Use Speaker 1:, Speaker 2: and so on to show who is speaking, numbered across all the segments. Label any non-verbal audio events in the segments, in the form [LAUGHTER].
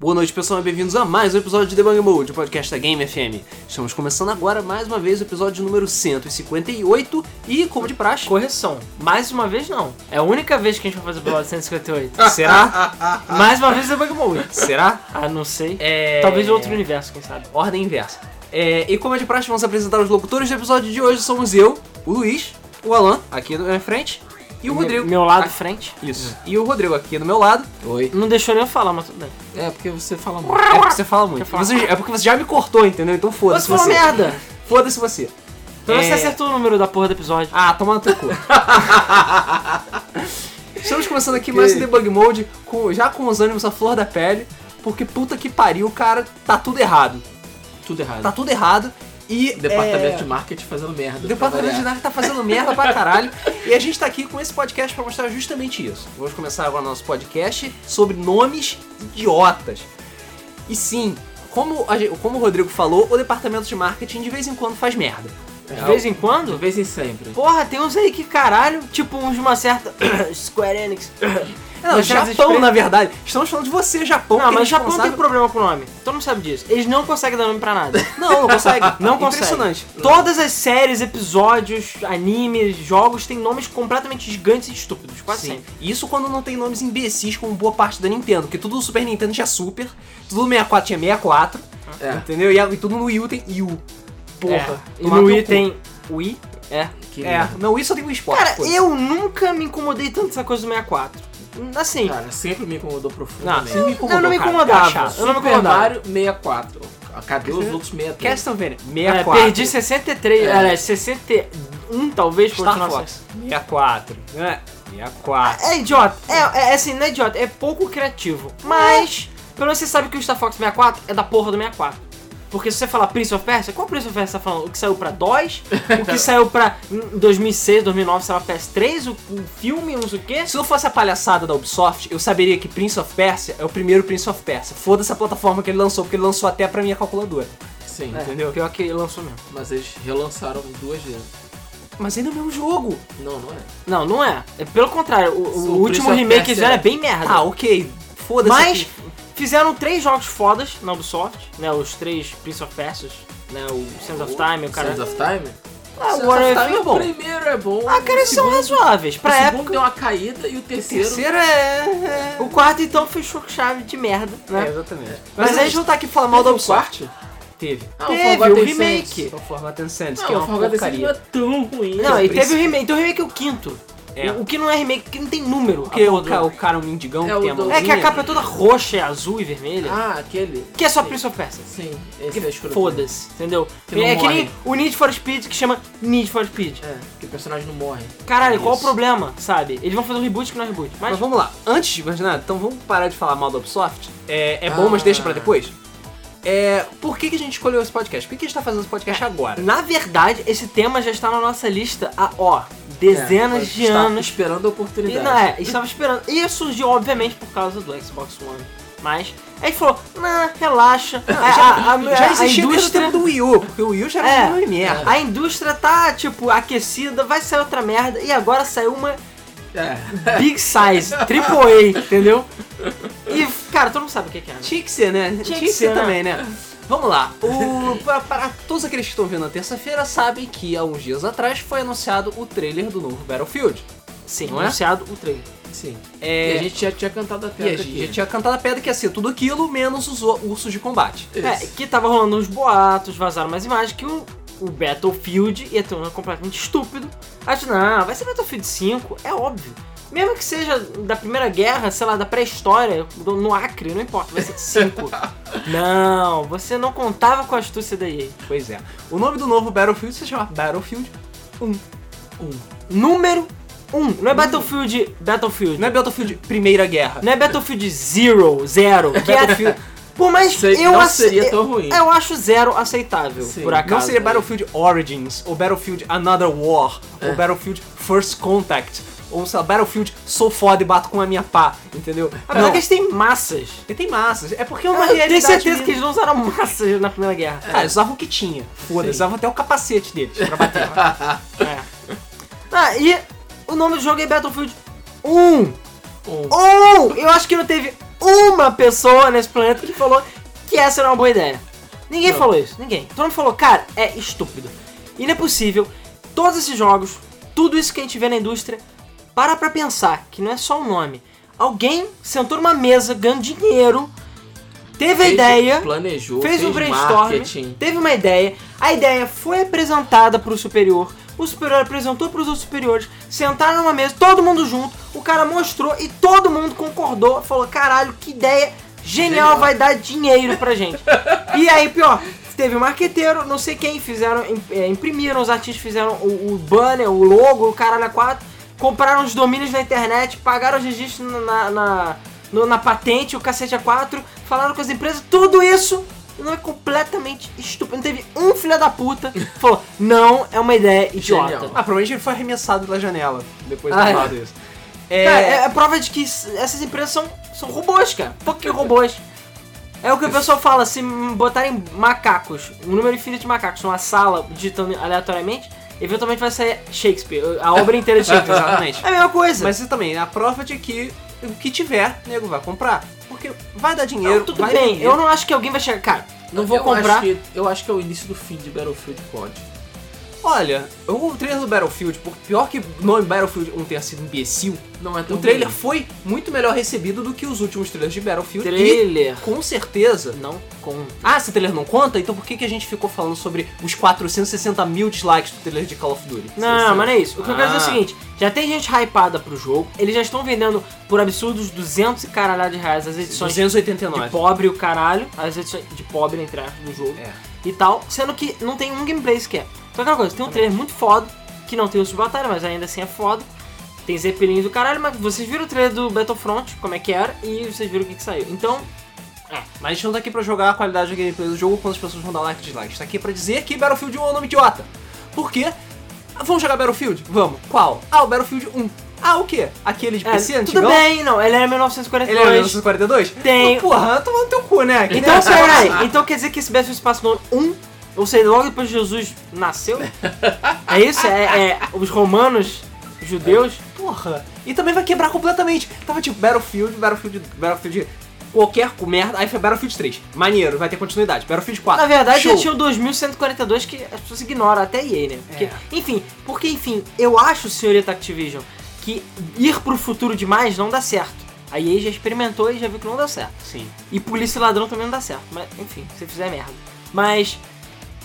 Speaker 1: Boa noite, pessoal, e bem-vindos a mais um episódio de Debug Mode, o podcast da Game FM. Estamos começando agora mais uma vez o episódio número 158 e, como de
Speaker 2: [LAUGHS]
Speaker 1: praxe,
Speaker 2: Correção. Mais uma vez, não. É a única vez que a gente vai fazer o episódio 158.
Speaker 1: será?
Speaker 2: Mais uma vez é bug mode.
Speaker 1: será?
Speaker 2: Ah, não sei.
Speaker 1: É...
Speaker 2: Talvez de outro universo, quem sabe.
Speaker 1: Ordem inversa. É, e como é de praxe, vamos apresentar os locutores do episódio de hoje. Somos eu, o Luiz, o Alan, aqui na minha frente, e o Rodrigo. Ah.
Speaker 2: Meu lado,
Speaker 1: aqui-
Speaker 2: frente.
Speaker 1: Isso. E o Rodrigo aqui do meu lado.
Speaker 3: Oi.
Speaker 2: Não deixou nem eu falar, mas tudo bem.
Speaker 3: É porque você fala muito.
Speaker 1: É porque você fala muito.
Speaker 2: Quer falar?
Speaker 1: Você- é porque você já me cortou, entendeu? Então foda-se
Speaker 2: Você falou
Speaker 1: você.
Speaker 2: merda.
Speaker 1: Foda-se você.
Speaker 2: Então
Speaker 1: É.
Speaker 2: você acertou o número da porra do episódio.
Speaker 1: Ah, toma no teu
Speaker 2: [LAUGHS]
Speaker 1: cu. Estamos começando aqui mais um debug mode, com- já com os ânimos à flor da pele, porque puta que pariu, cara, tá tudo errado.
Speaker 3: Tudo errado.
Speaker 1: Tá tudo errado e.
Speaker 3: Departamento
Speaker 1: é,
Speaker 3: de marketing fazendo merda.
Speaker 1: o Departamento de
Speaker 3: Trabalhar.
Speaker 1: Nada tá
Speaker 2: [LAUGHS]
Speaker 1: fazendo merda pra caralho. e a gente tá aqui com esse podcast pra mostrar justamente isso. Vamos começar agora nosso podcast sobre nomes idiotas. E sim, como, a gente- como o Rodrigo falou, o departamento de marketing de vez em quando faz merda.
Speaker 2: De vez em
Speaker 3: De
Speaker 2: quando.
Speaker 3: vez em sempre.
Speaker 2: Porra, tem uns aí que caralho, tipo uns de uma certa. [COUGHS] Square Enix.
Speaker 1: É, Não,
Speaker 2: Mas
Speaker 1: Japão,
Speaker 2: eles expre-
Speaker 1: na verdade. Estamos falando de você, Japão.
Speaker 2: Não,
Speaker 1: que é
Speaker 2: mas o Japão tem
Speaker 1: responsável-
Speaker 2: problema com o nome. Todo mundo sabe disso. Eles não conseguem dar nome pra nada.
Speaker 1: Não, não consegue.
Speaker 2: Não consegue.
Speaker 1: Impressionante.
Speaker 2: Todas as séries, episódios, animes, jogos têm nomes completamente gigantes e estúpidos, quase
Speaker 1: Sim.
Speaker 2: sempre.
Speaker 1: Isso quando não tem nomes imbecis como boa parte da Nintendo, porque tudo do Super Nintendo tinha Super, tudo do 64 tinha 64,
Speaker 3: É.
Speaker 1: entendeu? E, a- e tudo no Wii U tem Yu. Porra.
Speaker 2: É. E
Speaker 1: tomar
Speaker 2: no
Speaker 1: teu
Speaker 2: Wii
Speaker 1: cu.
Speaker 2: tem Wii. É.
Speaker 3: Que
Speaker 1: É, não, isso eu tenho Wii Sport.
Speaker 2: Cara,
Speaker 1: foda-se.
Speaker 2: eu nunca me incomodei tanto dessa coisa do 64. Assim,
Speaker 3: Cara, sempre me incomodou
Speaker 1: Não,
Speaker 3: profundamente.
Speaker 1: você me incomodou,
Speaker 2: eu não me
Speaker 1: cara,
Speaker 2: incomodava.
Speaker 1: tá chato.
Speaker 2: eu não me
Speaker 3: Super
Speaker 2: incomodava.
Speaker 3: Mario 64. Cadê os outros 63?
Speaker 1: Castlevania,
Speaker 2: é,
Speaker 1: 64.
Speaker 2: perdi 63,
Speaker 3: É.
Speaker 2: era 61 talvez, por
Speaker 1: Star
Speaker 2: continuar
Speaker 1: Fox.
Speaker 2: sendo.
Speaker 1: 64. né? 64.
Speaker 2: É idiota, é, é assim, não é idiota, é pouco criativo. Mas, pelo menos você sabe que o Star Fox 64 é da porra do 64. Porque se você falar Prince of Persia, qual Prince of Persia você tá falando? O que saiu pra DOS? o [LAUGHS] que saiu pra hum, em 2006, 2009, sei lá, PS3? O, o filme, não sei o quê?
Speaker 1: Se não fosse a palhaçada da Ubisoft, eu saberia que Prince of Persia é o primeiro Prince of Persia. Foda-se a plataforma que ele lançou, porque ele lançou até pra minha calculadora.
Speaker 3: Sim.
Speaker 2: Entendeu? É, Pior que ele lançou mesmo.
Speaker 3: Mas eles relançaram duas vezes.
Speaker 1: Mas ainda é o mesmo jogo.
Speaker 3: Não, não é.
Speaker 2: Não, não é. É pelo contrário, o, o
Speaker 3: O Prince
Speaker 2: último
Speaker 3: of
Speaker 2: remake que
Speaker 3: Persia
Speaker 2: fizeram é
Speaker 3: é-
Speaker 2: bem merda.
Speaker 1: Ah, ok. Foda-se.
Speaker 2: Mas
Speaker 1: aqui.
Speaker 2: fizeram três jogos fodas na Ubisoft, né? Os três Prince of Persia, né? O Sands of Time, o cara.
Speaker 3: É, Sands of Time?
Speaker 2: Ah,
Speaker 1: Sands
Speaker 2: o Warrior
Speaker 1: of Time
Speaker 2: Field-
Speaker 1: é bom.
Speaker 3: O primeiro é bom.
Speaker 2: Ah, cara,
Speaker 3: o
Speaker 2: eles são
Speaker 3: segundo-
Speaker 2: razoáveis. Pra
Speaker 3: o
Speaker 2: época.
Speaker 3: segundo deu uma caída e o terceiro...
Speaker 1: Terceiro é.
Speaker 2: O quarto então fechou com chave de merda, né?
Speaker 1: exatamente.
Speaker 2: Mas
Speaker 1: Mas, a gente não tá aqui falando mal da
Speaker 3: Teve o
Speaker 1: Ubisoft.
Speaker 3: quarto?
Speaker 1: Teve.
Speaker 3: Ah,
Speaker 2: Teve,
Speaker 3: Forgotten
Speaker 2: o remake.
Speaker 3: Sands.
Speaker 1: O Forgotten Sands, que é
Speaker 3: Não, o
Speaker 1: uma
Speaker 3: Forgotten Sands não é
Speaker 1: porcaria.
Speaker 3: tão ruim.
Speaker 2: Não, e
Speaker 1: príncipe.
Speaker 2: teve o remake. Então o remake é o quinto.
Speaker 1: É.
Speaker 2: O o que não é remake, porque não tem número.
Speaker 1: Porque
Speaker 2: a
Speaker 1: o,
Speaker 2: porra do-
Speaker 1: ca- o cara é um mendigão
Speaker 3: É
Speaker 1: que
Speaker 3: o
Speaker 1: tem a
Speaker 3: do-
Speaker 1: mãozinha.
Speaker 2: É que a capa é toda roxa, é azul e vermelha.
Speaker 3: Ah, aquele.
Speaker 2: que é só Prince of Persia.
Speaker 3: Sim, esse é
Speaker 2: Que
Speaker 3: escuro.
Speaker 2: Foda-se, entendeu?
Speaker 3: Que não
Speaker 2: é que nem
Speaker 3: morre.
Speaker 2: o Need for Speed que chama Need for Speed.
Speaker 3: É, que o personagem não morre.
Speaker 2: Caralho, qual o
Speaker 3: Isso.
Speaker 2: problema, sabe? Eles vão fazer um reboot que não é reboot. Mas,
Speaker 1: Mas vamos lá. Antes de mais nada, então vamos parar de falar mal da Ubisoft. É, é bom,
Speaker 3: Ah.
Speaker 1: mas deixa pra depois. É, por que, que a gente escolheu esse podcast? Por que, que a gente tá fazendo esse
Speaker 2: É.
Speaker 1: podcast agora?
Speaker 2: na verdade, esse tema já está na nossa lista há, ó, dezenas
Speaker 3: É,
Speaker 2: de
Speaker 3: está
Speaker 2: anos.
Speaker 3: esperando a
Speaker 2: E
Speaker 3: oportunidade.
Speaker 2: não é, estava esperando. E isso surgiu, obviamente, por causa do Xbox One. Mas, aí a gente falou, não, relaxa. a, É, a- a-
Speaker 1: Já
Speaker 2: a
Speaker 1: existia desde o
Speaker 2: indústria.
Speaker 1: tempo do Wii U, porque o Wii U já era
Speaker 2: É,
Speaker 1: um nome merda.
Speaker 2: a indústria tá, tipo, aquecida, vai sair outra merda. E agora saiu uma
Speaker 3: É.
Speaker 2: big size, triple A, entendeu? E, cara, todo mundo sabe o que que é, né?
Speaker 1: Tinha que ser, né? Tinha, que, ser
Speaker 2: né?
Speaker 1: também, né? Vamos lá. O, pra, pra todos aqueles que estão vendo na terça-feira sabem que há uns dias atrás foi anunciado o trailer do novo Battlefield.
Speaker 2: Sim,
Speaker 1: Não é?
Speaker 2: anunciado o trailer.
Speaker 3: Sim.
Speaker 1: É,
Speaker 3: E a gente já tinha cantado a pedra
Speaker 1: e a gente
Speaker 3: aqui.
Speaker 1: já tinha cantado a pedra que ia ser tudo aquilo, menos os o- ursos de combate.
Speaker 2: É, que tava rolando uns boatos, vazaram umas imagens que o, o Battlefield ia ter um nome completamente estúpido. Acho, não, vai ser Battlefield 5, é óbvio. Mesmo que seja da Primeira Guerra, sei lá, da pré-história, do- no Acre, não importa, vai
Speaker 1: [LAUGHS]
Speaker 2: ser 5. não, você não contava com a astúcia da EA.
Speaker 1: Pois é. O nome do novo Battlefield se chama Battlefield 1.
Speaker 2: Número 1, um. não é Battlefield Battlefield,
Speaker 1: Não é Battlefield Primeira Guerra.
Speaker 2: não é Battlefield Zero, Zero, que é...
Speaker 1: Battlefield-
Speaker 2: Por mais
Speaker 3: Sei-
Speaker 2: eu
Speaker 3: não
Speaker 2: ace-
Speaker 3: seria tão ruim.
Speaker 2: Eu acho zero aceitável,
Speaker 3: Sim.
Speaker 2: por acaso.
Speaker 1: Não seria
Speaker 3: né?
Speaker 1: Battlefield Origins, ou Battlefield Another War, ou Battlefield First Contact, ou sei lá, Battlefield Sou Foda e Bato com a minha pá, entendeu?
Speaker 2: Apesar que eles têm massas.
Speaker 1: E tem massas. É porque é
Speaker 2: Eu
Speaker 1: uma realidade.
Speaker 2: tenho certeza que
Speaker 1: mesmo.
Speaker 2: eles não usaram massas na Primeira
Speaker 3: [LAUGHS]
Speaker 2: Guerra.
Speaker 1: Cara, eles usavam o que tinha. Foda-se,
Speaker 3: Sim.
Speaker 1: usavam até o capacete deles pra
Speaker 2: [LAUGHS]
Speaker 1: bater.
Speaker 2: É. Ah, e o nome do jogo é Battlefield 1.
Speaker 3: Um.
Speaker 2: 1! Eu acho que não teve uma pessoa nesse planeta que falou que essa era uma boa ideia. Ninguém
Speaker 1: Não.
Speaker 2: falou isso, ninguém. Todo mundo falou, cara, é estúpido. E não é possível. Todos esses jogos, tudo isso que a gente vê na indústria, para pra pensar, que não é só o nome. Alguém sentou numa mesa ganhando dinheiro, teve a
Speaker 3: Fez-
Speaker 2: ideia,
Speaker 3: Planejou,
Speaker 2: fez
Speaker 3: fez,
Speaker 2: um brainstorm,
Speaker 3: marketing.
Speaker 2: teve uma ideia, a ideia foi apresentada pro superior, o superior apresentou pros outros superiores, sentaram numa mesa, todo mundo junto, o cara mostrou e todo mundo concordou, falou: caralho, que ideia genial,
Speaker 3: Genial.
Speaker 2: vai dar dinheiro pra gente. e aí, pior. Teve o marqueteiro, não sei quem, fizeram, im- é, imprimiram, os artistas fizeram o, o banner, o logo, o caralho a quatro, compraram os domínios na internet, pagaram os registros na, na, na- no- na patente, o cacete a quatro, falaram com as empresas, tudo isso não é completamente estúpido. Não teve um filho da puta que falou, não, é uma ideia idiota.
Speaker 3: Genial.
Speaker 1: Ah, provavelmente ele foi arremessado da janela depois de
Speaker 2: Ah,
Speaker 1: ter
Speaker 2: é.
Speaker 1: falado isso.
Speaker 2: É... Cara, é, é prova de que s- essas empresas são, são robôs, cara. Fucking robôs. É o que o pessoal fala, se m- botarem macacos, um número infinito de macacos numa sala, digitando aleatoriamente, eventualmente vai sair Shakespeare, a obra inteira de Shakespeare.
Speaker 1: Exatamente.
Speaker 2: [LAUGHS] É a mesma coisa.
Speaker 1: Mas isso também, a prova de que o que tiver, nego vai comprar. Porque vai dar dinheiro,
Speaker 2: Não, tudo
Speaker 1: vai
Speaker 2: bem,
Speaker 1: vender.
Speaker 2: eu não acho que alguém vai chegar. Cara, não vou
Speaker 3: eu
Speaker 2: comprar.
Speaker 3: Acho que, eu acho que é o início do fim de Battlefield Pod.
Speaker 1: Olha, o trailer do Battlefield, por pior que o nome Battlefield 1 tenha sido imbecil,
Speaker 3: Não é tão
Speaker 1: o trailer
Speaker 3: ruim.
Speaker 1: foi muito melhor recebido do que os últimos trailers de Battlefield.
Speaker 2: Trailer.
Speaker 1: E, com certeza...
Speaker 2: Não conta.
Speaker 1: Ah, esse trailer não conta? Então por que, que a gente ficou falando sobre os 460 mil dislikes do trailer de Call of Duty?
Speaker 2: Não, mas não é isso. O que eu quero dizer é o
Speaker 1: Ah.
Speaker 2: seguinte: já tem gente hypada pro jogo, eles já estão vendendo por absurdos 200 e caralhada de reais as edições de
Speaker 1: 289.
Speaker 2: pobre o caralho, as edições de pobre, entre aspas, do jogo
Speaker 1: É.
Speaker 2: e tal, sendo que não tem um gameplay sequer. Só aquela coisa, tem um trailer muito foda, que não tem o de batalha, mas ainda assim é foda. Tem Zeppelin do caralho, mas vocês viram o trailer do Battlefront, como é que era, e vocês viram o que, que saiu. Então,
Speaker 1: Mas a gente não tá aqui pra jogar a qualidade do gameplay do jogo quando as pessoas vão dar like e dislike. A gente tá aqui pra dizer que Battlefield 1 é um nome idiota. Por quê? Ah, Vamos jogar Battlefield? Vamos. Qual? Ah, o Battlefield 1. Ah, o quê? Aquele de
Speaker 2: é,
Speaker 1: PC
Speaker 2: tudo
Speaker 1: antigão?
Speaker 2: bem, não, ele é era 1942.
Speaker 1: Ele é um era 1942?
Speaker 2: Tem.
Speaker 1: Mas, porra, toma no teu cu, né? Que [LAUGHS]
Speaker 2: Então,
Speaker 1: nem-
Speaker 2: peraí, então quer dizer que esse Battlefield passa no ano 1, é ou seja, logo depois de Jesus nasceu? É isso? É, é os romanos, os judeus?
Speaker 1: Porra. E também vai quebrar completamente. Tava tipo Battlefield, Battlefield, Battlefield... Qualquer com merda. Aí foi Battlefield 3. Maneiro, vai ter continuidade. Battlefield 4.
Speaker 2: Na verdade,
Speaker 1: Ah, Show.
Speaker 2: já tinha o 2142 que as pessoas ignoram, até a EA, né? Porque,
Speaker 1: É.
Speaker 2: Enfim, porque, enfim, eu acho, senhorita Activision, que ir pro futuro demais não dá certo. A EA já experimentou e já viu que não deu certo.
Speaker 1: Sim.
Speaker 2: E Polícia e Ladrão também não dá certo. Mas, enfim, se fizer merda. Mas,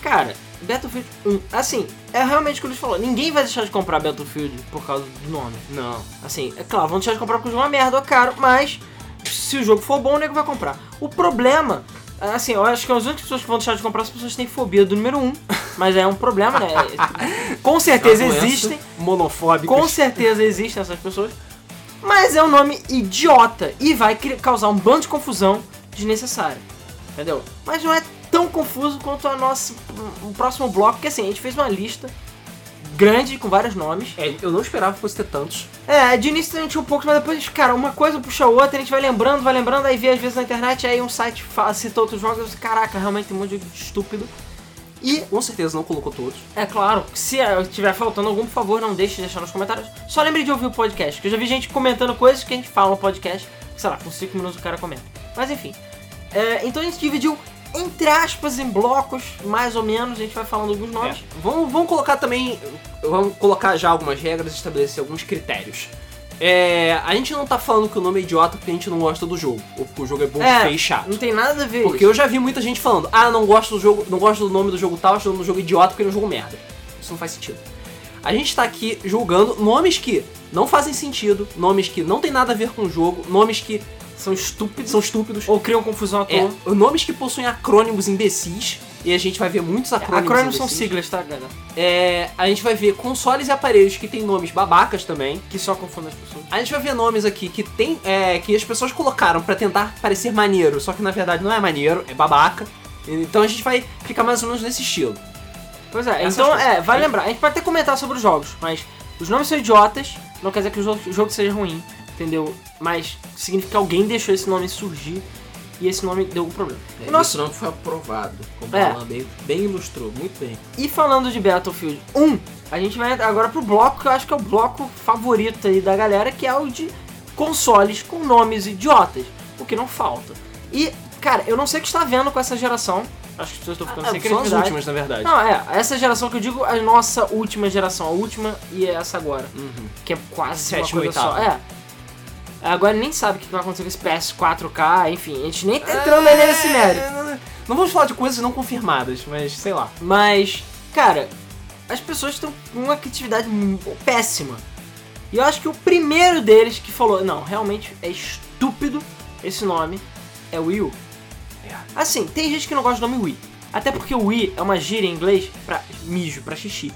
Speaker 2: cara, Battlefield 1, assim, é realmente o que o Luiz falou. Ninguém vai deixar de comprar Battlefield por causa do nome.
Speaker 1: Não.
Speaker 2: Assim, é claro, vão deixar de comprar porque o jogo é uma merda, é caro, mas se o jogo for bom, o nego vai comprar. O problema, assim, eu acho que as únicas pessoas que vão deixar de comprar são as pessoas que têm fobia do número 1. Mas é um
Speaker 1: [LAUGHS]
Speaker 2: problema, né? Com certeza
Speaker 1: É uma doença.
Speaker 2: existem.
Speaker 1: Monofóbicos.
Speaker 2: Com certeza existem essas pessoas. Mas é um nome idiota e vai cri- causar um bando de confusão desnecessária. Entendeu? Mas não é tão confuso quanto a nossa, o próximo bloco, que assim, a gente fez uma lista grande com vários nomes.
Speaker 1: É, eu não esperava que fosse ter tantos.
Speaker 2: É, de início a gente tinha um pouco, mas depois, cara, uma coisa puxa a outra, a gente vai lembrando, vai lembrando, aí vê às vezes na internet, aí um site fala, cita outros jogos, eu disse, caraca, realmente tem um monte de jogo estúpido. E
Speaker 1: Com certeza não colocou todos.
Speaker 2: é claro, se eh, tiver faltando algum, por favor, não deixe de deixar nos comentários. Só lembre de ouvir o podcast, que eu já vi gente comentando coisas que a gente fala no podcast, que, sei lá, com 5 minutos o cara comenta. Mas enfim. É, então a gente dividiu, entre aspas, em blocos, mais ou menos, a gente vai falando alguns
Speaker 1: É.
Speaker 2: nomes.
Speaker 1: Vamos, vamos colocar também. Vamos colocar já algumas regras, estabelecer alguns critérios. É, a gente não tá falando que o nome é idiota porque a gente não gosta do jogo. Ou porque o jogo é bom,
Speaker 2: É,
Speaker 1: feio e
Speaker 2: Não
Speaker 1: chato.
Speaker 2: tem nada a ver
Speaker 1: Porque
Speaker 2: isso.
Speaker 1: eu já vi muita gente falando, ah, não gosto do jogo, não gosto do nome do jogo tal, acho o nome do jogo idiota porque ele é um jogo merda. Isso não faz sentido. A gente tá aqui julgando nomes que não fazem sentido, nomes que não tem nada a ver com o jogo, nomes que
Speaker 2: São estúpidos
Speaker 1: são estúpidos.
Speaker 2: ou criam confusão à toa.
Speaker 1: É, nomes que possuem acrônimos imbecis, e a gente vai ver muitos acrônimos.
Speaker 2: É, Acrônimos são
Speaker 1: imbecis.
Speaker 2: siglas, tá, galera?
Speaker 1: É, a gente vai ver consoles e aparelhos que tem nomes babacas também.
Speaker 2: Que só confundem as pessoas.
Speaker 1: A gente vai ver nomes aqui que tem. é, que as pessoas colocaram pra tentar parecer maneiro, só que na verdade não é maneiro, é babaca. Então a gente vai ficar mais ou menos nesse estilo.
Speaker 2: Pois é,
Speaker 1: Essas
Speaker 2: então,
Speaker 1: coisas.
Speaker 2: é, vale lembrar. A gente pode até comentar sobre os jogos, mas os nomes são idiotas, não quer dizer que o jogo, o jogo seja ruim, entendeu? Mas significa que alguém deixou esse nome surgir e esse nome deu algum problema.
Speaker 3: É,
Speaker 2: O nosso-
Speaker 3: Isso não foi aprovado. Como
Speaker 2: É.
Speaker 3: o Alan bem, bem ilustrou, muito bem.
Speaker 2: E falando de Battlefield 1, a gente vai agora pro bloco que eu acho que é o bloco favorito aí da galera, que é o de consoles com nomes idiotas. o que não falta. E, cara, eu não sei o que está vendo com essa geração. Acho que as pessoas estão ficando sem
Speaker 1: são Ah, as
Speaker 2: criatividade.
Speaker 1: últimas, na verdade.
Speaker 2: Não, é, essa geração que eu digo, é a nossa última geração, a última e essa agora,
Speaker 1: Uhum.
Speaker 2: que é quase
Speaker 1: Sétima,
Speaker 2: uma coisa só.
Speaker 1: oitava.
Speaker 2: É. Agora nem sabe o que vai acontecer com esse PS4K, enfim, a gente nem tá entrando aí nesse mérito.
Speaker 1: É, Não vamos falar de coisas não confirmadas, mas sei lá.
Speaker 2: Mas, cara, as pessoas estão com uma criatividade mu- péssima. E eu acho que o primeiro deles que falou, não, realmente é estúpido esse nome, é Wii U.
Speaker 1: É.
Speaker 2: Assim, tem gente que não gosta do nome Wii. Até porque o Wii é uma gíria em inglês pra mijo, pra xixi.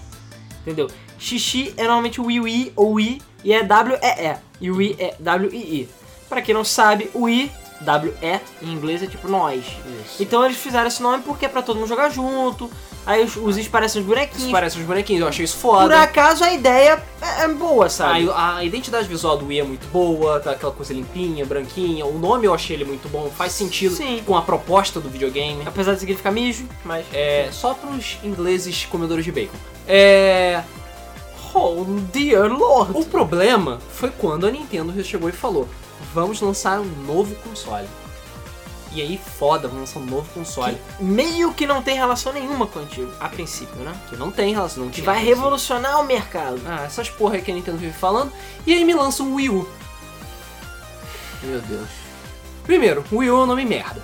Speaker 2: Entendeu? Xixi é normalmente Wii Wii ou Wii e é W-E-E. E Wii é W-I-I. Pra quem não sabe, Wii, W-E, em inglês é tipo nós.
Speaker 1: Isso.
Speaker 2: Então eles fizeram esse nome porque é pra todo mundo jogar junto. Aí os, os is parecem uns
Speaker 1: Isso
Speaker 2: bonequinhos.
Speaker 1: parece uns bonequinhos, eu achei isso
Speaker 2: Por
Speaker 1: é foda.
Speaker 2: acaso a ideia é, é boa, sabe?
Speaker 1: A, a identidade visual do Wii é muito boa, tá aquela coisa limpinha, branquinha. O nome eu achei ele muito bom, faz sentido
Speaker 2: Sim.
Speaker 1: com a proposta do videogame.
Speaker 2: Apesar de significar mijo, mas.
Speaker 1: É, só pros ingleses comedores de bacon. É,
Speaker 2: Oh, dear lord!
Speaker 1: o problema foi quando a Nintendo chegou e falou: vamos lançar um novo console. E aí, foda, vamos lançar um novo console.
Speaker 2: Meio que não tem relação nenhuma com o antigo, a princípio, né?
Speaker 1: Que, não tem relação, não
Speaker 2: Que
Speaker 1: tinha
Speaker 2: vai
Speaker 1: relação.
Speaker 2: revolucionar o mercado.
Speaker 1: Ah, essas porra aí que a Nintendo vive falando. E aí me lança um Wii U.
Speaker 3: Meu Deus.
Speaker 1: Primeiro, Wii U é um nome merda.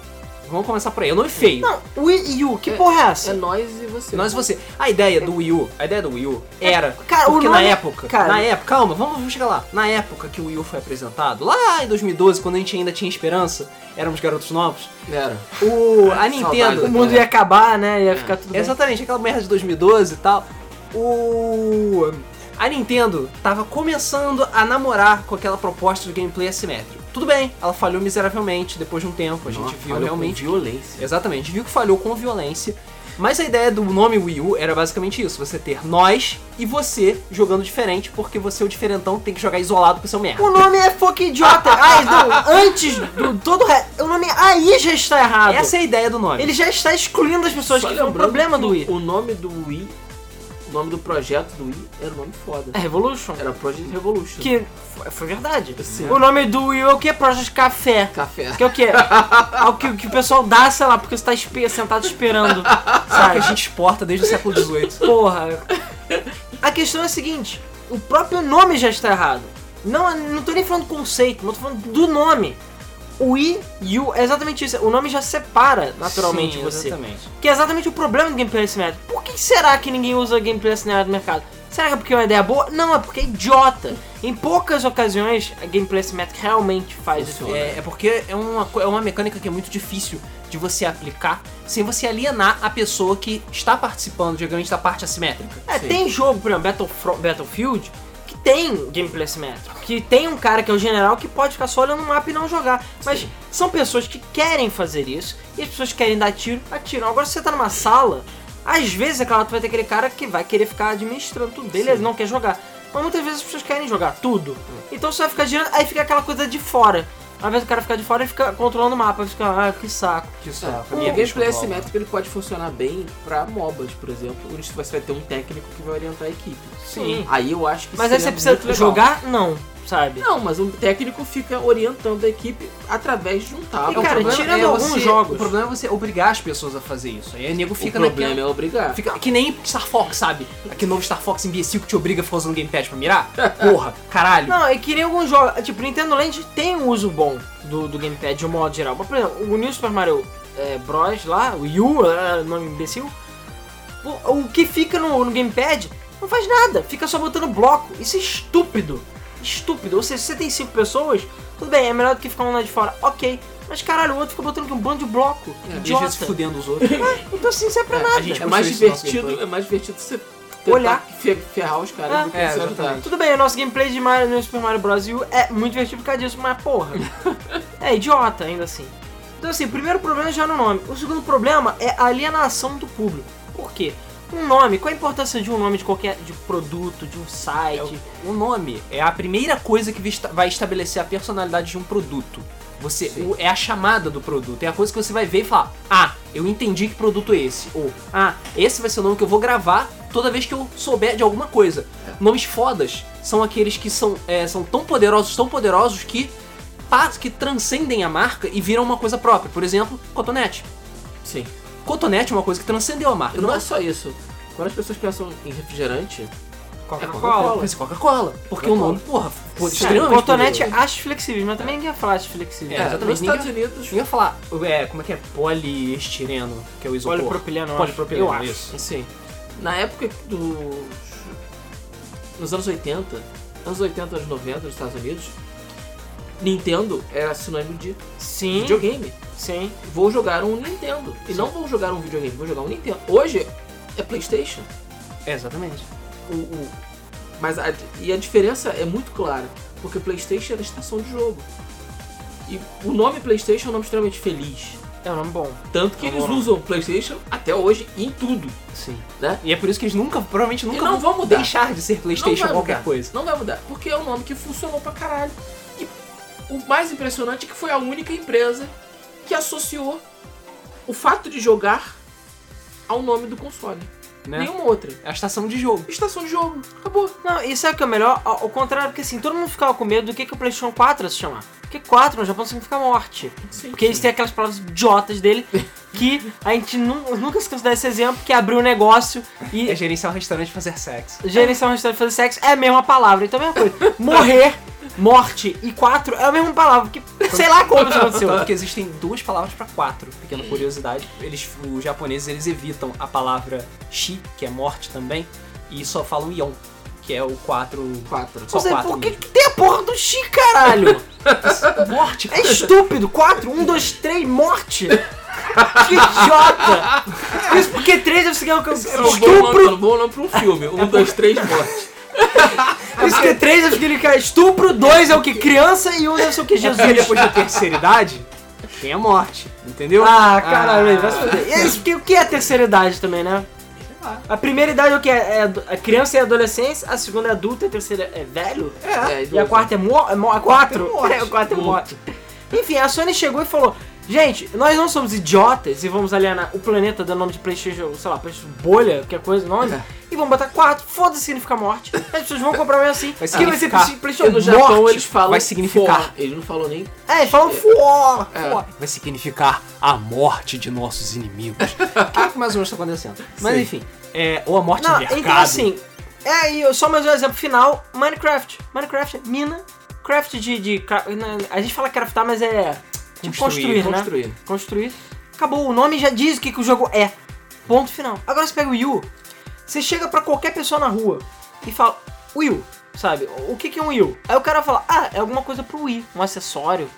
Speaker 1: Vamos começar por aí. É um nome feio.
Speaker 2: Não, Wii U, que porra é essa?
Speaker 3: É nós e você.
Speaker 1: Nós você. A ideia do Wii U, a ideia do Wii U era.
Speaker 2: É, Cara,
Speaker 1: Porque
Speaker 2: o
Speaker 1: na
Speaker 2: nome...
Speaker 1: época,
Speaker 2: cara-
Speaker 1: na época, calma, vamos, vamos chegar lá. Na época que o Wii U foi apresentado, lá em 2012, quando a gente ainda tinha esperança, éramos garotos novos,
Speaker 3: Era.
Speaker 2: [LAUGHS]
Speaker 1: o, a Nintendo.
Speaker 3: saudade.
Speaker 2: O mundo ia acabar, né? Ia ficar tudo bem.
Speaker 1: Exatamente, aquela merda de 2012 e tal. O. A Nintendo tava começando a namorar com aquela proposta do gameplay assimétrico. Tudo bem, ela falhou miseravelmente depois de um tempo, a gente viu realmente.
Speaker 3: Violência.
Speaker 1: Exatamente, a gente viu que falhou com violência. Mas a ideia do nome Wii U era basicamente isso: você ter nós e você jogando diferente, porque você, é o diferentão, tem que jogar isolado pro seu merda.
Speaker 2: O nome é fucking idiota. Ai, não, antes do todo o resto. O nome aí já está errado.
Speaker 1: Essa é a ideia do nome.
Speaker 2: Ele já está excluindo as pessoas,
Speaker 3: Só
Speaker 2: que foi o
Speaker 3: lembrando
Speaker 2: problema
Speaker 3: que
Speaker 2: do Wii.
Speaker 3: O nome do Wii, o nome do projeto do Wii era um nome foda.
Speaker 2: É Revolution?
Speaker 3: Era Project Revolution.
Speaker 2: Que foi- foi verdade.
Speaker 3: Sim.
Speaker 2: O nome do Wii é o que? Project Café.
Speaker 3: Café.
Speaker 2: Que é o quê? É o que, que o pessoal dá, sei lá, porque você tá espe- sentado esperando.
Speaker 1: Sabe,
Speaker 2: Sabe?
Speaker 1: É a gente exporta desde o século XVIII.
Speaker 2: Porra. A questão é a seguinte: o próprio nome já está errado. Não, não tô nem falando do conceito, não tô falando do nome. O I e o. É exatamente isso. O nome já separa [LAUGHS] naturalmente
Speaker 1: Sim,
Speaker 2: você.
Speaker 1: Exatamente.
Speaker 2: Que é exatamente o problema do gameplay assimétrico. Por que será que ninguém usa gameplay assimétrico no mercado? Será que é porque é uma ideia boa? Não, é porque é idiota. Em poucas ocasiões, a gameplay assimétrico realmente faz isso.
Speaker 3: Funciona.
Speaker 1: É, é porque é uma, co- é uma mecânica que é muito difícil de você aplicar sem você alienar a pessoa que está participando, digamos, da parte assimétrica.
Speaker 2: É,
Speaker 3: Sim.
Speaker 2: tem jogo, por exemplo, Battlefro- Battlefield, que tem gameplay assimétrico. Que tem um cara que é o general que pode ficar só olhando o mapa e não jogar. Mas são pessoas que querem fazer isso e as pessoas que querem dar tiro, atiram. Agora, se você tá numa sala, às vezes, é claro, tu vai ter aquele cara que vai querer ficar administrando tudo dele, ele não quer jogar. Mas muitas vezes as pessoas querem jogar tudo. Então você vai ficar girando, aí fica aquela coisa de fora. Ao invés do cara ficar de fora, ele fica controlando o mapa, fica, ah, que saco.
Speaker 1: Que
Speaker 3: É,
Speaker 2: um
Speaker 1: saco,
Speaker 3: o
Speaker 1: minha vez
Speaker 3: gameplay
Speaker 1: com bola.
Speaker 3: assimétrico ele pode funcionar bem pra MOBAs, por exemplo, onde você vai ter um técnico que vai orientar a equipe.
Speaker 2: Sim.
Speaker 3: Aí eu acho que
Speaker 2: Mas aí você
Speaker 3: seria é muito
Speaker 2: precisa
Speaker 3: legal.
Speaker 2: jogar? Não, sabe?
Speaker 3: Não, mas um técnico fica orientando a equipe através de um
Speaker 2: E,
Speaker 3: tablet.
Speaker 1: É, o
Speaker 2: cara,
Speaker 1: problema
Speaker 2: tirando
Speaker 1: é
Speaker 2: alguns
Speaker 1: você-
Speaker 2: jogos.
Speaker 1: O problema é você obrigar as pessoas a fazer isso. Aí o nego fica
Speaker 3: o problema
Speaker 1: naquela.
Speaker 3: é obrigar.
Speaker 1: Fica que nem Star Fox, sabe? Aquele novo Star Fox imbecil que te obriga a ficar usando o gamepad pra mirar. Porra, caralho.
Speaker 2: Não, é que nem alguns jogos. Tipo, Nintendo Land tem um uso bom do, do gamepad de um modo geral. Mas, por exemplo, o New Super Mario é, Bros. lá, o Yu, é, nome imbecil. O, o que fica no, no gamepad não faz nada, fica só botando bloco. Isso é estúpido. Estúpido. Ou seja, se você tem cinco pessoas, tudo bem, é melhor do que ficar um lá de fora. Ok. Mas caralho, o outro fica botando aqui um bando de bloco.
Speaker 1: E às
Speaker 2: idiota.
Speaker 1: vezes fudendo os
Speaker 2: [LAUGHS]
Speaker 1: outros.
Speaker 2: Então assim, isso é pra
Speaker 1: É, a
Speaker 2: nada.
Speaker 1: gente
Speaker 3: É mais
Speaker 1: isso no nosso
Speaker 3: divertido,
Speaker 1: gameplay.
Speaker 3: é mais divertido você tentar
Speaker 2: Olhar.
Speaker 3: fe- ferrar os caras
Speaker 2: Ah,
Speaker 3: do que
Speaker 1: é,
Speaker 3: você
Speaker 1: exatamente.
Speaker 3: tá.
Speaker 2: Tudo bem, o nosso gameplay de Mario no Super Mario Bros. U é muito divertido por causa disso, mas
Speaker 1: [LAUGHS]
Speaker 2: porra. é idiota ainda assim. Então assim, o primeiro problema já é no nome. O segundo problema é a alienação do público. Por quê? Um nome, qual a importância de um nome de qualquer de produto, de um site?
Speaker 1: É o, o nome é a primeira coisa que vista- vai estabelecer a personalidade de um produto. Você
Speaker 3: Sim.
Speaker 1: o- é a chamada do produto, é a coisa que você vai ver e falar: "Ah, eu entendi que produto é esse." Ou "Ah, esse vai ser o nome que eu vou gravar toda vez que eu souber de alguma é, coisa." Nomes fodas são aqueles que são, é, são tão poderosos, tão poderosos que passam, que transcendem a marca e viram uma coisa própria. Por exemplo, cotonete.
Speaker 3: Sim.
Speaker 1: Cotonete é uma coisa que transcendeu a marca.
Speaker 3: Não é só isso. Quando as pessoas pensam em refrigerante,
Speaker 1: Coca-Cola. Pensa em Coca-cola. Porque o
Speaker 3: É Coca-Cola.
Speaker 1: nome, porra, foi
Speaker 2: Sim,
Speaker 1: extremamente.
Speaker 2: cotonete
Speaker 1: poderoso.
Speaker 2: acho flexível, mas também ninguém ia falar de flexível.
Speaker 1: É,
Speaker 3: é,
Speaker 1: exatamente.
Speaker 3: nos
Speaker 1: Ninguém-
Speaker 3: Estados Unidos,
Speaker 1: Eu ia falar, é, como é que é? Poliestireno, que é o isopor.
Speaker 2: Polipropileno, eu
Speaker 1: Polipropileno,
Speaker 2: acho. Eu acho.
Speaker 1: isso.
Speaker 3: Sim. assim, Na época dos. Nos anos 80, anos 80, anos 90 nos Estados Unidos, Nintendo era sinônimo de
Speaker 1: Hum?
Speaker 2: Sim,
Speaker 3: videogame.
Speaker 2: sim.
Speaker 3: Vou jogar um Nintendo. E não vou jogar um videogame, vou jogar um Nintendo. Hoje é PlayStation.
Speaker 1: É, exatamente.
Speaker 3: O, o- Mas a, e a diferença é muito clara, porque PlayStation era estação de jogo. E o nome PlayStation é um nome extremamente feliz.
Speaker 2: É um nome bom.
Speaker 3: Tanto que eles
Speaker 1: Agora.
Speaker 3: usam PlayStation até hoje em tudo.
Speaker 1: Sim.
Speaker 3: Né?
Speaker 1: E é por isso que eles nunca, provavelmente nunca
Speaker 3: não
Speaker 1: vão,
Speaker 3: vão mudar.
Speaker 1: deixar de ser
Speaker 3: Não
Speaker 1: Playstation
Speaker 3: vai
Speaker 1: ou qualquer
Speaker 3: mudar.
Speaker 1: coisa.
Speaker 3: Não vai mudar, porque é um nome que funcionou pra caralho. E o mais impressionante é que foi a única empresa que associou o fato de jogar ao nome do console.
Speaker 1: Né?
Speaker 3: Nenhuma outra.
Speaker 1: É a estação de jogo.
Speaker 3: Estação de jogo, acabou.
Speaker 2: Não, e sabe o que é o melhor? Ao, ao contrário, porque assim, todo mundo ficava com medo do que, que o PlayStation 4 ia se chamar. Porque 4 no Japão significa morte.
Speaker 3: Sim.
Speaker 2: Porque eles têm aquelas palavras idiotas dele que a gente nu- nunca se cansa desse exemplo, que é abrir um negócio e
Speaker 1: É gerenciar um restaurante e fazer sexo.
Speaker 2: [LAUGHS] gerenciar um restaurante e fazer sexo é a mesma palavra. Então é a mesma coisa. Morrer, morte e 4 é a mesma palavra. Que, sei lá como isso aconteceu.
Speaker 1: Porque existem duas palavras pra quatro.
Speaker 2: Hum.
Speaker 1: Pequena curiosidade. Eles, os japoneses, eles evitam a palavra shi, que é morte também, e só falam ion, que é o quatro...
Speaker 3: Quatro.
Speaker 1: Só
Speaker 2: Não sei,
Speaker 1: quatro
Speaker 2: por que,
Speaker 1: mesmo.
Speaker 2: que tem a porra do X, caralho?
Speaker 1: [LAUGHS] Morte?
Speaker 2: É estúpido! 4, 1, 2, 3, morte! Que idiota! Isso porque 3 eu sei que é o que eu
Speaker 3: Era um bom nome, era
Speaker 2: Estupro!
Speaker 3: um bom nome pra um [LAUGHS] filme. Um, dois, três, morte.
Speaker 2: Isso que 3 eu sei que ele quer estupro, 2 é o que? Criança e 1 é o que? Jesus!
Speaker 1: Porque depois da terceira idade, tem a morte. Entendeu?
Speaker 2: Ah, caralho,
Speaker 1: Ah.
Speaker 2: vai se foder. E é isso, porque o que é a terceira idade também, né? A primeira idade é o que? É ado- a criança e a adolescência, a segunda é adulta, a terceira é velho?
Speaker 3: [LAUGHS] É,
Speaker 2: E a quarta é mor... é mor... a quatro?
Speaker 1: morte.
Speaker 2: [LAUGHS] É, a quarta é morte. Enfim, a Sony chegou e falou... Gente, nós não somos idiotas e vamos alienar o planeta dando nome de Playstation, sei lá, Playstation bolha, qualquer coisa, nome.
Speaker 3: É.
Speaker 2: E vamos botar quatro, foda-se significa morte. As pessoas vão comprar mesmo assim.
Speaker 1: Vai
Speaker 2: que vai ser
Speaker 1: significar.
Speaker 2: Playstation
Speaker 3: E no Japão
Speaker 2: morte.
Speaker 3: eles falam.
Speaker 1: vai significar.
Speaker 3: for. Ele não falou nem.
Speaker 2: É, eles falam fuó,
Speaker 3: É.
Speaker 2: fuó.
Speaker 1: vai significar a morte de nossos inimigos. que é [LAUGHS] o que mais ou menos tá acontecendo. Mas
Speaker 3: Sim.
Speaker 1: enfim, é, ou a morte
Speaker 2: Não,
Speaker 1: do mercado.
Speaker 2: então assim, é, e eu- só mais um exemplo final, Minecraft. Minecraft é mina, craft de, de cra- na- a gente fala craftar, mas é tipo
Speaker 1: Construir,
Speaker 2: construir, né?
Speaker 3: Construir.
Speaker 2: construir. Acabou, o nome já diz o que, que o jogo é. Ponto final. Agora você pega o Wii U, você chega pra qualquer pessoa na rua e fala, Wii U, sabe? O que, que é um Wii U? Aí o cara fala, ah, é alguma coisa pro Wii, um acessório.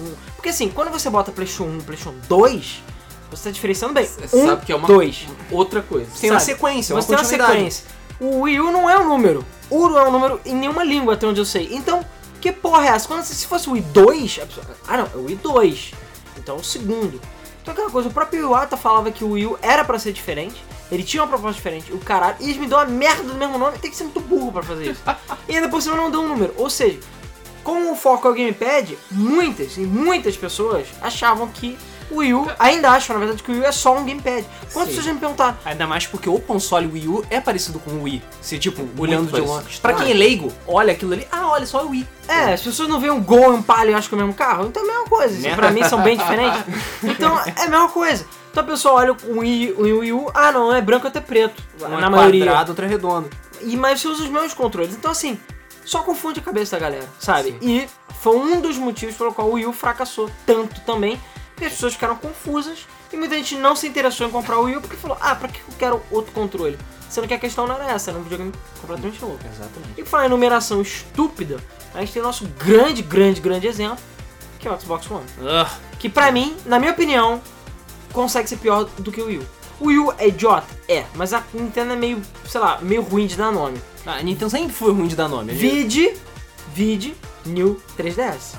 Speaker 2: um-" Porque assim, quando você bota PlayStation 1 PlayStation 2, você tá diferenciando bem.
Speaker 3: Você
Speaker 2: Um,
Speaker 3: sabe que é uma
Speaker 2: dois.
Speaker 3: outra coisa.
Speaker 1: tem uma
Speaker 2: sabe?
Speaker 1: sequência, uma
Speaker 2: Você tem uma
Speaker 1: continuidade.
Speaker 2: sequência. O Wii U não é um número. Uro é um número em nenhuma língua, até onde eu sei. Então, que porra é essa? Quando, se fosse o Wii 2, a pessoa, ah não, é o Wii 2. Então é o segundo. Então aquela coisa, o próprio Iwata falava que o Wii U era pra ser diferente. Ele tinha uma proposta diferente, o caralho. E eles me dão a merda do mesmo nome, tem que ser muito burro pra fazer isso. e ainda por cima não dão um número. Ou seja, como o foco é o gamepad, muitas e muitas pessoas achavam que o Wii U, ainda acham na verdade que o Wii U é só um gamepad. Quantas
Speaker 3: Sim.
Speaker 2: pessoas já me perguntaram,
Speaker 1: Ainda mais porque o console Wii U é parecido com o Wii. Se, tipo, olhando de
Speaker 3: parecido.
Speaker 1: longe. Pra quem é leigo, olha aquilo ali. Ah, olha só o Wii.
Speaker 2: É, as pessoas não veem um Gol e um Palio e acham que é o mesmo carro. Então é a mesma coisa. Isso
Speaker 1: Né?
Speaker 2: Pra mim são
Speaker 1: [LAUGHS]
Speaker 2: bem diferentes. Então é a mesma coisa. Então a pessoa olha o Wii, o Wii U, ah não, é branco até preto.
Speaker 1: Um
Speaker 2: na
Speaker 1: é
Speaker 2: maioria.
Speaker 1: quadrado, outro é redondo.
Speaker 2: E, mas você usa os mesmos controles. Então assim, só confunde a cabeça da galera, sabe?
Speaker 3: Sim.
Speaker 2: E foi um dos motivos pelo qual o Wii U fracassou tanto também. Porque as pessoas ficaram confusas e muita gente não se interessou em comprar o Wii U porque falou, ah, pra que eu quero outro controle? Sendo que a questão não era essa, era um videogame completamente louco.
Speaker 1: Exatamente.
Speaker 2: E por falar em numeração estúpida, a gente tem o nosso grande, grande, grande exemplo, que é o Xbox One. Que pra mim, na minha opinião, consegue ser pior do que o Wii U. O Wii U é idiota? É, mas a Nintendo é meio, sei lá, meio ruim de dar nome.
Speaker 1: Ah, a Nintendo sempre foi ruim de dar nome. ali.
Speaker 2: Vide, vide, New 3DS.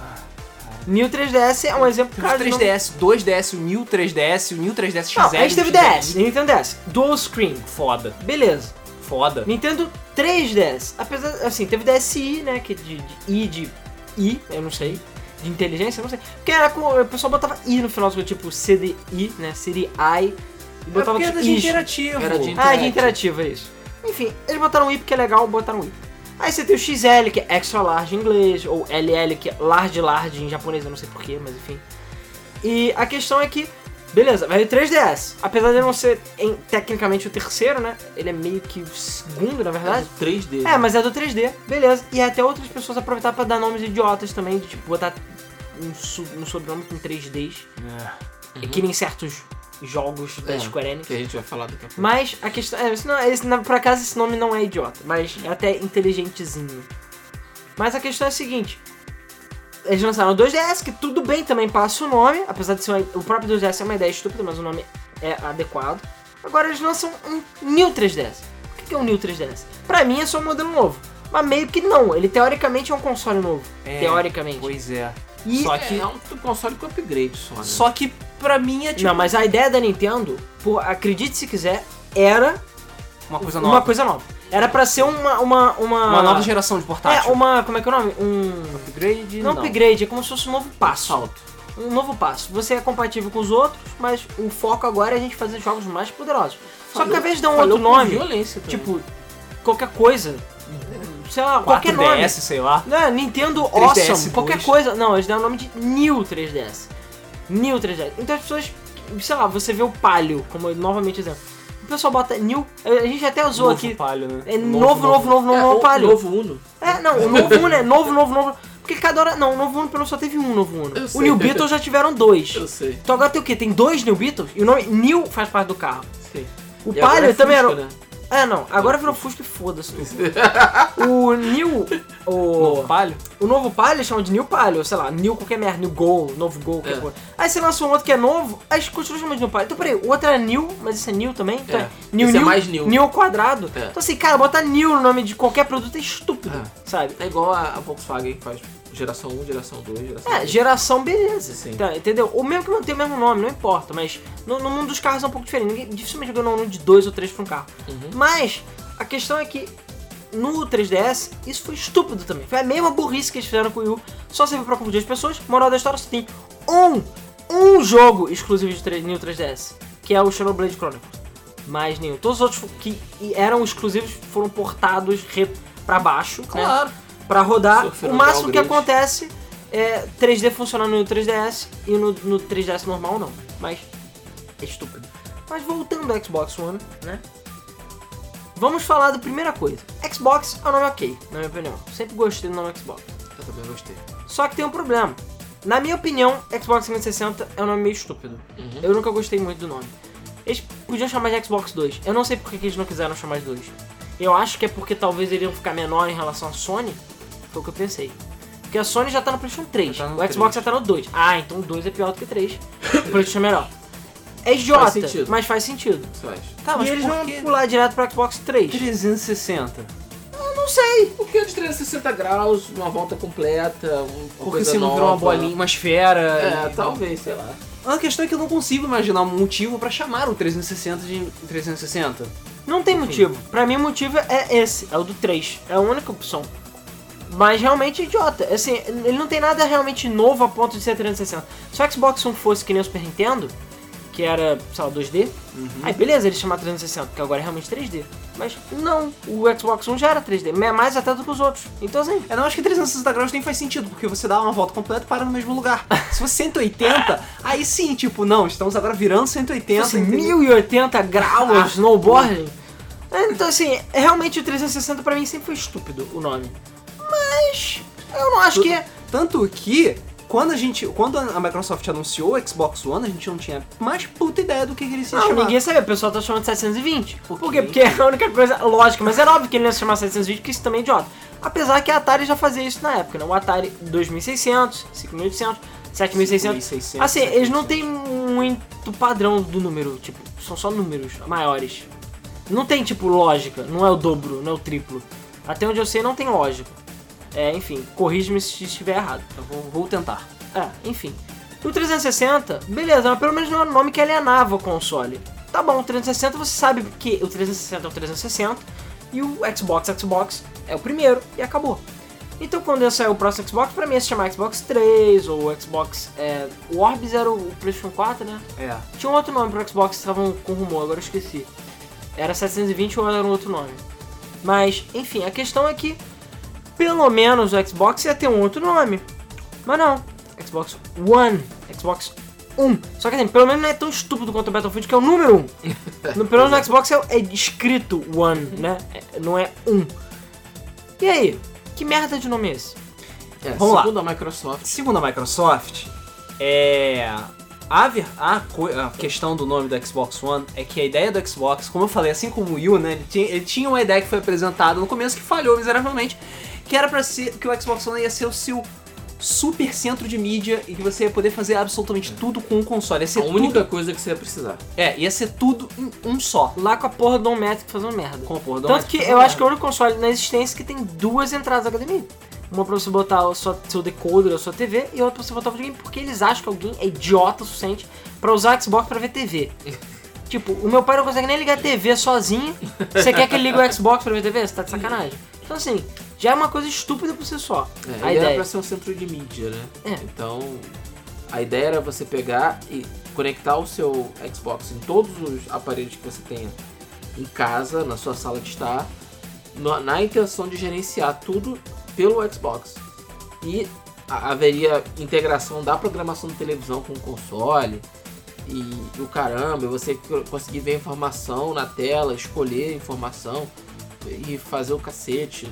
Speaker 2: New 3DS é um exemplo
Speaker 1: Ah, Teve
Speaker 2: claro de
Speaker 1: o
Speaker 2: nome-
Speaker 1: 3DS, 2DS, o New 3DS, o New 3DS XL.
Speaker 2: Não, a gente teve
Speaker 1: o
Speaker 2: 10, Nintendo 10, Dual Screen,
Speaker 1: Foda.
Speaker 2: beleza.
Speaker 1: Foda.
Speaker 2: Nintendo 3DS. Apesar, assim, teve DSi, né? Que de, de I, de I, eu não sei. De inteligência, eu não sei. Porque era com, o pessoal botava I no final, tipo CDI, né? CDI. E botava
Speaker 1: é porque
Speaker 2: tipo,
Speaker 1: era de
Speaker 2: is.
Speaker 1: interativo.
Speaker 3: Era de
Speaker 2: Ah, de
Speaker 3: interativo.
Speaker 2: um interativo, é isso. Enfim, eles botaram I porque é legal, botaram I. Aí você tem o XL, que é extra large em inglês, ou LL, que é large large em japonês, eu não sei porquê, mas enfim. E a questão é que, beleza, vai o 3DS. Apesar de não ser em- tecnicamente o terceiro, né? Ele é meio que o segundo, na verdade.
Speaker 3: 3D.
Speaker 2: É, mas é do 3D, beleza. E até outras pessoas aproveitar pra dar nomes idiotas também, de tipo, botar um, su- um sobrenome com 3Ds. É Que nem certos jogos da
Speaker 3: Uhum. É.
Speaker 2: Square Enix.
Speaker 3: Que a gente vai falar daqui a pouco.
Speaker 2: Mas a questão. É, esse não- esse, na- por acaso esse nome não é idiota, mas é até inteligentezinho. Mas a questão é a seguinte: eles lançaram o 2DS, que tudo bem também passa o nome, apesar de ser uma- o próprio 2DS é uma ideia estúpida, mas o nome é adequado. Agora eles lançam um New 3DS. O que que é um New 3DS? Pra mim é só um modelo novo. Mas meio que não, ele teoricamente é um console novo.
Speaker 1: É,
Speaker 2: teoricamente.
Speaker 1: Pois é.
Speaker 2: E-
Speaker 3: Só que é um console com upgrade só, né?
Speaker 1: Só que pra mim é tipo
Speaker 2: Não, mas a ideia da Nintendo, por, acredite se quiser, era
Speaker 1: uma coisa
Speaker 2: uma
Speaker 1: nova.
Speaker 2: coisa nova. Era pra ser uma. Uma, uma,
Speaker 1: Uma nova geração de portátil.
Speaker 2: É, uma. Como é que é o nome? Um.
Speaker 1: upgrade.
Speaker 2: Não, upgrade, é como se fosse um novo passo.
Speaker 1: Salto.
Speaker 2: Um novo passo. Você é compatível com os outros, mas o foco agora é a gente fazer jogos mais poderosos. Só que
Speaker 3: Falhou-
Speaker 2: ao invés de dar um
Speaker 3: falhou
Speaker 2: outro
Speaker 3: com
Speaker 2: nome,
Speaker 3: violência também.
Speaker 2: tipo, qualquer coisa, sei lá, qualquer
Speaker 1: 4DS,
Speaker 2: nome.
Speaker 1: sei lá.
Speaker 2: Não, Nintendo
Speaker 1: 3DS
Speaker 2: Awesome, qualquer
Speaker 1: dois.
Speaker 2: coisa. Não, eles deram o nome de New 3DS. New 3DS. Então as pessoas, sei lá, você vê o Palio, como eu novamente exemplo. O pessoal bota New, a gente até usou
Speaker 1: Novo
Speaker 2: aqui.
Speaker 1: Palio, né?
Speaker 2: É novo, novo, novo, novo, novo,
Speaker 3: É, o-
Speaker 2: Palio.
Speaker 3: Novo Uno.
Speaker 2: É, não, o novo Uno é novo, novo, novo. Porque cada hora. Não, o novo Uno pelo menos só teve um novo Uno.
Speaker 3: Eu
Speaker 2: O
Speaker 3: sei.
Speaker 2: New Beatles já tiveram dois.
Speaker 3: Eu sei.
Speaker 2: Então agora tem o quê? Tem dois New Beatles? E o nome New faz parte do carro.
Speaker 3: sei.
Speaker 2: O
Speaker 3: E agora
Speaker 2: Palio
Speaker 3: é
Speaker 2: também era.
Speaker 3: Fusca, né?
Speaker 2: É, não. Agora virou Fusca e foda-se.
Speaker 3: [LAUGHS]
Speaker 2: tudo. o New. O
Speaker 1: Novo Palio?
Speaker 2: o novo Palio eles chamam de New Palio, sei lá, New qualquer merda, New Gol, novo Gol, qualquer
Speaker 3: É.
Speaker 2: coisa. Aí você lança um outro que é novo, aí continua chamando de New Palio. Então peraí, o outro é New, mas esse é New também? Então
Speaker 3: É.
Speaker 2: New,
Speaker 3: Esse é
Speaker 2: new,
Speaker 3: mais new.
Speaker 2: ao quadrado.
Speaker 3: É.
Speaker 2: Então assim, cara, botar New no nome de qualquer produto é estúpido,
Speaker 3: É.
Speaker 2: sabe?
Speaker 3: É igual a, a Volkswagen que faz geração 1, geração 2, geração
Speaker 2: É,
Speaker 3: três. assim.
Speaker 2: geração beleza,
Speaker 3: Sim.
Speaker 2: Tá, entendeu? Ou mesmo que não tenha o mesmo nome, não importa, mas no, no mundo dos carros é um pouco diferente. Ninguém, dificilmente eu dou nome de dois ou três pra um carro.
Speaker 3: Uhum.
Speaker 2: Mas a questão é que no 3DS isso foi estúpido também. Foi a mesma burrice que eles fizeram com o Wii U, só serviu pra confundir as pessoas. Moral da história, só tem um, um jogo exclusivo de 3, New 3DS, que é o Xenoblade Chronicles. Mais nenhum. Todos os outros que eram exclusivos foram portados re, pra baixo, né?
Speaker 3: Claro.
Speaker 2: Pra rodar.
Speaker 3: Surfando
Speaker 2: o máximo que
Speaker 3: downgrade.
Speaker 2: acontece é 3D funcionando no 3DS e no, no 3DS normal não. Mas é estúpido. Mas voltando ao Xbox One, né? Vamos falar da primeira coisa. Xbox é um nome ok, na minha opinião. Sempre gostei do nome Xbox.
Speaker 3: Eu também gostei.
Speaker 2: Só que tem um problema. Na minha opinião, Xbox 360 é um nome meio estúpido.
Speaker 3: Uhum.
Speaker 2: Eu nunca gostei muito do nome. Eles podiam chamar de Xbox 2. Eu não sei porque que eles não quiseram chamar de 2. Eu acho que é porque talvez eles iam ficar menor em relação à Sony. Foi o que eu pensei. Porque a Sony já tá no PlayStation 3.
Speaker 1: Já tá no
Speaker 2: o
Speaker 1: três.
Speaker 2: Xbox já tá no 2. Ah, então o 2 é pior do que o 3. o PlayStation é melhor. É idiota,
Speaker 3: sentido.
Speaker 2: mas faz sentido.
Speaker 3: Você acha?
Speaker 1: Tá, mas
Speaker 2: e eles
Speaker 1: por
Speaker 2: vão
Speaker 1: que
Speaker 2: pular direto pro Xbox 3.
Speaker 1: 360?
Speaker 2: Não sei.
Speaker 3: Porque é de 360 graus, uma volta completa, um, uma
Speaker 1: Porque
Speaker 3: coisa
Speaker 1: se não virou uma
Speaker 3: nova.
Speaker 1: bolinha, uma esfera.
Speaker 3: É,
Speaker 1: e-
Speaker 3: talvez, sei lá.
Speaker 1: A questão é que eu não consigo imaginar um motivo pra chamar o 360 de 360.
Speaker 2: Não tem motivo. Pra mim, o motivo é esse. É o do 3. É a única opção. Mas realmente é idiota. Assim, ele não tem nada realmente novo a ponto de ser 360. Se o Xbox One fosse que nem o Super Nintendo, que era, sei lá, 2D, aí beleza ele chamar 360, porque agora é realmente 3D. Mas não, o Xbox One já era 3D, mas é mais até do que os outros. Então assim,
Speaker 1: Eu É, não acho que 360 graus nem faz sentido, porque você dá uma volta completa e para no mesmo
Speaker 2: [LAUGHS]
Speaker 1: lugar. Se fosse 180, aí sim, tipo, não, estamos agora virando 180.
Speaker 2: fosse
Speaker 1: entendeu?
Speaker 2: 1080 graus snowboarding. Então assim, realmente o 360 pra mim sempre foi estúpido o nome. Mas eu não acho que é.
Speaker 1: Tanto que, quando a gente. Quando a Microsoft anunciou o Xbox One, a gente não tinha mais puta ideia do que que ele se
Speaker 2: Não,
Speaker 1: chamar.
Speaker 2: ninguém sabia, o pessoal tá chamando de 720. Por,
Speaker 1: Por
Speaker 2: quê?
Speaker 1: quê?
Speaker 2: Porque é a única coisa lógica, mas era óbvio que ele não ia se chamar 720, porque isso também é idiota. Apesar que a Atari já fazia isso na época, né? O Atari 2600, 5800, 7600.
Speaker 1: 600,
Speaker 2: Assim, eles não têm muito padrão do número, tipo, são só números maiores. Não tem, tipo, lógica, não é o dobro, não é o triplo. Até onde eu sei, não tem lógica. É, enfim, corrija-me se estiver errado.
Speaker 1: Eu vou, vou tentar.
Speaker 2: É, enfim. O 360, beleza, mas pelo menos não é um nome que alienava o console. Tá bom, o 360 você sabe que o 360 é o 360 e o Xbox Xbox é o primeiro e acabou. Então quando sair o próximo Xbox, pra mim ia se chamar Xbox 3 ou Xbox. É, o Orbis era o PlayStation 4, né?
Speaker 1: É.
Speaker 2: Tinha um outro nome pro Xbox que estavam com rumor, agora eu esqueci. Era 720 ou era um outro nome. Mas, enfim, a questão é que pelo menos o Xbox ia ter um outro nome. Mas não. Xbox One. Xbox 1. Só que assim, pelo menos não é tão estúpido quanto o Battlefield, que é o número 1. No, pelo menos no Xbox é, é escrito One, né? É- não é 1. E aí? Que merda de nome é esse?
Speaker 3: É,
Speaker 1: Vamos lá.
Speaker 3: segundo a Microsoft,
Speaker 1: Segundo a Microsoft, é. A, ver- a co- a questão do nome do Xbox One é que a ideia do Xbox, como eu falei, assim como o Wii U, né? Ele tinha, ele tinha uma ideia que foi apresentada no começo que falhou miseravelmente, que era para ser que o Xbox One ia ser o seu super centro de mídia e que você ia poder fazer absolutamente tudo com o console. Ia ser
Speaker 3: a única
Speaker 1: tudo,
Speaker 3: coisa que você ia precisar.
Speaker 1: é, ia ser tudo em um só.
Speaker 2: Lá com a porra do Dometic fazendo merda.
Speaker 1: Com a porra do
Speaker 2: Tanto
Speaker 1: Magic
Speaker 2: que
Speaker 1: Keyboard.
Speaker 2: eu acho que é o único console na existência é que tem duas entradas HDMI. Uma pra você botar o seu, seu decoder, a sua TV, e outra pra você botar o videogame, porque eles acham que alguém é idiota o suficiente pra usar o Xbox pra ver
Speaker 3: [LAUGHS]
Speaker 2: TV. tipo, o meu pai não consegue nem ligar a TV sozinho. Você quer que ele ligue o Xbox pra ver TV? Você tá de sacanagem. Então assim, já é uma coisa estúpida por si só.
Speaker 3: É,
Speaker 2: a
Speaker 3: ele
Speaker 2: ideia.
Speaker 3: era pra ser um centro de mídia, né?
Speaker 2: É.
Speaker 3: Então, a ideia era você pegar e conectar o seu Xbox em todos os aparelhos que você tenha em casa, na sua sala de estar, no- na intenção de gerenciar tudo pelo Xbox. E a- haveria integração da programação de televisão com o console. E, e o caramba, e você c- conseguir ver a informação na tela, escolher a informação e fazer o cacete.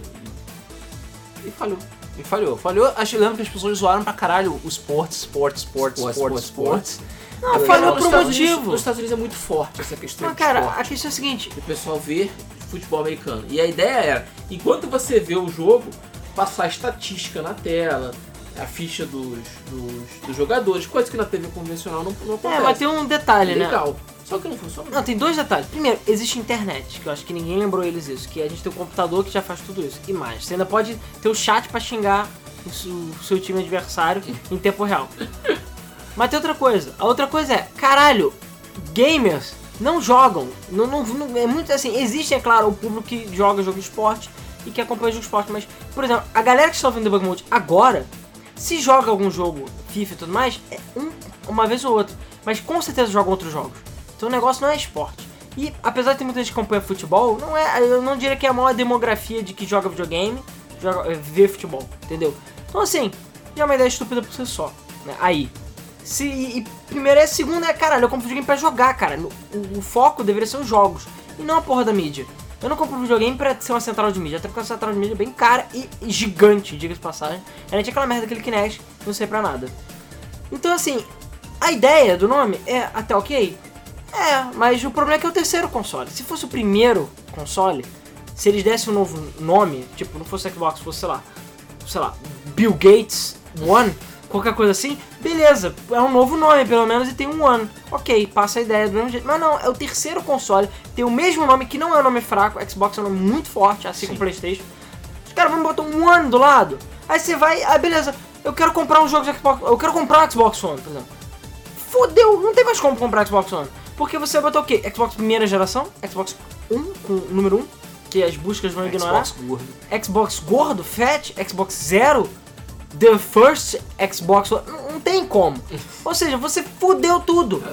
Speaker 3: E, e falhou.
Speaker 1: E falhou. Falhou, acho eu lembro que as pessoas zoaram pra caralho o sports, sports, sports,
Speaker 3: Sports,
Speaker 1: sports,
Speaker 3: sports,
Speaker 1: sports.
Speaker 2: Não,
Speaker 1: Tá
Speaker 3: Eu
Speaker 2: falhou por
Speaker 3: lembro, nos
Speaker 2: um
Speaker 3: Estados Unidos-
Speaker 2: motivo.
Speaker 3: nos Estados Unidos é muito forte essa questão
Speaker 2: Mas
Speaker 3: de
Speaker 2: cara,
Speaker 3: esporte.
Speaker 2: a questão é a seguinte,
Speaker 3: O pessoal vê futebol americano. E a ideia era, enquanto você vê o jogo, passar a estatística na tela, a ficha dos, dos, dos jogadores, coisa que na TV convencional não, não acontece. Então,
Speaker 2: é, mas tem um detalhe, né?
Speaker 3: Legal. Só que não funciona.
Speaker 2: um Não, tem dois detalhes. Primeiro, existe internet, que eu acho que ninguém lembrou eles isso, que a gente tem um computador que já faz tudo isso. E mais, você ainda pode ter o chat pra xingar o seu, o seu time adversário em tempo real. Mas tem outra coisa. A outra coisa é, caralho, gamers não jogam. Não, não- não- é muito assim, existe, é claro, o público que joga jogo de esporte e que acompanha jogo de esporte, mas, por exemplo, a galera que está ouvindo Debug Mode agora, se joga algum jogo, FIFA e tudo mais, é um- uma vez ou outra. Mas com certeza joga outros jogos. Então o negócio não é esporte. E apesar de ter muita gente que acompanha futebol, não é, eu não diria que é a maior demografia de que joga videogame, joga, eh, vê futebol, entendeu? Então assim, já é uma ideia estúpida por si só. né? Aí. Se, e, e primeiro é segundo é, caralho, eu compro videogame pra jogar, cara. No- O, o foco deveria ser os jogos. E não a porra da mídia. Eu não compro videogame pra ser uma central de mídia, até porque a central de mídia é bem cara e, e gigante, diga-se de passagem. Ela tinha aquela merda daquele Kinect, não serve pra nada. Então assim, a ideia do nome é até ok. É, mas o problema é que é o terceiro console. Se fosse o primeiro console, se eles dessem um novo nome, tipo, não fosse Xbox, fosse, sei lá, sei lá, Bill Gates One, qualquer coisa assim, beleza, é um novo nome, pelo menos, e tem um One. Ok, passa a ideia do mesmo jeito. Mas não, é o terceiro console, tem o mesmo nome, que não é um nome fraco, Xbox é um nome muito forte, assim como o Playstation. Os caras vão botar um One do lado. Aí você vai, ah, beleza, eu quero comprar um jogo de Xbox, eu quero comprar um Xbox One, por exemplo. Fodeu, não tem mais como comprar Xbox One. Porque você vai botar o quê? Xbox primeira geração, Xbox 1, com o número 1, que as buscas vão
Speaker 3: né?
Speaker 2: ignorar.
Speaker 1: Xbox gordo.
Speaker 2: Xbox gordo, fat, Xbox zero, the first Xbox, One, não, não
Speaker 1: [LAUGHS]
Speaker 2: tem como. Ou seja, você fudeu tudo.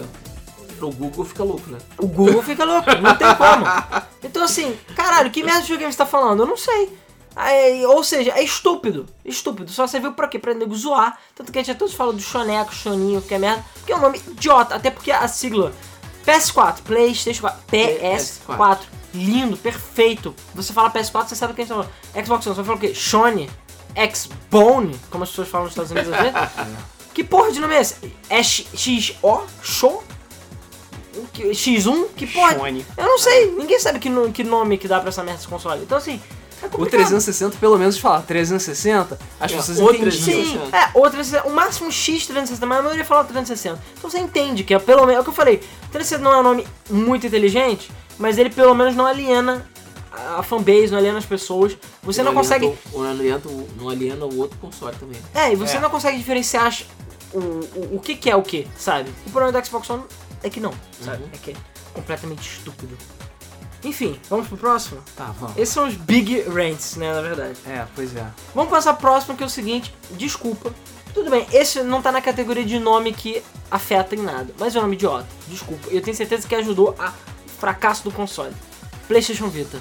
Speaker 3: O Google fica louco, né?
Speaker 2: O Google fica louco, não tem como. Então assim, caralho, que merda de videogame você tá falando? Eu não sei. Aí, ou seja, é estúpido. Estúpido. Só serviu pra quê? Pra nego zoar. Tanto que a gente já todos fala do Choneco, Choninho, que é merda. Que é um nome idiota. Até porque a sigla PS4, Playstation 4, PS4. Lindo, perfeito. Você fala PS4, você sabe o que a gente tá falando. Xbox One, você fala o quê? Shone, Xbone, como as pessoas falam nos Estados Unidos às vezes. que porra de nome é esse? É X- XO? Show? O que- X1? Que porra?
Speaker 1: Sony.
Speaker 2: Eu não sei, ninguém sabe que, no- que nome que dá pra essa merda desse console. Então assim, é
Speaker 1: O
Speaker 2: complicado.
Speaker 1: 360, pelo menos, fala 360, as
Speaker 3: É,
Speaker 1: pessoas
Speaker 3: o
Speaker 1: entendiam.
Speaker 3: 360.
Speaker 1: né?
Speaker 2: Sim, é, ou 360, o máximo X 360, mas a maioria fala 360. Então você entende que é pelo menos, é o que eu falei, 360 não é um nome muito inteligente, mas ele pelo menos não aliena a a fanbase, não aliena as pessoas. Você não, consegue
Speaker 3: alienta o- Não alienta, o- não aliena o outro console também.
Speaker 2: É, e você
Speaker 1: É.
Speaker 2: não consegue diferenciar as- o, o, o que, que é o que, sabe? O problema do Xbox One é que não, sabe?
Speaker 3: Uhum.
Speaker 2: É que é completamente estúpido. Enfim, vamos pro próximo?
Speaker 1: Tá, vamos.
Speaker 2: Esses são os big rants, né, na verdade.
Speaker 1: É, pois é.
Speaker 2: Vamos passar pro próximo, que é o seguinte, desculpa. Tudo bem, esse não tá na categoria de nome que afeta em nada, mas é um nome idiota, desculpa. E eu tenho certeza que ajudou a
Speaker 1: [LAUGHS]
Speaker 2: fracasso do console. PlayStation Vita.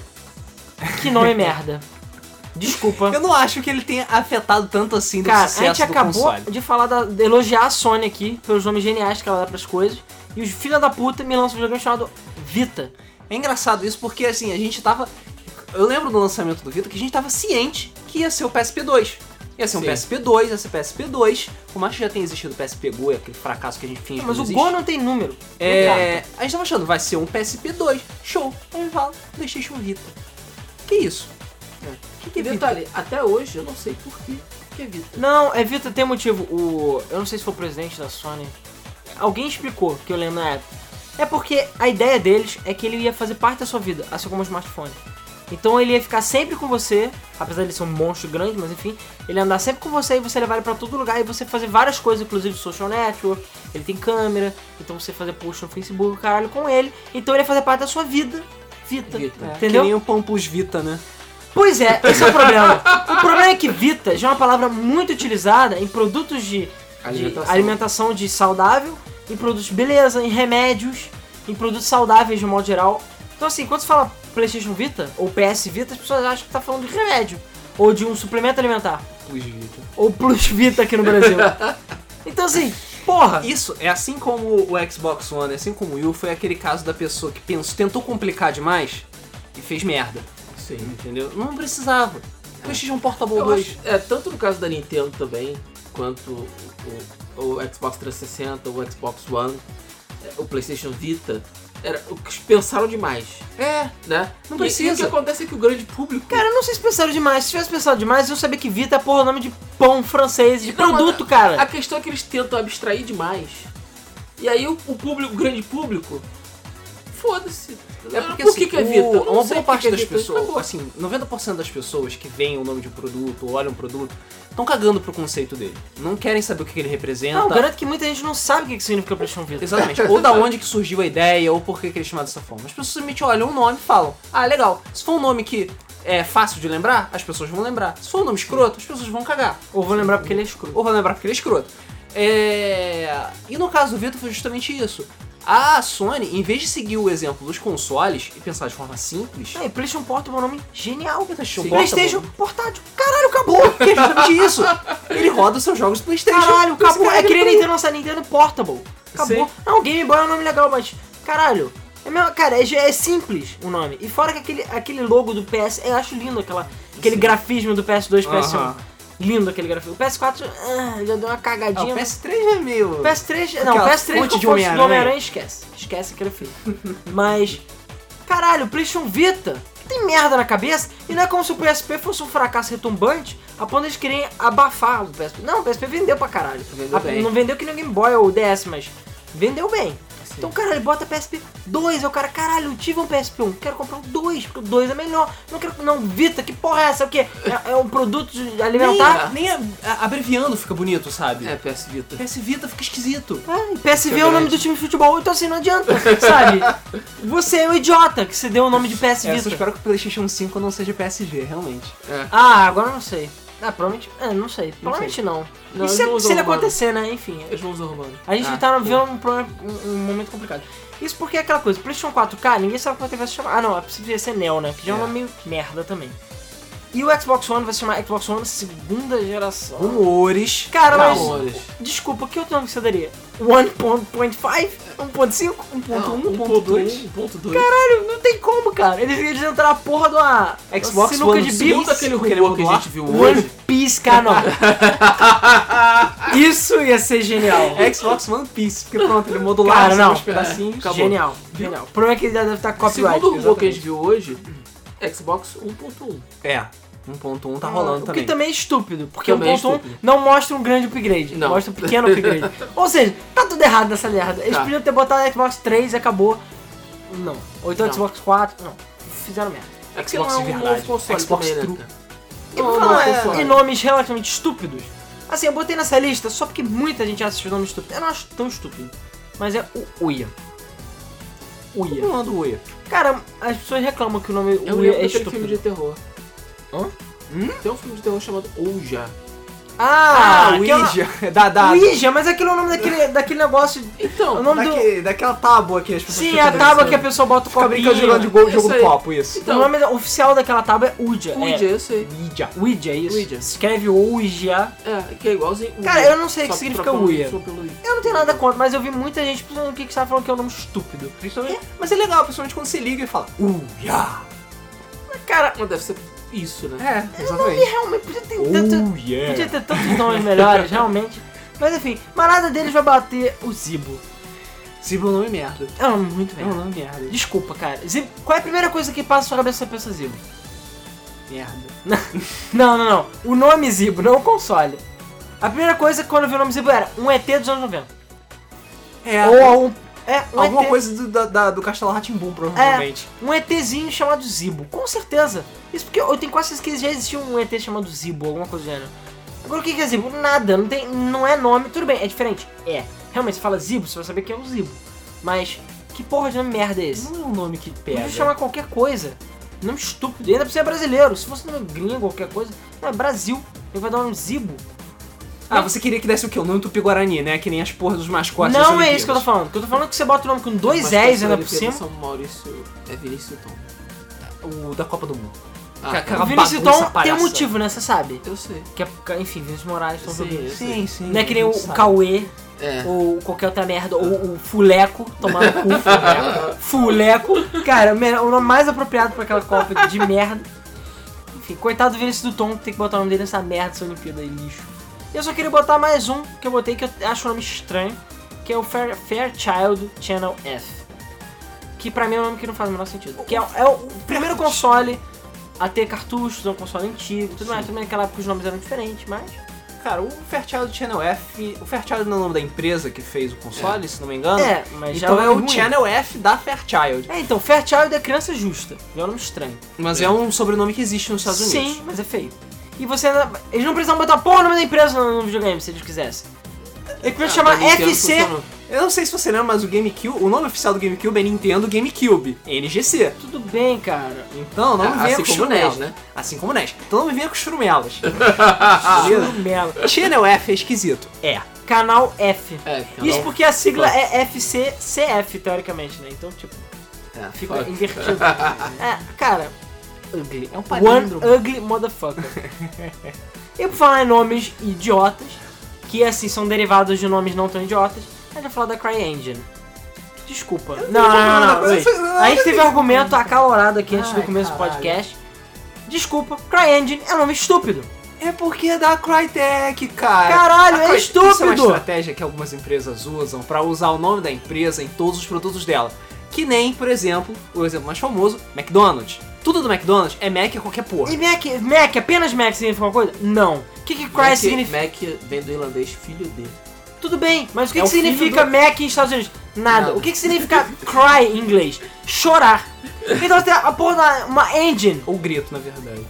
Speaker 2: Que nome merda. Desculpa.
Speaker 1: Eu não acho que ele tenha afetado tanto assim do
Speaker 2: Cara, a
Speaker 1: sucesso
Speaker 2: gente acabou
Speaker 1: do console.
Speaker 2: de falar da, de elogiar a Sony aqui pelos nomes geniais que ela dá pras coisas. E os filha da puta me lançam um videogame chamado Vita.
Speaker 1: É engraçado isso porque assim, a gente tava. Eu lembro do lançamento do Vita que a gente tava ciente que ia ser o PSP2. Ia ser um
Speaker 3: Sim.
Speaker 1: PSP2, ia ser PSP2. Por mais que já tenha existido o PSP-Go, aquele fracasso que a gente finge
Speaker 2: Mas
Speaker 1: que
Speaker 2: o
Speaker 1: não
Speaker 2: Go
Speaker 1: existe.
Speaker 2: não tem número.
Speaker 1: É, a gente tava achando, vai ser um PSP2. Show. Aí eu falo, PlayStation Vita. Que isso? Que que
Speaker 3: E
Speaker 1: é Vita?
Speaker 3: detalhe, até hoje eu não sei por que que é Vita.
Speaker 2: Não, é Vita tem motivo. O. Eu não sei se foi o presidente da Sony. Alguém explicou, que eu lembro na época. É porque a ideia deles é que ele ia fazer parte da sua vida, assim como o smartphone. Então ele ia ficar sempre com você, apesar de ele ser um monstro grande, mas enfim, ele ia andar sempre com você e você levar ele pra todo lugar e você fazer várias coisas, inclusive social network, ele tem câmera, então você fazer post no Facebook, caralho, com ele. Então ele ia fazer parte da sua vida. Vita.
Speaker 3: Vita.
Speaker 1: É,
Speaker 2: Entendeu?
Speaker 1: Que nem o Pampus Vita, né?
Speaker 2: Pois é, esse é o problema. O problema é que Vita já é uma palavra muito utilizada em produtos de de
Speaker 3: Alimentação.
Speaker 2: alimentação de saudável, em produtos de beleza, em remédios, em produtos saudáveis de um modo geral. Então assim, quando se fala PlayStation Vita ou PS Vita, as pessoas acham que tá falando de remédio ou de um suplemento alimentar
Speaker 1: Pampus Vita.
Speaker 2: ou Plus Vita aqui no Brasil. Então assim, porra,
Speaker 1: Isso é assim como o Xbox One, assim como o Wii, foi aquele caso da pessoa que pensou, tentou complicar Tá demais e fez merda.
Speaker 3: Sim.
Speaker 1: Entendeu? Não precisava.
Speaker 2: É.
Speaker 1: PlayStation Portable
Speaker 3: Eu
Speaker 1: 2.
Speaker 3: acho, é, tanto no caso da Nintendo também, quanto o, o- o Xbox 360, o Xbox One, é, o Playstation Vita, era, o que pensaram demais,
Speaker 1: É,
Speaker 3: né?
Speaker 1: Não
Speaker 3: E-
Speaker 1: precisa.
Speaker 3: E, o que acontece é que o grande público...
Speaker 2: cara, eu não sei se pensaram demais. Se tivesse pensado demais, eu sabia que Vita é porra o nome de pão francês,
Speaker 1: [LAUGHS]
Speaker 2: de
Speaker 3: Não, mas
Speaker 2: produto, cara.
Speaker 3: A questão é que eles tentam abstrair demais. E aí o, o público, o grande público, foda-se.
Speaker 1: é porque
Speaker 3: Por
Speaker 1: assim,
Speaker 3: que, que é
Speaker 1: o-
Speaker 3: Vita? Eu não
Speaker 1: uma boa
Speaker 3: sei por que
Speaker 1: parte
Speaker 3: que é
Speaker 1: das
Speaker 3: Vita,
Speaker 1: pessoas,
Speaker 3: acabou.
Speaker 1: assim, 90% das pessoas que veem o nome de um produto ou olham um produto, estão cagando pro conceito dele. Não querem saber o que que ele representa.
Speaker 2: Não, garanto que muita gente não sabe o que que significa PlayStation Vita.
Speaker 1: Exatamente. ou da onde que surgiu a ideia, ou por que, que ele é chamado dessa forma. As pessoas simplesmente olham o nome e falam, ah, legal. Se for um nome que é fácil de lembrar, as pessoas vão lembrar. Se for um nome escroto, as pessoas vão cagar.
Speaker 2: Ou vou lembrar porque ele é escroto.
Speaker 1: Ou vão lembrar porque ele é escroto. É... E no caso do Vita foi justamente isso. A Sony, em vez de seguir o exemplo dos consoles e pensar de forma simples,
Speaker 2: É, e PlayStation Portable é um nome genial. PlayStation
Speaker 1: Portable.
Speaker 2: PlayStation Portátil. Caralho, acabou.
Speaker 1: que é justamente isso. Ele roda os seus jogos do Playstation.
Speaker 2: Caralho,
Speaker 1: Esse
Speaker 2: acabou.
Speaker 1: cara
Speaker 2: É que [LAUGHS] nem a
Speaker 1: ele-
Speaker 2: Nintendo lançar Nintendo Portable. Acabou.
Speaker 1: Sim.
Speaker 2: Não, Game Boy é um nome legal, mas... Caralho. É mesmo, cara, é, é simples o nome. E fora que aquele, aquele logo do PS... Eu acho lindo aquela, aquele grafismo do PS2 e PS1.
Speaker 1: Aham.
Speaker 2: Lindo aquele grafismo. O PS4 ah, já deu uma
Speaker 1: Ah,
Speaker 2: cagadinha.
Speaker 1: o PS3 é meio...
Speaker 2: O PS3, não, o
Speaker 1: Aquela fonte
Speaker 2: PS3 com
Speaker 1: de
Speaker 2: fonte do
Speaker 1: Homem-Aranha.
Speaker 2: Homem-Aranha esquece. Esquece que era feio. [LAUGHS] Mas, caralho, o PlayStation Vita tem merda na cabeça e não é como se o PSP fosse um fracasso retumbante a ponto de eles querem abafar o PSP. Não, o PSP vendeu pra caralho.
Speaker 3: Vendeu
Speaker 2: A-
Speaker 3: bem.
Speaker 2: Não vendeu que nem o Game Boy ou o DS, mas vendeu bem.
Speaker 3: Sim.
Speaker 2: Então, caralho, bota PSP 2. Aí é o cara, caralho, eu tive um PSP 1, quero comprar um 2, porque o 2 é melhor. Não quero. Não, Vita, que porra é essa? É o quê? É, é um produto de alimentar?
Speaker 1: Nem, nem a- a- abreviando fica bonito, sabe?
Speaker 3: É, PS Vita.
Speaker 1: PS Vita fica esquisito.
Speaker 2: Ah, e PSV é o nome do time de futebol, então assim, não adianta, sabe? Você é um idiota que se deu o nome de PS
Speaker 1: É, eu só
Speaker 2: Vita.
Speaker 1: espero que o PlayStation 5 não seja PSG, realmente.
Speaker 2: Ah, agora eu não sei. Ah, provavelmente. Ah, não sei. Provavelmente não.
Speaker 3: Não,
Speaker 2: E se,
Speaker 3: eles não
Speaker 2: se ele
Speaker 3: usam o
Speaker 2: acontecer, né? Enfim.
Speaker 3: Eles não usam romano.
Speaker 2: A gente
Speaker 1: Ah,
Speaker 2: tá vivendo um, problema- um- um momento complicado. Isso porque é aquela coisa, PlayStation 4K, ninguém sabe como é que vai se chamar. Ah, não, é possível ia ser Neo, né? Que já é um
Speaker 1: É.
Speaker 2: nome meio merda também. E o Xbox One vai se chamar Xbox One segunda geração.
Speaker 1: Hum. Rumores.
Speaker 2: Cara, mas.
Speaker 3: Rumores.
Speaker 2: Desculpa, que outro nome que você daria? 1.5? 1.5?
Speaker 1: 1.1.2.
Speaker 3: 1.2.
Speaker 2: Caralho, não tem como, cara. Eles, eles entraram a porra do a
Speaker 1: Xbox
Speaker 2: sinuca
Speaker 1: One
Speaker 2: de tá
Speaker 1: segundo
Speaker 2: bicos.
Speaker 1: aquele
Speaker 3: aquele
Speaker 1: rumor
Speaker 3: rumor
Speaker 1: que
Speaker 3: que
Speaker 1: a
Speaker 3: a
Speaker 2: [LAUGHS]
Speaker 3: gente viu
Speaker 2: One
Speaker 3: hoje.
Speaker 2: Piece, cara, [LAUGHS] não. Isso ia ser [LAUGHS] genial.
Speaker 1: Xbox One Piece, porque pronto, ele modular
Speaker 2: Cara,
Speaker 1: assim,
Speaker 2: não.
Speaker 1: os pedacinhos.
Speaker 3: acabou.
Speaker 2: Genial, genial. O problema é que ele deve estar copyright.
Speaker 3: Segundo o rumor que a
Speaker 2: exatamente.
Speaker 3: gente viu hoje, Xbox 1.1.
Speaker 1: É, 1.1 tá rolando
Speaker 2: o
Speaker 1: também.
Speaker 2: que também é estúpido, porque
Speaker 3: Também é
Speaker 2: o ponto 1
Speaker 3: estúpido.
Speaker 2: não mostra um grande upgrade,
Speaker 3: Não.
Speaker 2: mostra um pequeno upgrade. [LAUGHS] Ou seja, tá tudo errado nessa merda. Eles
Speaker 3: Tá.
Speaker 2: podiam ter botado Xbox 3 e acabou. Não. Ou então
Speaker 3: Não.
Speaker 2: Xbox 4, não. Fizeram merda.
Speaker 3: Porque não é um novo console
Speaker 1: Xbox
Speaker 3: também,
Speaker 1: True.
Speaker 3: né? cara?
Speaker 2: E
Speaker 3: Não,
Speaker 2: por
Speaker 3: não
Speaker 2: falar
Speaker 3: é
Speaker 1: um
Speaker 3: console.
Speaker 2: em nomes relativamente estúpidos, assim, eu botei nessa lista só porque muita gente acha esses nomes estúpidos. Eu não acho tão estúpido, mas é o Uia.
Speaker 3: tá
Speaker 2: Uia.
Speaker 1: Não anda o Uia.
Speaker 2: Cara, as pessoas reclamam que o nome
Speaker 3: Eu
Speaker 2: Uia
Speaker 3: lembro
Speaker 2: é
Speaker 3: daquele filme Hum?
Speaker 2: estúpido.
Speaker 3: de terror.
Speaker 2: Hã?
Speaker 3: Tem um filme de terror chamado Ouja.
Speaker 2: Ah,
Speaker 1: Ah,
Speaker 2: aquela-
Speaker 1: Ouija. [LAUGHS] Da, da,
Speaker 2: Ouija, mas aquele é o nome daquele, daquele negócio. O
Speaker 3: Então,
Speaker 2: nome do.
Speaker 1: daque- Daquela tábua que as pessoas
Speaker 2: Sim,
Speaker 1: ficam
Speaker 2: a tábua
Speaker 1: dançando.
Speaker 2: que a pessoa bota o
Speaker 1: Fica
Speaker 2: copinho.
Speaker 1: brincando jogando de gol, jogo
Speaker 3: Isso
Speaker 1: do
Speaker 3: aí.
Speaker 1: copo, isso.
Speaker 2: O nome da- oficial daquela tábua é Ouija.
Speaker 3: então, Ouija,
Speaker 2: É.
Speaker 3: eu sei.
Speaker 1: Ouija.
Speaker 2: Ouija, é isso.
Speaker 3: Ouija.
Speaker 2: Escreve Ouija.
Speaker 3: É, que é igualzinho. Ouija.
Speaker 2: Cara, eu não sei o
Speaker 3: Só um
Speaker 2: que significa
Speaker 3: trocando
Speaker 2: Ouija.
Speaker 3: só pelo Ouija.
Speaker 2: Eu não tenho nada contra, mas eu vi muita gente falando que que você tava falando que é um nome estúpido.
Speaker 1: Principalmente- Mas é legal, principalmente quando você liga e fala Ouija.
Speaker 2: Cara,
Speaker 3: Mas Ah, deve ser isso, né?
Speaker 1: É, exatamente.
Speaker 2: realmente podia ter tanto. Podia
Speaker 1: Ouija.
Speaker 2: ter tantos nomes melhores, realmente. Mas enfim, mas nada deles vai bater o Zibo.
Speaker 1: Zibo é um nome merda.
Speaker 2: É um nome muito
Speaker 1: É um
Speaker 2: bem.
Speaker 1: nome merda.
Speaker 2: Desculpa, cara. Zibo, qual é a primeira coisa que passa na sua cabeça quando você pensa Zibo?
Speaker 1: Merda.
Speaker 2: Não, não, não. O nome Zibo, não o console. A primeira coisa que quando eu vi o nome Zibo era um ET dos anos 90.
Speaker 1: É,
Speaker 2: Ou um. É, um
Speaker 1: alguma
Speaker 2: ET.
Speaker 1: coisa do, da, da- do Castelo Ratimbum, provavelmente.
Speaker 2: um ETzinho chamado Zibo, com certeza. Isso porque eu tenho quase certeza que já existia um ET chamado Zibo, alguma coisa do gênero. Agora o que que é Zibo? Nada, não, tem, não é nome, tudo bem, é diferente. É, realmente, você fala Zibo, você vai saber que é um Zibo. Mas, que porra de nome merda é esse?
Speaker 1: Não é um nome que pega.
Speaker 2: Podia chamar qualquer coisa. Nome estúpido, ainda precisa é brasileiro. Se fosse nome gringo, qualquer coisa, não, é Brasil. Ele vai dar um Zibo.
Speaker 1: Ah, você queria que desse o quê? O nome Tupi Guarani, né? Que nem as porras dos mascotes. das
Speaker 2: não é
Speaker 1: Olimpíadas.
Speaker 2: isso que eu tô falando. O que eu tô falando é que você bota o nome com dois
Speaker 3: Mas
Speaker 2: L's
Speaker 3: quando
Speaker 2: ainda
Speaker 3: ele
Speaker 2: por
Speaker 3: fez
Speaker 2: cima.
Speaker 3: São Maurício é Vinícius Tom.
Speaker 1: O da Copa do Mundo.
Speaker 3: Ah,
Speaker 1: Ca- ca-
Speaker 2: O
Speaker 1: uma
Speaker 2: Vinícius
Speaker 1: bagunça
Speaker 2: Tom tem um
Speaker 1: palhaça.
Speaker 2: motivo, né? Você sabe.
Speaker 3: eu sei.
Speaker 2: Que é, enfim, Vinícius Moraes, Tom
Speaker 3: Sim,
Speaker 2: Jobim.
Speaker 3: eu sei.
Speaker 1: sim.
Speaker 2: Não é que nem o
Speaker 1: sabe.
Speaker 2: Cauê,
Speaker 3: É.
Speaker 2: ou qualquer outra merda, ou o Fuleco, tomar no cu, Fuleco. Fuleco. Cara, o melhor- o nome mais apropriado pra aquela Copa de merda. Enfim, coitado do Vinícius do Tom, que tem que botar o nome dele nessa merda, essa Olimpíada aí, lixo. E eu só queria botar mais um que eu botei que eu acho o nome estranho, que é o Fair, Fairchild Channel F. Que pra mim é um nome que não faz o menor sentido. Que é, é o primeiro console a ter cartuchos, é um console antigo, tudo mais. Tudo bem, naquela época os nomes eram diferentes, mas.
Speaker 1: Cara, o Fairchild Channel F. O Fairchild não é o nome da empresa que fez o console, se não me engano.
Speaker 2: É, mas já
Speaker 1: Então
Speaker 2: é
Speaker 1: é
Speaker 2: um
Speaker 1: o
Speaker 2: nome ruim.
Speaker 1: Channel F da Fairchild.
Speaker 2: É, então, Fairchild é criança justa. Já é um nome estranho.
Speaker 1: Mas é um sobrenome que existe nos Estados Unidos.
Speaker 2: Sim, mas é feio. E você ainda... Eles não precisam botar porra o nome da empresa no no videogame, se eles quisessem. É Eles
Speaker 3: Ah,
Speaker 2: podiam chamar
Speaker 3: pra Nintendo
Speaker 2: FC...
Speaker 3: funcionou.
Speaker 1: Eu não sei se você lembra, mas o GameCube, o nome oficial do GameCube é Nintendo GameCube, NGC.
Speaker 2: Tudo bem, cara.
Speaker 1: Então não
Speaker 3: É,
Speaker 1: me venha
Speaker 3: assim
Speaker 1: com
Speaker 3: como o
Speaker 1: churumelas.
Speaker 3: NES, né?
Speaker 1: Assim como o NES. Então não me venha com
Speaker 2: [LAUGHS]
Speaker 1: churumelas. Beleza?
Speaker 2: Churumela.
Speaker 1: Channel F é esquisito.
Speaker 2: É. Canal F.
Speaker 3: É, canal-
Speaker 2: Isso porque a sigla é FCCF, teoricamente, né? Então, tipo,
Speaker 3: É,
Speaker 2: fica
Speaker 3: fuck.
Speaker 2: invertido. é, cara... Ugly. É um
Speaker 1: palíndromo.
Speaker 2: One
Speaker 1: [LAUGHS]
Speaker 2: ugly motherfucker. e por falar em nomes idiotas, que assim são derivados de nomes não tão idiotas, a gente vai falar da CryEngine. Desculpa. Não, não, não, não, não.
Speaker 1: Essa-
Speaker 2: A gente teve um argumento acalorado aqui antes do
Speaker 1: Ai,
Speaker 2: começo
Speaker 1: caralho.
Speaker 2: do podcast. Desculpa, CryEngine é um nome estúpido.
Speaker 1: É porque é da Crytek, cara.
Speaker 2: Caralho,
Speaker 1: A
Speaker 2: é
Speaker 1: Cry- Isso é uma
Speaker 2: estúpido!
Speaker 1: estratégia que algumas empresas usam pra usar o nome da empresa em todos os produtos dela. Que nem, por exemplo, o exemplo mais famoso, McDonald's. Tudo do McDonald's é Mac a qualquer porra.
Speaker 2: E Mac, Mac, apenas Mac significa uma coisa? Não. O que, que Cry
Speaker 1: é
Speaker 3: Mac-
Speaker 2: significa?
Speaker 3: Mac vem do irlandês filho dele.
Speaker 2: Tudo bem, mas o que,
Speaker 1: É
Speaker 2: que
Speaker 1: o filho
Speaker 2: significa
Speaker 1: do-
Speaker 2: Mac em Estados Unidos? Nada.
Speaker 3: Nada.
Speaker 2: O que, que significa cry em inglês? Chorar. Então tem a porra da uma engine.
Speaker 1: Ou grito, na verdade.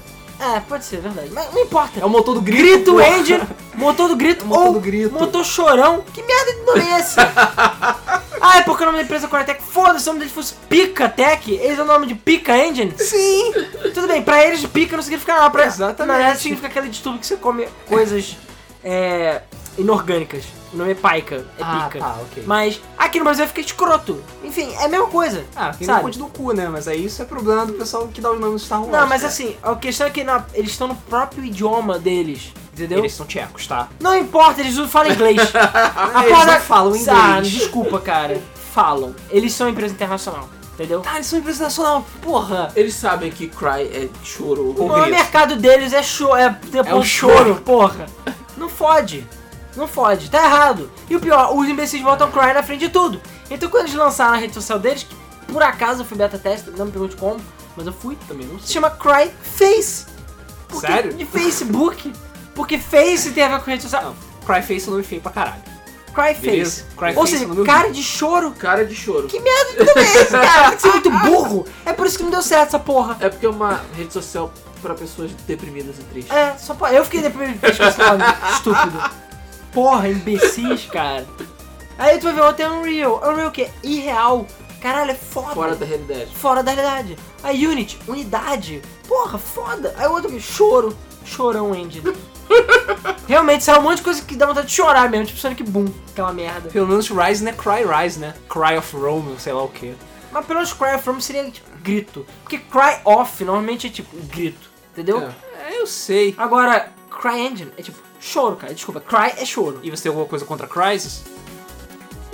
Speaker 2: É, pode ser, é verdade. Mas não importa.
Speaker 1: É o motor do grito.
Speaker 2: Grito
Speaker 1: porra. [LAUGHS] É um
Speaker 2: engine, motor do grito
Speaker 1: Motor
Speaker 2: ou
Speaker 1: do grito.
Speaker 2: motor chorão. Que merda de nome
Speaker 1: [LAUGHS]
Speaker 2: é esse? ah, é porque o nome da empresa é Coretec. Foda-se, se o nome deles fosse Pica Tech. Eles dão o nome de Pica Engine.
Speaker 1: Sim!
Speaker 2: Tudo bem, pra eles pica não significa nada. Pra,
Speaker 1: Exatamente.
Speaker 2: Na verdade significa aquele distúrbio que você come coisas é, inorgânicas. O nome é paica, é
Speaker 1: Ah,
Speaker 2: pica.
Speaker 1: tá, ok.
Speaker 2: Mas aqui no Brasil fica escroto. Enfim, é a mesma coisa.
Speaker 1: Ah, tem
Speaker 2: Sabe?
Speaker 1: um monte do cu, né? Mas aí isso é problema do pessoal que dá os nomes do Star Wars.
Speaker 2: Não, mas
Speaker 1: né?
Speaker 2: assim, a questão é que na- eles estão no próprio idioma deles, entendeu?
Speaker 1: Eles são tchecos, tá?
Speaker 2: Não importa, eles não falam inglês. a
Speaker 1: [LAUGHS] Eles não falam
Speaker 2: Ah,
Speaker 1: inglês.
Speaker 2: desculpa, cara. Falam. Eles são empresa internacional, entendeu?
Speaker 1: Tá, eles são empresa nacional, porra!
Speaker 3: Eles sabem que cry é choro.
Speaker 2: O
Speaker 1: Ou
Speaker 2: maior
Speaker 1: grito.
Speaker 2: mercado deles é show, é,
Speaker 1: É o choro.
Speaker 2: porra. Não fode. Não fode, tá errado. E o pior, os imbecis botam cry na frente de tudo. Então quando eles lançaram na rede social deles, que por acaso eu fui beta testa, não me pergunte como, mas eu fui,
Speaker 3: Também não sei.
Speaker 2: se chama Cry Face. Porque-
Speaker 1: Sério?
Speaker 2: De Facebook. Porque Face tem a ver com rede social.
Speaker 1: Cryface é um nome feio pra caralho.
Speaker 2: Cry
Speaker 1: Beleza.
Speaker 2: Face.
Speaker 1: Cry
Speaker 2: Ou
Speaker 1: Face é
Speaker 2: seja,
Speaker 1: um nome
Speaker 2: cara de choro.
Speaker 3: Cara de choro.
Speaker 2: Que merda de nome é esse, cara? Tem que ser muito burro. É por isso que não deu certo essa porra.
Speaker 3: É porque é uma rede social pra pessoas deprimidas e tristes.
Speaker 2: É, só pra... Eu fiquei deprimido porque eu falando
Speaker 3: [LAUGHS]
Speaker 2: estúpido. Porra, imbecis, cara. Aí tu vai ver outro é Unreal. Unreal o quê? Irreal. Caralho, é foda.
Speaker 3: Fora da realidade.
Speaker 2: Fora da realidade. A Unity, unidade. Porra, foda. Aí o outro que choro. chorão engine. Realmente, saiu um monte de coisa que dá vontade de chorar mesmo, tipo Sonic Boom, aquela merda.
Speaker 1: Pelo menos Rise não é Cry Rise, né? Cry of Rome, sei lá o quê.
Speaker 2: Mas pelo menos Cry From seria tipo, grito. Porque Cry Off normalmente é tipo grito, entendeu?
Speaker 3: É.
Speaker 1: É, eu sei.
Speaker 2: Agora, Cry Engine é tipo choro, cara. Desculpa, Cry é choro.
Speaker 1: E você tem alguma coisa contra Crysis?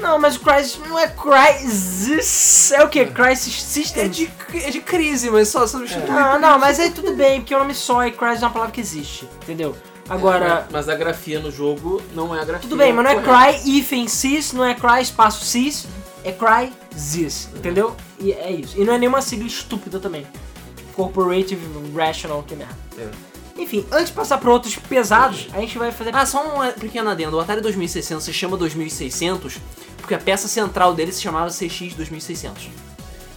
Speaker 2: Não, mas o Crysis não é Crysis. É o quê? Crysis System?
Speaker 1: É de, é de crise, mas só substitui.
Speaker 2: Ah, não, mas aí tudo bem, porque o nome só e Crysis é uma palavra que existe, entendeu?
Speaker 1: É,
Speaker 2: Agora,
Speaker 3: Mas a grafia no jogo não é a grafia.
Speaker 2: tudo bem, mas não é
Speaker 3: correta.
Speaker 2: Cry hífen Sis, não é Cry espaço Sis, é Cry Zis, entendeu? E é isso. E não é nenhuma sigla estúpida também. Tipo, Corporative Rational, que merda.
Speaker 3: É.
Speaker 2: Enfim, antes de passar pra outros pesados, a gente vai fazer.
Speaker 1: Ah, só um pequeno adendo. O Atari 2600 se chama 2600 porque a peça central dele se chamava CX 2600.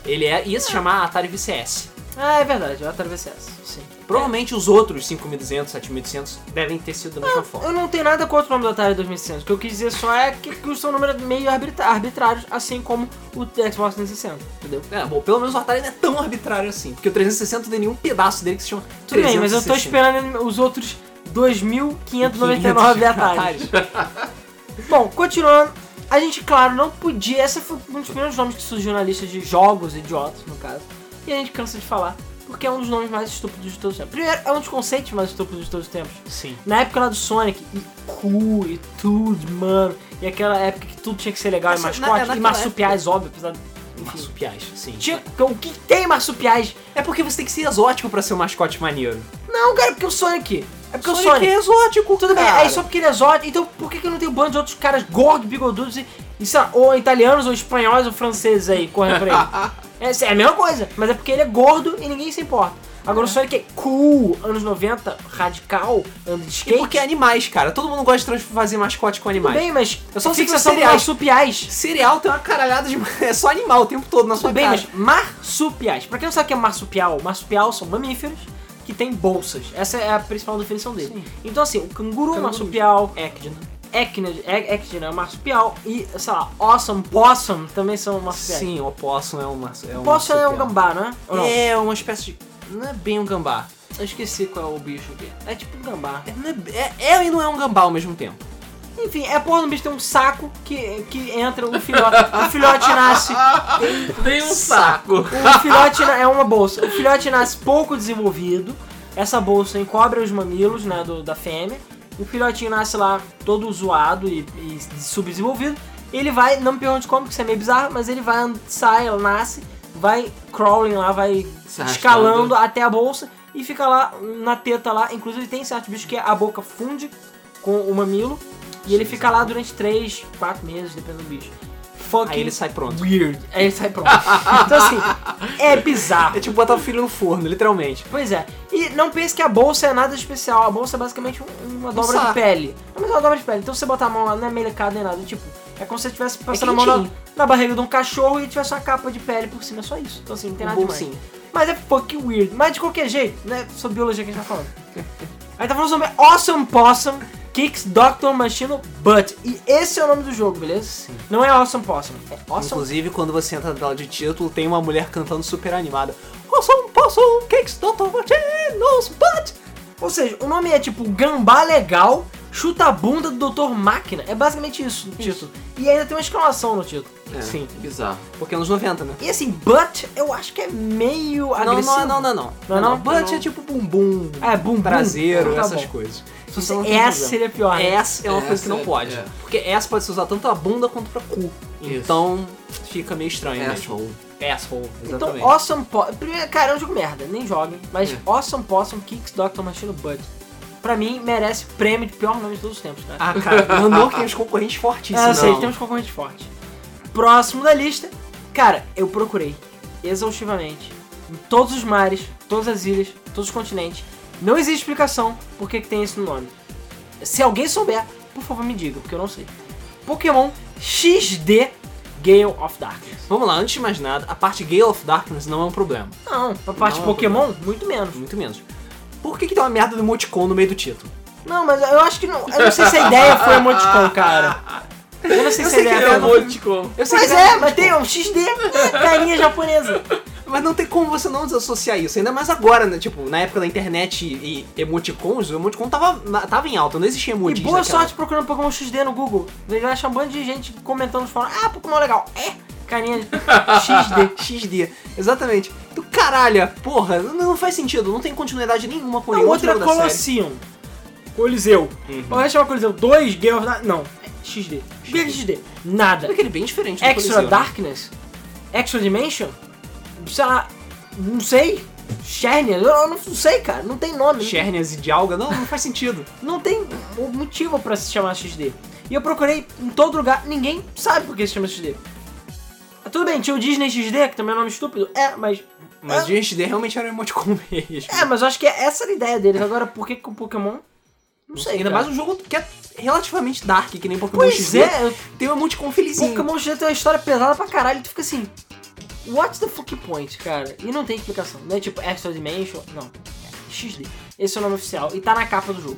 Speaker 1: Ele é, ia se chamar Atari VCS.
Speaker 2: Ah, é verdade, eu atravessei essa, sim.
Speaker 1: Provavelmente os outros 5200, 7800 devem ter sido da mesma forma.
Speaker 2: Eu não tenho nada contra o nome do Atari 2600. O que eu quis dizer só é que, que são números meio arbitra- arbitrários, assim como o do Xbox 360, entendeu?
Speaker 1: É, bom, pelo menos o Atari não é tão arbitrário assim, porque o 360 não tem nenhum pedaço dele que se chama
Speaker 2: Tudo bem, mas eu tô
Speaker 1: 360.
Speaker 2: esperando os outros
Speaker 1: [LAUGHS]
Speaker 2: 2.599 Atari. Bom, continuando, a gente, claro, não podia. Esse foi um dos primeiros nomes que surgiu na lista de jogos idiotas, no caso. E a gente cansa de falar, porque é um dos nomes mais estúpidos de todos os tempos. Primeiro, é um dos conceitos mais estúpidos de todos os tempos.
Speaker 1: Sim.
Speaker 2: Na época lá do Sonic, e cu e tudo, mano. E aquela época que tudo tinha que ser legal
Speaker 1: Essa- na-
Speaker 2: e mascote,
Speaker 1: naquela
Speaker 2: e marsupiais, óbvio, apesar de. Enfim.
Speaker 1: Marsupiais, sim.
Speaker 2: Tinha, o que tem marsupiais?
Speaker 1: É porque você tem que ser exótico pra ser um mascote maneiro.
Speaker 2: Não, cara, porque o Sonic. É porque o
Speaker 1: Sonic
Speaker 2: Sonic.
Speaker 1: é exótico,
Speaker 2: Tudo bem,
Speaker 1: cara.
Speaker 2: aí só porque ele é exótico. Então por que, que não tem um bando de outros caras gordos, bigodudos e, e sei lá, ou italianos, ou espanhóis, ou franceses aí correndo [LAUGHS] pra ele? É, é a mesma coisa, mas é porque ele é gordo e ninguém se importa. Agora o Sonic é cool, anos 90, radical, anda de
Speaker 1: E
Speaker 2: skate.
Speaker 1: porque é animais, cara. Todo mundo gosta de trans- fazer mascote com
Speaker 2: Tudo
Speaker 1: animais.
Speaker 2: bem, mas eu só
Speaker 1: É
Speaker 2: sei que
Speaker 1: fixação
Speaker 2: são
Speaker 1: com
Speaker 2: marsupiais.
Speaker 1: Cereal tem uma caralhada de. [LAUGHS] É só animal o tempo todo na sua
Speaker 2: Tudo bem,
Speaker 1: cara.
Speaker 2: mas marsupiais. Pra quem não sabe o que é marsupial, marsupial são mamíferos que têm bolsas. Essa é a principal definição dele.
Speaker 1: Sim.
Speaker 2: Então assim, o canguru,
Speaker 1: Canguru.
Speaker 2: marsupial,
Speaker 1: Ecdna.
Speaker 2: Echidna, Echidna é marsupial e, sei lá, Awesome, Possum também são marsupiais.
Speaker 1: Sim, o opossum é um marsu- é um
Speaker 2: Possum é um
Speaker 1: marsupial.
Speaker 2: gambá, não é? Ou não?
Speaker 1: É uma espécie de. Não é bem um gambá.
Speaker 2: Eu esqueci qual é o bicho aqui. É tipo um gambá.
Speaker 1: É, não é- é- é e não é um gambá ao mesmo tempo.
Speaker 2: Enfim, é a porra do bicho tem um saco que, que entra o filhote. o
Speaker 1: [LAUGHS]
Speaker 2: filhote nasce.
Speaker 3: Tem um saco.
Speaker 2: O filhote na- é uma bolsa. O filhote nasce pouco desenvolvido. Essa bolsa encobre os mamilos, né, do- da fêmea. O filhotinho nasce lá todo zoado e, e subdesenvolvido. Ele vai, não me pergunte como, que isso é meio bizarro, mas ele vai, and- sai, nasce, vai crawling lá, vai
Speaker 3: Se arrastando.
Speaker 2: escalando até a bolsa e fica lá na teta lá. Inclusive tem certos bichos que é a boca funde com o mamilo e ele fica lá durante 3, 4 meses, dependendo do bicho. Fucking
Speaker 1: Aí ele sai pronto.
Speaker 2: weird. É Aí ele
Speaker 1: [LAUGHS]
Speaker 2: sai pronto. então assim, é
Speaker 1: É
Speaker 2: bizarro.
Speaker 1: tipo botar o filho no forno, literalmente.
Speaker 2: Pois é. E não pense que a bolsa é nada especial. A bolsa é basicamente um- uma dobra
Speaker 1: saco.
Speaker 2: de pele. Não, mas é uma dobra de pele. Então você botar a mão lá, não é melecado nem nada. Tipo, é como se você estivesse passando a mão na,
Speaker 1: quentinho.
Speaker 2: na barriga de um cachorro e tivesse uma capa de pele por cima. É só isso. Então assim, não tem
Speaker 1: Um
Speaker 2: nada demais.
Speaker 1: bolsinho.
Speaker 2: Mas é fucking weird. Mas de qualquer jeito, né? Sobre biologia que a gente tá falando. Aí tá falando sobre Awesome Possum Kicks Dr. Machino Butt. E esse é o nome do jogo, beleza? Sim. Não é Awesome Possum. É Awesome
Speaker 1: Inclusive, quando você entra na tela de título, tem uma mulher cantando super animada. Possum, possum, cakes, doutor, nos but!
Speaker 2: Ou seja, o nome é tipo Gambá Legal Chuta a Bunda do Dr. Máquina. É basicamente isso no título. E ainda tem uma exclamação no título.
Speaker 3: É,
Speaker 1: Sim.
Speaker 3: Bizarro.
Speaker 1: Porque é anos 90, né?
Speaker 2: E assim, butt eu acho que é meio
Speaker 1: Não,
Speaker 2: agressivo.
Speaker 1: não, não, não, não.
Speaker 2: Não é não?
Speaker 1: But
Speaker 2: Não.
Speaker 1: é tipo bumbum,
Speaker 2: É, bumbum.
Speaker 1: traseiro,
Speaker 2: Tá
Speaker 1: essas
Speaker 2: bom.
Speaker 1: coisas.
Speaker 2: Isso-
Speaker 1: Então não tem
Speaker 2: essa
Speaker 1: problema.
Speaker 2: seria pior. né?
Speaker 1: Essa é uma coisa que não
Speaker 3: Essa,
Speaker 1: pode.
Speaker 3: é.
Speaker 1: Porque essa pode ser usada tanto pra bunda quanto pra cu.
Speaker 3: Isso.
Speaker 1: Então fica meio estranho
Speaker 3: Asshole.
Speaker 1: mesmo. Asshole.
Speaker 2: Então,
Speaker 1: Exatamente.
Speaker 2: Awesome Possum. Primeiro, cara, é um jogo merda, nem joguem. Mas
Speaker 3: É.
Speaker 2: Awesome Possum Kicks Dr. Machino Bud. Pra mim, merece prêmio de pior nome de todos os tempos, tá? cara.
Speaker 1: Ah, cara, mandou que tem os concorrentes
Speaker 2: Ah, eu
Speaker 1: fortíssimos.
Speaker 2: sei,
Speaker 1: Não.
Speaker 2: temos concorrente forte. Próximo da lista, cara, eu procurei exaustivamente em todos os mares, todas as ilhas, todos os continentes. Não existe explicação por que, que tem isso no nome. Se alguém souber, por favor me diga, porque eu não sei. Pokémon XD Gale of Darkness.
Speaker 1: Vamos lá, antes de mais nada, a parte Gale of Darkness não é um problema.
Speaker 2: Não, a parte
Speaker 1: Não,
Speaker 2: Pokémon, muito menos.
Speaker 1: Muito menos. Por que, que tem uma merda do emoticon no meio do título?
Speaker 2: Não, mas eu acho que não. Eu não sei se a ideia foi emoticon, cara. Eu não sei
Speaker 1: Eu
Speaker 2: se
Speaker 1: sei
Speaker 2: a
Speaker 1: que
Speaker 2: ideia
Speaker 1: ele é
Speaker 2: foi.
Speaker 1: um
Speaker 2: emoticon.
Speaker 3: Emoticon.
Speaker 1: Eu sei
Speaker 2: Pois
Speaker 1: que tem
Speaker 2: é,
Speaker 1: um
Speaker 2: mas
Speaker 1: emoticon.
Speaker 2: tem um XD, carinha japonesa.
Speaker 1: Mas não tem como você não desassociar isso. Ainda mais agora, né? Tipo, na época da internet e e emoticons, o emoticon tava, na- tava em alta, não existia
Speaker 2: E
Speaker 1: emoticons.
Speaker 2: boa
Speaker 1: naquela
Speaker 2: sorte procurando Pokémon XD no Google. Ele vai achar um bando de gente comentando nos fóruns. Ah, Pokémon legal. É,
Speaker 1: [LAUGHS]
Speaker 2: carinha de
Speaker 1: XD, [LAUGHS] XD, exatamente. Do caralho, porra, não, não faz sentido, não tem continuidade nenhuma com
Speaker 2: Não,
Speaker 1: nenhum
Speaker 2: outra
Speaker 1: outro
Speaker 2: é
Speaker 1: jogo da série.
Speaker 2: Colosseum. Coliseu.
Speaker 1: Uhum.
Speaker 2: Vai chamar Coliseu 2, Game of Night. Não. XD. O que é XD? Nada.
Speaker 1: É aquele bem diferente do
Speaker 2: Extra
Speaker 1: Coliseu, né?
Speaker 2: Darkness? Extra Dimension? Sei lá. Não sei. Chernia? Eu não sei, cara. Não tem nome.
Speaker 1: Chernias e Dialga, não, não faz [LAUGHS] sentido.
Speaker 2: Não tem o- motivo pra se chamar XD. E eu procurei em todo lugar, ninguém sabe por que se chama XD. Tudo bem, tinha o Disney XD, que também é um nome estúpido. É, mas.
Speaker 1: Mas o XD realmente era um emoticon [LAUGHS] mesmo.
Speaker 2: É, mas eu acho que é essa era a ideia deles. Agora, por que, que o Pokémon. Não sei.
Speaker 1: Ainda
Speaker 2: cara.
Speaker 1: mais um jogo que é relativamente dark, que nem Pokémon
Speaker 2: Pois
Speaker 1: XD.
Speaker 2: é,
Speaker 1: Tem um emoticon felizinho.
Speaker 2: Pokémon XD tem é uma história pesada pra caralho. Tu fica assim. What's the fucking point, cara? E não tem explicação. Não é tipo Extra Dimension. Não. É XD. Esse é o nome oficial. E tá na capa do jogo.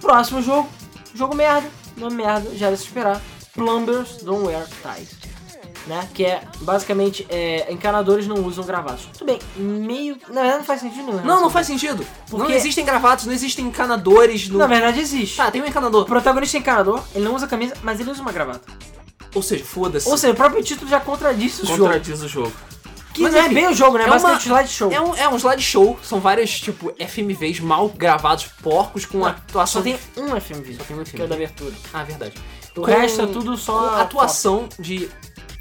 Speaker 2: Próximo jogo. Jogo merda. Nome merda. Já era se esperar. Plumbers Don't Wear Ties. Né? Que é, basicamente, é, encanadores não usam gravatas. Tudo bem, meio... Na verdade não faz sentido nenhum.
Speaker 1: Não, não faz sentido. Não
Speaker 2: Porque-
Speaker 1: existem gravatos, não existem encanadores. No...
Speaker 2: Na verdade existe.
Speaker 1: Tá, tem um
Speaker 2: O
Speaker 1: encanador.
Speaker 2: protagonista é encanador, ele não usa camisa, mas ele usa uma gravata.
Speaker 1: Ou seja, foda-se.
Speaker 2: Ou seja, o próprio título já contradiz o jogo.
Speaker 3: Contradiz o jogo.
Speaker 2: Que
Speaker 1: Mas,
Speaker 2: não é
Speaker 1: enfim,
Speaker 2: bem o jogo, né?
Speaker 1: é
Speaker 2: É
Speaker 1: uma-
Speaker 2: basicamente slideshow.
Speaker 1: É um, é um slideshow, são vários, tipo, FMVs mal gravados, porcos, com
Speaker 2: Não,
Speaker 1: atuação.
Speaker 2: Só tem um FMV,
Speaker 1: Só tem um
Speaker 2: que é
Speaker 1: FMV.
Speaker 2: o da abertura.
Speaker 1: Ah, verdade.
Speaker 2: O
Speaker 1: Com-
Speaker 2: resto é tudo só...
Speaker 1: com atuação de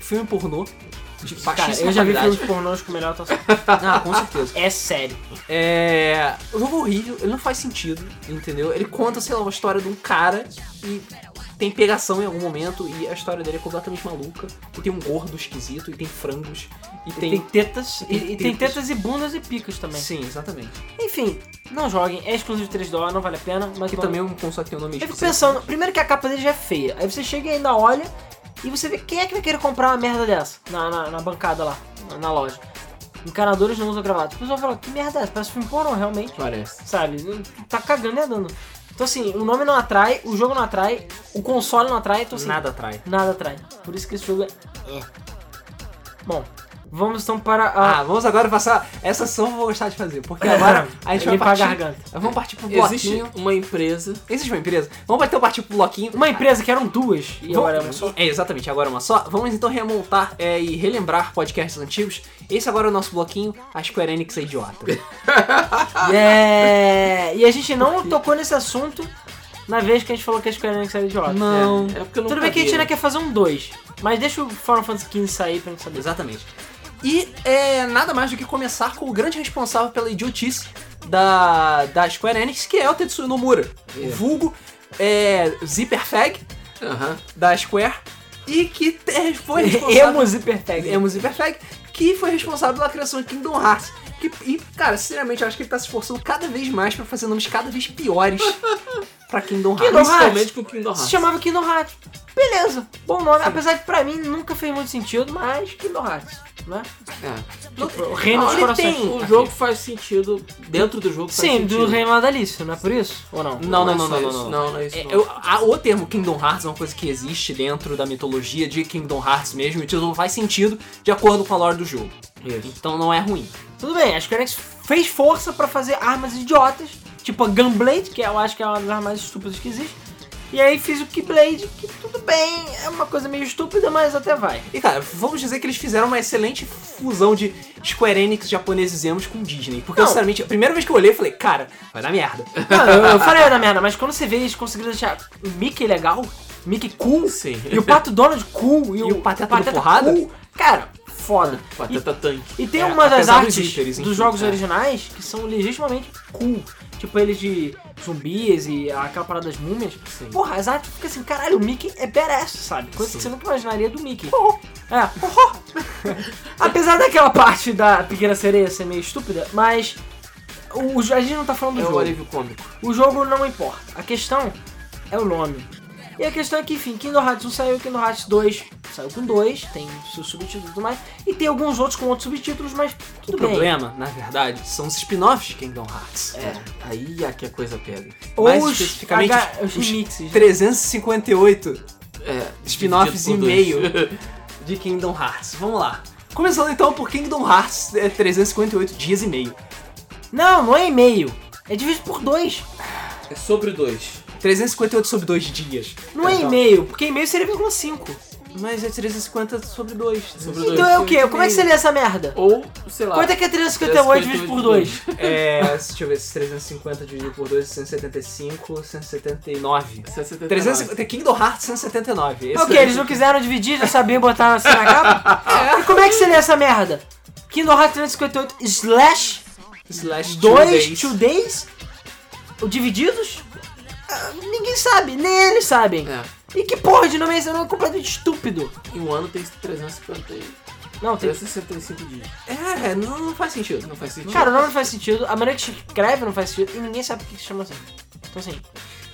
Speaker 1: filme pornô de
Speaker 2: Cara,
Speaker 1: baixíssima
Speaker 2: eu já vi
Speaker 1: qualidade.
Speaker 2: filmes pornôs com melhor [LAUGHS] atuação.
Speaker 1: Ah, com certeza.
Speaker 2: É sério.
Speaker 1: É. O jogo é horrível, ele não faz sentido, entendeu? Ele conta, sei lá, uma história de um cara e tem pegação em algum momento e a história dele é completamente maluca. E tem um gordo esquisito, e tem frangos, e
Speaker 2: Tem,
Speaker 1: tem.
Speaker 2: tetas, e,
Speaker 1: tem
Speaker 2: e tem
Speaker 1: tetas.
Speaker 2: tetas e bundas e picos também.
Speaker 1: Sim, exatamente.
Speaker 2: Enfim, não joguem, é exclusivo de 3 dólares, não vale a pena, mas
Speaker 1: Que
Speaker 2: vamos-
Speaker 1: também é um console que tem o nome
Speaker 2: Eu fico
Speaker 1: esquisito.
Speaker 2: pensando, primeiro que a capa dele já é feia, aí você chega e ainda olha e você vê quem é que vai querer comprar uma merda dessa na, na, na bancada lá, na, na loja. Encanadores não usam gravata. O pessoal fala, que merda é essa? Parece filme pornô, realmente.
Speaker 3: Parece.
Speaker 2: Sabe? Tá cagando e andando. Então assim, o nome não atrai, o jogo não atrai, o console não atrai, então assim,
Speaker 1: Nada atrai.
Speaker 2: nada atrai. Por isso que esse jogo é. é. Bom, vamos então para a.
Speaker 1: Ah, vamos agora passar. Essa ação eu vou gostar de fazer, porque [LAUGHS] agora a gente vai
Speaker 2: limpar a
Speaker 1: partir.
Speaker 2: garganta.
Speaker 1: Vamos partir
Speaker 2: Um
Speaker 1: pro bloquinho.
Speaker 3: Existe
Speaker 1: Existe,
Speaker 3: uma empresa
Speaker 1: uma empresa? Vamos bater um partir pro bloquinho.
Speaker 2: Uma empresa que eram duas e agora é uma
Speaker 1: Vamos-
Speaker 2: só.
Speaker 1: É, exatamente, agora é uma só. Vamos então remontar é, e relembrar podcasts antigos. Esse agora é o nosso bloquinho, a Square Enix é [LAUGHS] idiota.
Speaker 2: Ah, Yeah! E a gente não tocou nesse assunto na vez que a gente falou que a Square Enix era idiota. né?
Speaker 1: Não.
Speaker 3: É, é porque eu não
Speaker 2: Tudo bem que a gente ainda
Speaker 3: sabia.
Speaker 2: quer fazer um 2, mas deixa o Final Fantasy XV sair pra gente saber. [LAUGHS]
Speaker 1: Exatamente. E é nada mais do que começar com o grande responsável pela idiotice da, da Square Enix, que é o Tetsuya Nomura.
Speaker 3: É.
Speaker 1: O vulgo é, Zipper Fag
Speaker 3: Aham.
Speaker 1: da Square e que te- foi [LAUGHS] responsável...
Speaker 2: Emos Hipertag.
Speaker 1: Emo Zipper Fag, que foi responsável pela criação de Kingdom Hearts. Que, e, cara, sinceramente, eu acho que ele tá se esforçando cada vez mais pra fazer nomes cada vez [LAUGHS] piores pra Kingdom Hearts.
Speaker 2: Kingdom Hearts.
Speaker 3: Principalmente com Kingdom
Speaker 2: Se
Speaker 3: Hearts.
Speaker 2: chamava Kingdom Hearts. Beleza, bom nome. Apesar de pra mim nunca fez muito sentido, mas Kingdom Hearts, né?
Speaker 3: É.
Speaker 2: Tipo, o reino dos
Speaker 1: ele
Speaker 2: corações.
Speaker 1: tem-
Speaker 3: O jogo faz sentido. Dentro do jogo faz
Speaker 2: Sim,
Speaker 3: sentido.
Speaker 2: do reino lá da Alice, não é por isso? Ou não?
Speaker 1: Não, não,
Speaker 3: é
Speaker 1: não,
Speaker 3: só
Speaker 1: não, não,
Speaker 3: isso.
Speaker 1: não.
Speaker 3: Não, não é isso.
Speaker 1: É,
Speaker 3: não.
Speaker 1: eu- a- o termo Kingdom Hearts é uma coisa que existe dentro da mitologia de Kingdom Hearts mesmo, e o título faz sentido de acordo com a lore do jogo.
Speaker 3: Isso.
Speaker 1: Então não é ruim.
Speaker 2: Tudo bem, a Square Enix fez força pra fazer armas idiotas, tipo a Gunblade, que eu acho que é uma das armas mais estúpidas que existe. E aí fiz o Keyblade, que tudo bem, é uma coisa meio estúpida, mas até vai.
Speaker 1: E cara, vamos dizer que eles fizeram uma excelente fusão de Square Enix japoneses emos com Disney. Porque,
Speaker 2: Não.
Speaker 1: sinceramente, a primeira vez que eu olhei, eu falei, cara, vai dar [LAUGHS] merda.
Speaker 2: Não, eu, eu falei da merda, mas quando você vê eles conseguiram deixar o Mickey legal, Mickey cool,
Speaker 3: Sim.
Speaker 2: e o Pato Donald cool, e,
Speaker 1: o Pateta dando porrada?
Speaker 2: cool, cara, foda.
Speaker 3: Pateta tanque.
Speaker 2: E tem
Speaker 1: É,
Speaker 2: uma das
Speaker 1: apesar dos
Speaker 2: artes
Speaker 1: zíperes,
Speaker 2: dos
Speaker 1: enfim,
Speaker 2: jogos
Speaker 1: é.
Speaker 2: originais que são legitimamente cool. Tipo eles de zumbis e aquela parada das múmias.
Speaker 3: Sim.
Speaker 2: Porra, as artes fica assim, caralho, o Mickey é badass, sabe? Coisa que
Speaker 3: Sim.
Speaker 2: você nunca imaginaria do Mickey. É.
Speaker 1: [LAUGHS]
Speaker 2: Apesar daquela parte da pequena sereia ser meio estúpida, mas o, a gente não tá falando do
Speaker 3: É o
Speaker 2: jogo.
Speaker 3: alívio cômico.
Speaker 2: O jogo não importa. A questão é o nome. E a questão é que, enfim, Kingdom Hearts 1 saiu, Kingdom Hearts 2 saiu com 2, tem seu subtítulo e tudo mais. E tem alguns outros com outros subtítulos, mas tudo
Speaker 1: o
Speaker 2: bem.
Speaker 1: problema, na verdade, são os spin-offs de Kingdom Hearts.
Speaker 3: É. Aí é que a coisa pega.
Speaker 2: Ou
Speaker 1: Mais
Speaker 2: os,
Speaker 1: especificamente,
Speaker 2: H-
Speaker 1: os-
Speaker 2: os remixes. né?
Speaker 1: 358
Speaker 3: É.
Speaker 1: spin-offs e
Speaker 3: dividido por dois.
Speaker 1: meio de Kingdom Hearts. Vamos lá. Começando então por Kingdom Hearts é, 358 dias e meio.
Speaker 2: Não, não é e-mail. É dividido por dois.
Speaker 3: [LAUGHS] É sobre dois.
Speaker 1: 358 sobre 2 dias.
Speaker 2: Não é
Speaker 3: Então.
Speaker 2: e-mail, porque e-mail seria 1,5.
Speaker 1: Mas é 350 sobre 2.
Speaker 3: Sobre dois.
Speaker 2: Então é o quê? Como é que você
Speaker 1: seria?
Speaker 2: lê essa merda?
Speaker 3: Ou, sei lá.
Speaker 2: Quanto é que é 358 dividido por dois? [LAUGHS]
Speaker 1: É, deixa eu ver se 350 dividido por 2 é 175, 179.
Speaker 3: 350.
Speaker 1: 350, tem Kingdom Hearts 179. Esse é
Speaker 2: Ok, eles não quiseram dividir, já sabiam botar assim
Speaker 1: [LAUGHS]
Speaker 2: na capa. E como é que você lê essa merda? Kingdom Hearts 358 slash
Speaker 1: Slash
Speaker 2: 2
Speaker 1: 2
Speaker 2: two days? Ou Divididos? Ah, Ninguém sabe, nem eles sabem.
Speaker 3: É.
Speaker 2: E que porra de nome é esse? É um nome completamente estúpido.
Speaker 3: Em um ano tem 350 e...
Speaker 2: Não, tem...
Speaker 3: 365 dias.
Speaker 1: É, não, não faz sentido.
Speaker 3: Não faz sentido.
Speaker 2: Cara, o nome não faz sentido, a maneira que se escreve não faz sentido, e ninguém sabe por que se chama assim. Então assim...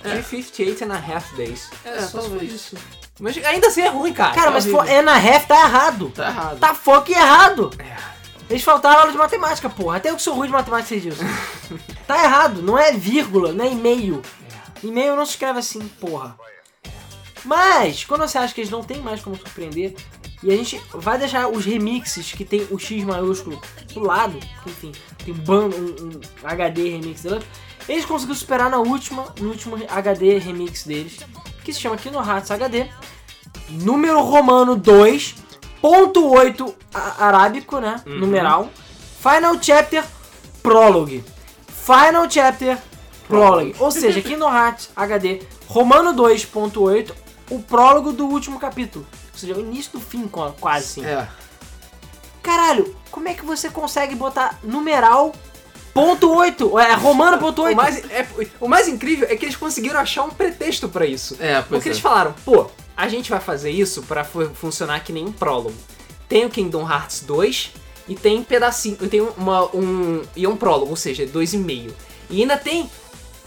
Speaker 1: 358 É, and a half days.
Speaker 3: É,
Speaker 1: Só se for
Speaker 3: talvez.
Speaker 1: isso. Mas ainda assim é ruim, cara.
Speaker 2: Cara,
Speaker 3: tá
Speaker 2: mas se for
Speaker 3: horrível.
Speaker 2: é na ref, tá errado.
Speaker 3: tá errado.
Speaker 2: Tá fucking errado.
Speaker 1: É.
Speaker 2: Eles faltaram aula de matemática, porra. Até eu que sou ruim de matemática sei [LAUGHS] disso. tá errado, não é vírgula, não é e-mail. E-mail não se escreve assim, porra. Mas, quando você acha que eles não tem mais como surpreender, e a gente vai deixar os remixes que tem o X maiúsculo do lado, que, enfim, tem bando, um, um HD remix delas, eles conseguiram superar na última, no último HD remix deles, que se chama Kingdom Hearts HD, número romano 2, ponto 8 a- arábico, né,
Speaker 1: Uhum.
Speaker 2: numeral, Final Chapter Prologue. Final Chapter Prologue. Ou seja, Kingdom Hearts HD Romano 2.8, o prólogo do último capítulo. Ou seja, o início do fim, qua- quase. Sim.
Speaker 3: É.
Speaker 2: Caralho, como é que você consegue botar numeral ponto 8? É, Romano ponto
Speaker 1: O
Speaker 2: 8?
Speaker 1: mais, é- o mais incrível é que eles conseguiram achar um pretexto pra isso.
Speaker 3: É, pois
Speaker 1: Porque eles
Speaker 3: é.
Speaker 1: falaram, pô, a gente vai fazer isso pra fu- funcionar que nem um prólogo. Tem o Kingdom Hearts 2 e tem pedacinho, e tem uma, um e é um prólogo, ou seja, é dois e meio. E ainda tem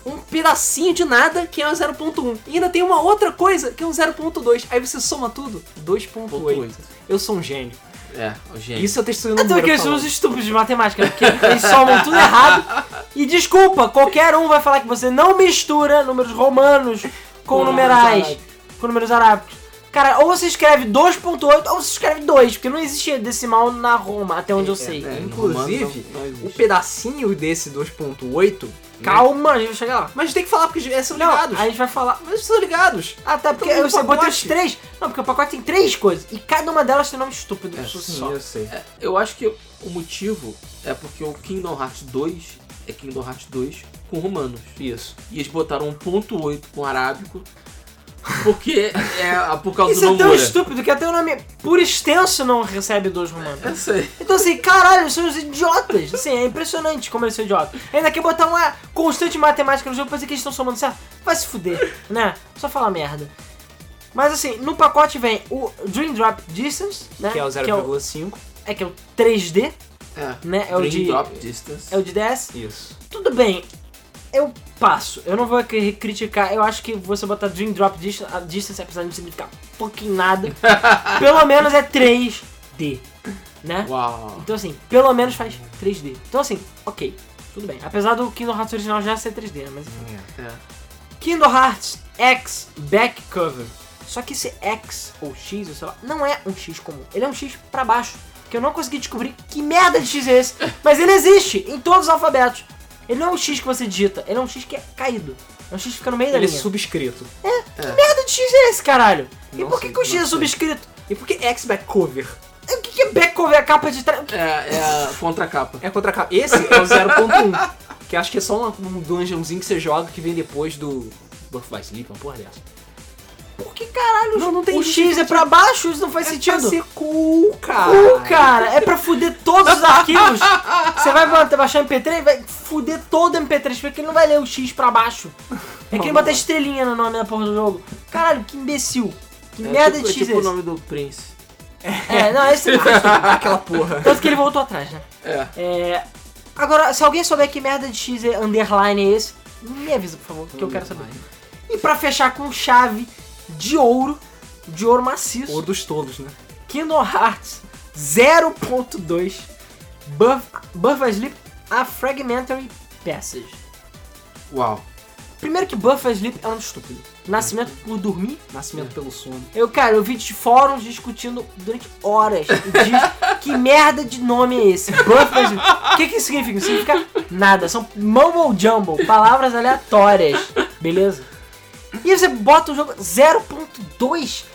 Speaker 1: um pedacinho de nada que é um 0.1. E ainda tem uma outra coisa que é um 0.2. Aí você soma tudo, 2.8.
Speaker 3: Ponto oito.
Speaker 1: Eu sou um gênio.
Speaker 3: É, o gênio.
Speaker 1: Isso eu testei no
Speaker 2: Até porque
Speaker 1: número
Speaker 2: eles são
Speaker 1: falando.
Speaker 2: os estúpidos de matemática, né? porque eles somam tudo errado. E desculpa, qualquer um vai falar que você não mistura números romanos com,
Speaker 1: Com números
Speaker 2: numerais,
Speaker 1: arábicos.
Speaker 2: com números arábicos. Cara, ou você escreve 2.8 ou você escreve 2, porque não existia decimal na Roma, até onde eu sei.
Speaker 3: É, no
Speaker 1: Inclusive,
Speaker 3: romano não- não existe.
Speaker 1: o Um pedacinho desse 2.8.
Speaker 2: Calma, a gente vai chegar lá.
Speaker 1: Mas tem que falar porque eles são
Speaker 2: Não,
Speaker 1: ligados.
Speaker 2: a gente vai falar.
Speaker 1: Mas eles são ligados.
Speaker 2: Ah, tá, porque
Speaker 1: Então,
Speaker 2: eu
Speaker 1: o
Speaker 2: sei, botei os
Speaker 1: pacote-
Speaker 2: três. Não, porque o pacote tem três coisas. E cada uma delas tem um nome estúpido.
Speaker 3: É,
Speaker 2: por si
Speaker 3: sim,
Speaker 2: só.
Speaker 1: eu sei.
Speaker 3: É, eu acho que o motivo é porque o Kingdom Hearts 2 é Kingdom Hearts 2 com romanos.
Speaker 1: Isso.
Speaker 3: E eles botaram 1.8 com arábico. Porque é por causa
Speaker 2: Isso
Speaker 3: do
Speaker 2: é tão
Speaker 3: Nomura.
Speaker 2: estúpido que até o nome por extenso não recebe dois romanos.
Speaker 3: Eu sei.
Speaker 2: Então assim, caralho, eles são os idiotas. Assim, é impressionante como eles são idiotas. Ainda quer botar uma constante matemática no jogo pra dizer que eles estão somando certo. Vai
Speaker 1: [LAUGHS]
Speaker 2: se fuder, né? Só falar merda. Mas assim, no pacote vem o Dream Drop Distance, né?
Speaker 1: Que é o
Speaker 2: o,
Speaker 1: 0,5.
Speaker 2: é que é o 3D,
Speaker 3: É.
Speaker 2: né? É o
Speaker 3: Dream
Speaker 2: de.
Speaker 3: Drop Distance.
Speaker 2: É o de DS.
Speaker 1: Isso.
Speaker 2: Tudo bem, eu passo. Eu não vou cri- criticar. Eu acho que você botar Dream Drop Distance, a distance apesar de não significar pouquinho
Speaker 1: [LAUGHS]
Speaker 2: nada, pelo menos é 3D, né?
Speaker 3: Uau.
Speaker 2: Então assim, pelo menos faz 3D. Então assim, ok, tudo bem. Apesar do Kingdom Hearts original já ser 3D, né? Mas enfim.
Speaker 3: É.
Speaker 2: Kingdom Hearts X Back Cover. Só que esse X ou X, ou sei lá, não é um X comum. Ele é um X pra baixo. Que eu não consegui descobrir que merda de X é
Speaker 1: [LAUGHS]
Speaker 2: esse. Mas ele existe em todos os alfabetos. Ele não é um X que você digita, ele é um X que é caído. É um X que fica no meio da
Speaker 1: Ele é
Speaker 2: linha.
Speaker 1: subscrito.
Speaker 2: Que merda de X é esse, caralho? E
Speaker 1: Não
Speaker 2: por que,
Speaker 1: sei,
Speaker 2: que o X
Speaker 1: não
Speaker 2: é
Speaker 1: sei.
Speaker 2: subscrito?
Speaker 1: E por que X-Back Cover?
Speaker 2: O que, que é back cover? A capa de trás?
Speaker 3: É, é a contracapa.
Speaker 1: É contra capa. Esse é o 0.1. que acho que é só um, um dungeonzinho que você joga que vem depois do. Buff by Sleep, uma porra dessa.
Speaker 2: Por que caralho?
Speaker 1: Não, não tem
Speaker 2: o X é
Speaker 1: sentido.
Speaker 2: pra baixo, isso não faz sentido.
Speaker 1: Vai ser cool, cara.
Speaker 2: Cool, cara. É pra fuder todos os arquivos. Você vai botar- baixar MP3 vai fuder todo o MP3, porque ele não vai ler o X pra baixo. É que ele
Speaker 1: Não,
Speaker 2: bota estrelinha no nome da porra do jogo. Caralho, que imbecil. Que
Speaker 3: É
Speaker 2: merda
Speaker 3: tipo,
Speaker 2: de
Speaker 3: é
Speaker 2: X
Speaker 3: tipo
Speaker 2: é
Speaker 3: o
Speaker 2: esse?
Speaker 3: nome do Prince.
Speaker 2: É, não, esse não faz sentido.
Speaker 1: Aquela porra.
Speaker 2: Tanto que ele voltou atrás, né?
Speaker 3: É.
Speaker 2: É... Agora, se alguém souber que merda de X é underline é esse, me avisa, por favor, que eu quero saber. E pra fechar com chave de ouro, de ouro maciço.
Speaker 1: Ouro dos tolos, né?
Speaker 2: Kingdom Hearts 0.2 Buff, Buff Asleep A Fragmentary Passage.
Speaker 3: Uau.
Speaker 2: Primeiro que Buffalo Sleep é um estúpido. Nascimento por dormir.
Speaker 1: Nascimento pelo sono.
Speaker 2: Eu, cara, eu vi de fóruns discutindo durante horas. De [LAUGHS] que merda de nome é esse? Buffalo Sleep. O que que isso significa? Não significa nada. São mumble jumble. Palavras aleatórias. Beleza? E você bota o jogo 0.2.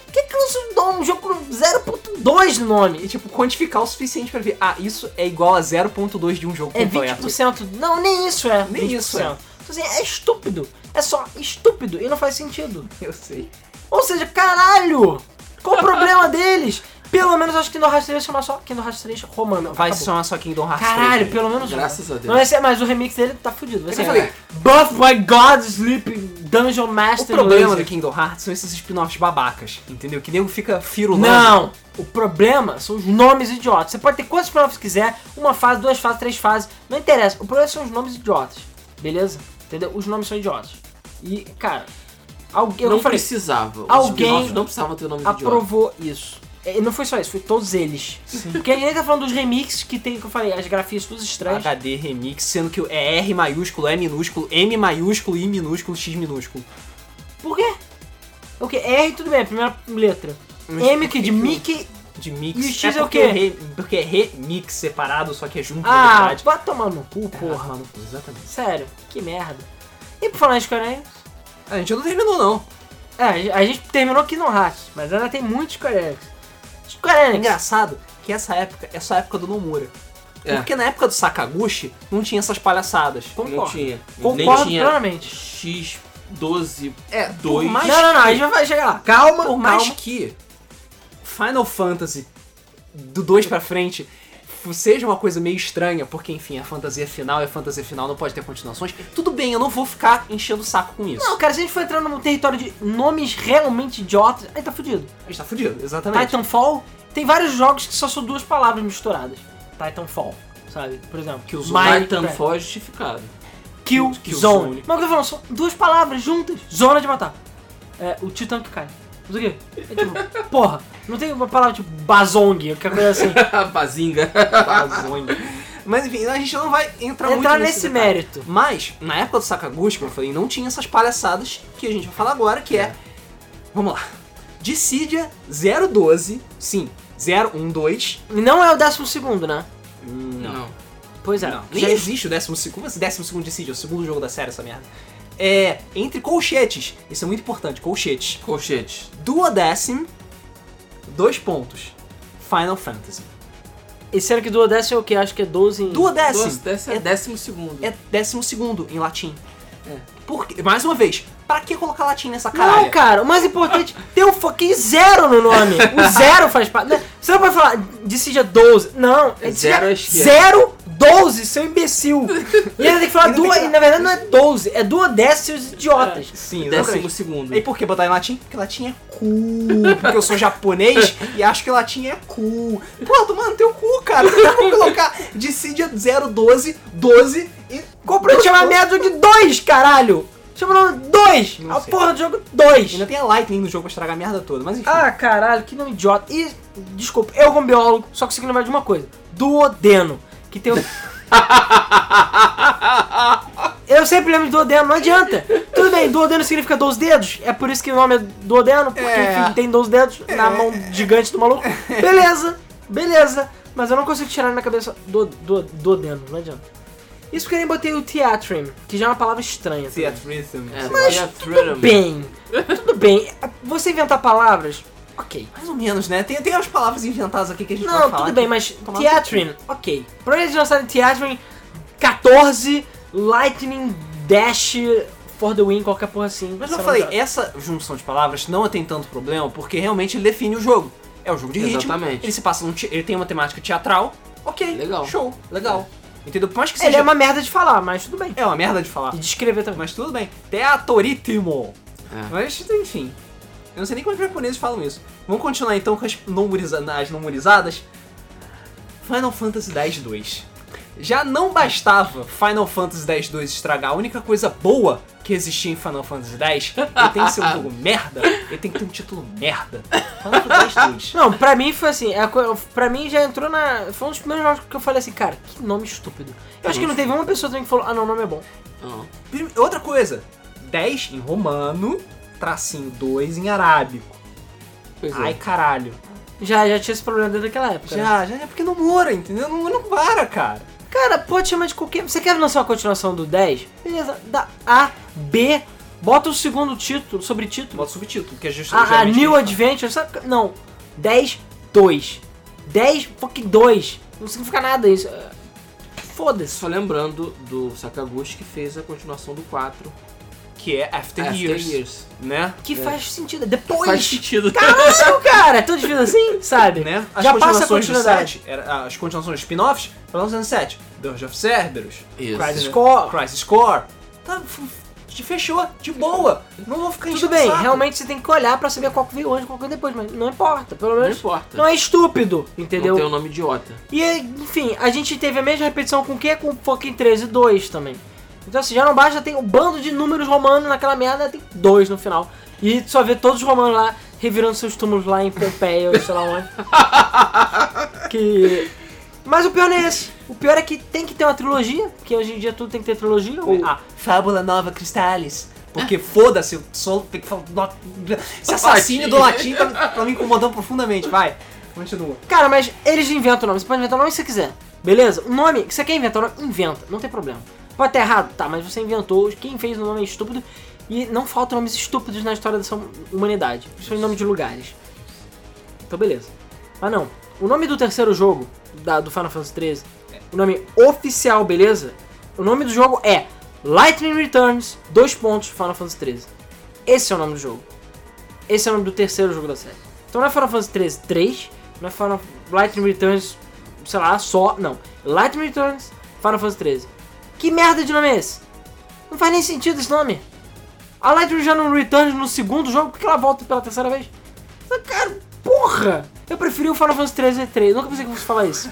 Speaker 2: Por que que lança um nome- um jogo com 0.2 no nome?
Speaker 1: E, tipo, quantificar o suficiente pra ver, ah, isso é igual a 0.2 de um jogo
Speaker 2: É
Speaker 1: completo.
Speaker 2: 20%. Não, nem isso é.
Speaker 1: Nem isso é.
Speaker 2: 20%. Então, assim, é estúpido. É só estúpido e não faz sentido.
Speaker 1: [LAUGHS] Eu sei.
Speaker 2: Ou seja, caralho! Qual
Speaker 1: [LAUGHS]
Speaker 2: o problema deles? Pelo menos acho que Kingdom Hearts 3 chama só Kingdom Hearts 3 Romano.
Speaker 1: Vai
Speaker 2: Acabou.
Speaker 1: somar só Kingdom Hearts
Speaker 2: Caralho,
Speaker 1: 3, né?
Speaker 2: pelo menos. um.
Speaker 3: Graças a
Speaker 2: Não,
Speaker 3: Deus.
Speaker 2: esse é, mas o remix dele tá fudido. Vai
Speaker 1: Eu
Speaker 2: ser-
Speaker 1: falei,
Speaker 2: Buff by God Sleep Dungeon
Speaker 1: O
Speaker 2: Master.
Speaker 1: problema do
Speaker 2: Laser.
Speaker 1: Kingdom Hearts são esses spin-offs babacas, entendeu? Que nego fica firulando.
Speaker 2: Não! O problema são os nomes idiotas. Você pode ter quantos spin-offs quiser, uma fase, duas fases, três fases, não interessa. O problema são os nomes idiotas. Beleza? Entendeu? Os nomes são idiotas. E, cara, alguém. Eu
Speaker 3: não
Speaker 2: falei,
Speaker 3: precisava. Os
Speaker 2: Alguém-
Speaker 3: spin-offs não precisavam ter nome de idiota.
Speaker 2: aprovou isso. E não foi só isso, foi todos eles. Porque a gente tá falando dos remixes que tem, que eu falei, as grafias todas estranhas.
Speaker 1: HD Remix, sendo que é R maiúsculo, E minúsculo, M maiúsculo, I minúsculo, X minúsculo. tá.
Speaker 2: Por quê? O que? R, tudo bem, a primeira letra.
Speaker 1: Mas
Speaker 2: M
Speaker 1: por
Speaker 2: que
Speaker 1: que é que
Speaker 2: de
Speaker 1: o-
Speaker 2: Mickey.
Speaker 1: De mix.
Speaker 2: E o X é o
Speaker 1: porque
Speaker 2: quê?
Speaker 1: re- porque é remix separado, só que é junto, na
Speaker 2: Ah,
Speaker 1: verdade. Tá.
Speaker 2: vai tomar no cu,
Speaker 3: Ah,
Speaker 2: porra.
Speaker 1: Porra, exatamente.
Speaker 2: Sério, que merda. E por falar em Square Enix?
Speaker 1: A gente não terminou, não.
Speaker 2: É, a gente- a gente terminou aqui no Hatch, mas ainda tem muito Square Enix. Square
Speaker 1: É
Speaker 2: Enix.
Speaker 1: engraçado que essa época é só a época do Nomura.
Speaker 3: É.
Speaker 1: Porque na época do Sakaguchi não tinha essas palhaçadas.
Speaker 3: Não tinha. Nem
Speaker 2: Concordo
Speaker 3: tinha
Speaker 2: plenamente.
Speaker 3: X12.
Speaker 1: É,
Speaker 3: Dois.
Speaker 1: Por mais,
Speaker 2: não, não, não, a gente vai chegar lá.
Speaker 1: Calma, por mais
Speaker 2: calma.
Speaker 1: que Final Fantasy do 2 pra frente f- seja uma coisa meio estranha, porque enfim, a fantasia final é fantasia final, não pode ter continuações. Tudo bem, eu não vou ficar enchendo o saco com isso.
Speaker 2: Não, cara, se a gente for entrar num território de nomes realmente idiotas, aí tá fudido.
Speaker 1: A gente tá fudido, exatamente.
Speaker 2: Titanfall, tem vários jogos que só são duas palavras misturadas. Titanfall, sabe? Por exemplo,
Speaker 1: Que usou
Speaker 2: Minecraft,
Speaker 3: Titanfall justificado.
Speaker 2: Kill,
Speaker 1: Kill
Speaker 2: Zone.
Speaker 1: Zone.
Speaker 2: Mas o que eu tô falando, são duas palavras juntas, zona de matar. É, o titã que cai. Não sei o quê.
Speaker 1: [LAUGHS]
Speaker 2: É tipo, porra, não tem uma palavra tipo bazong, qualquer coisa assim.
Speaker 3: [LAUGHS] Bazinga.
Speaker 1: Bazonha. Tá Mas enfim, a gente não vai entrar, muito
Speaker 2: Entrar
Speaker 1: nesse
Speaker 2: nesse
Speaker 1: detalhe.
Speaker 2: mérito.
Speaker 1: Mas, na época do Sakaguchi, como eu falei, não tinha essas palhaçadas que a gente vai falar agora, que é. Vamos lá. Dissidia 012, sim, 012.
Speaker 2: E Não é o décimo segundo, né?
Speaker 3: Não.
Speaker 2: Pois é.
Speaker 1: Não, nem
Speaker 2: Já-
Speaker 1: existe o décimo segundo. Como assim, décimo segundo Dissidia? O segundo jogo da série, essa merda. É. Entre colchetes, isso é muito importante, colchetes.
Speaker 3: Colchete.
Speaker 1: Duodécimo, dois pontos. Final Fantasy.
Speaker 2: E sendo que duodécimo é o que? Acho que é 12 em...
Speaker 1: Duodécimo.
Speaker 3: Doze, Décimo. É décimo segundo.
Speaker 1: é décimo segundo em latim.
Speaker 3: É.
Speaker 1: Por quê? Mais uma vez, pra que colocar latim nessa caralho?
Speaker 2: Não, cara, o mais importante, tem um fucking zero no nome. O zero faz parte. né? Você não pode falar Dissidia 12. Não, é
Speaker 3: Zero à esquerda.
Speaker 2: 0, 12, seu imbecil. E ainda tem que falar
Speaker 1: Ainda tem
Speaker 2: duas.
Speaker 1: que- É.
Speaker 2: e Na verdade não é 12, é duodécimos idiotas.
Speaker 1: [LAUGHS] Sim,
Speaker 3: Décimo
Speaker 1: exatamente.
Speaker 3: segundo.
Speaker 1: E por que botar em latim? Porque latim é
Speaker 2: [LAUGHS]
Speaker 1: cool. Porque eu sou japonês e acho que latim é cool. Pô, tu mano, teu cu, cara. Não dá pra colocar Dissidia 012, 12 e.
Speaker 2: Como pra chamar merda de 2, caralho? Chama o nome 2.
Speaker 1: Não
Speaker 2: A
Speaker 1: sei.
Speaker 2: porra do jogo 2.
Speaker 1: Ainda tem a Lightning no jogo pra estragar a merda toda, mas enfim.
Speaker 2: Ah, caralho, que nome idiota. E, desculpa, eu como biólogo só consigo lembrar de uma coisa. Duodeno. Que tem um- o... eu sempre lembro de duodeno, não adianta. Tudo bem, duodeno significa 12 dedos. É por isso que o nome é duodeno, porque
Speaker 1: É.
Speaker 2: enfim, tem 12 dedos na mão gigante do maluco. Beleza, beleza. Mas eu não consigo tirar na minha cabeça do, do, duodeno, não adianta. Isso porque eu nem botei o theatrim, que já é uma palavra estranha. pra mim.
Speaker 1: Theatrism.
Speaker 3: É,
Speaker 1: sei
Speaker 3: mas
Speaker 1: lá.
Speaker 3: tudo
Speaker 2: Bem, tudo bem. Você inventar palavras, ok.
Speaker 1: Mais ou menos, né? Tem, tem umas palavras inventadas aqui que a gente vai
Speaker 2: Não,
Speaker 1: falar.
Speaker 2: tudo
Speaker 1: que-
Speaker 2: bem, mas
Speaker 1: tomar no
Speaker 2: Theatrin, ok. Pra eles lançarem Theatrin 14, Lightning Dash for the win, qualquer porra assim.
Speaker 1: Mas eu
Speaker 2: sei
Speaker 1: falei, é
Speaker 2: lá.
Speaker 1: essa junção de palavras não tem tanto problema, porque realmente ele define o jogo. É o jogo de ritmo.
Speaker 3: Exatamente.
Speaker 1: Ele se passa num te- ele tem uma temática teatral. OK.
Speaker 3: Legal.
Speaker 1: Show. Legal. Entendeu? Por mais que seja
Speaker 2: Ele é uma merda de falar, mas tudo bem.
Speaker 1: é uma merda de falar,
Speaker 2: E de escrever também.
Speaker 1: mas tudo bem. Teatorítimo.
Speaker 3: É.
Speaker 1: Mas enfim. Eu não sei nem como é que os japoneses falam isso. Vamos continuar então com as nomuriza- as nomurizadas. Final Fantasy X 2. Já não bastava Final Fantasy X 2 estragar a única coisa boa que existia em Final Fantasy X. Ele tem que ser um
Speaker 3: [LAUGHS]
Speaker 1: jogo merda, ele tem que ter um título merda. Final Fantasy X 2.
Speaker 2: Não, pra mim foi assim, é, a co- pra mim já entrou na. Foi um dos primeiros jogos que eu falei assim, cara, que nome estúpido. Eu acho que não teve uma pessoa também que falou, ah não, o nome é bom.
Speaker 3: Não.
Speaker 1: Prime- Outra coisa, 10 em romano, tracinho 2 em arábico.
Speaker 3: Pois é.
Speaker 1: Ai, caralho.
Speaker 2: Já, já tinha esse problema desde aquela época. né?
Speaker 1: Já, já é porque não mora, entendeu? Não, não para, cara.
Speaker 2: Cara, pode chamar de qualquer. Você quer lançar uma continuação do 10? Beleza, dá A, B, bota o segundo título, sobretítulo.
Speaker 1: Bota subtítulo, que é justa-
Speaker 2: Ah, A, a
Speaker 1: geralmente
Speaker 2: New
Speaker 1: quem fala.
Speaker 2: Adventure, sabe? Não. 10, 2. 10, fucking 2. Não significa nada isso. É, Foda-se.
Speaker 3: Só lembrando do Sakaguchi que fez a continuação do 4.
Speaker 1: Que é After,
Speaker 3: After
Speaker 1: Years,
Speaker 3: Years.
Speaker 1: né?
Speaker 2: Que faz sentido. é Depois.
Speaker 3: Faz sentido.
Speaker 2: Caralho, cara. É tudo difícil assim, sabe?
Speaker 1: né? As
Speaker 2: Já passa
Speaker 1: continuações
Speaker 2: a
Speaker 1: do
Speaker 2: continuidade.
Speaker 1: 7, era- ah, as continuações spin-offs, foram lançadas em 7. Dungeon of Cerberus,
Speaker 3: Isso.
Speaker 1: Crisis
Speaker 2: Né?
Speaker 1: Core, Crisis Core. Tá, f- f- fechou, de boa. Não vou ficar
Speaker 2: Tudo
Speaker 1: enchendo
Speaker 2: bem,
Speaker 1: o saco.
Speaker 2: realmente você tem que olhar pra saber qual que veio antes, qual que veio depois, mas não importa, pelo
Speaker 3: [LAUGHS] Não
Speaker 2: menos
Speaker 3: importa.
Speaker 2: não é estúpido, entendeu?
Speaker 3: Não tem o nome idiota.
Speaker 2: E, enfim, a gente teve a mesma repetição com o que? Com o fucking 13 2 também. Então, assim, já não basta, tem um bando de números romanos naquela merda, tem dois no final. E só vê todos os romanos lá revirando seus túmulos lá em Pompeia, ou sei lá onde. que. Mas o pior não é esse. O pior é que tem que ter uma trilogia, porque hoje em dia tudo tem que ter trilogia. Ou...
Speaker 1: Ah, Fábula Nova Cristalis. Porque foda-se, eu sou. tem que falar do lat- Esse assassino do latim tá, tá me incomodando profundamente. Vai, continua.
Speaker 2: Cara, mas eles inventam o nome. Você pode inventar o nome que você quiser. Beleza? O nome que você quer inventar o nome, inventa. Não tem problema. Pode estar errado, tá, mas você inventou. Quem fez o nome é estúpido. E não faltam nomes estúpidos na história dessa humanidade. Principalmente nome de lugares. Então, beleza. Mas não. O nome do terceiro jogo, da- do Final Fantasy XIII, o nome oficial, beleza? O nome do jogo é Lightning Returns, dois pontos, Final Fantasy XIII. Esse é o nome do jogo. Esse é o nome do terceiro jogo da série. Então não é Final Fantasy 13 3, não é Final Lightning Returns, sei lá, só, não. Lightning Returns, Final Fantasy 13. Que merda de nome é esse? Não faz nem sentido esse nome. A Lightning já não returns no segundo jogo, por que ela volta pela terceira vez? Mas, Cara, porra! Eu preferi o Final Fantasy 13 3, nunca pensei que fosse falar isso.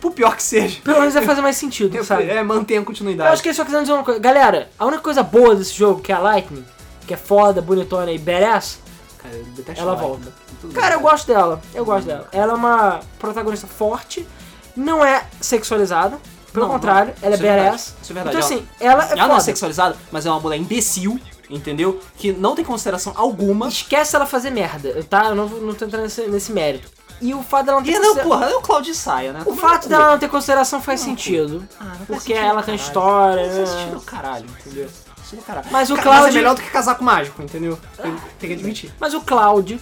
Speaker 1: Por pior que seja.
Speaker 2: Pelo menos vai fazer mais sentido, sabe?
Speaker 1: É, mantenha a
Speaker 2: Eu acho
Speaker 1: continuidade.
Speaker 2: que eles só quiseram dizer uma coisa. Galera, a única coisa boa desse jogo, que é a Lightning, que é foda, bonitona e badass,
Speaker 1: Cara, eu detesto
Speaker 2: Ela
Speaker 1: like,
Speaker 2: volta.
Speaker 1: né? Tudo
Speaker 2: Cara, eu
Speaker 1: bem.
Speaker 2: gosto dela. Eu gosto dela. Ela é uma protagonista forte, não é sexualizada. Pelo
Speaker 1: Não,
Speaker 2: contrário,
Speaker 1: não.
Speaker 2: ela é
Speaker 1: Isso é verdade.
Speaker 2: badass.
Speaker 1: Isso é verdade.
Speaker 2: Então,
Speaker 1: Ela-
Speaker 2: assim, ela é
Speaker 1: Ela não é
Speaker 2: foda.
Speaker 1: sexualizada, mas é uma mulher imbecil, entendeu? Que não tem consideração alguma.
Speaker 2: Esquece ela fazer merda, tá? Eu não, não tô entrando nesse, nesse mérito. E o fato dela não ter
Speaker 1: E não,
Speaker 2: considera-
Speaker 1: porra, é o Claudio Saia, né?
Speaker 2: O fato dela não ter consideração faz sentido.
Speaker 1: é?
Speaker 2: Porque ela tem história.
Speaker 1: Isso é
Speaker 2: né?
Speaker 1: sentido do caralho, entendeu? Sentido do caralho.
Speaker 2: Mas o
Speaker 1: Cara,
Speaker 2: Claudio- Ah.
Speaker 1: é melhor do que casaco mágico, entendeu? Tem, tem que admitir.
Speaker 2: Mas o Cláudio,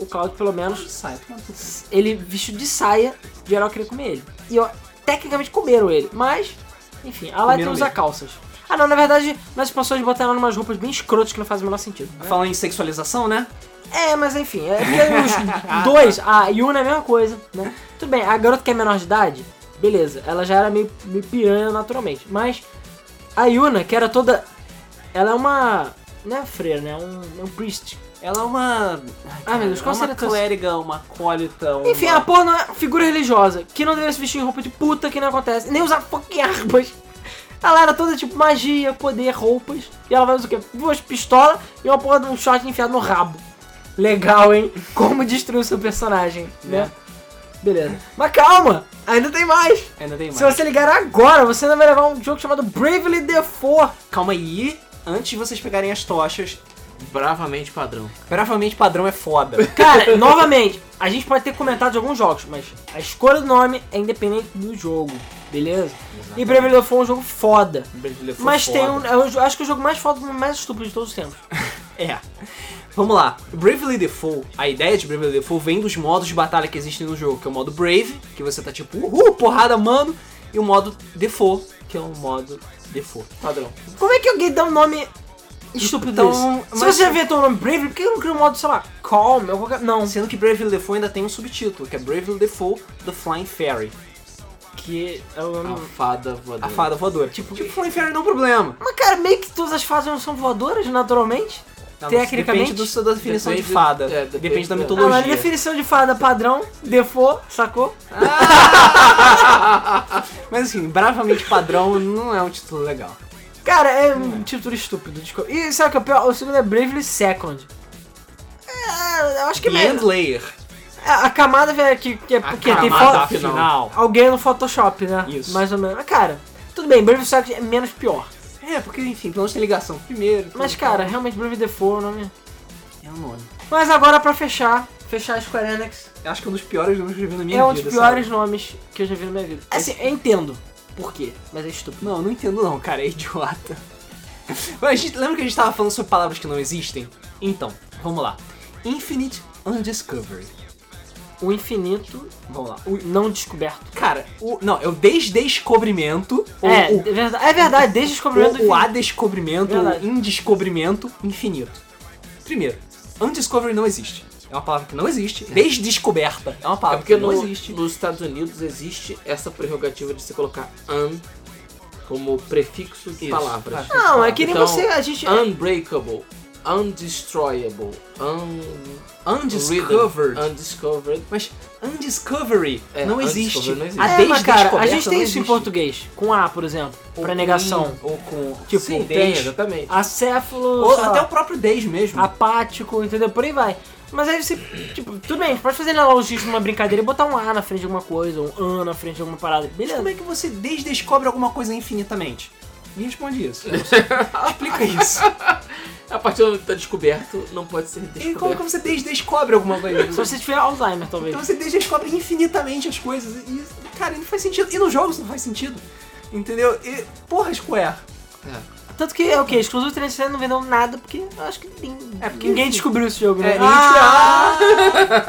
Speaker 2: o Cláudio pelo menos,
Speaker 1: Saia, toma no cu.
Speaker 2: ele vestido de saia, geral queria comer ele. E ó, tecnicamente comeram ele, mas, enfim, a Light
Speaker 1: Comeram
Speaker 2: usa
Speaker 1: mesmo.
Speaker 2: calças. Ah não, na verdade, nas pessoas botaram ela numas roupas bem escrotas que não fazem o menor sentido. né?
Speaker 1: Falando em sexualização, né?
Speaker 2: É, mas enfim, é
Speaker 1: [LAUGHS]
Speaker 2: porque os dois, a Yuna é a mesma coisa, né? Tudo bem, a garota que é menor de idade, beleza, ela já era meio, meio piranha naturalmente, mas a Yuna, que era toda. Ela é uma. Não é freira, né? É um, é um priest.
Speaker 1: Ela é uma.
Speaker 2: Ah, meu Deus,
Speaker 1: ela
Speaker 2: qual
Speaker 1: é uma
Speaker 2: seria a tua-
Speaker 1: clériga, uma acólita. Uma...
Speaker 2: Enfim, a porra não é figura religiosa, que não deveria se vestir em roupa de puta, que não acontece, nem usar fucking armas. Ela era toda tipo magia, poder, roupas, e ela vai usar o quê? Duas pistolas e uma porra de um shot enfiado no rabo. Legal, hein? Como destruir o seu personagem, né?
Speaker 1: É.
Speaker 2: Beleza. Mas calma, ainda tem mais.
Speaker 1: Ainda tem mais.
Speaker 2: Se você ligar agora, você ainda vai levar um jogo chamado Bravely Default.
Speaker 1: Calma aí, antes de vocês pegarem as tochas,
Speaker 3: Bravamente padrão.
Speaker 1: bravamente padrão é foda.
Speaker 2: Cara, [LAUGHS] novamente, a gente pode ter comentado de alguns jogos, mas a escolha do nome é independente do jogo, beleza? E Bravely Default é um jogo foda.
Speaker 3: é
Speaker 2: Mas tem um. Eu acho que é o jogo mais foda, mais estúpido de todos os tempos.
Speaker 1: É. Vamos lá. Bravely Default, a ideia de Bravely Default vem dos modos de batalha que existem no jogo, que é o modo Brave, que você tá tipo, uhul, porrada, mano, e o modo Default, que é o modo Default, padrão.
Speaker 2: Como é que alguém dá um nome estúpido
Speaker 1: Então,
Speaker 2: desse? Se
Speaker 1: mas-
Speaker 2: você inventou o nome Bravely, por que não cria um modo, sei lá, Calm ou qualquer. Não.
Speaker 1: Sendo que Bravely Default ainda tem um subtítulo, que é Bravely Default The Flying Fairy,
Speaker 2: Que é o
Speaker 3: A
Speaker 2: nome.
Speaker 3: fada voadora.
Speaker 1: a fada voadora. Tipo, tipo Flying Fairy não é um problema.
Speaker 2: Mas cara, meio que todas as fases não são voadoras, naturalmente.
Speaker 1: Tá, mas
Speaker 2: Tecnicamente.
Speaker 1: Depende do, seu- da definição de
Speaker 3: Depende-
Speaker 1: fada.
Speaker 3: é,
Speaker 1: depende,
Speaker 3: depende
Speaker 1: da
Speaker 3: da-
Speaker 2: Ah, mas a
Speaker 1: mitologia.
Speaker 2: definição de fada padrão, default, sacou?
Speaker 1: mas assim, bravamente padrão não é um título legal.
Speaker 2: Cara, é um título estúpido, desculpa. E sabe o que é o pior? O segundo é Bravely Second. É, eu acho que é
Speaker 1: Land
Speaker 2: melhor. É,
Speaker 1: Layer.
Speaker 2: A, a camada velho, que, que é porque tem
Speaker 1: camada
Speaker 2: foto.
Speaker 3: final.
Speaker 2: Alguém no Photoshop, né?
Speaker 1: Isso.
Speaker 2: Mais ou menos. Mas, cara, tudo bem, Brave Second é menos pior.
Speaker 1: É, É, porque, enfim, pelo menos tem ligação com o primeiro. então,
Speaker 2: Mas, cara, realmente Brave Default é o nome.
Speaker 1: É o nome.
Speaker 2: Mas agora pra fechar, fechar a Square Enix
Speaker 1: Eu acho que é um dos piores nomes que eu já vi na minha
Speaker 2: é um
Speaker 1: vida.
Speaker 2: dos
Speaker 1: sabe?
Speaker 2: piores nomes que eu já vi na minha vida. Assim, eu entendo por quê, mas é estúpido.
Speaker 1: Não, não entendo não, cara, é idiota. [LAUGHS] Mas a gente, lembra que a gente tava falando sobre palavras que não existem? Então, vamos lá. Infinite Undiscovered.
Speaker 2: O infinito
Speaker 1: Vamos lá.
Speaker 2: o não descoberto.
Speaker 1: Cara, o, não, é o desdescobrimento, ou
Speaker 2: é,
Speaker 1: o,
Speaker 2: é verdade, é verdade, desde o descobrimento
Speaker 1: ou o
Speaker 2: do
Speaker 1: a
Speaker 2: infinito.
Speaker 1: descobrimento, ou
Speaker 2: Verdade.
Speaker 1: indescobrimento infinito. Primeiro, Undiscovered não existe. É uma palavra que não existe. Desdescoberta é uma
Speaker 3: É
Speaker 1: palavra
Speaker 3: porque
Speaker 1: que não
Speaker 3: no-
Speaker 1: existe.
Speaker 3: nos Estados Unidos existe essa prerrogativa de se colocar un como prefixo de
Speaker 1: Isso.
Speaker 3: palavras.
Speaker 1: Ah,
Speaker 2: Não, é que nem
Speaker 3: Então,
Speaker 2: você, a gente...
Speaker 3: Unbreakable, undestroyable, un...
Speaker 1: Undiscovered.
Speaker 3: Rhythm, Undiscovered.
Speaker 1: Mas undiscovery
Speaker 3: É,
Speaker 1: não,
Speaker 3: undiscovery
Speaker 1: existe.
Speaker 3: não existe.
Speaker 1: A
Speaker 2: é, mas, cara, a
Speaker 1: desdescoberta
Speaker 2: gente tem
Speaker 1: não
Speaker 2: isso em
Speaker 1: existe.
Speaker 2: português. Com A, por exemplo,
Speaker 1: Ou
Speaker 2: pra
Speaker 1: com
Speaker 2: negação.
Speaker 1: in, Ou com,
Speaker 2: Tipo,
Speaker 1: Sim,
Speaker 3: Tem,
Speaker 1: des.
Speaker 3: exatamente.
Speaker 2: Acéfalo,
Speaker 1: Ou
Speaker 2: sei lá,
Speaker 1: até o próprio 10 mesmo.
Speaker 2: Ah, apático, entendeu? Por aí vai. Mas aí você, tipo, tudo bem, pode fazer neologismo, uma brincadeira e botar um A na frente de alguma coisa, ou um A na frente de alguma parada,
Speaker 1: Mas como
Speaker 2: beleza.
Speaker 1: é que você desdescobre alguma coisa infinitamente? Me responde isso. Explica isso.
Speaker 3: A partir do momento que tá descoberto, não pode ser
Speaker 1: E como que
Speaker 3: descoberto.
Speaker 1: você desdescobre alguma
Speaker 2: Se
Speaker 1: coisa?
Speaker 2: você tiver Alzheimer, talvez.
Speaker 1: Então você desdescobre infinitamente as coisas. E, cara, não faz sentido. E nos jogos não faz sentido. Entendeu? E, porra, Square.
Speaker 3: É.
Speaker 1: assim,
Speaker 2: Tanto que, é o que? Exclusivo 360 não vendeu nada, porque eu acho que ninguém,
Speaker 1: É, porque-
Speaker 2: ninguém descobriu esse jogo, né?
Speaker 1: É,
Speaker 2: ah,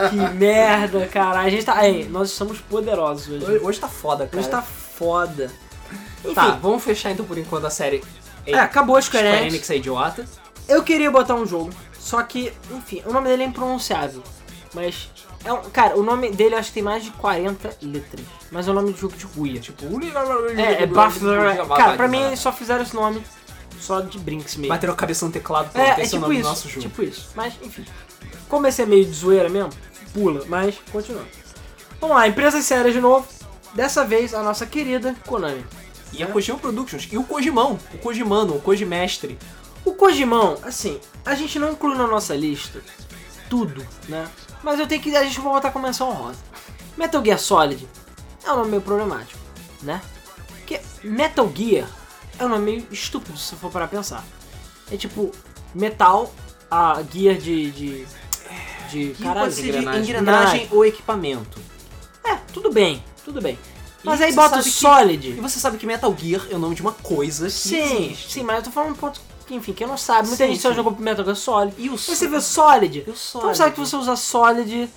Speaker 2: que merda, cara. A gente tá... Aí, nós estamos poderosos hoje.
Speaker 1: Hoje tá foda, cara.
Speaker 2: Hoje tá foda. Enfim,
Speaker 1: Tá, vamos fechar então por enquanto a série.
Speaker 2: é, acabou a Square
Speaker 1: Square
Speaker 2: Enix.
Speaker 1: Enix é idiota.
Speaker 2: Eu queria botar um jogo, só que, enfim, o nome dele é impronunciável. Mas, é um, cara, o nome dele eu acho que tem mais de 40 letras. Mas é o nome do jogo de
Speaker 1: E é
Speaker 2: ruia.
Speaker 1: Tipo,
Speaker 2: É, é
Speaker 1: um
Speaker 2: Baffler. Cara, pra mim é eles só fizeram esse nome só de brinks mesmo.
Speaker 1: Bateram a cabeça no teclado pra
Speaker 2: É,
Speaker 1: ter
Speaker 2: é
Speaker 1: seu
Speaker 2: tipo
Speaker 1: nome
Speaker 2: isso,
Speaker 1: no nosso jogo.
Speaker 2: tipo isso. Mas, enfim. Como esse é meio de zoeira mesmo, pula, mas continua. Vamos lá, empresas sérias de novo. Dessa vez, a nossa querida Konami.
Speaker 1: E a Kojima Productions. E o Kojimão. O Kojimano, o Kojimestre.
Speaker 2: O Kojimão, assim, a gente não inclui na nossa lista tudo, né? Mas eu tenho que. A gente vai botar com menção rosa. Metal Gear Solid é um nome meio problemático, né? Porque Metal Gear é um nome meio estúpido se você for parar a pensar. É tipo, metal, a gear de. de. de
Speaker 1: Que
Speaker 2: caralho,
Speaker 1: pode ser de
Speaker 2: engrenagem.
Speaker 1: engrenagem, ou equipamento.
Speaker 2: É, tudo bem, tudo bem. Mas
Speaker 1: E
Speaker 2: aí
Speaker 1: você
Speaker 2: bota o
Speaker 1: sabe que-
Speaker 2: Solid.
Speaker 1: E você sabe que Metal Gear é o nome de uma coisa que
Speaker 2: Sim,
Speaker 1: existe.
Speaker 2: sim, mas eu tô falando um ponto que, enfim, quem não sabe, muita
Speaker 1: Sim,
Speaker 2: gente só
Speaker 1: sim.
Speaker 2: jogou pro Metal Gear Solid.
Speaker 1: E o
Speaker 2: Aí você vê Solid.
Speaker 1: Eu só.
Speaker 2: Então sabe que você usa Solid.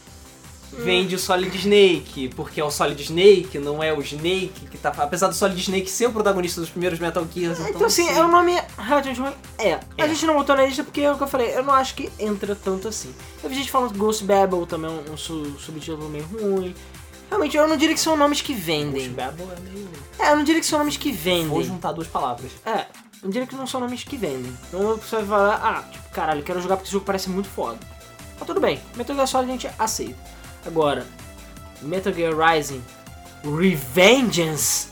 Speaker 1: Vende o Solid Snake, porque é o Solid Snake, não é o Snake que tá. Apesar do Solid Snake ser o protagonista dos primeiros Metal Gears.
Speaker 2: Então assim, é um nome relativamente ruim. É. A
Speaker 1: É.
Speaker 2: gente não botou na lista porque é o que eu falei, eu não acho que entra tanto assim. Eu vi gente falando que Ghost Babel também é um, um su- subtítulo meio ruim. Realmente, eu não diria que são nomes que
Speaker 1: Ghost
Speaker 2: vendem.
Speaker 1: Babel é meio.
Speaker 2: É, eu não diria que são nomes que vendem.
Speaker 1: Vou juntar duas palavras.
Speaker 2: É, eu diria que não são nomes que vendem. Então a pessoa vai falar, ah, tipo, caralho, eu quero jogar porque esse jogo parece muito foda. Mas tudo bem, Metal Gear Solid a gente aceita. Agora, Metal Gear Rising Revengeance,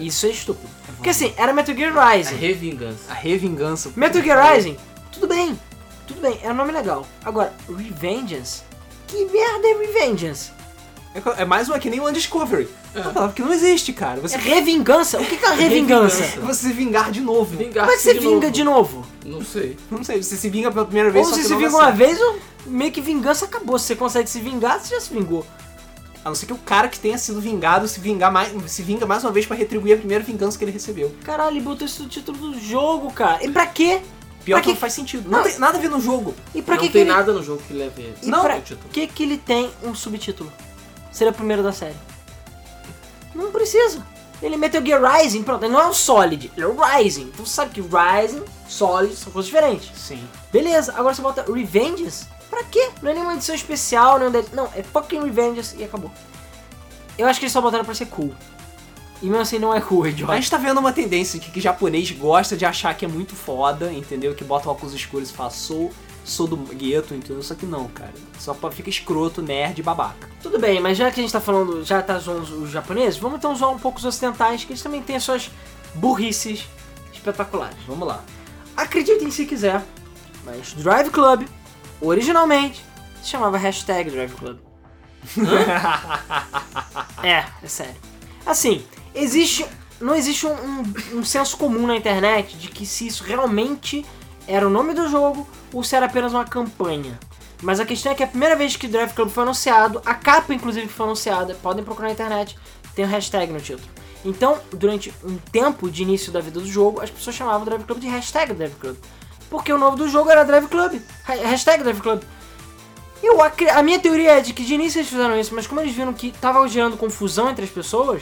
Speaker 2: isso é estúpido. Porque assim, era Metal Gear
Speaker 3: A
Speaker 2: Rising.
Speaker 3: É revingança.
Speaker 1: A revingança.
Speaker 2: Metal Gear Rising, tudo bem, tudo bem, é um nome legal. Agora, Revengeance, que merda é Revengeance?
Speaker 1: É co- É mais uma que nem o Undiscovery. É uma palavra que não existe, cara.
Speaker 2: É
Speaker 1: Você,
Speaker 2: revingança? O que que é revingança?
Speaker 3: Revingança.
Speaker 1: você se vingar de novo.
Speaker 3: Vingar-se
Speaker 2: Como é que você
Speaker 3: de
Speaker 2: vinga
Speaker 3: novo.
Speaker 2: de novo?
Speaker 3: Não sei.
Speaker 1: Não sei, você se vinga pela primeira vez.
Speaker 2: Ou
Speaker 1: só
Speaker 2: se
Speaker 1: que
Speaker 2: você
Speaker 1: não
Speaker 2: vinga
Speaker 1: dá
Speaker 2: uma vez, ou meio que vingança acabou. Se você consegue se vingar, você já se vingou.
Speaker 1: A não ser que o cara que tenha sido vingado se, vingar mais, se vinga mais uma vez pra retribuir a primeira vingança que ele recebeu.
Speaker 2: Caralho, ele botou isso no título do jogo, cara. E pra quê?
Speaker 1: Pior
Speaker 2: Pra
Speaker 1: que,
Speaker 2: que-
Speaker 1: não faz sentido. Não,
Speaker 2: Não.
Speaker 1: tem nada a ver no jogo.
Speaker 2: E pra
Speaker 3: não
Speaker 2: que,
Speaker 3: tem
Speaker 2: que
Speaker 3: nada no jogo que leve
Speaker 2: ele... E
Speaker 1: Não,
Speaker 2: pra
Speaker 3: o título.
Speaker 2: que que ele tem um subtítulo? Seria o primeiro da série. Não precisa. Ele meteu Gear Rising, pronto. Ele não é o Solid, ele é o Rising. Então você sabe que Rising, Solid são coisas diferentes.
Speaker 1: Sim.
Speaker 2: Beleza, agora você bota Revengeance? Pra quê? Não é nenhuma edição especial, nenhum dele. Não, é fucking Revengeance e acabou. Eu acho que eles só botaram pra ser cool. E mesmo assim não é cool,
Speaker 1: A
Speaker 2: idiota.
Speaker 1: gente tá vendo uma tendência que, que japonês gosta de achar que é muito foda, entendeu? Que bota óculos escuros e fala, sou, sou do gueto, entendeu? Só que não, cara. Só pra- fica escroto, nerd, babaca.
Speaker 2: Tudo bem, mas já que a gente tá falando, já tá zoando os- os japoneses, vamos então zoar um pouco os ocidentais, que eles também têm as suas burrices espetaculares.
Speaker 1: Vamos lá.
Speaker 2: Acreditem se quiser, mas Drive Club, originalmente, se chamava hashtag Drive Club. é, é sério. Assim, existe não existe um, um- um senso comum na internet de que se isso realmente era o nome do jogo ou se era apenas uma campanha. Mas a questão é que a primeira vez que Drive Club foi anunciado, a capa inclusive foi anunciada, podem procurar na internet, tem um hashtag no título. Então, durante um tempo de início da vida do jogo, as pessoas chamavam Drive Club de hashtag Drive Club. Porque o nome do jogo era Drive Club, ha- hashtag Drive Club. Eu, acre- a minha teoria é de que de início eles fizeram isso, mas como eles viram que tava gerando confusão entre as pessoas,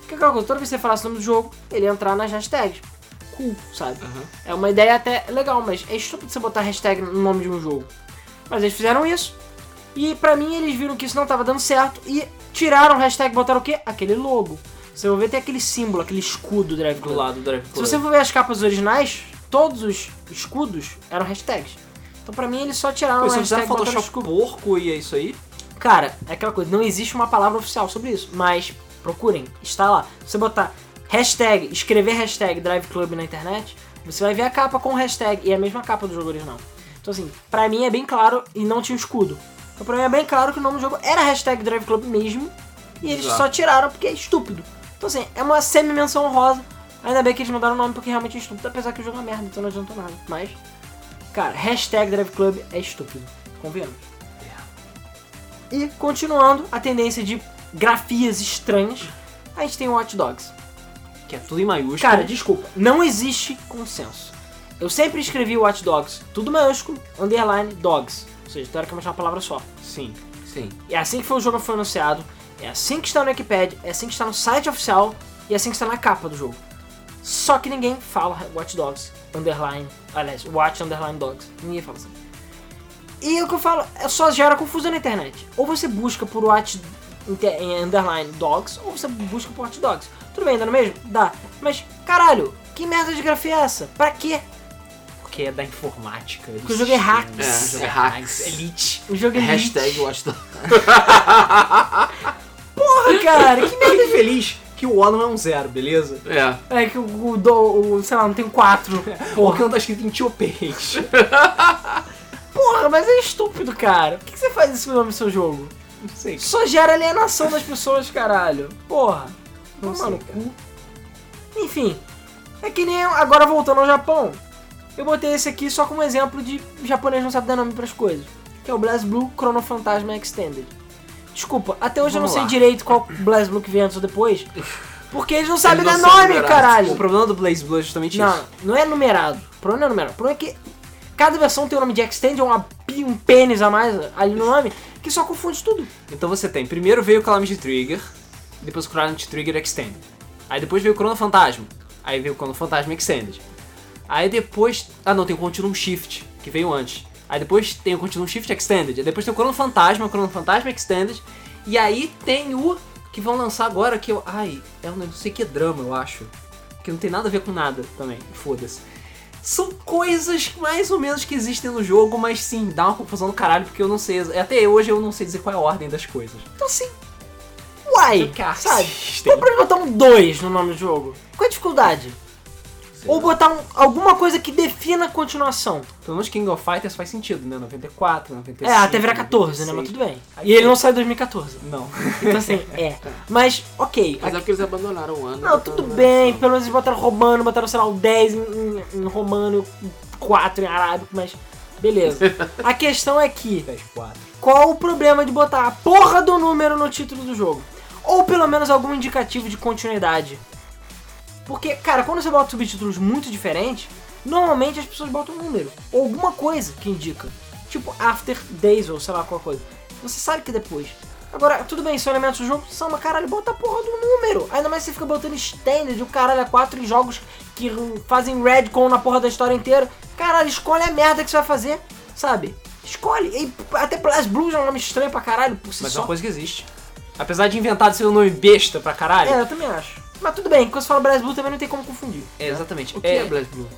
Speaker 2: porque aquela coisa, toda vez que você falasse o nome do jogo, ele ia entrar nas hashtags. Cool, sabe?
Speaker 3: Aham.
Speaker 2: É uma ideia até legal, mas é estúpido você botar hashtag no nome de um jogo. Mas eles fizeram isso. E pra mim eles viram que isso não tava dando certo e tiraram o hashtag e botaram o quê? Aquele logo. Você vai ver tem aquele símbolo, aquele escudo do Drive
Speaker 1: Do
Speaker 2: Club.
Speaker 1: lado do Drive
Speaker 2: Tá. Se
Speaker 1: Club.
Speaker 2: você for ver as capas originais, todos os escudos eram hashtags. Então pra mim eles só tiraram
Speaker 1: Pô,
Speaker 2: o
Speaker 1: se
Speaker 2: hashtag
Speaker 1: você
Speaker 2: e botaram o
Speaker 1: Photoshop
Speaker 2: escudo.
Speaker 1: porco e é isso aí.
Speaker 2: Cara, é aquela coisa, não existe uma palavra oficial sobre isso, mas procurem, está lá. Se você botar hashtag, escrever hashtag Drive Club na internet, você vai ver a capa com hashtag e é a mesma capa do jogo original. Então assim, pra mim é bem claro e não tinha um escudo. Então pra mim é bem claro que o nome do jogo era hashtag Drive Club mesmo e eles
Speaker 3: Exato.
Speaker 2: só tiraram porque é estúpido. Então assim, é uma semi-menção honrosa, ainda bem que eles mudaram o nome porque realmente é estúpido, apesar que o jogo é uma merda, então não adiantou nada. Mas, cara, hashtag Drive Club é estúpido, convenhamos. E continuando a tendência de grafias estranhas, a gente tem o Watch Dogs.
Speaker 1: Que é tudo em maiúsculo.
Speaker 2: Cara, desculpa, não existe consenso. Eu sempre escrevi Watch Dogs, tudo maiúsculo, underline, dogs. Ou seja, teoricamente é uma palavra só.
Speaker 1: Sim.
Speaker 3: Sim.
Speaker 2: E é assim que foi o jogo foi anunciado, é assim que está no Wikipedia, é assim que está no site oficial e é assim que está na capa do jogo. Só que ninguém fala Watch Dogs, underline, aliás, Watch Underline Dogs. Ninguém fala assim. E é o que eu falo, é só gera confusão na internet. Ou você busca por Watch inter- em Underline Dogs, ou você busca por Watch Dogs. Tudo bem, dá no mesmo? Dá. Mas, caralho, que merda de grafia é essa? Pra quê?
Speaker 1: Porque é da informática.
Speaker 2: Porque o jogo é hacks.
Speaker 3: É,
Speaker 1: É,
Speaker 3: é
Speaker 1: hacks.
Speaker 3: hacks.
Speaker 1: Elite.
Speaker 2: O jogo é
Speaker 3: Hashtag
Speaker 2: lixo.
Speaker 3: Watch Dogs.
Speaker 2: Porra, cara, que merda
Speaker 1: Fiquei feliz que o O não é um zero, beleza?
Speaker 3: É.
Speaker 2: É que o, o, do, o sei lá, não tem quatro.
Speaker 1: Porque
Speaker 2: Porra,
Speaker 1: não tá escrito em tio peixe. [LAUGHS]
Speaker 2: porra, mas é estúpido, cara. Por que, que você faz isso no nome do seu jogo?
Speaker 1: Não sei.
Speaker 2: Só gera alienação das pessoas, caralho. Porra.
Speaker 1: Não
Speaker 2: Toma no
Speaker 1: sei, cara.
Speaker 2: cu. Enfim, é que nem eu- agora voltando ao Japão. Eu botei esse aqui só como exemplo de japonês não sabe dar nome pras coisas. Que é o BlazBlue Chrono Fantasma Extended. Desculpa, até hoje
Speaker 1: Vamos
Speaker 2: eu não
Speaker 1: lá.
Speaker 2: sei direito qual BlazBlue que vem antes ou depois. Porque eles não sabem
Speaker 3: não
Speaker 2: dar
Speaker 3: são
Speaker 2: nome,
Speaker 3: numerados.
Speaker 2: caralho.
Speaker 1: O problema do Blaze Blue é justamente
Speaker 2: Não,
Speaker 1: isso.
Speaker 2: não é numerado. O problema não é numerado. O problema é que cada versão tem o nome de Extend ou uma pi- um pênis a mais ali no nome, que só confunde tudo.
Speaker 1: Então você tem, primeiro veio o Calamity Trigger, depois o Calamity Trigger Extended. Aí depois veio o Chrono Fantasma, aí veio o Chrono Fantasma Extended. Aí depois, ah não, tem o Continuum Shift, que veio antes. Aí depois tem o Continuum Shift Extended, aí depois tem o Chrono Fantasma, o Chrono Fantasma Extended, e aí tem o que vão lançar agora que eu, ai, é um não sei que é drama, eu acho, que não tem nada a ver com nada também, foda-se. São coisas mais ou menos que existem no jogo, mas sim, dá uma confusão do caralho, porque eu não sei. exa- Até hoje eu não sei dizer qual é a ordem das coisas.
Speaker 2: Então assim, uai,
Speaker 1: Que é
Speaker 2: sabe?
Speaker 1: assistem.
Speaker 2: Ou pra botar um 2 no nome do jogo? Qual é a dificuldade?
Speaker 3: Sei
Speaker 2: Ou
Speaker 3: lá.
Speaker 2: botar um- alguma coisa que defina a continuação.
Speaker 1: Pelo menos King of Fighters faz sentido, né? 94, 95.
Speaker 2: é, até virar 14, né? Mas tudo bem. E ele não sai em 2014. [LAUGHS]
Speaker 1: Não.
Speaker 2: Então
Speaker 3: [LAUGHS]
Speaker 2: assim, é. Mas, ok.
Speaker 3: Mas é porque eles abandonaram o ano. então é
Speaker 2: Não, tudo bem, pelo menos eles botaram romano, botaram, sei lá, o 10 em, em- em romano, 4 em arábico, mas beleza. A questão é que,
Speaker 1: 10, 4.
Speaker 2: qual o problema de botar a porra do número no título do jogo? Ou pelo menos algum indicativo de continuidade. Porque, cara, quando você bota subtítulos muito diferentes, normalmente as pessoas botam um número, ou alguma coisa que indica. Tipo After Days, ou sei lá, qual coisa. Você sabe que é depois. Agora, tudo bem, são elementos do jogo, são, mas caralho, bota a porra do número. Ainda mais você fica botando standard, o caralho, a quatro em jogos que fazem redcon na porra da história inteira. Caralho, escolhe a merda que você vai fazer, sabe? Escolhe. E até Blast Blue já é um nome estranho pra caralho, por si
Speaker 1: Mas é
Speaker 2: só.
Speaker 1: uma coisa que existe. Apesar de inventado ser um nome besta pra caralho.
Speaker 2: É, eu também acho. Mas tudo bem, quando você fala Blast Blue também não tem como confundir.
Speaker 1: É, exatamente.
Speaker 3: O que
Speaker 1: É,
Speaker 3: é, BlazBlue?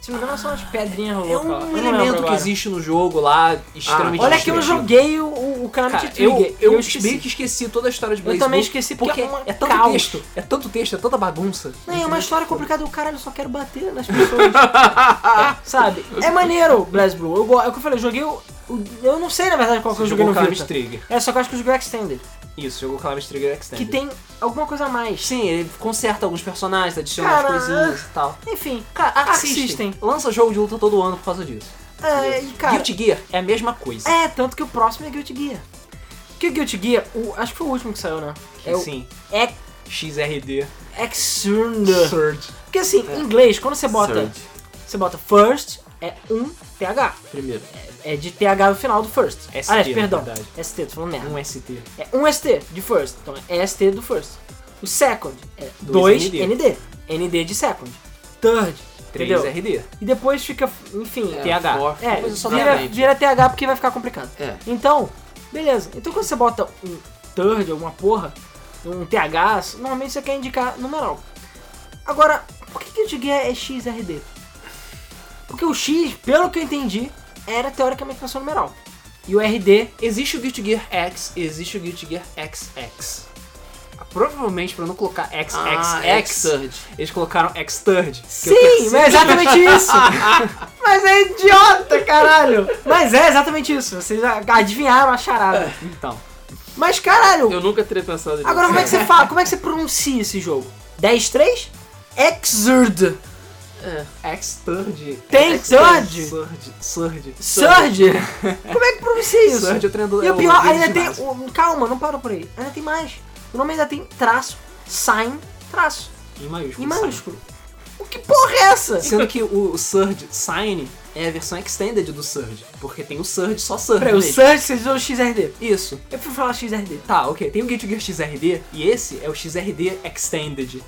Speaker 2: Se não me engano, são umas pedrinhas
Speaker 1: é
Speaker 2: loucas. lá. Eu
Speaker 1: um
Speaker 2: não
Speaker 1: elemento
Speaker 2: lembro
Speaker 1: que
Speaker 2: agora. Ah,
Speaker 1: existe no jogo lá, extremamente
Speaker 2: Olha que eu
Speaker 1: discreto.
Speaker 2: joguei o, o, o Calamity
Speaker 1: Cara, eu,
Speaker 2: Trigger.
Speaker 1: eu,
Speaker 2: e esqueci.
Speaker 1: meio que esqueci toda a história de
Speaker 2: Eu
Speaker 1: Blaze
Speaker 2: também
Speaker 1: Blue,
Speaker 2: esqueci,
Speaker 1: porque
Speaker 2: porque é uma
Speaker 1: é tanto
Speaker 2: caos.
Speaker 1: texto, é tanto texto, é tanta bagunça.
Speaker 2: Não, é uma história complicada. O caralho, eu só quero bater
Speaker 1: [LAUGHS]
Speaker 2: nas pessoas. Sabe? É maneiro, Blaze Blue. Eu, go- é o que eu falei, eu joguei o, o- Eu não sei, na verdade, qual que eu
Speaker 1: Você
Speaker 2: joguei
Speaker 1: jogou
Speaker 2: no
Speaker 1: Calamity
Speaker 2: Vita.
Speaker 1: Trigger.
Speaker 2: É, só que eu acho que eu joguei o Extended.
Speaker 1: Isso, jogo Calamity Trigger Extended.
Speaker 2: que tem alguma coisa a mais.
Speaker 1: Sim, ele conserta alguns personagens, adiciona umas
Speaker 2: Cara,
Speaker 1: coisinhas e tal.
Speaker 2: Enfim,
Speaker 1: Cara,
Speaker 2: Arc
Speaker 1: Arc System.
Speaker 2: System.
Speaker 1: Lança jogo de luta todo ano por causa disso.
Speaker 2: é, e cara,
Speaker 1: Guilty Gear é a mesma coisa.
Speaker 2: é, tanto que o próximo é Guilty Gear. Porque o Guilty Gear, o- acho que foi o último que saiu, né?
Speaker 1: Que,
Speaker 2: É o
Speaker 1: Sim.
Speaker 2: Ex-
Speaker 1: XRD.
Speaker 2: Exurna.
Speaker 1: Surge.
Speaker 2: Porque assim, em inglês, quando você bota,
Speaker 3: Surge.
Speaker 2: você bota first, é um TH.
Speaker 3: Primeiro.
Speaker 2: É de TH no final do first.
Speaker 1: ST,
Speaker 2: Aliás,
Speaker 1: É na
Speaker 2: perdão.
Speaker 1: verdade.
Speaker 2: ST, tô falando merda.
Speaker 1: Um ST.
Speaker 2: É um ST de first. Então é ST do first. O second é
Speaker 1: Dois
Speaker 2: 2
Speaker 1: ND.
Speaker 2: ND. ND de second. Third.
Speaker 1: 3
Speaker 2: entendeu?
Speaker 1: RD.
Speaker 2: E depois fica, enfim.
Speaker 3: É,
Speaker 2: É,
Speaker 1: TH.
Speaker 3: forte,
Speaker 1: mas eu só
Speaker 2: vira,
Speaker 3: exatamente.
Speaker 2: vira TH porque vai ficar complicado.
Speaker 3: É.
Speaker 2: Então, beleza. Então quando você bota um third, alguma porra, um TH, normalmente você quer indicar numeral. Agora, por que, que o Tiguer é XRD? Porque o X, pelo que eu entendi, era teoricamente pra ser um numeral. E o RD,
Speaker 1: Existe o Guilty Gear X e existe o Guilty Gear XX. Provavelmente, pra não colocar
Speaker 3: Ah,
Speaker 1: XXX,
Speaker 3: Surge.
Speaker 1: eles colocaram X-Third.
Speaker 2: sim, mas é exatamente isso. [LAUGHS] mas é idiota, caralho. Mas é exatamente isso. Vocês já adivinharam a charada.
Speaker 1: [LAUGHS] Então,
Speaker 2: Mas caralho,
Speaker 3: Eu nunca teria pensado nisso.
Speaker 2: Agora, como é que você fala? Como é que você pronuncia esse jogo? 10-3? Exurd.
Speaker 1: X-Third.
Speaker 2: Tem
Speaker 1: X-Third,
Speaker 2: Surge?
Speaker 1: Surge. Surge.
Speaker 2: Surge? Como é que pronuncia isso?
Speaker 1: Surge, eu treino
Speaker 2: E
Speaker 1: é
Speaker 2: o pior,
Speaker 1: deles
Speaker 2: ainda tem.
Speaker 1: demais.
Speaker 2: o- calma, não parou por aí. Ainda tem mais. O nome ainda tem traço, sign, traço.
Speaker 1: Em maiúsculo.
Speaker 2: Em
Speaker 1: sabe?
Speaker 2: maiúsculo. O que porra é essa?
Speaker 1: Sendo que o Surge Sign é a versão extended do Surge. Porque tem o Surge, só Surge.
Speaker 2: Peraí, o
Speaker 1: mesmo.
Speaker 2: Surge, vocês usam o XRD.
Speaker 1: Isso.
Speaker 2: Eu fui falar XRD.
Speaker 1: Tá, ok. Tem o Guilty Gear XRD e esse é o XRD Extended.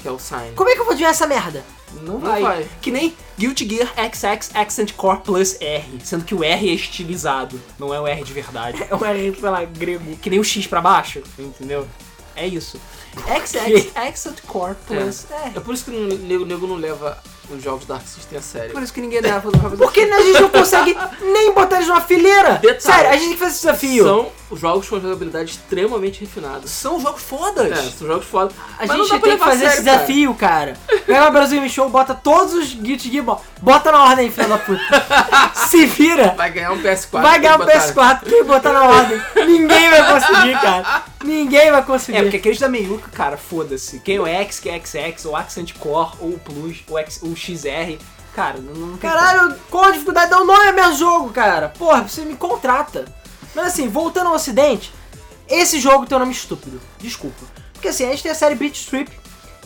Speaker 3: Que é o Sign.
Speaker 2: Como é que eu vou adivinhar essa merda?
Speaker 1: Não
Speaker 3: vai.
Speaker 1: vai. Que nem Guilty Gear XX Accent Core Plus R. Sendo que o R é estilizado, não é o R de verdade.
Speaker 2: É um R, sei lá, grego.
Speaker 1: que nem o X pra baixo, entendeu? É isso. [LAUGHS] XX Accent Core Plus R.
Speaker 3: É por isso que o nego, nego não leva os jogos da Arc System a sério.
Speaker 1: Por isso que ninguém leva do
Speaker 2: Porque a gente
Speaker 1: [LAUGHS]
Speaker 2: não consegue nem botar eles numa fileira.
Speaker 3: Detalhe.
Speaker 2: Sério, a gente tem que fazer esse desafio.
Speaker 3: São jogos com jogabilidade extremamente refinada.
Speaker 1: São jogos
Speaker 3: É,
Speaker 1: fodas.
Speaker 3: são jogos foda.
Speaker 2: A
Speaker 3: Mas não dá
Speaker 2: gente
Speaker 3: pra
Speaker 2: tem que
Speaker 3: levar a
Speaker 2: fazer esse
Speaker 3: sério, cara.
Speaker 2: desafio, cara. Pega o Brasil Game Show, bota todos os Guilty Gear, bo- bota na ordem, filha da
Speaker 3: [LAUGHS]
Speaker 2: puta. Se vira,
Speaker 3: Vai ganhar um PS4.
Speaker 2: vai ganhar o
Speaker 3: tem que botar-
Speaker 2: PS4, quem botar
Speaker 3: [LAUGHS]
Speaker 2: na ordem. Ninguém vai conseguir, cara. Ninguém vai conseguir.
Speaker 1: É, porque aqueles da Meiuca, cara, foda-se. Quem é o X, que é XX, ou Accent Core, ou o Plus, ou, X, ou o XR. Cara, não, não tem
Speaker 2: Caralho, qual a dificuldade? Não, não é meu jogo, cara. Porra, você me contrata. Mas assim, voltando ao ocidente, esse jogo tem um nome estúpido. Desculpa. Porque assim, a gente tem a série Beat Strip,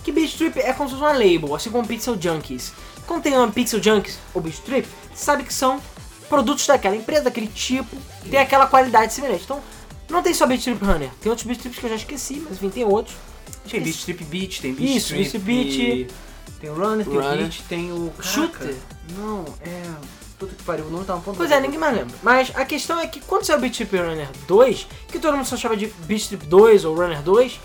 Speaker 2: que Beat Strip é como se fosse uma label, assim como Pixel Junkies. Quando tem o nome Pixel Junkies ou Beat Strip, você sabe que são produtos daquela empresa, daquele tipo, tem aquela qualidade semelhante. Então, não tem só Beat Strip Runner. Tem outros Beat Strips que eu já esqueci, mas enfim, tem outros.
Speaker 1: Tem Beat Strip Beat, tem Beat
Speaker 2: Isso,
Speaker 1: Strip.
Speaker 2: isso, Beat.
Speaker 1: Tem o Runner, tem o
Speaker 3: Runner.
Speaker 1: Beat, tem o. Caraca.
Speaker 2: Shooter?
Speaker 1: Não, é. Puta que pariu, não tá um ponto.
Speaker 2: Pois é, ninguém mais lembra. Mas a questão é que quando saiu o Beat Trip Runner 2, que todo mundo só chama de Beat Trip 2 ou Runner 2,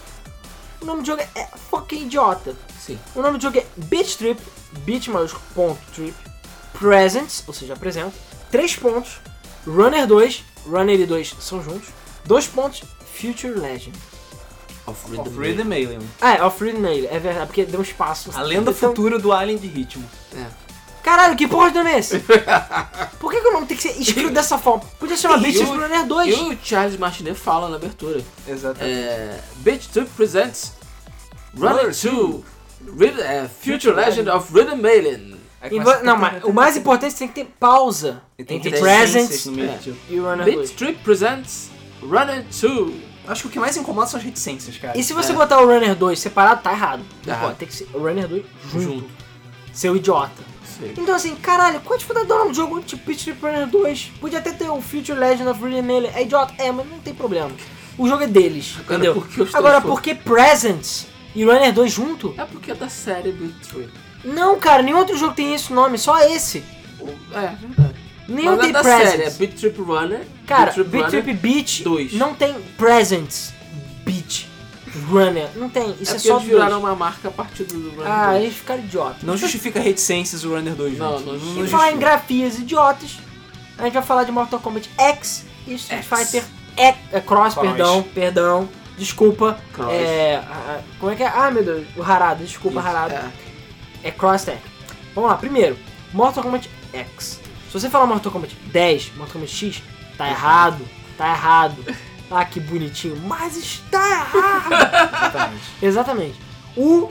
Speaker 2: o nome do jogo é fucking idiota.
Speaker 3: Sim.
Speaker 2: O nome do jogo é Beat Trip, Beat maiúsculo ponto trip, Presents, ou seja, apresenta, 3 pontos, Runner 2, Runner e 2 são juntos, 2 pontos, Future Legend.
Speaker 3: Of
Speaker 1: Of Rhythm Alien.
Speaker 2: Ah, é, Alfred Nail, é verdade, porque deu um espaço.
Speaker 1: A lenda
Speaker 2: Então-
Speaker 1: futura do Alien de ritmo.
Speaker 3: É.
Speaker 2: Caralho, que porra de nome
Speaker 1: [LAUGHS]
Speaker 2: é esse? Por que, que o nome tem que ser escrito dessa forma? Podia chamar
Speaker 3: E
Speaker 2: Beat Trip
Speaker 3: o-
Speaker 2: Runner 2.
Speaker 3: E o Charles Martinet fala na abertura.
Speaker 1: Exatamente.
Speaker 3: É, Beat Trip presents Runner 2 Rhythm- é, Future Legend of Rhythm Alien.
Speaker 2: É.
Speaker 1: É
Speaker 2: E vo- não, mas o mais importante é você tem que ter pausa.
Speaker 1: Tem
Speaker 2: entre
Speaker 1: que ter
Speaker 2: presents
Speaker 1: no meio.
Speaker 3: É.
Speaker 1: tipo.
Speaker 2: e runner
Speaker 3: Beat
Speaker 2: 2.
Speaker 3: Trip presents Runner 2.
Speaker 1: Acho que o que mais incomoda são as reticências, cara.
Speaker 2: E se você
Speaker 3: É.
Speaker 2: botar o runner 2 separado, tá errado. Não
Speaker 3: Tá.
Speaker 2: pode, tem que ser o runner 2 junto.
Speaker 3: Junto.
Speaker 2: Seu idiota.
Speaker 3: Sim.
Speaker 2: Então assim, caralho, qual a dificuldade do nome do jogo? Tipo, Beat Trip Runner 2. Podia até ter o Future Legend of Runner Melee. É idiota? É, mas não tem problema. O jogo é deles,
Speaker 3: Agora,
Speaker 2: entendeu?
Speaker 3: por que os três
Speaker 2: Agora,
Speaker 3: foram?
Speaker 2: por que Presents e Runner 2 junto?
Speaker 3: É porque é da série Beat Trip.
Speaker 2: Não, cara, nenhum outro jogo tem esse nome, só esse.
Speaker 3: O- É, verdade.
Speaker 2: Nenhum
Speaker 3: Mas
Speaker 2: tem
Speaker 3: é da
Speaker 2: Presents.
Speaker 3: série, é Beat Trip Runner.
Speaker 2: Cara,
Speaker 3: Beat Trip
Speaker 2: Beat
Speaker 3: Runner. é
Speaker 2: Trip Beat
Speaker 3: dois.
Speaker 2: não tem presents Beat Runner. Não tem,
Speaker 3: É
Speaker 2: isso é,
Speaker 3: porque
Speaker 2: só
Speaker 3: eles viraram
Speaker 2: dois.
Speaker 3: uma marca a partir do do Runner
Speaker 2: Ah,
Speaker 3: 2.
Speaker 2: eles ficaram idiotas.
Speaker 1: É. Não justifica reticências o Runner 2
Speaker 3: Não,
Speaker 1: junto.
Speaker 3: não
Speaker 2: E
Speaker 3: justifica.
Speaker 2: falar em grafias idiotas, a gente vai falar de Mortal Kombat X e Street
Speaker 3: X.
Speaker 2: Fighter X, é, Cross,
Speaker 1: Cross.
Speaker 2: perdão, perdão, desculpa.
Speaker 3: Cross.
Speaker 2: É, a- a- como é que é? Ah, meu Deus, o Harada, desculpa, Harada.
Speaker 3: É.
Speaker 2: é Crosstech. Vamos lá, primeiro, Mortal Kombat X. Se você falar Mortal Kombat 10, Mortal Kombat X, tá errado, tá errado. Ah, que bonitinho. Mas está errado.
Speaker 1: Exatamente.
Speaker 2: Exatamente. O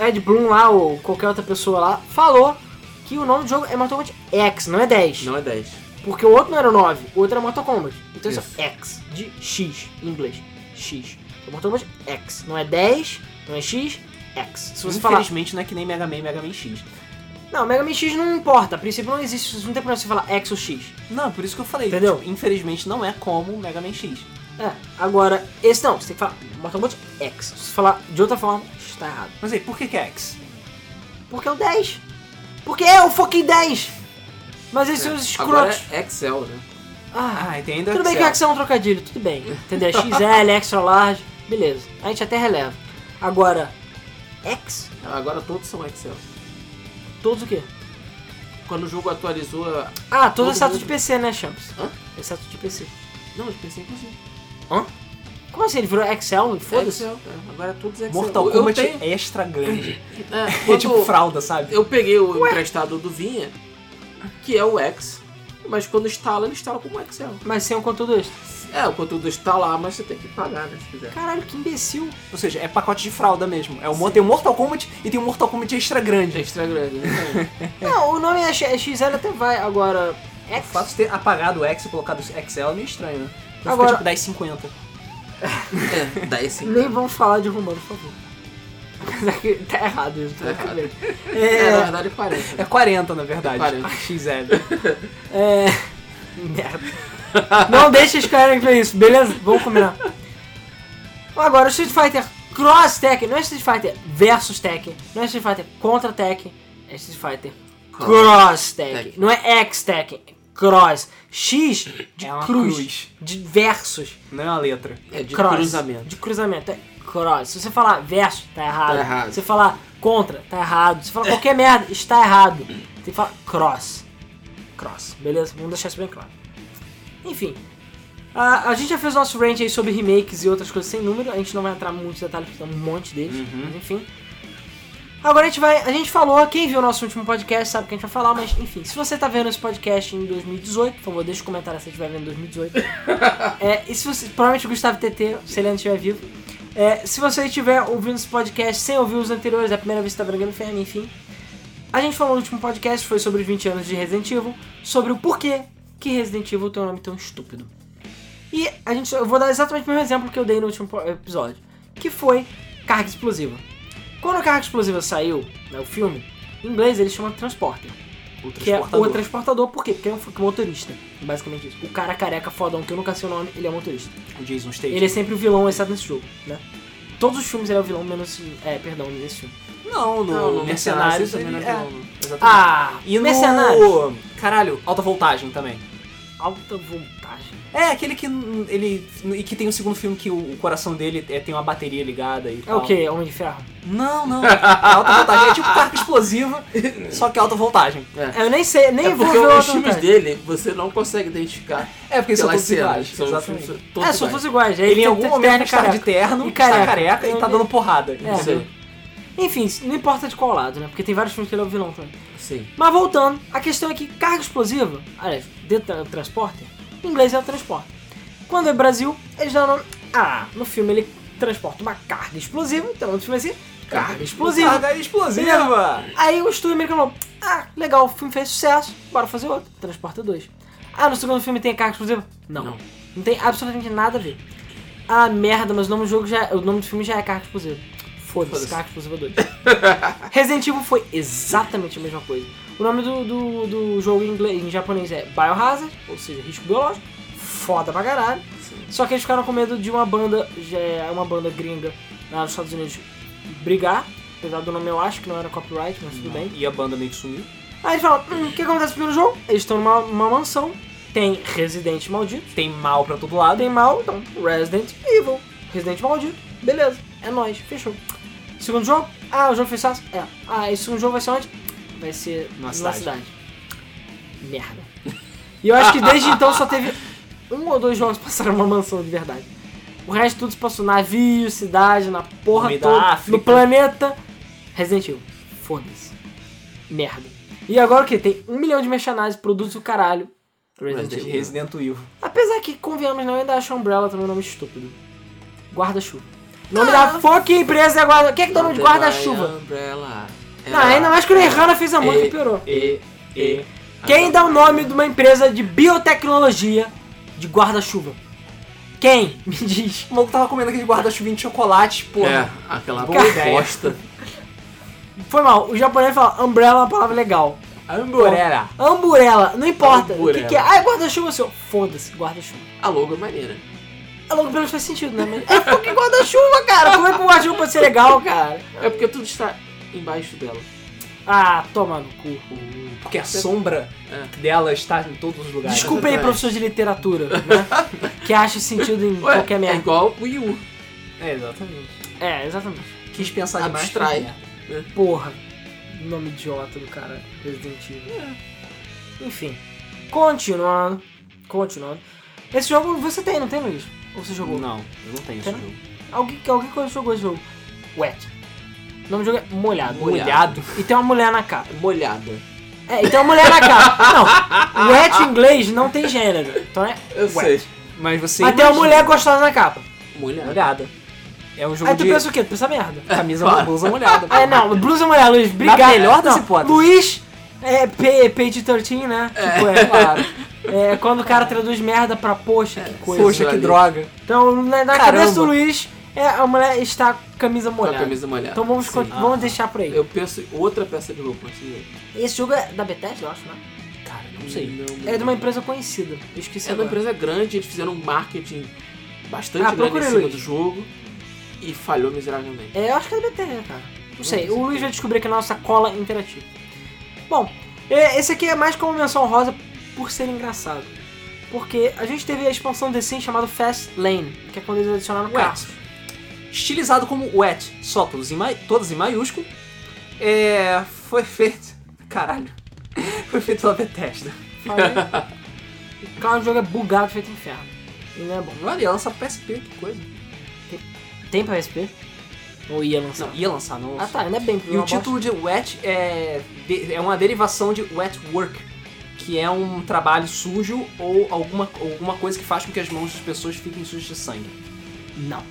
Speaker 2: Ed Bloom lá, ou qualquer outra pessoa lá, falou que o nome do jogo é Mortal Kombat X, não é 10.
Speaker 3: Não é 10.
Speaker 2: Porque o outro não era o 9, o outro era Mortal Kombat. Então isso
Speaker 1: Isso.
Speaker 2: é X, de X, em inglês. X. Então, Mortal Kombat X. Não é 10, não é X, X. Se você falar.
Speaker 1: Infelizmente não é que nem Mega Man e Mega Man X.
Speaker 2: Não, Mega Man X não importa. A princípio não existe, não tem problema você falar X ou X.
Speaker 1: Não, por isso que eu falei.
Speaker 2: Entendeu?
Speaker 1: tipo, infelizmente não é como Mega Man X.
Speaker 2: É, agora, esse não, você tem que falar Mortal Kombat X. Se você falar de outra forma, está errado.
Speaker 1: Mas aí, por que que é X?
Speaker 2: Porque é o 10. Porque é o fucking 10. Mas eles são os
Speaker 3: Agora
Speaker 2: escrotos.
Speaker 3: é Excel, né?
Speaker 2: Ah,
Speaker 1: Ah, tem ainda
Speaker 2: tudo bem que o X é um trocadilho, tudo bem. Entendeu? É XL, extra large, beleza. A gente até releva. Agora, X,
Speaker 3: Agora todos são Excel.
Speaker 2: todos o quê?
Speaker 3: Quando o jogo atualizou. a-
Speaker 2: Ah, todos
Speaker 3: Todo
Speaker 2: exceto de
Speaker 3: mundo.
Speaker 2: PC, né, Champs?
Speaker 3: Hã?
Speaker 2: Exceto de PC.
Speaker 3: Não, eu pensei que sim.
Speaker 2: Como assim? Ele virou Excel? Foda-se.
Speaker 3: Excel. É, agora todos é Excel.
Speaker 1: Mortal
Speaker 3: Eu- eu
Speaker 1: Kombat
Speaker 3: tenho-
Speaker 1: extra
Speaker 2: [COUGHS]
Speaker 1: grande.
Speaker 2: [LAUGHS]
Speaker 3: É,
Speaker 1: É
Speaker 3: quando
Speaker 1: tipo fralda, sabe?
Speaker 3: eu peguei o emprestado do Vinha, que é o X, mas quando instala, ele instala como Excel.
Speaker 2: Mas sem um conteúdo extra.
Speaker 3: É, o conteúdo está lá, mas você tem que pagar, né? Se quiser.
Speaker 2: Caralho, que imbecil.
Speaker 1: Ou seja, é pacote de fralda mesmo. É o, mo- tem o Mortal Kombat e tem o Mortal Kombat extra
Speaker 3: É
Speaker 1: grande.
Speaker 3: extra grande, né?
Speaker 2: [LAUGHS] Não, o nome é X- é XL até vai. Agora,
Speaker 1: O
Speaker 2: X.
Speaker 1: fato de É ter apagado o X e colocado o Excel é meio estranho, né? Vai
Speaker 2: Agora-
Speaker 1: ficar tipo 10,50.
Speaker 3: é, dá esse.
Speaker 2: Nem vamos falar de romano, por favor. [LAUGHS] Apesar que tá errado isso, tá
Speaker 3: errado.
Speaker 2: bem.
Speaker 3: É, na
Speaker 1: É,
Speaker 3: verdade, 40.
Speaker 1: é 40, na verdade. Ah,
Speaker 3: 40.
Speaker 2: [LAUGHS]
Speaker 1: XL.
Speaker 2: É. Merda. Não deixa os caras ver isso, beleza? Vamos combinar. Agora, Street Fighter Cross Tekken, não é Street Fighter versus Tekken, não é Street Fighter contra Tekken, é Street Fighter Cross Tekken.
Speaker 3: Tekken.
Speaker 2: Não é X Tekken, é Cross. X de
Speaker 1: É uma
Speaker 2: cruz,
Speaker 1: cruz.
Speaker 2: de versus.
Speaker 1: Não é uma letra.
Speaker 3: É de
Speaker 2: cross,
Speaker 3: cruzamento.
Speaker 2: De cruzamento, é cross. Se você falar versus, tá errado.
Speaker 3: Tá errado.
Speaker 2: Se você falar contra, tá errado. Se você falar qualquer merda, está errado. Tem que falar cross. Cross, beleza? Vamos deixar isso bem claro. Enfim. A, a gente já fez nosso range aí sobre remakes e outras coisas sem número. A gente não vai entrar muito em detalhes, porque tem um monte deles.
Speaker 3: Uhum.
Speaker 2: Mas enfim. Agora a gente vai. A gente falou, quem viu o nosso último podcast sabe o que a gente vai falar, mas enfim, se você tá vendo esse podcast em 2018, por favor, deixa o comentário se você estiver vendo em 2018. É, e se você. Provavelmente o Gustavo TT, se ele ainda estiver vivo. É, se você estiver ouvindo esse podcast sem ouvir os anteriores, é a primeira vez que você tá brigando ferro, enfim. A gente falou no último podcast, foi sobre os 20 anos de Resident Evil, sobre o porquê que Resident Evil tem um nome tão estúpido. E a gente, eu vou dar exatamente o mesmo exemplo que eu dei no último po- episódio, que foi carga explosiva. Quando a carga explosiva saiu, né, o filme, em inglês ele chama Transporter,
Speaker 1: O
Speaker 2: que é
Speaker 1: transportador.
Speaker 2: o transportador, por quê? Porque é um f- motorista, basicamente isso. O cara careca fodão, que eu nunca sei o nome, ele é motorista.
Speaker 1: O Jason Statham.
Speaker 2: Ele é sempre o vilão, exceto nesse jogo, né? Todos os filmes ele é o vilão, menos. É, perdão, nesse filme.
Speaker 1: Não, no,
Speaker 3: Não, no
Speaker 1: Mercenários
Speaker 3: Mercenários ele
Speaker 1: ele
Speaker 3: também
Speaker 1: é.
Speaker 3: não é vilão.
Speaker 1: Exatamente.
Speaker 2: Ah!
Speaker 1: e no...
Speaker 2: Mercenário!
Speaker 1: Caralho, Alta Voltagem também.
Speaker 2: Alta vontade.
Speaker 1: É, aquele que hum, ele... E que tem o segundo filme que o, o coração dele é, tem uma bateria ligada e
Speaker 2: É
Speaker 1: tal.
Speaker 2: o quê? Homem de Ferro?
Speaker 1: Não, não. A alta voltagem é tipo carga [LAUGHS] explosiva, só que alta voltagem.
Speaker 2: É, Eu nem sei, nem
Speaker 3: É
Speaker 2: vou ver
Speaker 3: porque
Speaker 2: o
Speaker 3: os
Speaker 2: Alta
Speaker 3: filmes
Speaker 2: Vontade.
Speaker 3: dele você não consegue identificar
Speaker 1: É, porque são
Speaker 3: pelas
Speaker 1: todos
Speaker 3: cenas.
Speaker 1: iguais.
Speaker 3: São
Speaker 1: exatamente.
Speaker 3: todos
Speaker 2: É,
Speaker 3: iguais.
Speaker 2: são todos iguais.
Speaker 1: Ele em
Speaker 2: tem-
Speaker 1: algum
Speaker 2: tem
Speaker 1: momento
Speaker 2: terno e
Speaker 1: está de
Speaker 2: careca.
Speaker 1: terno,
Speaker 2: E
Speaker 1: está
Speaker 2: careca.
Speaker 1: careca e tá dando porrada.
Speaker 2: É.
Speaker 3: Isso aí.
Speaker 2: Enfim, não importa de qual lado, né? Porque tem vários filmes que ele é o vilão também.
Speaker 3: Sim.
Speaker 2: Mas voltando, a questão é que carga explosiva, aliás, de tra transporter, em inglês é o transporte. Quando é Brasil, eles dão o nome. Ah, no filme ele transporta uma carga explosiva, então no filme vai ser carga explosiva.
Speaker 1: Carga explosiva!
Speaker 2: Aí o estúdio americano falou: Ah, legal, o filme fez sucesso, bora fazer outro. Transporta 2. Ah, no segundo filme tem a carga explosiva? Não. Não,
Speaker 3: Não.
Speaker 2: tem absolutamente nada a ver. Ah, merda, mas o nome do jogo já. O nome do filme já é carga explosiva. Foda-se,
Speaker 3: Foda-se.
Speaker 2: carga explosiva 2. é [LAUGHS] Resident Evil foi exatamente a mesma coisa. O nome do, do, do jogo em, inglês, em japonês é Biohazard, ou seja, risco biológico. Foda pra caralho.
Speaker 3: Sim.
Speaker 2: Só que eles ficaram com medo de uma banda, já- é uma banda gringa lá nos Estados Unidos brigar. Apesar do nome eu acho que não era copyright, mas tudo bem.
Speaker 1: E a banda meio que sumiu.
Speaker 2: Aí eles falam, "Hum, o que acontece no primeiro jogo? Eles estão numa, numa mansão, tem residente maldito,
Speaker 1: Tem mal pra todo lado.
Speaker 2: tem mal, então Resident Evil, residente maldito, beleza, é nóis, fechou. Segundo jogo, ah, o jogo fez fácil? É. Ah, esse segundo jogo vai ser onde? Vai ser
Speaker 1: Numa
Speaker 2: na
Speaker 1: cidade.
Speaker 2: cidade. Merda. E eu acho que desde então só teve um ou dois jogos que passaram uma mansão de verdade. O resto tudo se passou navio, cidade, na porra
Speaker 1: meio da
Speaker 2: toda,
Speaker 1: África.
Speaker 2: no planeta. Resident Evil. Foda-se. Merda. E agora o que? Tem um milhão de merchandise, produtos do caralho. Resident Evil.
Speaker 1: Resident Evil.
Speaker 2: Apesar que, convenhamos, não, eu ainda acho Umbrella também um nome estúpido. Guarda-chuva. O nome da fucking empresa é guarda-chuva. Quem é que dá o nome de guarda-chuva?
Speaker 3: Umbrella.
Speaker 2: Não, ainda mais
Speaker 3: é.
Speaker 2: que é o Nirvana fez a música
Speaker 3: E-
Speaker 2: e piorou.
Speaker 3: E, e,
Speaker 2: Quem dá o nome de uma empresa de biotecnologia de guarda-chuva? Quem? [LAUGHS] Me diz.
Speaker 1: O maluco tava comendo aquele guarda-chuvinho de chocolate, porra.
Speaker 3: É, aquela
Speaker 1: Boa ideia.
Speaker 3: bosta.
Speaker 2: Foi mal, o japonês fala umbrella é uma palavra legal.
Speaker 1: É. Amborera.
Speaker 2: Amburela, não importa. O que
Speaker 3: Amburela.
Speaker 2: que, é? Ah, é guarda-chuva seu. Foda-se, guarda-chuva.
Speaker 3: A logo é maneira.
Speaker 2: A logo pelo menos faz sentido, né? Mas é fucking guarda-chuva, cara. Como é que o guarda-chuva pode ser legal, cara?
Speaker 3: É porque tudo está embaixo dela.
Speaker 2: Ah, toma no cu.
Speaker 1: Porque a sombra
Speaker 3: É.
Speaker 1: dela está em todos os lugares.
Speaker 2: Desculpa aí,
Speaker 3: verdade.
Speaker 2: professor de literatura, né? que acha sentido em
Speaker 3: Ué,
Speaker 2: qualquer
Speaker 3: é
Speaker 2: merda.
Speaker 3: igual o Wii U.
Speaker 1: É, exatamente.
Speaker 2: É, exatamente.
Speaker 1: Quis pensar demais.
Speaker 3: Abstrai.
Speaker 1: né?
Speaker 2: Porra, nome idiota do cara, Resident Evil.
Speaker 1: É.
Speaker 2: Enfim, continuando. Continuando. Esse jogo você tem, não tem, Luiz? Ou você jogou?
Speaker 1: Não, eu não tenho esse
Speaker 2: Pera.
Speaker 1: jogo.
Speaker 2: Alguém, alguém quando jogou esse jogo? Wet. O nome do jogo é Molhado.
Speaker 1: Molhado.
Speaker 2: E tem uma mulher na capa.
Speaker 3: Molhada.
Speaker 2: É, e tem uma mulher na capa. Não, wet em inglês não tem gênero. Então é.
Speaker 3: Eu
Speaker 2: Ué.
Speaker 3: sei.
Speaker 1: Mas você.
Speaker 2: Mas tem uma
Speaker 1: imagina.
Speaker 2: mulher gostosa na capa.
Speaker 3: Molhada.
Speaker 1: Molhada. É um jogo
Speaker 2: Aí tu
Speaker 1: de
Speaker 2: pensa o quê? Tu pensa merda.
Speaker 1: camisa
Speaker 3: Fala.
Speaker 1: blusa
Speaker 2: [LAUGHS]
Speaker 1: molhada.
Speaker 2: Ah, não, blusa mulher, Luiz, obrigado.
Speaker 1: Na melhor das
Speaker 2: não,
Speaker 1: hipóteses.
Speaker 2: Luiz é P- PG-13, né? Tipo, é, claro.
Speaker 1: [LAUGHS]
Speaker 2: É, quando o cara traduz merda pra poxa, que coisa.
Speaker 1: Poxa, que
Speaker 3: ali.
Speaker 1: droga.
Speaker 2: Então, na, na
Speaker 1: Caramba.
Speaker 2: cabeça do Luiz, é, a mulher está com a camisa
Speaker 3: Com
Speaker 2: molhada.
Speaker 3: a camisa molhada.
Speaker 2: Então vamos,
Speaker 3: Sim.
Speaker 2: con- vamos
Speaker 1: Ah.
Speaker 2: deixar por aí.
Speaker 3: Eu penso em outra peça de roupa. assim.
Speaker 2: Esse jogo é da Bethesda, eu acho, né?
Speaker 1: Cara, não sei.
Speaker 3: Não-
Speaker 2: É de uma empresa conhecida. Eu esqueci
Speaker 3: É uma
Speaker 2: agora.
Speaker 3: empresa grande, eles fizeram um marketing bastante
Speaker 2: Ah,
Speaker 3: grande
Speaker 2: procura
Speaker 3: em
Speaker 2: aí,
Speaker 3: cima
Speaker 2: Luiz.
Speaker 3: do jogo e falhou miseravelmente.
Speaker 2: É, eu acho que é da Bethesda, cara. Não sei,
Speaker 3: Não
Speaker 2: o
Speaker 3: sei.
Speaker 2: Luiz vai descobrir aqui na nossa cola interativa. Bom, é, esse aqui é mais como menção rosa por ser engraçado. Porque a gente teve a expansão The Sims chamada Fast Lane, que é quando eles adicionaram
Speaker 1: Ué.
Speaker 2: carros.
Speaker 1: Estilizado como wet, só todos em, mai... todos em maiúsculo. É. Foi feito. Caralho. [LAUGHS] Foi feito pela Bethesda.
Speaker 2: Falei. o carro do jogo é bugado, feito inferno. E não é bom.
Speaker 1: Olha, ia lançar pro PSP, que coisa.
Speaker 2: Tem pra PSP? Ou ia lançar?
Speaker 1: Não, ia lançar, não.
Speaker 2: Ah
Speaker 1: lançou.
Speaker 2: tá, ainda bem. porque
Speaker 1: E
Speaker 2: é
Speaker 1: o
Speaker 2: uma bosta.
Speaker 1: título de wet é, de- é uma derivação de wet work, que é um trabalho sujo ou alguma, alguma coisa que faz com que as mãos das pessoas fiquem sujas de sangue.
Speaker 2: Não.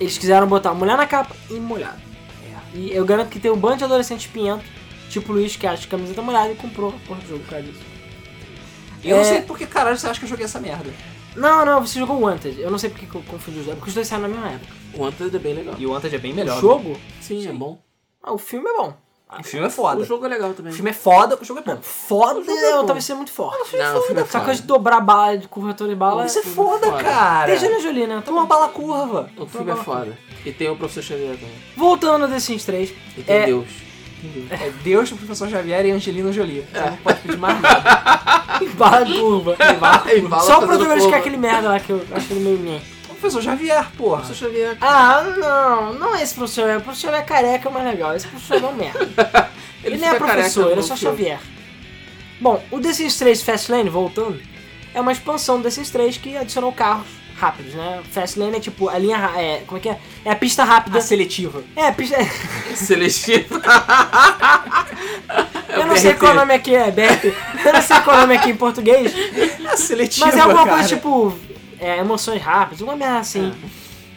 Speaker 2: Eles quiseram botar mulher na capa e molhado.
Speaker 1: É.
Speaker 2: E eu garanto que tem um bando de adolescente pinhento, tipo o Luiz, que acha camiseta molhada e comprou a porra do jogo por causa disso.
Speaker 1: Eu
Speaker 2: É.
Speaker 1: não sei por que caralho você acha que eu joguei essa merda.
Speaker 2: Não, não, você jogou Wanted. Eu não sei porque que eu confundi os dois, É porque os dois saíram na mesma época.
Speaker 3: O Wanted é bem legal.
Speaker 1: E o Wanted é bem
Speaker 2: o
Speaker 1: melhor.
Speaker 2: jogo?
Speaker 3: Sim, é bom.
Speaker 2: Ah, o filme é bom.
Speaker 1: O filme é foda.
Speaker 3: O jogo é legal também.
Speaker 1: O filme é foda, o jogo é bom.
Speaker 2: Foda, né,
Speaker 1: O jogo é bom.
Speaker 2: talvez seja muito forte.
Speaker 3: Não, o filme é
Speaker 2: Essa
Speaker 3: foda.
Speaker 2: coisa de dobrar bala, de curvatura de bala.
Speaker 1: Isso é
Speaker 2: Desde
Speaker 3: filme
Speaker 1: foda,
Speaker 3: foda.
Speaker 1: cara.
Speaker 2: Angelina Jolie, né? Tá
Speaker 1: Toma uma
Speaker 2: bom.
Speaker 1: bala curva.
Speaker 3: O filme é foda. E tem o Professor Xavier também.
Speaker 2: Voltando a The Sims 3.
Speaker 3: E tem
Speaker 2: É. [LAUGHS]
Speaker 3: Deus.
Speaker 1: É Deus, o professor Xavier e Angelina Jolie. Você não pode pedir mais nada. [LAUGHS]
Speaker 2: Ah. [LAUGHS] bala curva.
Speaker 3: E fala
Speaker 2: Só o
Speaker 3: fazendo
Speaker 2: protagonista que é
Speaker 3: curva.
Speaker 2: aquele merda lá que eu acho ele meio meh.
Speaker 1: O professor Xavier, porra.
Speaker 3: Professor Xavier.
Speaker 2: Ah, não, não é esse professor. O professor é careca, é mais legal. Esse professor é um merda. Ele, não é professor,
Speaker 3: fica careca
Speaker 2: ele é
Speaker 3: no
Speaker 2: só
Speaker 3: filme.
Speaker 2: Xavier. Bom, o The Sims 3 Fastlane, voltando, é uma expansão do The Sims 3 que adicionou carros rápidos, né? Fastlane é tipo a linha. ra- É, como é que é? É a pista rápida.
Speaker 3: Ah,
Speaker 1: A seletiva.
Speaker 2: É, a pista. [LAUGHS]
Speaker 3: [LAUGHS] Celestino.
Speaker 2: eu não sei
Speaker 3: BRT.
Speaker 2: qual nome aqui é, Bert. Eu não sei qual nome aqui em
Speaker 3: [LAUGHS]
Speaker 2: português.
Speaker 1: A seletiva,
Speaker 2: Mas é alguma
Speaker 1: cara.
Speaker 2: coisa tipo. É, emoções rápidas, uma merda assim.
Speaker 3: É.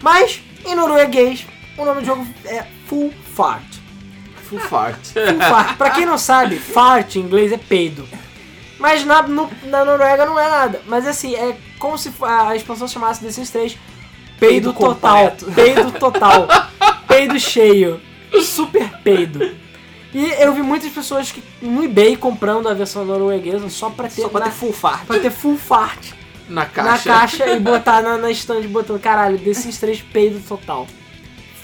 Speaker 2: Mas, em norueguês, o nome do jogo é Full Fart.
Speaker 3: Full fart. [LAUGHS]
Speaker 2: Um fart. Pra quem não sabe, fart em inglês é peido. Mas na, no- na Noruega não é nada. Mas assim, é como se fo- a expansão chamasse The Sims 3
Speaker 1: Peido
Speaker 2: peido, total.
Speaker 1: completo. [LAUGHS]
Speaker 2: Peido total. peido cheio. Super peido. E eu vi muitas pessoas que no eBay comprando a versão norueguesa só pra ter,
Speaker 1: Só pra
Speaker 2: na-
Speaker 1: ter full fart.
Speaker 2: pra ter full fart
Speaker 3: Na
Speaker 2: na
Speaker 3: caixa.
Speaker 2: caixa e botar na, na stand botando, caralho, desses três peido total.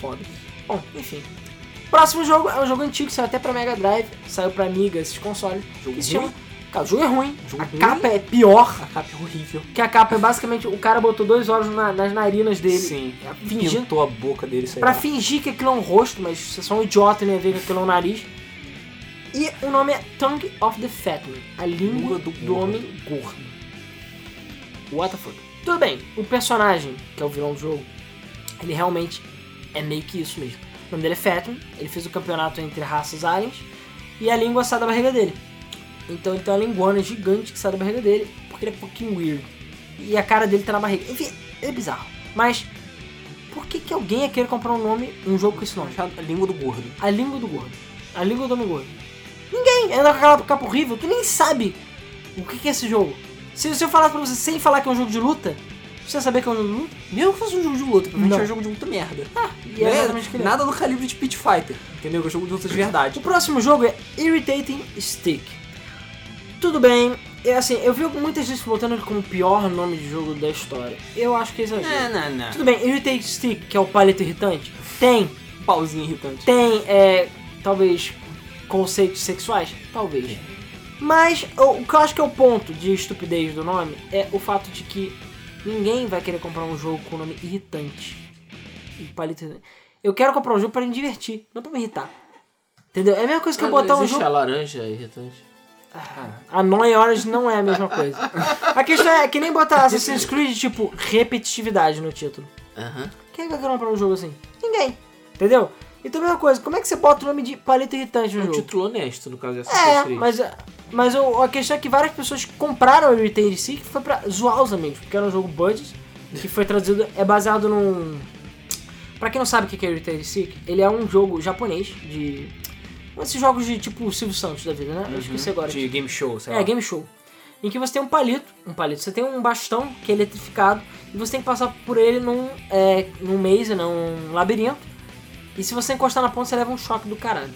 Speaker 2: Foda. Bom, enfim. Próximo jogo é um jogo antigo, saiu até pra Mega Drive, saiu pra Amiga, esses consoles.
Speaker 1: Jogo
Speaker 2: que se
Speaker 1: ruim.
Speaker 2: chama... Cara, o jogo é ruim,
Speaker 1: Jogo
Speaker 2: a
Speaker 1: ruim.
Speaker 2: capa é pior,
Speaker 1: A capa é horrível.
Speaker 2: que a capa é basicamente o cara botou dois olhos na- nas narinas dele.
Speaker 1: Sim.
Speaker 2: Fingindo.
Speaker 1: Pintou a boca dele, sei
Speaker 2: Pra
Speaker 1: lá.
Speaker 2: fingir que aquilo é um rosto, mas você é só um idiota e não ia ver que aquilo é um nariz. E o nome é Tongue of the Fat Man, a língua
Speaker 1: Língua
Speaker 2: do,
Speaker 1: do gordo.
Speaker 2: homem gordo. What the fuck? Tudo bem, o personagem, que é o vilão do jogo, ele realmente é meio que isso mesmo. O nome dele é Fatman, ele fez o campeonato entre raças aliens e a língua sai da barriga dele. Então ele tem uma linguana gigante que sai da barriga dele, porque ele é fucking weird. E a cara dele tá na barriga. Enfim, é bizarro. Mas por que, que alguém ia querer comprar um nome, um jogo com esse nome?
Speaker 1: Chama- Língua do gordo.
Speaker 2: A língua do gordo. A língua do homem gordo. Ninguém! Ainda com aquela capa horrível, tu nem sabe o que, que é esse jogo. Se, se eu falasse pra você sem falar que é um jogo de luta, você ia saber que é um jogo de luta?
Speaker 1: Mesmo que fosse um jogo de luta, provavelmente
Speaker 2: Não.
Speaker 1: é um jogo de luta merda.
Speaker 2: E é
Speaker 1: Né?
Speaker 2: exatamente o que ele é.
Speaker 1: Nada do calibre de Pit Fighter, entendeu? Que é um jogo de luta de verdade.
Speaker 2: O próximo jogo é Irritating Stick. Tudo bem, é assim, eu vi muitas gente botando ele como o pior nome de jogo da história. Eu acho que é exagero.
Speaker 1: não, não.
Speaker 2: Tudo bem, Irritating Stick, que é o palito irritante, tem,
Speaker 1: Pauzinho irritante.
Speaker 2: tem, é, talvez, conceitos sexuais? Talvez. Mas o, o que eu acho que é o ponto de estupidez do nome é o fato de que ninguém vai querer comprar um jogo com o nome irritante. E palito irritante. Eu quero comprar um jogo para me divertir, não para me irritar. Entendeu? É a mesma coisa que eu
Speaker 3: Cara,
Speaker 2: botar um
Speaker 3: existe
Speaker 2: jogo.
Speaker 3: a laranja irritante.
Speaker 2: A Annoying Orange não é a mesma coisa. A questão é que nem botar Assassin's Creed, tipo, repetitividade no título.
Speaker 3: Aham.
Speaker 2: Quem vai querer comprar um jogo assim? Ninguém. Entendeu? Então, a mesma coisa, como é que você bota o nome de palito irritante
Speaker 3: É
Speaker 2: no
Speaker 3: um
Speaker 2: jogo?
Speaker 3: título honesto, no caso de Assassin's
Speaker 2: É,
Speaker 3: Creed.
Speaker 2: mas, mas o- a questão é que várias pessoas compraram o Irritated Sea que foi pra zoar os amigos, porque era um jogo budget, que foi traduzido, é baseado num... Pra quem não sabe o que é Irritated Sea, ele é um jogo japonês de... Um desses jogos de tipo Silvio Santos da vida,
Speaker 3: Uhum.
Speaker 2: né? Eu esqueci agora.
Speaker 1: De game show, sei lá.
Speaker 2: É, game show. Em que você tem um palito, um palito, você tem um bastão que é eletrificado e você tem que passar por ele num, é, num maze, num labirinto. E se você encostar na ponta, você leva um choque do caralho.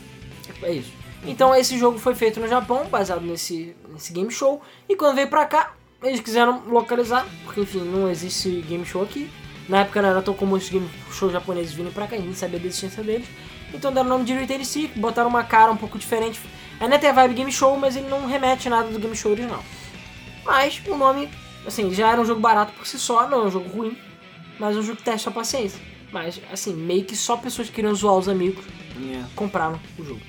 Speaker 2: É isso. Então esse jogo foi feito no Japão, baseado nesse, nesse game show. E quando veio pra cá, eles quiseram localizar, porque enfim, não existe game show aqui. Na época não era tão comum esses game shows japoneses virem pra cá, a gente sabia da existência deles. Então deram o nome de Retail Seek, botaram uma cara um pouco diferente. Ainda tem a vibe game show, mas ele não remete nada do game show original. Mas o nome, assim, já era um jogo barato por si só, não é um jogo ruim, mas é um jogo que testa a paciência. Mas, assim, meio que só pessoas que queriam zoar os amigos
Speaker 1: É.
Speaker 2: compraram o jogo.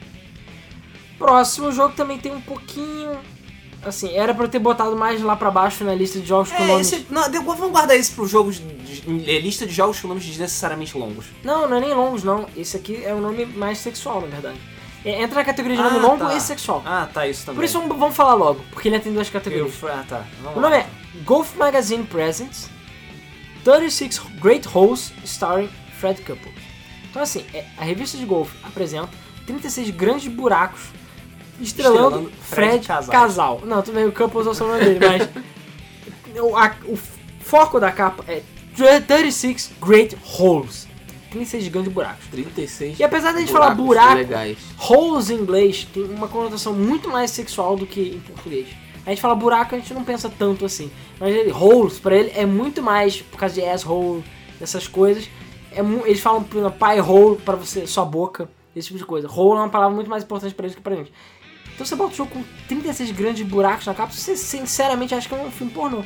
Speaker 2: Próximo jogo também tem um pouquinho. Assim, era pra eu ter botado mais lá pra baixo na lista de jogos com
Speaker 1: É,
Speaker 2: nomes.
Speaker 1: esse, não, de- vamos guardar isso para jogos. de- de- lista de jogos com nomes desnecessariamente longos.
Speaker 2: Não, não é nem longos, não. Esse aqui é o nome mais sexual, na verdade. É, entra na categoria de nome
Speaker 1: Ah,
Speaker 2: longo
Speaker 1: tá.
Speaker 2: e sexual.
Speaker 1: Ah, tá, isso também.
Speaker 2: Por isso vamos, vamos falar logo, porque ele entra em duas
Speaker 1: eu.
Speaker 2: categorias.
Speaker 1: Ah, tá. Vamos
Speaker 2: O
Speaker 1: lá.
Speaker 2: nome é Golf Magazine Presents 36 Great Holes Starring Fred Couples. Então assim, é- a revista de golfe apresenta 36 grandes buracos estrelando,
Speaker 1: Estrelando Fred
Speaker 2: Fred,
Speaker 1: Casal.
Speaker 2: Casal. Não, tudo bem, o Couples é o sobrenome dele, mas o, a- o foco da capa é 36 Great Holes. 36 grandes buracos.
Speaker 3: 36
Speaker 2: E apesar da gente
Speaker 3: buracos
Speaker 2: falar buraco,
Speaker 3: legais.
Speaker 2: Holes em inglês tem uma conotação muito mais sexual do que em português. A gente fala buraco, a gente não pensa tanto assim. Mas ele, holes, pra ele, é muito mais por causa de asshole, dessas coisas. É mu- eles falam por exemplo, pie hole pra você, sua boca, esse tipo de coisa. Hole é uma palavra muito mais importante pra eles que pra gente. Então você bota o jogo com 36 grandes buracos na capa, você sinceramente acha que é um filme pornô.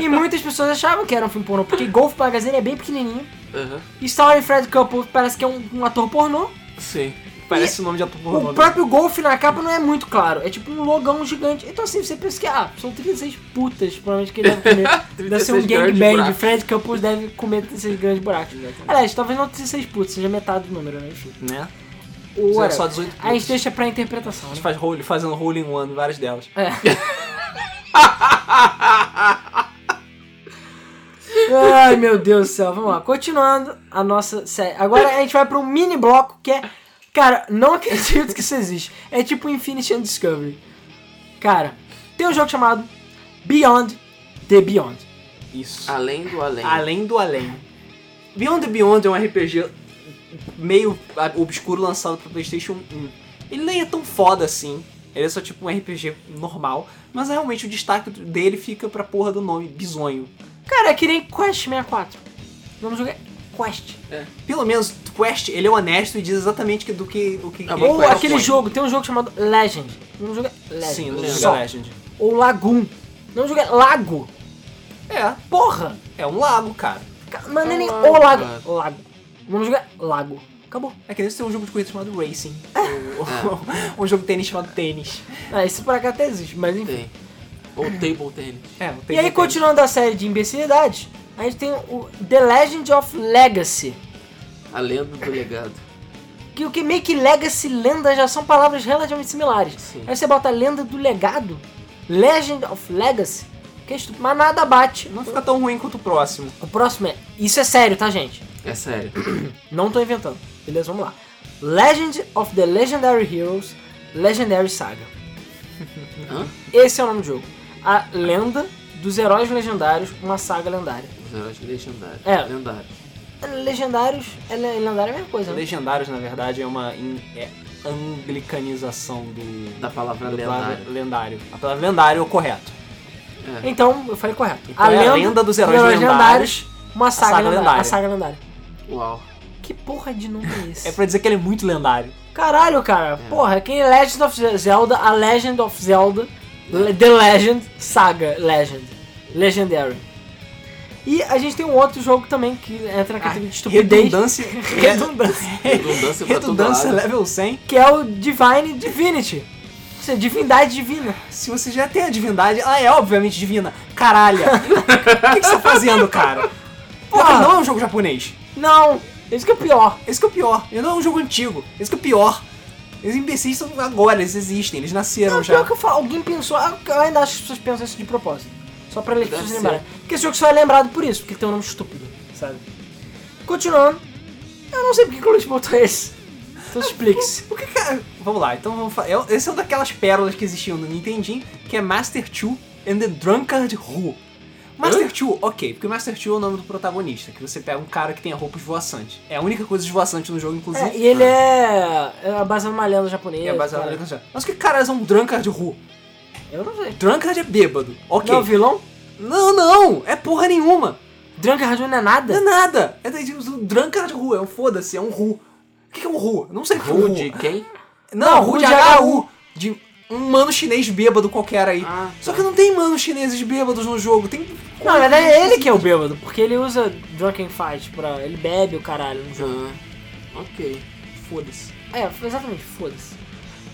Speaker 2: E muitas pessoas achavam que era um filme pornô, porque Golf Magazine é bem pequenininho.
Speaker 3: Aham.
Speaker 2: E Starring Fred Couple parece que é um- um ator pornô.
Speaker 3: Sim.
Speaker 1: Parece é o nome de ator pornô,
Speaker 2: O
Speaker 1: né?
Speaker 2: próprio golfe na capa não é muito claro. É tipo um logão gigante. Então assim, você pensa que, ah, são 36 putas, provavelmente que ele deve comer. deve ser um
Speaker 3: 36 grandes
Speaker 2: gangbang.
Speaker 3: buracos.
Speaker 2: Fred Campos deve comer 36 grandes buracos. Aliás, talvez não 36 putas, seja metade do número, né? Enfim.
Speaker 1: Né?
Speaker 2: O
Speaker 1: Só-
Speaker 2: whatever.
Speaker 1: só 18
Speaker 2: Aí a
Speaker 1: putas.
Speaker 2: gente deixa pra interpretação,
Speaker 1: A
Speaker 2: né?
Speaker 1: gente faz role, fazendo role em one, várias delas.
Speaker 2: [LAUGHS] Ai, meu Deus do céu. Vamos lá. Continuando a nossa série. Agora a gente vai para um mini bloco que é... Cara, não acredito que isso existe. É tipo Infinity and Discovery. Cara, tem um jogo chamado Beyond the Beyond.
Speaker 1: Isso.
Speaker 3: Além do além.
Speaker 1: Além do além. Beyond the Beyond é um RPG meio ah, obscuro lançado pro PlayStation 1. Ele nem é tão foda assim. Ele é só tipo um RPG normal. Mas realmente o destaque dele fica pra porra do nome, bizonho.
Speaker 2: Cara, é que nem Quest 64. Vamos jogar Quest.
Speaker 1: Pelo menos Quest, ele é honesto e diz exatamente que- do que. Do que
Speaker 3: Tá bom,
Speaker 2: Ou
Speaker 3: Quest.
Speaker 2: aquele
Speaker 3: Quest.
Speaker 2: jogo, tem um jogo chamado Legend. Vamos jogar Legend.
Speaker 1: Sim,
Speaker 3: Legend. né?
Speaker 1: Legend. Legend.
Speaker 2: Ou Lagoon. Não jogar Lago.
Speaker 1: É,
Speaker 2: Porra!
Speaker 1: é um lago, cara.
Speaker 2: Ca- Mas não é nem
Speaker 3: Lago,
Speaker 2: o Lago.
Speaker 3: cara.
Speaker 2: Lago. Vamos jogar Lago. Acabou.
Speaker 1: É que nem se tem um jogo de corrida chamado
Speaker 3: [LAUGHS]
Speaker 1: Racing. Ou, [LAUGHS] um jogo de tênis chamado tênis.
Speaker 2: Ah, esse pra cá até existe, mas enfim.
Speaker 3: Tem. Ou table tennis.
Speaker 1: É, o tênis
Speaker 2: E aí,
Speaker 1: é tênis.
Speaker 2: continuando a série de imbecilidades, a gente tem o The Legend of Legacy.
Speaker 3: A lenda do legado.
Speaker 2: Que o que meio que legacy e lenda já são palavras relativamente similares.
Speaker 3: Sim.
Speaker 2: Aí você bota a lenda do legado, Legend of Legacy, que é estúpido, mas nada bate.
Speaker 1: Não fica tão ruim quanto o próximo.
Speaker 2: O próximo é. Isso é sério, tá, gente?
Speaker 1: [COUGHS]
Speaker 3: É sério.
Speaker 2: Não tô inventando. Beleza, vamos lá. Legend of the Legendary Heroes Legendary Saga.
Speaker 3: Hã?
Speaker 2: Esse é o nome do jogo. A lenda dos heróis legendários, uma saga lendária.
Speaker 3: Os heróis legendários.
Speaker 2: É.
Speaker 3: Lendários.
Speaker 2: Legendários é le- lendário é a mesma coisa, né?
Speaker 1: Legendários, na verdade, é uma in- é anglicanização do.
Speaker 3: Da palavra
Speaker 1: da palavra
Speaker 3: lendário.
Speaker 1: lendário. A palavra lendário é o correto.
Speaker 3: É.
Speaker 2: Então, eu falei correto.
Speaker 1: Então é a lenda dos heróis lendários,
Speaker 2: uma saga,
Speaker 1: saga
Speaker 2: lendária.
Speaker 1: lendária.
Speaker 2: A saga lendária.
Speaker 3: Uau.
Speaker 2: Que porra de nome é esse?
Speaker 1: É pra dizer que ele é muito lendário.
Speaker 2: Caralho, cara. Porra, quem é Legend of Zelda, a Legend of Zelda, Le- The Legend, Saga Legend, Legendary. E a gente tem um outro jogo também que entra na categoria de estupidez, [LAUGHS]
Speaker 1: Redundância.
Speaker 2: redundância,
Speaker 3: Redundância pra todo
Speaker 1: Redundância
Speaker 3: lado.
Speaker 1: level 100.
Speaker 2: que é o Divine Divinity. Ou seja, divindade divina.
Speaker 1: Se você já tem a divindade, ela é obviamente divina. Caralho. [LAUGHS] O que, que você tá fazendo, cara? Porra,
Speaker 2: Porra.
Speaker 1: não é um jogo japonês.
Speaker 2: Não, isso que é pior.
Speaker 1: Esse que é o pior. Ele não é um jogo antigo. Esse que é o pior. Os imbecis estão agora, eles existem, eles nasceram
Speaker 2: Não,
Speaker 1: já.
Speaker 2: pior que eu falo, alguém pensou, ah, eu ainda acho que as pessoas pensam isso de propósito. Só pra eles
Speaker 3: Deve
Speaker 2: se
Speaker 3: ser.
Speaker 2: lembrarem. Porque esse jogo só é lembrado por isso, porque tem um nome estúpido, sabe? Continuando, eu não sei porque que o Luiz botou esse. Então [LAUGHS] explique-se.
Speaker 1: Porque, cara, vamos lá, então vamos falar. é- Esse é uma daquelas pérolas que existiam no Nintendinho, que é Master Chu and the Drunkard Who. Master Chu, ok, porque Master Chu é o nome do protagonista, que você pega um cara que tem a roupa esvoaçante. É a única coisa esvoaçante no jogo, inclusive.
Speaker 2: É, e ele é, é baseado numa lenda japonesa.
Speaker 1: É baseado
Speaker 2: cara.
Speaker 1: na canção. Mas que caras é um drunkard Who?
Speaker 2: Eu não sei.
Speaker 1: Drunkard é bêbado. Ok.
Speaker 2: Não é o vilão?
Speaker 1: Não, não, é porra nenhuma.
Speaker 2: Drunkard não é
Speaker 1: Não é
Speaker 2: nada?
Speaker 1: nada. É de- um drunkard Who, é um foda-se, é um Who. O que que é um Who? Não sei o que é um
Speaker 3: Rude,
Speaker 1: Who.
Speaker 3: quem?
Speaker 1: Não,
Speaker 2: Who
Speaker 1: Who
Speaker 2: de
Speaker 1: de
Speaker 2: HU.
Speaker 1: HU. De um mano chinês bêbado qualquer aí.
Speaker 3: Ah, tá.
Speaker 1: Só que não tem manos chineses bêbados no jogo, tem...
Speaker 2: Não, na verdade é ele que é o bêbado, porque ele usa Drunken Fight pra. Ele bebe o caralho no jogo.
Speaker 3: Ah, ok. Foda-se.
Speaker 2: É, foi exatamente, foda-se.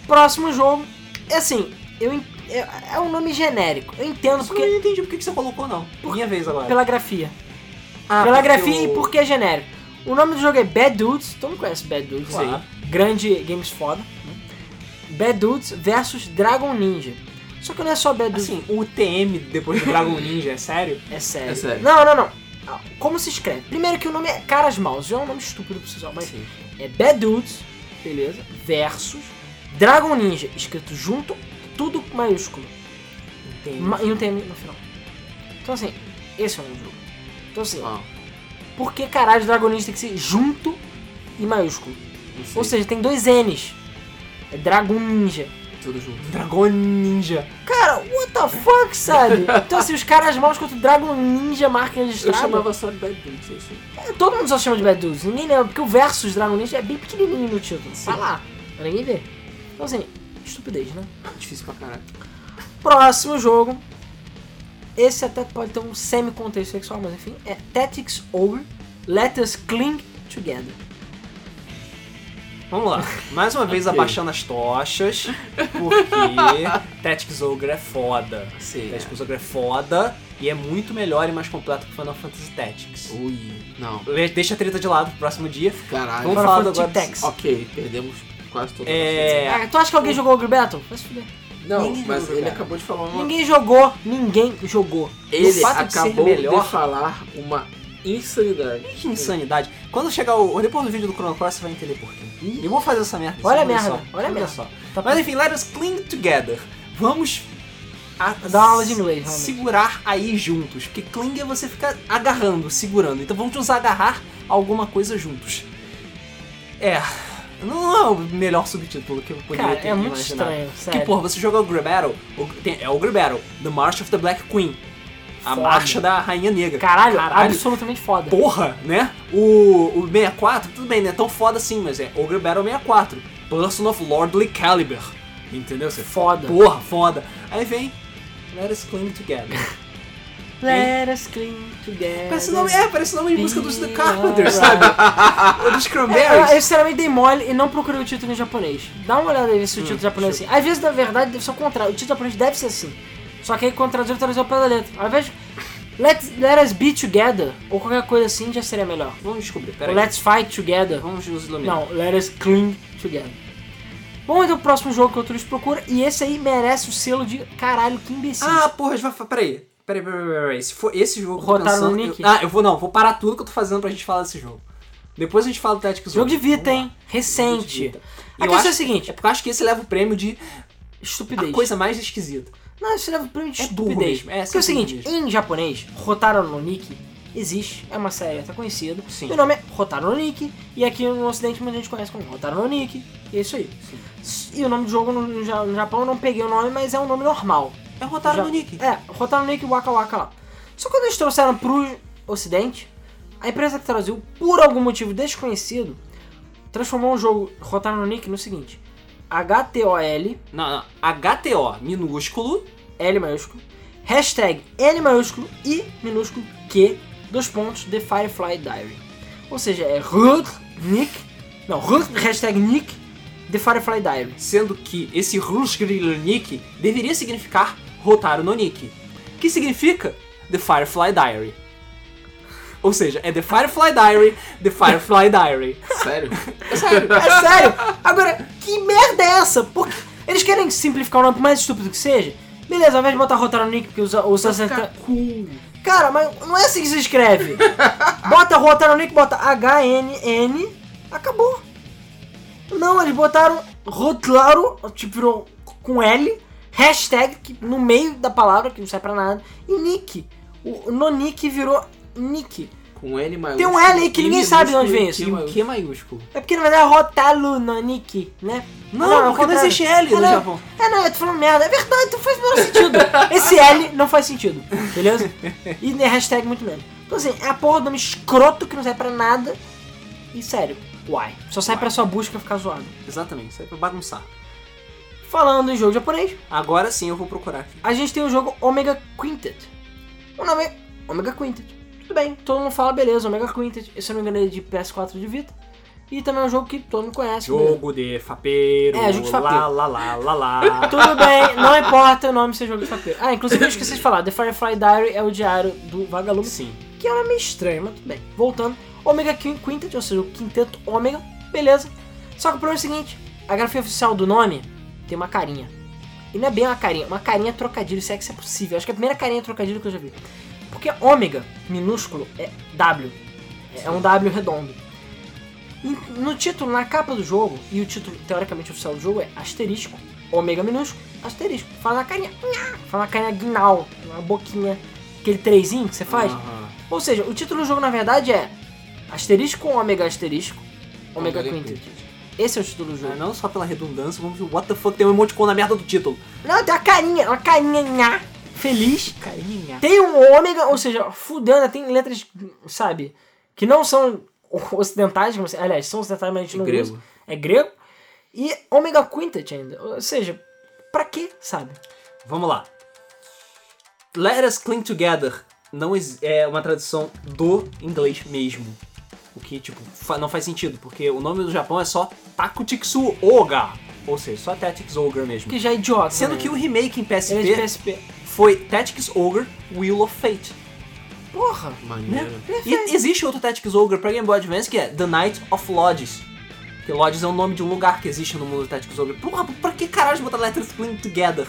Speaker 2: Próximo jogo, é assim, eu, en- é, é um nome genérico. Eu entendo
Speaker 1: Porque... Eu
Speaker 2: porque,
Speaker 1: não entendi por que que você colocou, não. Minha vez agora.
Speaker 2: pela grafia.
Speaker 1: Ah,
Speaker 2: pela
Speaker 1: porque
Speaker 2: grafia
Speaker 1: o-
Speaker 2: e porque é genérico. O nome do jogo é Bad Dudes, todo mundo conhece Bad Dudes
Speaker 1: Claro.
Speaker 2: aí. Grande games foda. né? Bad Dudes versus Dragon Ninja. Só que não é só Bad Dudes.
Speaker 1: Assim, o TM depois do Dragon Ninja, é sério?
Speaker 2: é sério.
Speaker 3: é sério.
Speaker 2: Não, não, não. Ah, Como se escreve? Primeiro que o nome é Caras Maus, já é um nome estúpido pra vocês, ó, mas
Speaker 3: Sim.
Speaker 2: é Bad Dudes, beleza, versus Dragon Ninja, escrito junto, tudo maiúsculo.
Speaker 1: Entendo.
Speaker 2: Ma- e um TM no final. Então assim, esse é o nome do jogo. Então assim,
Speaker 3: Uau.
Speaker 2: por que caralho o Dragon Ninja tem que ser junto e maiúsculo?
Speaker 3: Não sei.
Speaker 2: Ou seja, tem dois N's. É Dragon Ninja.
Speaker 3: Tudo junto.
Speaker 1: Dragon Ninja.
Speaker 2: Cara, what the fuck,
Speaker 3: [LAUGHS]
Speaker 2: sabe? Então assim, os caras maus contra o Dragon Ninja marca
Speaker 3: Eu
Speaker 2: registrada.
Speaker 3: chamava só de Bad Dudes, isso.
Speaker 2: É, Todo mundo só chama de Bad Dudes, ninguém lembra, porque o versus Dragon Ninja é bem pequenininho no título. Tá lá, pra ninguém ver. Então assim, estupidez, né?
Speaker 3: Difícil pra caralho.
Speaker 2: Próximo jogo. Esse até pode ter um semi-contexto sexual, mas enfim. É Tactics Over. Let Us Cling Together.
Speaker 1: Vamos lá. Mais uma vez
Speaker 3: Ok.
Speaker 1: abaixando as tochas,
Speaker 2: [LAUGHS]
Speaker 1: porque Tactics Ogre é foda.
Speaker 3: Sei.
Speaker 1: Tactics Ogre é foda e é muito melhor e mais completo que Final Fantasy
Speaker 2: Uh.
Speaker 1: Tactics.
Speaker 3: Ui. Não.
Speaker 1: Le- Deixa a treta de lado pro próximo dia.
Speaker 3: Caralho.
Speaker 1: Vamos
Speaker 2: Agora
Speaker 1: falar
Speaker 2: foi
Speaker 1: do agora-
Speaker 2: Tic-Tacs.
Speaker 3: Ok, perdemos quase todo
Speaker 1: É.
Speaker 2: Ah, tu acha que alguém jogou Ogre Battle? Vai se fuder.
Speaker 3: Não,
Speaker 1: Ninguém
Speaker 3: mas
Speaker 1: jogou,
Speaker 3: ele
Speaker 1: cara.
Speaker 3: acabou de falar um uma
Speaker 2: Ninguém jogou. Ninguém jogou.
Speaker 3: Ele
Speaker 1: O fato de ser
Speaker 3: acabou de,
Speaker 1: melhor-
Speaker 3: falar uma insanidade.
Speaker 1: Que insanidade. Quando chegar o. Depois do vídeo do Chrono Cross, você vai entender por quê. Eu vou fazer essa merda.
Speaker 2: Olha a
Speaker 1: só,
Speaker 2: merda,
Speaker 1: só.
Speaker 2: olha a merda.
Speaker 1: só.
Speaker 2: Tá
Speaker 1: Mas enfim, let us cling together. Vamos. a-
Speaker 2: Dá uma aula de inglês, realmente.
Speaker 1: Segurar aí juntos. Porque cling é você ficar agarrando, segurando. Então vamos nos agarrar a alguma coisa juntos. É. Não é o melhor subtítulo que eu poderia
Speaker 2: Cara,
Speaker 1: ter
Speaker 2: é muito
Speaker 1: imaginado.
Speaker 2: estranho,
Speaker 1: Porque,
Speaker 2: sério.
Speaker 1: porra, você joga o Grey Battle, o- tem- é o Grey Battle, The March of the Black Queen. A
Speaker 2: Foda.
Speaker 1: marcha da Rainha Negra.
Speaker 2: Caralho,
Speaker 1: é Caralho.
Speaker 2: absolutamente foda.
Speaker 1: Porra, né? O, o 64, tudo bem, não é tão foda assim, mas é Ogre Battle 64. Person of Lordly Caliber. Entendeu? Você
Speaker 2: Foda.
Speaker 1: Porra, foda. Aí vem. Let us cling together.
Speaker 2: Let us cling together.
Speaker 1: Parece nome, é, parece nome de música dos The
Speaker 2: Be
Speaker 1: Carpenters,
Speaker 2: alright.
Speaker 1: sabe? Ou dos
Speaker 2: Eu,
Speaker 1: Cranberries.
Speaker 2: eu sinceramente dei mole é e não procurei o título em japonês. Dá uma olhada aí ver se
Speaker 1: Hum,
Speaker 2: o título japonês é assim. Às vezes, na verdade, deve ser o contrário. O título japonês deve ser assim. Só que aí, quando traduziu, traduziu ao pé da letra. Ao invés de let's, Let us be together, ou qualquer coisa assim, já seria melhor.
Speaker 1: Vamos descobrir,
Speaker 2: Ou
Speaker 1: peraí.
Speaker 2: let's fight together.
Speaker 1: Vamos nos iluminar.
Speaker 2: Não, let us cling together. Bom, então o próximo jogo que o Turis procura, e esse aí merece o selo de caralho, que imbecil.
Speaker 1: Ah, porra, a gente vai fa- peraí. Peraí, peraí, peraí, peraí. Se for esse jogo que eu tô
Speaker 2: Rotaram
Speaker 1: pensando,
Speaker 2: no Nick.
Speaker 1: eu- ah, eu vou não, vou parar tudo que eu tô fazendo pra gente falar desse jogo. Depois a gente fala do Tactics
Speaker 2: Jogo de
Speaker 1: Ogre.
Speaker 2: Vita,
Speaker 1: Vamos
Speaker 2: hein?
Speaker 1: lá. Jogo de
Speaker 2: Recente.
Speaker 1: Vita.
Speaker 2: A
Speaker 1: Eu
Speaker 2: questão
Speaker 1: acho-
Speaker 2: é a seguinte,
Speaker 1: É porque eu acho que esse leva o prêmio de a
Speaker 2: estupidez.
Speaker 1: coisa mais esquisita.
Speaker 2: Não, isso leva o prêmio de
Speaker 1: É burro
Speaker 2: estupidez.
Speaker 1: mesmo, é,
Speaker 2: Porque é o
Speaker 1: sem
Speaker 2: seguinte, em japonês, Rotaro no Nick existe, é uma série até conhecida.
Speaker 1: Sim.
Speaker 2: E o nome é Rotaro no Nick, e aqui no ocidente muita gente conhece como Rotaro no Nick, e é isso aí. E o nome do jogo no, no Ja- no Japão eu não peguei o nome, mas é um nome normal.
Speaker 1: É rotaram
Speaker 2: Já-
Speaker 1: no Nick.
Speaker 2: É, Rotaro no Nick Waka Waka lá. Só que quando eles trouxeram pro ocidente, a empresa que traduziu, por algum motivo desconhecido, transformou o jogo Rotaro no Nick no seguinte. HTOL
Speaker 1: Não, não. HTO minúsculo.
Speaker 2: L maiúsculo, hashtag L maiúsculo e minúsculo Q, dois pontos, The Firefly Diary. Ou seja, é Rut, Nick, não, Rut, hashtag Nick, The Firefly Diary.
Speaker 1: Sendo que esse Rusgrilo Nick deveria significar Rotaro no Nick. Que significa The Firefly Diary. Ou seja, é The Firefly Diary, The Firefly
Speaker 2: [LAUGHS]
Speaker 1: Diary.
Speaker 3: Sério?
Speaker 1: É [LAUGHS] sério.
Speaker 2: É sério! Agora, que merda é essa? Porque eles querem simplificar o nome por mais estúpido que seja? Beleza, ao invés de botar Rotaro no Nick, porque os, os acerta-
Speaker 3: cool.
Speaker 2: Cara, mas não é assim que se escreve. bota Rotaro Nick, bota HNN, acabou. Não, eles botaram Rotlaro, tipo, virou com L, hashtag que no meio da palavra, que não sai pra nada, e Nick. O no Nick virou Nick.
Speaker 3: Com N maiúsculo.
Speaker 2: Tem um L aí que
Speaker 3: I
Speaker 2: ninguém sabe de onde vem assim,
Speaker 3: minúsculo
Speaker 2: isso.
Speaker 3: e Q
Speaker 1: E o que maiúsculo?
Speaker 2: É porque na verdade é Rotalo no Nick, né?
Speaker 1: Não,
Speaker 2: é o
Speaker 1: porque não
Speaker 2: contrário.
Speaker 1: existe L né?
Speaker 2: É,
Speaker 1: no
Speaker 2: não.
Speaker 1: Japão.
Speaker 2: É, não, eu tô falando merda. É verdade, não faz o menor sentido. Esse L não faz sentido, beleza? E nem hashtag muito menos. Então assim, é a porra do nome escroto que não serve pra nada. E sério, uai. Só sai
Speaker 1: Uai.
Speaker 2: pra sua busca ficar zoado.
Speaker 1: Exatamente, isso é pra bagunçar.
Speaker 2: Falando em jogo japonês,
Speaker 1: Agora sim eu vou procurar aqui.
Speaker 2: a gente tem o jogo Omega Quintet. O nome é Omega Quintet. Tudo bem, todo mundo fala, beleza, Omega Quintet. Esse eu não me engano é de PS4 de Vita. E também é um jogo que todo mundo conhece. beleza.
Speaker 1: Jogo de fapeiro.
Speaker 2: É, jogo de fapeiro.
Speaker 1: Lá, lá, lá, lá, lá.
Speaker 2: Tudo bem, não importa o nome se é jogo de papel. Ah, inclusive eu esqueci de falar, The Firefly Diary é o diário do vagalume.
Speaker 1: Sim.
Speaker 2: que é um nome meio estranho, mas tudo bem. Voltando, Omega Quin- Quintet, ou seja, o Quinteto Ômega, beleza. Só que o problema é o seguinte, a grafia oficial do nome tem uma carinha. E não é bem uma carinha, uma carinha trocadilho, se é que isso é possível. Acho que é a primeira carinha trocadilho que eu já vi. Porque ômega, minúsculo, é W. É um W redondo. E no título, na capa do jogo, e o título teoricamente oficial do jogo é asterisco, ômega minúsculo, asterisco. Faz uma carinha, nha, faz uma carinha guinal, uma boquinha, aquele trezinho que você faz.
Speaker 1: Aham.
Speaker 2: Ou seja, o título do jogo na verdade é Asterisco ou Omega Asterisco? Omega,
Speaker 3: Omega
Speaker 2: Quintet. Esse é o título do jogo.
Speaker 1: Ah, Não só pela redundância, vamos ver o what the fuck tem um emoticon na merda do título.
Speaker 2: Não, tem uma carinha, uma carinha nhá, feliz.
Speaker 1: Carinha.
Speaker 2: Tem um ômega, ou seja, fudana, tem letras, sabe, que não são ocidentais, como se- aliás, são ocidentais, mas a gente não
Speaker 3: grego.
Speaker 2: usa. É grego. E Omega Quintet ainda. Ou seja, pra quê, sabe?
Speaker 1: Vamos lá. Let us cling together não ex- é uma tradução do inglês mesmo. O que, tipo, fa- não faz sentido, porque o nome do Japão é só Takutitsu Oga. Ou seja, só Tactics Ogre mesmo.
Speaker 2: Que já é idiota.
Speaker 1: Sendo que o remake em PSP,
Speaker 2: Ele é de PSP.
Speaker 1: foi Tactics Ogre Wheel of Fate.
Speaker 2: Porra!
Speaker 1: Né?
Speaker 3: Maneiro.
Speaker 2: é
Speaker 1: E existe outro Tactics Ogre pra Game Boy Advance que é The Night of Lodges. Que Lodges é o nome de um lugar que existe no mundo do Tactics Ogre. Porra, pra que caralho botar Letters Cling Together?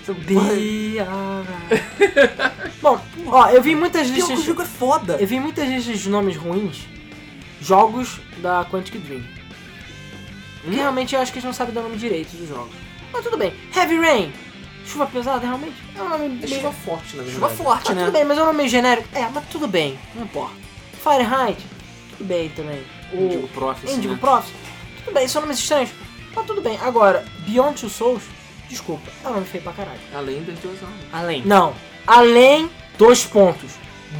Speaker 1: Essa porra-
Speaker 2: [LAUGHS] Bom, ó, eu vi muitas
Speaker 1: Pior que o
Speaker 2: listas.
Speaker 1: jogo é foda.
Speaker 2: Eu vi muitas listas de nomes ruins. Jogos da Quantic Dream.
Speaker 1: Hum?
Speaker 2: Que realmente eu acho que eles não sabem dar nome direito dos jogos. Mas tudo bem. Heavy Rain. Chuva pesada, realmente? É um nome
Speaker 3: É
Speaker 2: meio...
Speaker 3: chuva forte, na verdade.
Speaker 1: Chuva forte,
Speaker 2: Mas
Speaker 1: né?
Speaker 2: tudo bem, mas é um nome meio genérico. É, mas tudo bem. Não importa. Fahrenheit. Tudo bem também.
Speaker 1: Indigo
Speaker 2: O
Speaker 1: Prophecy,
Speaker 2: Indigo
Speaker 1: né?
Speaker 2: Profs. Tudo bem, são nomes estranhos. Mas tudo bem. Agora, Beyond Two Souls. Desculpa, é um nome feio pra caralho.
Speaker 3: Além é da ilusão.
Speaker 1: Além.
Speaker 2: Não. Além, dois pontos.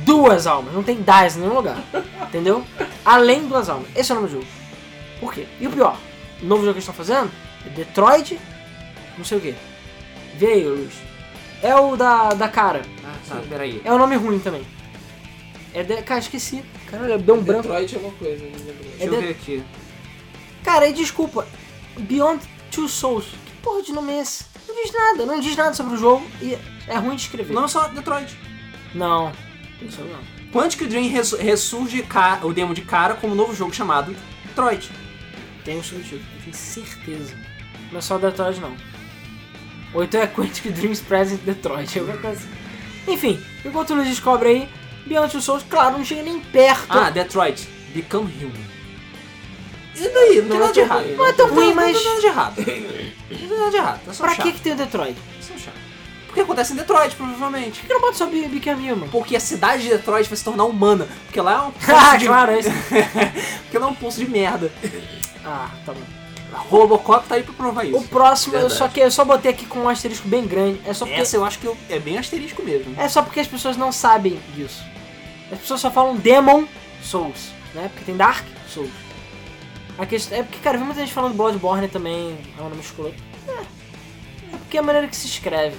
Speaker 2: Duas almas. Não tem das em nenhum lugar. Entendeu? Além duas almas. Esse é o nome do jogo. Por quê? E o pior, o novo jogo que eles estão fazendo é Detroit. Não sei o quê. Vê aí, Luiz. É o da, da cara.
Speaker 3: Ah,
Speaker 1: Tá,
Speaker 3: sim.
Speaker 1: peraí.
Speaker 2: É um nome ruim também. É de... Cara, esqueci. Caralho, deu um branco.
Speaker 3: Detroit é uma coisa, não lembro.
Speaker 1: Deixa eu ver aqui.
Speaker 2: Cara, e desculpa, Beyond Two Souls. Que porra de nome é esse? Não diz nada, não diz nada sobre o jogo e é ruim de escrever.
Speaker 1: Não é só Detroit.
Speaker 2: Não. Isso não.
Speaker 1: Quantic Dream res- ressurge ca- o demo de cara como novo jogo chamado Detroit.
Speaker 2: Tem um subtítulo, eu tenho certeza. Não é só Detroit, não. Ou então é Quantic Dreams Present Detroit. Eu vou é Enfim, enquanto eles descobrem aí, Beyond Two Souls, claro, não chega nem perto.
Speaker 1: Ah, Detroit. Become Human. E daí? Não tem
Speaker 3: Não,
Speaker 1: nada de
Speaker 3: não,
Speaker 1: errado.
Speaker 3: não,
Speaker 2: não é tão ruim,
Speaker 1: Não
Speaker 2: mas-
Speaker 1: tem nada de errado. Não tem nada de errado. É só
Speaker 2: pra
Speaker 1: chato.
Speaker 2: que que tem o Detroit?
Speaker 1: São chato. Porque acontece em Detroit, provavelmente.
Speaker 2: Por que não bota só Be- Become Human?
Speaker 1: Porque a cidade de Detroit vai se tornar humana. Porque lá é
Speaker 2: [LAUGHS]
Speaker 1: um
Speaker 2: Ah,
Speaker 1: poço de...
Speaker 2: claro, é isso.
Speaker 1: [LAUGHS] porque lá é um poço de merda.
Speaker 2: Ah, tá bom.
Speaker 1: A Robocop tá aí pra provar
Speaker 2: O
Speaker 1: isso.
Speaker 2: próximo,
Speaker 3: Verdade.
Speaker 2: eu só que eu só botei aqui com um asterisco bem grande. É só porque,
Speaker 1: Essa eu acho que eu- é bem asterisco mesmo.
Speaker 2: é só porque as pessoas não sabem disso. As pessoas só falam Demon Souls, né? Porque tem Dark Souls. A questão, é porque, cara, eu vi muita gente falando Bloodborne também, é um nome escroto. É, é porque é a maneira que se escreve.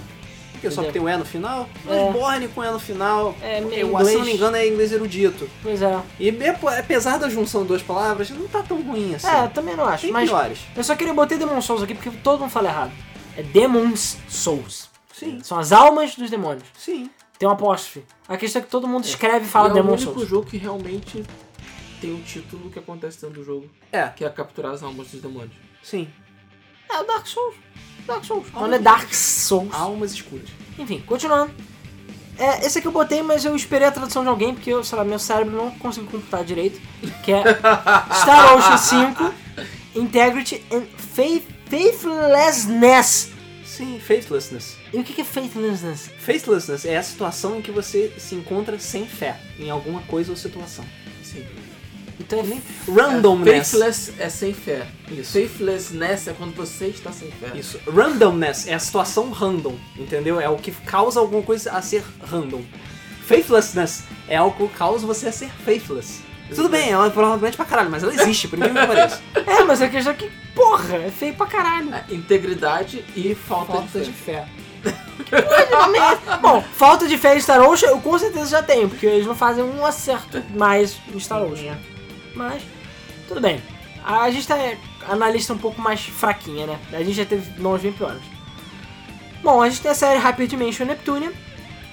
Speaker 1: Porque só
Speaker 2: Entendeu?
Speaker 1: que tem o E no final. Bloodborne com E no final.
Speaker 2: É, meio
Speaker 1: eu,
Speaker 2: inglês.
Speaker 1: se não me engano, é inglês erudito.
Speaker 2: Pois é.
Speaker 1: E mesmo- apesar da junção de duas palavras, não tá tão ruim assim.
Speaker 2: É, eu também não acho,
Speaker 1: tem
Speaker 2: mas
Speaker 1: piores.
Speaker 2: eu só queria botar Demon Souls aqui porque todo mundo fala errado. É Demons Souls.
Speaker 1: Sim,
Speaker 2: São as almas dos demônios.
Speaker 1: sim.
Speaker 2: Tem um apóstrofe. A questão é que todo mundo escreve e fala
Speaker 3: E é o
Speaker 2: Demon
Speaker 3: único
Speaker 2: Souls.
Speaker 3: jogo que realmente tem um título que acontece dentro do jogo,
Speaker 1: É,
Speaker 3: que é capturar as almas dos demônios.
Speaker 1: sim.
Speaker 2: É o Dark Souls. Dark Souls.
Speaker 1: Ah,
Speaker 2: Quando é Dark Souls.
Speaker 1: Almas escuras.
Speaker 2: Enfim, continuando. É, esse aqui eu botei, mas eu esperei a tradução de alguém, porque, eu, sei lá, meu cérebro não consigo computar direito. Que é Star Ocean 5, Integrity and Faith- Faithlessness.
Speaker 1: Sim, faithlessness.
Speaker 2: E o que que é faithlessness?
Speaker 1: Faithlessness é a situação em que você se encontra sem fé em alguma coisa ou situação.
Speaker 3: Sim.
Speaker 2: Então é nem...
Speaker 1: Randomness.
Speaker 3: Faithless é sem fé.
Speaker 1: Isso.
Speaker 3: Faithlessness é quando você está sem fé.
Speaker 1: Isso. Randomness é a situação random, entendeu? É o que causa alguma coisa a ser random. Faithlessness é algo que causa você a ser faithless. Tudo bem, ela é provavelmente pra caralho, mas ela existe, por incrível que pareça.
Speaker 2: É, mas a questão é que, porra, é feio pra caralho.
Speaker 3: É Integridade e falta,
Speaker 1: Falta
Speaker 3: de
Speaker 1: de
Speaker 3: fé.
Speaker 1: fé.
Speaker 2: Bom, falta de fé em Star Ocean eu com certeza já tenho, porque eles não fazem um acerto mais em Star
Speaker 1: é.
Speaker 2: Ocean. Mas, tudo bem. A gente tá analista um pouco mais fraquinha, né? A gente já teve nomes bem piores. Bom, a gente tem a série Hyper Dimension Neptunia.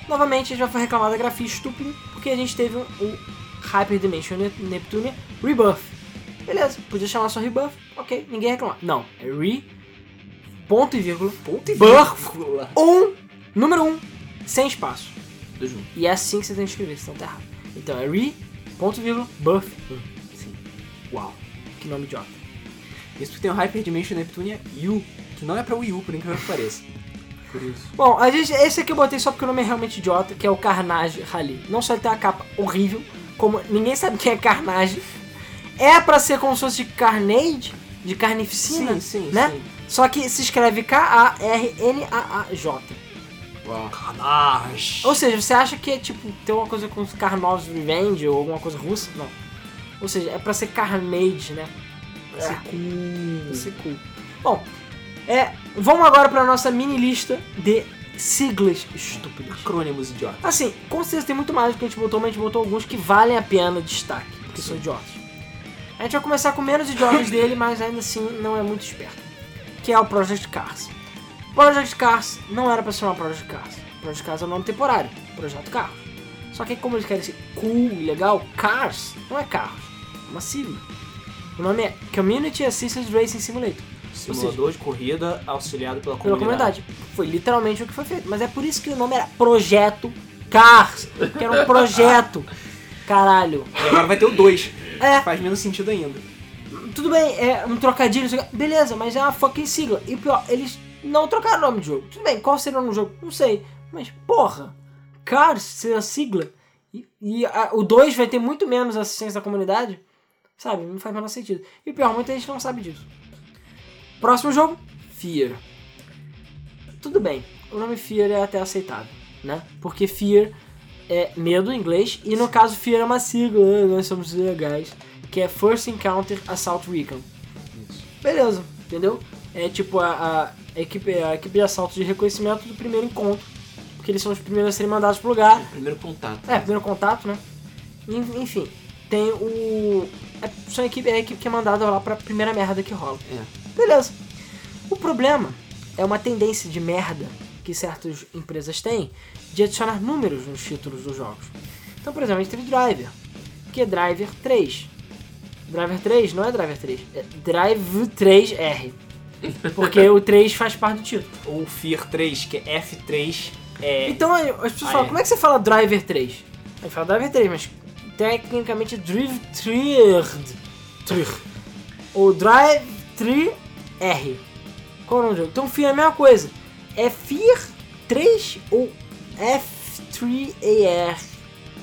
Speaker 2: Novamente, a gente já foi reclamar da grafia estúpida, porque a gente teve o Hyper Dimension Nep- Neptunia Rebuff. Beleza, podia chamar só Rebuff, ok, ninguém reclama. Não, é Re, ponto e vírgula,
Speaker 1: Ponto e
Speaker 2: Burro.
Speaker 1: vírgula.
Speaker 2: um, número um, sem espaço.
Speaker 3: Tudo junto.
Speaker 2: E é assim que você tem que escrever, senão tá errado. Então é re, ponto vírgula, buff. Hum, Sim. Uau, que nome idiota.
Speaker 1: Isso porque tem o Hyper Dimension Neptunia U, que não é pra Wii U, por incrível que pareça.
Speaker 3: Por isso.
Speaker 2: Bom, a gente, esse aqui eu botei só porque o nome é realmente idiota, que é o Carnage Rally. Não só ele tem uma capa horrível, como ninguém sabe quem é Carnage. É pra ser como se fosse de Carnage, de carnificina,
Speaker 1: [LAUGHS] sim,
Speaker 2: né?
Speaker 1: sim.
Speaker 2: Só que se escreve K-A-R-N-A-A-J.
Speaker 3: Uau.
Speaker 1: Carnage.
Speaker 2: Ou seja, você acha que é tipo, tem uma coisa com os Karnov's Revenge ou alguma coisa russa? Não. Ou seja, é pra ser Carnage, né? Pra ser cool. ser cool. Bom, é, vamos agora pra nossa mini lista de siglas estúpidas.
Speaker 1: Acrônimos idiota.
Speaker 2: Assim, com certeza tem muito mais do que a gente botou, mas a gente botou alguns que valem a pena o destaque, porque são idiotas. A gente vai começar com menos idiotas dele, mas ainda assim não é muito esperto. Que é o Project Cars. Project Cars não era pra se chamar Project Cars. Project Cars é um nome temporário, Projeto Carros. Só que como eles querem ser cool e legal, Cars não é carros, é uma sigla. O nome é Community Assistance Racing Simulator.
Speaker 1: Simulador de corrida auxiliado pela
Speaker 2: Pela
Speaker 1: comunidade.
Speaker 2: comunidade. Foi literalmente o que foi feito. Mas é por isso que o nome era Projeto Cars. Que era um projeto. Caralho.
Speaker 1: E agora vai ter o 2.
Speaker 2: É.
Speaker 1: Faz menos sentido ainda.
Speaker 2: Tudo bem, é um trocadilho. não sei o quê. Beleza, mas é uma fucking sigla. E pior, eles não trocaram o nome do jogo. Tudo bem, qual seria o nome do jogo? Não sei. Mas, porra. Cars seria a sigla. E, e a- o 2 vai ter muito menos assistência da comunidade. Sabe? Não faz o menor sentido. E pior, muita gente não sabe disso. Próximo jogo, Fear. Tudo bem, o nome Fear é até aceitável, né? Porque Fear é medo em inglês, e no caso Fear é uma sigla, nós somos legais, que é First Encounter Assault Recon. Beleza, entendeu? É tipo a, a equipe, a equipe de assalto de reconhecimento do primeiro encontro, porque eles são os primeiros a serem mandados pro lugar,
Speaker 3: Primeiro contato.
Speaker 2: é, primeiro contato, né? En- Enfim, tem o. É, são a equipe, é a equipe que é mandada lá pra primeira merda que rola.
Speaker 3: É.
Speaker 2: Beleza. O problema é uma tendência de merda que certas empresas têm de adicionar números nos títulos dos jogos. Então, por exemplo, a gente teve Driver, que é Driver 3. Driver 3 não é Driver 3, é Drive 3R. Porque o 3 faz parte do título.
Speaker 1: Ou Fear 3, que é F3
Speaker 4: É,
Speaker 2: Então aí, as pessoas
Speaker 4: Ah,
Speaker 2: falam,
Speaker 4: é.
Speaker 2: como é que você fala Driver 3? Aí fala Driver 3, mas tecnicamente é Drive 3 Ou Drive 3 R. Qual é o nome do jogo? Então FIR é a mesma coisa. É FIR 3 ou F3AR?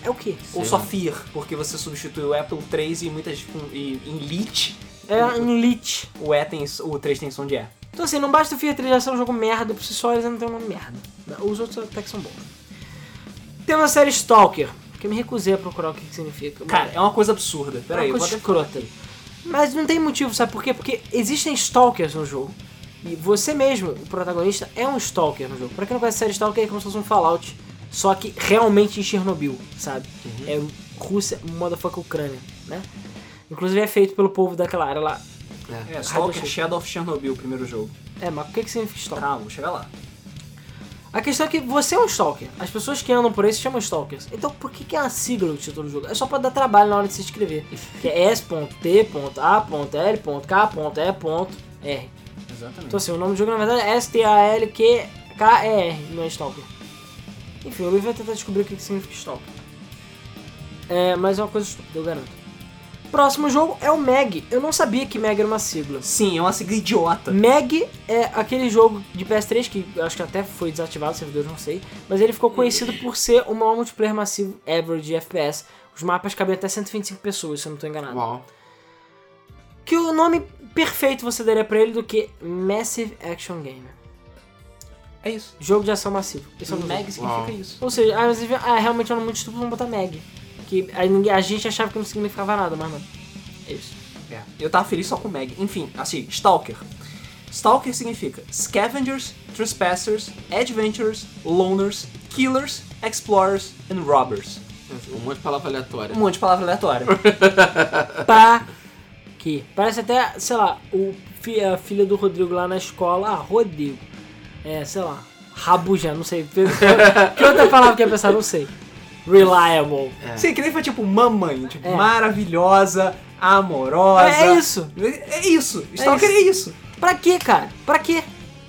Speaker 2: É o quê?
Speaker 1: Ou
Speaker 3: Sim.
Speaker 1: só Fear, porque você substituiu o Apple 3 e muitas com- e, em Lit,
Speaker 2: É um lit.
Speaker 1: o, e tem, o 3 tem som de E.
Speaker 2: Então assim, não basta o Fear 3 já ser um jogo merda por si só, eles não têm um nome merda. Os outros até que são bons. Tem uma série Stalker, que eu me recusei a procurar o que, que significa. mas-
Speaker 1: Cara, é uma coisa absurda. Peraí,
Speaker 2: Peraí, é
Speaker 1: eu
Speaker 2: uma
Speaker 1: vou
Speaker 2: coisa
Speaker 1: até...
Speaker 2: escrota. Mas não tem motivo, sabe por quê? Porque existem stalkers no jogo. E você mesmo, o protagonista, é um stalker no jogo. Pra quem não conhece a série Stalker, é como se fosse um Fallout. Só que realmente em Chernobyl, sabe? É Rússia, motherfucker Ucrânia, né? Inclusive é feito pelo povo daquela área lá.
Speaker 1: É,
Speaker 2: Raio
Speaker 1: Stalker
Speaker 2: do
Speaker 1: Shadow of Chernobyl, o primeiro jogo.
Speaker 2: É, mas o que, que significa stalker?
Speaker 1: Tá, vamos chegar lá.
Speaker 2: A questão é que você é um stalker. As pessoas que andam por aí se chamam stalkers. Então por que, que é uma sigla do título do jogo? É só pra dar trabalho na hora de se inscrever. Que é S.T.A.L.K.E.R.
Speaker 1: Exatamente.
Speaker 2: Então assim, o nome do jogo na verdade é S-T-A-L-Q-K-E-R, não é Stalker. Enfim, o Luiz vai tentar descobrir o que que significa Stalker. É, mas é uma coisa estúpida, eu garanto. Próximo jogo é o Meg. Eu não sabia que Meg era uma sigla.
Speaker 1: Sim, é uma sigla idiota.
Speaker 2: Meg é aquele jogo de PS3 que eu acho que até foi desativado, servidor não sei, mas ele ficou conhecido por ser o maior multiplayer massivo ever de FPS. Os mapas cabem até 125 pessoas, se eu não tô enganado
Speaker 3: Uau.
Speaker 2: que o nome perfeito você daria pra ele do que Massive Action Game.
Speaker 1: É isso.
Speaker 2: Jogo de ação massivo. Esse é o nome
Speaker 1: Mag significa
Speaker 3: Uau.
Speaker 1: isso.
Speaker 2: do jogo. Ou seja, ah, mas, ah, realmente é um nome muito estúpido, vamos botar Mag. Que a, ninguém- a gente achava que não significava nada,
Speaker 1: [LAUGHS]
Speaker 2: mas não. É isso.
Speaker 1: É. Eu tava feliz só com Mag. Enfim, assim, Stalker. Stalker significa Scavengers, Trespassers, Adventurers, Loners, Killers, Explorers and Robbers.
Speaker 3: Um monte de palavra aleatória.
Speaker 1: Um monte de palavra aleatória.
Speaker 2: Pá! Que parece até, sei lá, o, fi- a filha do Rodrigo lá na escola. Ah, Rodrigo. É, sei lá. Rabuja, não sei. [LAUGHS] Que outra palavra que ia pensar? Não sei. Reliable.
Speaker 3: É.
Speaker 1: Sim, que nem foi tipo mamãe, tipo,
Speaker 2: É.
Speaker 1: maravilhosa, amorosa.
Speaker 2: É, é isso.
Speaker 1: É isso. Stalker é isso.
Speaker 2: Pra quê, cara? Pra quê?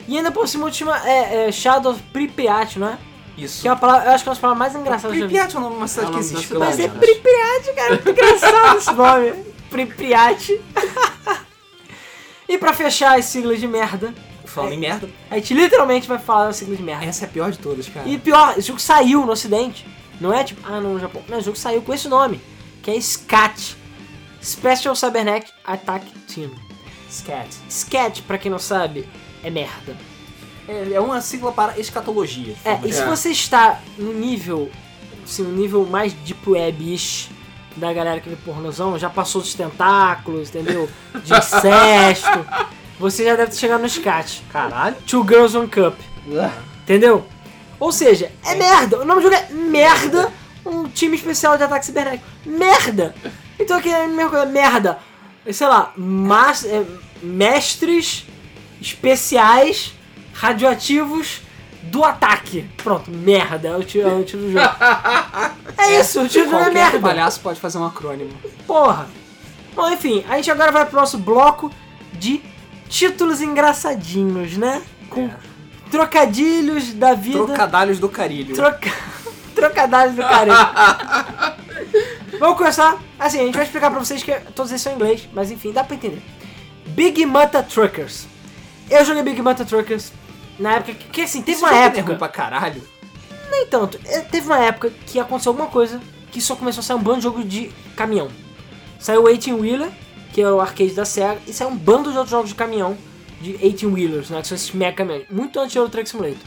Speaker 2: E ainda por cima, última é, é Shadow of Pripyat, não é?
Speaker 1: Isso.
Speaker 2: Que é uma palavra, eu acho que é uma palavra mais engraçada que eu já vi.
Speaker 1: Pripyat é o nome de uma cidade
Speaker 3: É o
Speaker 1: que
Speaker 3: nome da
Speaker 1: existe, pelo
Speaker 3: cidade.
Speaker 2: Mas é
Speaker 1: menos.
Speaker 3: acho.
Speaker 2: Pripyat, cara. Muito engraçado esse nome. Pripyat. e pra fechar as siglas de merda, é,
Speaker 1: Falando em merda,
Speaker 2: a gente literalmente vai falar das siglas de merda.
Speaker 1: essa é a pior de todas, cara.
Speaker 2: E pior, esse jogo saiu no ocidente. Não é tipo, ah não, no Japão. Não, o jogo saiu com esse nome. Que é SCAT. Special Cybernetic Attack Team.
Speaker 1: Scat.
Speaker 2: SCAT, pra quem não sabe, é merda.
Speaker 1: É, é uma sigla para escatologia. de
Speaker 2: É,
Speaker 1: forma
Speaker 2: e se
Speaker 1: geral.
Speaker 2: você está no nível, assim, no nível mais deep web-ish da galera que vê pornozão, já passou dos tentáculos, entendeu? De incesto, você já deve ter chegado no SCAT.
Speaker 1: Caralho.
Speaker 2: Two Girls One Cup, entendeu? Ou seja, é merda. O nome do jogo é merda, um time especial de ataque cibernético. Merda! Então aqui é a mesma coisa, merda. Sei lá, mas, é, mestres especiais radioativos do ataque. Pronto, merda. É o tiro, é o tiro do jogo. É isso, o tiro do jogo é
Speaker 1: Qualquer
Speaker 2: merda.
Speaker 1: palhaço pode fazer um acrônimo.
Speaker 2: Porra! Bom, enfim, a gente agora vai pro nosso bloco de títulos engraçadinhos, né? Com trocadilhos da vida.
Speaker 1: Trocadalhos do carilho.
Speaker 2: Troca... [LAUGHS] Trocadilhos do carinho. Vamos começar? Assim, a gente vai explicar pra vocês que todos eles são em inglês, mas enfim, dá pra entender. Big Mata Truckers. Eu joguei Big Mata Truckers na época que, que, assim, teve
Speaker 1: Esse
Speaker 2: uma
Speaker 1: jogo é
Speaker 2: época.
Speaker 1: ruim pra caralho.
Speaker 2: Nem tanto. É, Teve uma época que aconteceu alguma coisa que só começou a sair um bando de jogo de caminhão. Saiu o 18 Wheeler, que é o arcade da SEGA, e saiu um bando de outros jogos de caminhão, de 18 Wheelers, né, que são esses mega caminhões, muito antes do Euro Truck Simulator.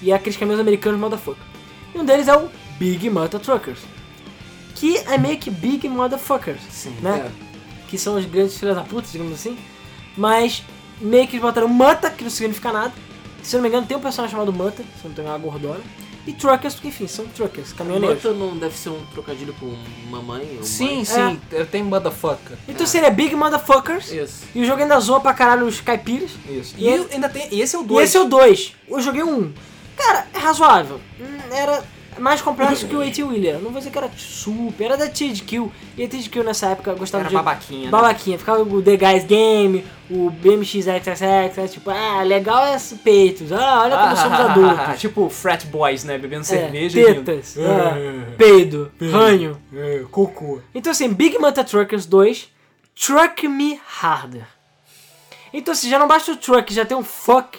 Speaker 2: E é aqueles caminhões americanos motherfucker. E um deles é o Big Mata Truckers, que é meio que Big Motherfuckers,
Speaker 3: Sim,
Speaker 2: né? Que são os grandes filhas da puta, digamos assim. Mas meio que eles botaram Manta, que não significa nada. Se eu não me engano, tem um personagem chamado Manta, se eu não tô enganado, gordona. E truckers, porque enfim, são truckers, caminhoneiros.
Speaker 3: Manta não deve ser um trocadilho com mamãe ou mãe?
Speaker 1: Sim,
Speaker 2: sim,
Speaker 1: sim. É. Eu tenho motherfucker.
Speaker 2: Então seria Big Motherfuckers.
Speaker 3: Isso.
Speaker 2: E o jogo ainda zoa pra caralho os caipiras.
Speaker 1: Isso.
Speaker 2: E
Speaker 1: E,
Speaker 2: esse-
Speaker 1: ainda tem. E esse é o
Speaker 2: E
Speaker 1: 2.
Speaker 2: esse é o 2. Eu joguei o 1. Um. Cara, é razoável. Hum, Era mais complexo
Speaker 1: Uhum.
Speaker 2: que o AT Wheeler. Não vou dizer que era super, era da THQ. E a THQ nessa época gostava
Speaker 1: Era
Speaker 2: de.
Speaker 1: babaquinha. né?
Speaker 2: Babaquinha. Ficava o The Guys Game, o BMXXX, é tipo, ah, legal é esse peitos, ah, olha
Speaker 1: [LAUGHS]
Speaker 2: como somos
Speaker 4: Ah,
Speaker 2: adultos.
Speaker 4: [LAUGHS] tipo frat boys, né? Bebendo cerveja.
Speaker 2: é,
Speaker 4: e rindo.
Speaker 2: tetas,
Speaker 1: Uhum.
Speaker 4: Ah,
Speaker 2: ah, peido, ranho.
Speaker 4: é, cocô.
Speaker 2: Então assim, Big Manta Truckers 2, Truck Me Harder. Então assim, já não basta o truck, já tem um fuck,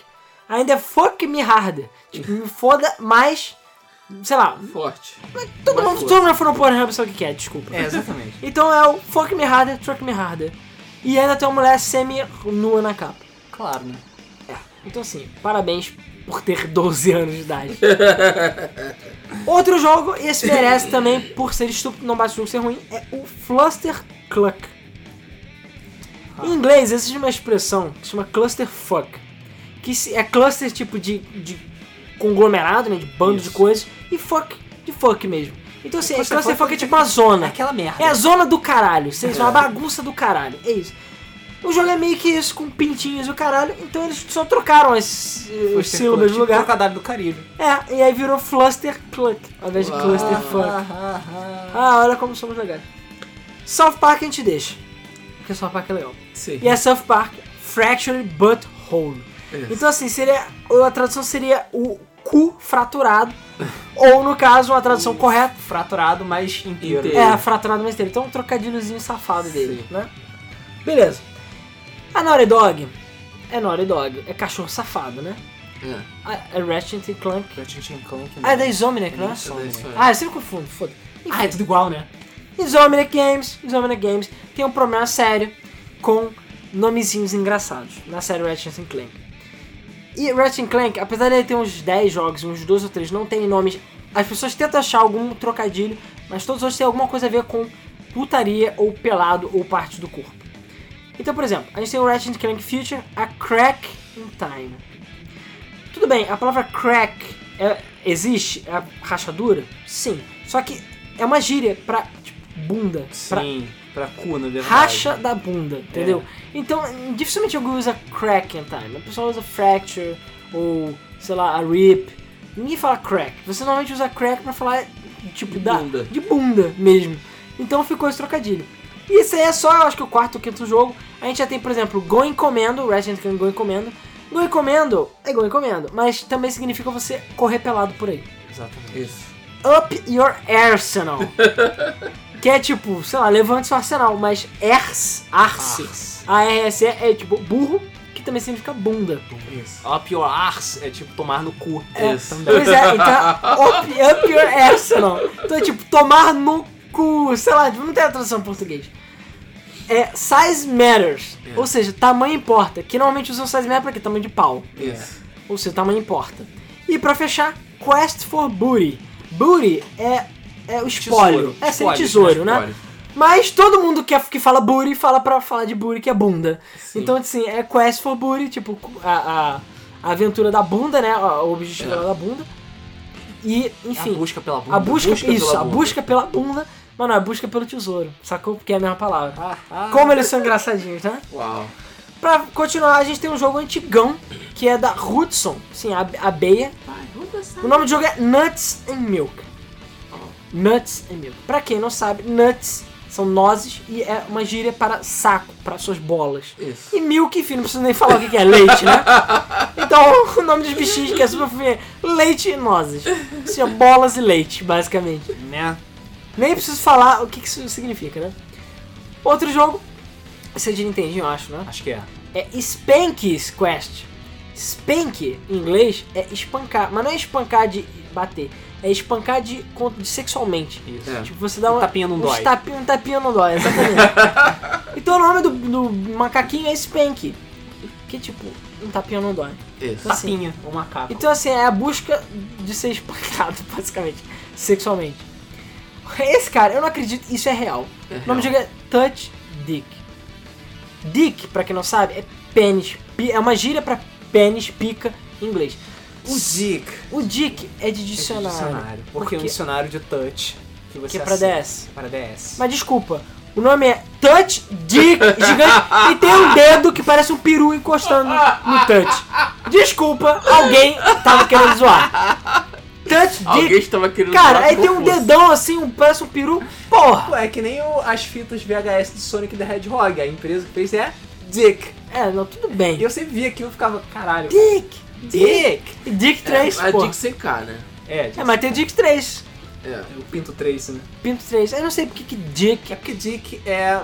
Speaker 2: ainda é fuck me harder. Tipo, me foda mais, sei lá,
Speaker 3: Forte.
Speaker 2: todo
Speaker 3: Mais
Speaker 2: mundo,
Speaker 3: forte.
Speaker 2: todo mundo foi no Pornhub, sabe o que que é, desculpa.
Speaker 4: É, exatamente.
Speaker 2: [LAUGHS] Então é o fuck me harder, truck me harder. E ainda tem uma mulher semi-nua na capa.
Speaker 4: claro, né?
Speaker 2: Então assim, parabéns por ter [LAUGHS] 12 anos de idade. Outro jogo, e esse merece também, por ser estúpido, não basta o jogo ser ruim, é o Fluster Cluck. Em inglês, existe uma expressão que se chama Cluster Fuck. Que se- é cluster tipo de, de conglomerado, né, de bando de
Speaker 4: Isso.
Speaker 2: coisas, e fuck, de fuck mesmo. Então assim,
Speaker 4: cluster
Speaker 2: cluster, cluster
Speaker 4: fuck
Speaker 2: fuck
Speaker 4: é
Speaker 2: é tipo uma zona.
Speaker 4: Aquela merda.
Speaker 2: É a zona do caralho, vocês
Speaker 3: É.
Speaker 2: são uma bagunça do caralho, é isso. O jogo é meio que isso, com pintinhos e o caralho, então eles só trocaram as eh,
Speaker 4: Foi
Speaker 2: os sílabas
Speaker 4: circulante,
Speaker 2: do lugar.
Speaker 4: tipo Trocadilho do Caribe.
Speaker 2: É, e aí virou Fluster Cluck, ao invés de
Speaker 3: Ah.
Speaker 2: Cluster Fuck. Ah, olha como somos legais. South Park a gente deixa, porque South Park é legal.
Speaker 3: Sim.
Speaker 2: E é South Park Fractured Butthole.
Speaker 3: Isso.
Speaker 2: Então assim, seria a tradução seria o cu fraturado, [LAUGHS] ou no caso, a tradução correta
Speaker 4: Fraturado, mas inteiro.
Speaker 3: Inteiro.
Speaker 2: É, fraturado mas dele. Então um trocadilhozinho safado dele,
Speaker 3: Sim.
Speaker 2: né? Beleza. A Naughty Dog é Naughty Dog, é cachorro safado, né?
Speaker 3: É.
Speaker 2: A- É Ratchet and Clank.
Speaker 4: Ratchet and Clank,
Speaker 2: Ah, é da
Speaker 4: né?
Speaker 2: Insomniac, não é?
Speaker 4: Isso,
Speaker 3: É isso aí.
Speaker 2: Ah, eu sempre confundo, foda
Speaker 4: Ah, é tudo igual, né?
Speaker 2: Insomniac Games, Insomniac Games tem um problema sério com nomezinhos engraçados na série Ratchet and Clank. E Ratchet and Clank, apesar de ele ter uns 10 jogos, uns 2 ou 3 não tem nomes, as pessoas tentam achar algum trocadilho, mas todos eles têm alguma coisa a ver com putaria ou pelado ou parte do corpo. Então, por exemplo, a gente tem o Ratchet and Clank Future, a Crack in Time. Tudo bem, a palavra crack é- existe? É rachadura? Sim. Só que é uma gíria pra tipo, bunda. pra
Speaker 4: Sim, pra, cu, na verdade.
Speaker 2: racha da bunda, entendeu?
Speaker 3: É.
Speaker 2: Então, dificilmente alguém usa crack in time. A pessoa usa fracture ou, sei lá, a rip. Ninguém fala crack. Você normalmente usa crack pra falar, tipo,
Speaker 3: De
Speaker 2: da,
Speaker 3: bunda.
Speaker 2: de bunda mesmo. Então ficou esse trocadilho. E isso aí é só, eu acho que o quarto ou quinto jogo. A gente já tem, por exemplo, Going Commando, Ratchet Clank Going Commando. Going Commando é Going Commando, mas também significa você correr pelado por aí.
Speaker 4: Exatamente.
Speaker 3: Isso.
Speaker 2: Up Your
Speaker 4: [LAUGHS]
Speaker 2: Arsenal. que é tipo, sei lá, levante seu arsenal, mas ers, arse.
Speaker 4: Arse.
Speaker 2: A RSE é tipo burro, que também significa bunda.
Speaker 3: Isso.
Speaker 4: Up your arse é tipo tomar no cu.
Speaker 3: Isso.
Speaker 2: Pois é, então
Speaker 4: [LAUGHS]
Speaker 2: é up, up your arsenal. Então é tipo tomar no cu, sei lá, tipo, não tem a tradução em português. É size matters,
Speaker 4: É.
Speaker 2: ou seja, tamanho importa. Que normalmente usam size matter pra quê? Tamanho de pau.
Speaker 3: Isso.
Speaker 2: ou seja, tamanho importa. E pra fechar, Quest for Booty. Booty é, é o espólio,
Speaker 4: Tesouro.
Speaker 2: é ser
Speaker 4: Espólio,
Speaker 2: tesouro, né?
Speaker 3: Olha.
Speaker 2: Mas todo mundo que, que fala booty fala pra falar de booty que é bunda. Então, assim, é Quest for Booty, tipo, a, a, a aventura da bunda, né? A- O objetivo
Speaker 3: É.
Speaker 2: da bunda. E,
Speaker 4: Enfim. A
Speaker 2: enfim,
Speaker 4: busca pela bunda.
Speaker 2: a busca,
Speaker 3: busca
Speaker 2: isso,
Speaker 3: pela
Speaker 2: a
Speaker 3: bunda.
Speaker 2: busca pela bunda, mas não, a busca pelo tesouro, sacou? Porque é a mesma palavra.
Speaker 4: Ah, ah.
Speaker 2: Como eles são engraçadinhos, né?
Speaker 3: Uau.
Speaker 2: Pra continuar, a gente tem um jogo antigão, que é da Hudson, sim, a, a Beia. O nome do jogo é Nuts and Milk. Nuts and Milk. Pra quem não sabe, nuts são nozes e é uma gíria para saco, para suas bolas.
Speaker 3: Isso.
Speaker 2: E milk, enfim, não preciso nem falar o que que é leite, né? Então, o nome dos bichinhos que é super fofinho é leite e nozes. Ou seja, bolas e leite, basicamente.
Speaker 4: Né?
Speaker 2: Nem preciso falar o que que isso significa, né? Outro jogo, esse é de Nintendinho, eu acho, né?
Speaker 4: Acho que é.
Speaker 2: é Spanky's Quest. Spank, em inglês, é espancar. Mas não é espancar de bater. É espancar de, con- de sexualmente.
Speaker 4: Isso.
Speaker 3: É.
Speaker 2: Tipo, você dá
Speaker 4: Um
Speaker 2: uma,
Speaker 4: tapinha não
Speaker 2: uns
Speaker 4: dói.
Speaker 2: tapinha- um tapinha não dói, exatamente.
Speaker 4: [LAUGHS]
Speaker 2: então o nome do, do macaquinho é Spank. Que tipo, um tapinha não dói.
Speaker 3: Isso.
Speaker 2: assim.
Speaker 4: Tapinha, ou macaco.
Speaker 2: Então assim, é a busca de ser espancado, [LAUGHS] basicamente. Sexualmente. Esse cara, eu não acredito, isso é real. O nome do jogo é Touch Dick. Dick, pra quem não sabe, é pênis. pi- É uma gíria pra pênis, pica, em inglês.
Speaker 4: O Dick.
Speaker 2: O dick é de dicionário.
Speaker 4: dicionário. Porque
Speaker 2: Por
Speaker 4: é um
Speaker 2: quê?
Speaker 4: dicionário de touch. Que você
Speaker 2: que é pra
Speaker 4: acessa.
Speaker 2: DS.
Speaker 4: Para DS.
Speaker 2: Mas desculpa, o nome é Touch Dick [LAUGHS] Gigante e tem um dedo que parece um peru encostando [LAUGHS] no touch. Desculpa, alguém tava querendo zoar. Touch
Speaker 3: Alguém
Speaker 2: Dick.
Speaker 3: estava querendo
Speaker 2: Cara,
Speaker 3: falar
Speaker 2: aí
Speaker 3: com
Speaker 2: tem um
Speaker 3: força.
Speaker 2: dedão assim, um, parece um peru. Porra!
Speaker 4: Pô, é que nem o- as fitas VHS de Sonic the Hedgehog. A empresa que fez é Dick.
Speaker 2: É, não, tudo bem.
Speaker 1: E eu sempre via aquilo e ficava, caralho.
Speaker 2: Dick!
Speaker 1: Dick!
Speaker 2: E Dick 3,
Speaker 3: a
Speaker 2: pô.
Speaker 3: Dick sem K, né?
Speaker 1: É, Dick.
Speaker 2: É, mas tem Dick 3.
Speaker 3: É.
Speaker 1: Eu pinto Trace, né?
Speaker 2: Pinto 3. Eu não sei porque que Dick...
Speaker 1: É porque Dick é.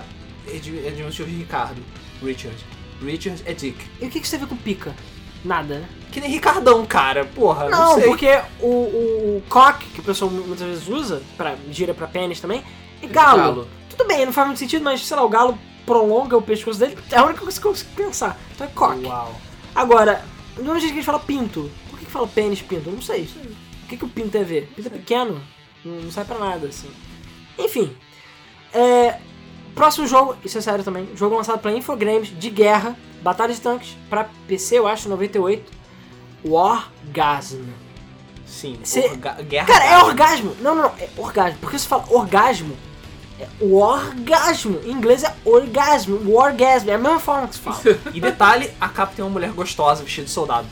Speaker 1: É de, é de um tio Ricardo. Richard. Richard é Dick.
Speaker 2: E o que, que você vê com pica? Nada, né?
Speaker 1: Que nem Ricardão, cara. Porra, não,
Speaker 2: Não,
Speaker 1: sei.
Speaker 2: porque o, o, o cock, que o pessoal muitas vezes usa, pra, gira pra pênis também, é galo. Tudo bem, não faz muito sentido, mas sei lá, o galo prolonga o pescoço dele, é a única coisa que eu consigo pensar. Então é cock.
Speaker 1: Uau.
Speaker 2: Agora, do mesmo jeito que a gente fala pinto, por que, que fala pênis pinto? Eu não sei. O que, que o pinto tem a ver? Pinto é pequeno, não, não sai pra nada, assim. Enfim. é, próximo jogo, isso é sério também, jogo lançado pela Infogrames, de guerra, Batalha de Tanques, pra PC, eu acho, 98. Wargasm.
Speaker 1: Sim.
Speaker 2: Cê-
Speaker 1: orga- Guerra.
Speaker 2: Cara, é orgasmo! Não, não, não, é orgasmo. Por que você fala orgasmo? É o orgasmo. Em inglês é orgasmo, o orgasmo. É a mesma forma que se fala.
Speaker 1: E detalhe, a capa tem uma mulher gostosa vestida de soldado.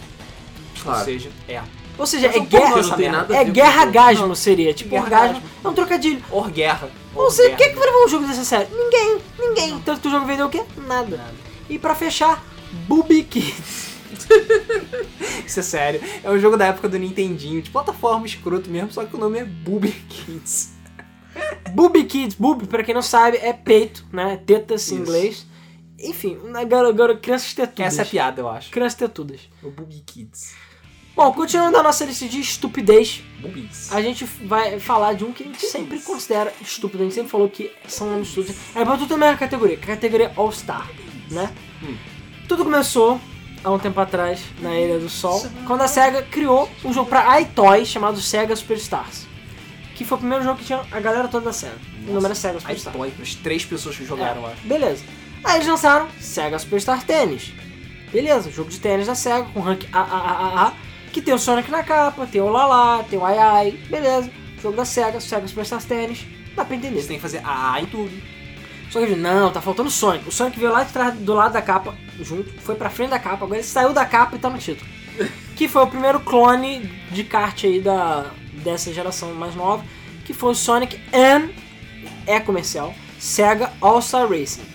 Speaker 1: Ou
Speaker 3: Claro.
Speaker 1: seja, é.
Speaker 2: Ou seja,
Speaker 1: Mas
Speaker 2: é
Speaker 1: um pouco
Speaker 2: guerra.
Speaker 1: isso não tem
Speaker 3: nada a
Speaker 2: é
Speaker 3: ver com
Speaker 2: guerra
Speaker 3: o jogo.
Speaker 2: gasmo seria. Tipo,
Speaker 1: Guerra
Speaker 2: orgasmo
Speaker 1: gasmo.
Speaker 2: é um trocadilho.
Speaker 1: Orguerra.
Speaker 2: Ou seja,
Speaker 1: Orguerra.
Speaker 2: quem é que vai levar um jogo dessa série? Ninguém, ninguém. Tanto que o jogo vendeu o quê? Nada. E pra fechar, Booby Kids. [LAUGHS]
Speaker 1: Isso é sério. É um jogo da época do Nintendinho, de plataforma escroto mesmo, só que o nome é Booby Kids.
Speaker 2: Booby Kids, boob, pra quem não sabe, é peito, né? Tetas em
Speaker 1: Isso.
Speaker 2: inglês. Enfim, agora, agora crianças tetudas.
Speaker 1: Essa é a piada, eu acho.
Speaker 2: Crianças tetudas.
Speaker 1: O Booby Kids.
Speaker 2: Bom, continuando a nossa lista de estupidez,
Speaker 1: Boobies.
Speaker 2: A gente vai falar de um que a gente sempre considera estúpido. A gente sempre falou que são nomes estúpidos. É pra tudo também a categoria, que é a categoria All-Star, né? Tudo começou há um tempo atrás, na Ilha do Sol, quando a SEGA criou um jogo pra iToy chamado SEGA Superstars. Que foi o primeiro jogo que tinha a galera toda da SEGA. O nome era SEGA
Speaker 1: Aí
Speaker 2: Superstars.
Speaker 1: dói pras três pessoas que jogaram, eu acho.
Speaker 2: Beleza. Aí eles lançaram Sega Superstar Tennis. Beleza, jogo de tênis da Sega com rank AAAA, que tem o Sonic na capa, tem o Lala, tem o Ai Ai, beleza. Jogo da Sega, Sega Superstar Tennis, dá pra entender.
Speaker 1: Você tem que fazer AA em tudo.
Speaker 2: Só que ele, não, tá faltando Sonic. O Sonic veio lá de trás, do lado da capa, junto, foi pra frente da capa, agora ele saiu da capa e tá
Speaker 1: [LAUGHS]
Speaker 2: no título. Que foi o primeiro clone de kart aí da, dessa geração mais nova, que foi o Sonic and é comercial, Sega All-Star Racing.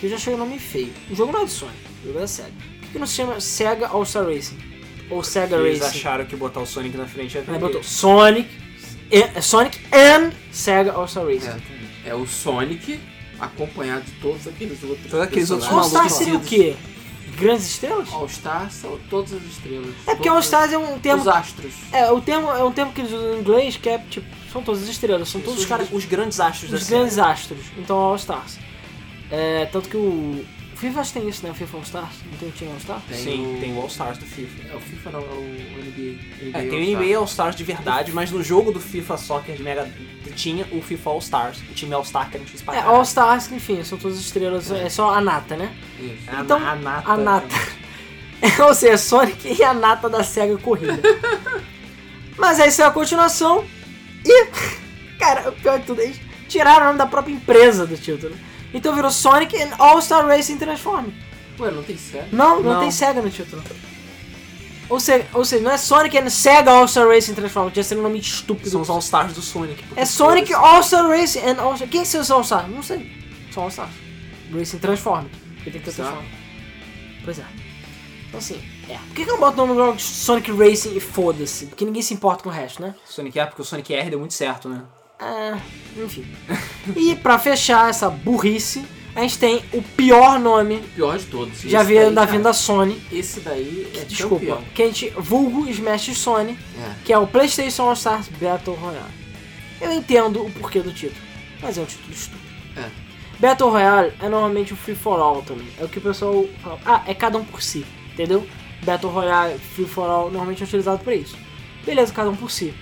Speaker 2: Que eu já achei o nome feio. O jogo não é do Sonic, o jogo é da Sega. Por que, que não se chama Sega All-Star Racing? Ou Sega
Speaker 1: Eles
Speaker 2: Racing?
Speaker 1: acharam que botar o Sonic na frente ia
Speaker 2: Aí
Speaker 1: vender.
Speaker 2: botou Sonic, e- Sonic and Sega All-Star Racing.
Speaker 3: É. É o Sonic acompanhado de todos aqueles outros.
Speaker 1: Todos aqueles outros
Speaker 3: personagens.
Speaker 2: All-Star
Speaker 1: malucos
Speaker 2: seria o quê? Grandes estrelas?
Speaker 3: All-Star são todas as estrelas.
Speaker 2: É porque
Speaker 3: todas-
Speaker 2: All-Stars é um termo.
Speaker 3: Os astros.
Speaker 2: É, o termo é um termo que eles usam em inglês que é tipo, são todas as estrelas, são todos os
Speaker 1: Os,
Speaker 2: caras,
Speaker 1: os grandes astros da
Speaker 2: os
Speaker 1: série.
Speaker 2: grandes astros. Então All Stars. É, tanto que o. O FIFA acho que tem isso, né? O FIFA All Stars? Não tem o time É, All Star?
Speaker 3: Tem
Speaker 1: Sim,
Speaker 3: o-
Speaker 1: tem o All-Stars do FIFA.
Speaker 3: É o FIFA não, é o NBA.
Speaker 1: É, tem o NBA All-Stars de verdade, mas no jogo do FIFA Soccer Mega tinha o FIFA All-Stars, o time All-Star que era um time pra
Speaker 2: É,
Speaker 1: caralho.
Speaker 2: All Stars, enfim, são todas as estrelas, é só a nata, né?
Speaker 3: Isso.
Speaker 1: A-
Speaker 2: então,
Speaker 1: a nata.
Speaker 2: A nata. [LAUGHS] Ou seja, Sonic e a nata da SEGA corrida. Mas é aí saiu a continuação e. [LAUGHS] Cara, o pior de tudo é isso. Tiraram o nome da própria empresa do título. Então virou Sonic and All-Star Racing Transform.
Speaker 3: Ué, não tem sério?
Speaker 2: Não, não,
Speaker 1: Não.
Speaker 2: tem SEGA no título. Ou seja, ou seja, não é Sonic and SEGA All-Star Racing Transform, tinha sido um nome estúpido.
Speaker 1: São os All-Stars do Sonic. porque
Speaker 2: É Sonic All-Star Racing and All-Star. Quem é são os All-Stars? Não sei. São All-Stars. Racing Transform. Porque tem que ter
Speaker 3: Tá.
Speaker 2: Transform. Pois é. Então assim, é. Por que, que eu não boto o nome do jogo Sonic Racing e foda-se? Porque ninguém se importa com o resto, né?
Speaker 1: Sonic é porque o Sonic R deu muito certo, né?
Speaker 2: Ah, enfim. [LAUGHS] e pra fechar essa burrice, a gente tem o pior nome.
Speaker 3: O pior de todos.
Speaker 2: Já
Speaker 3: Esse
Speaker 2: veio
Speaker 3: daí,
Speaker 2: da
Speaker 3: cara,
Speaker 2: vinda da Sony.
Speaker 3: Esse daí é
Speaker 2: Desculpa.
Speaker 3: campeão.
Speaker 2: Que a gente vulgo Smash Sony.
Speaker 3: É.
Speaker 2: que é o PlayStation All Stars Battle Royale. Eu entendo o porquê do título, mas é um título estúpido.
Speaker 3: É.
Speaker 2: Battle Royale é normalmente o free for all também. É o que o pessoal fala, ah, é cada um por si, entendeu? Battle Royale, free for all normalmente é utilizado para isso. Beleza, cada um por si.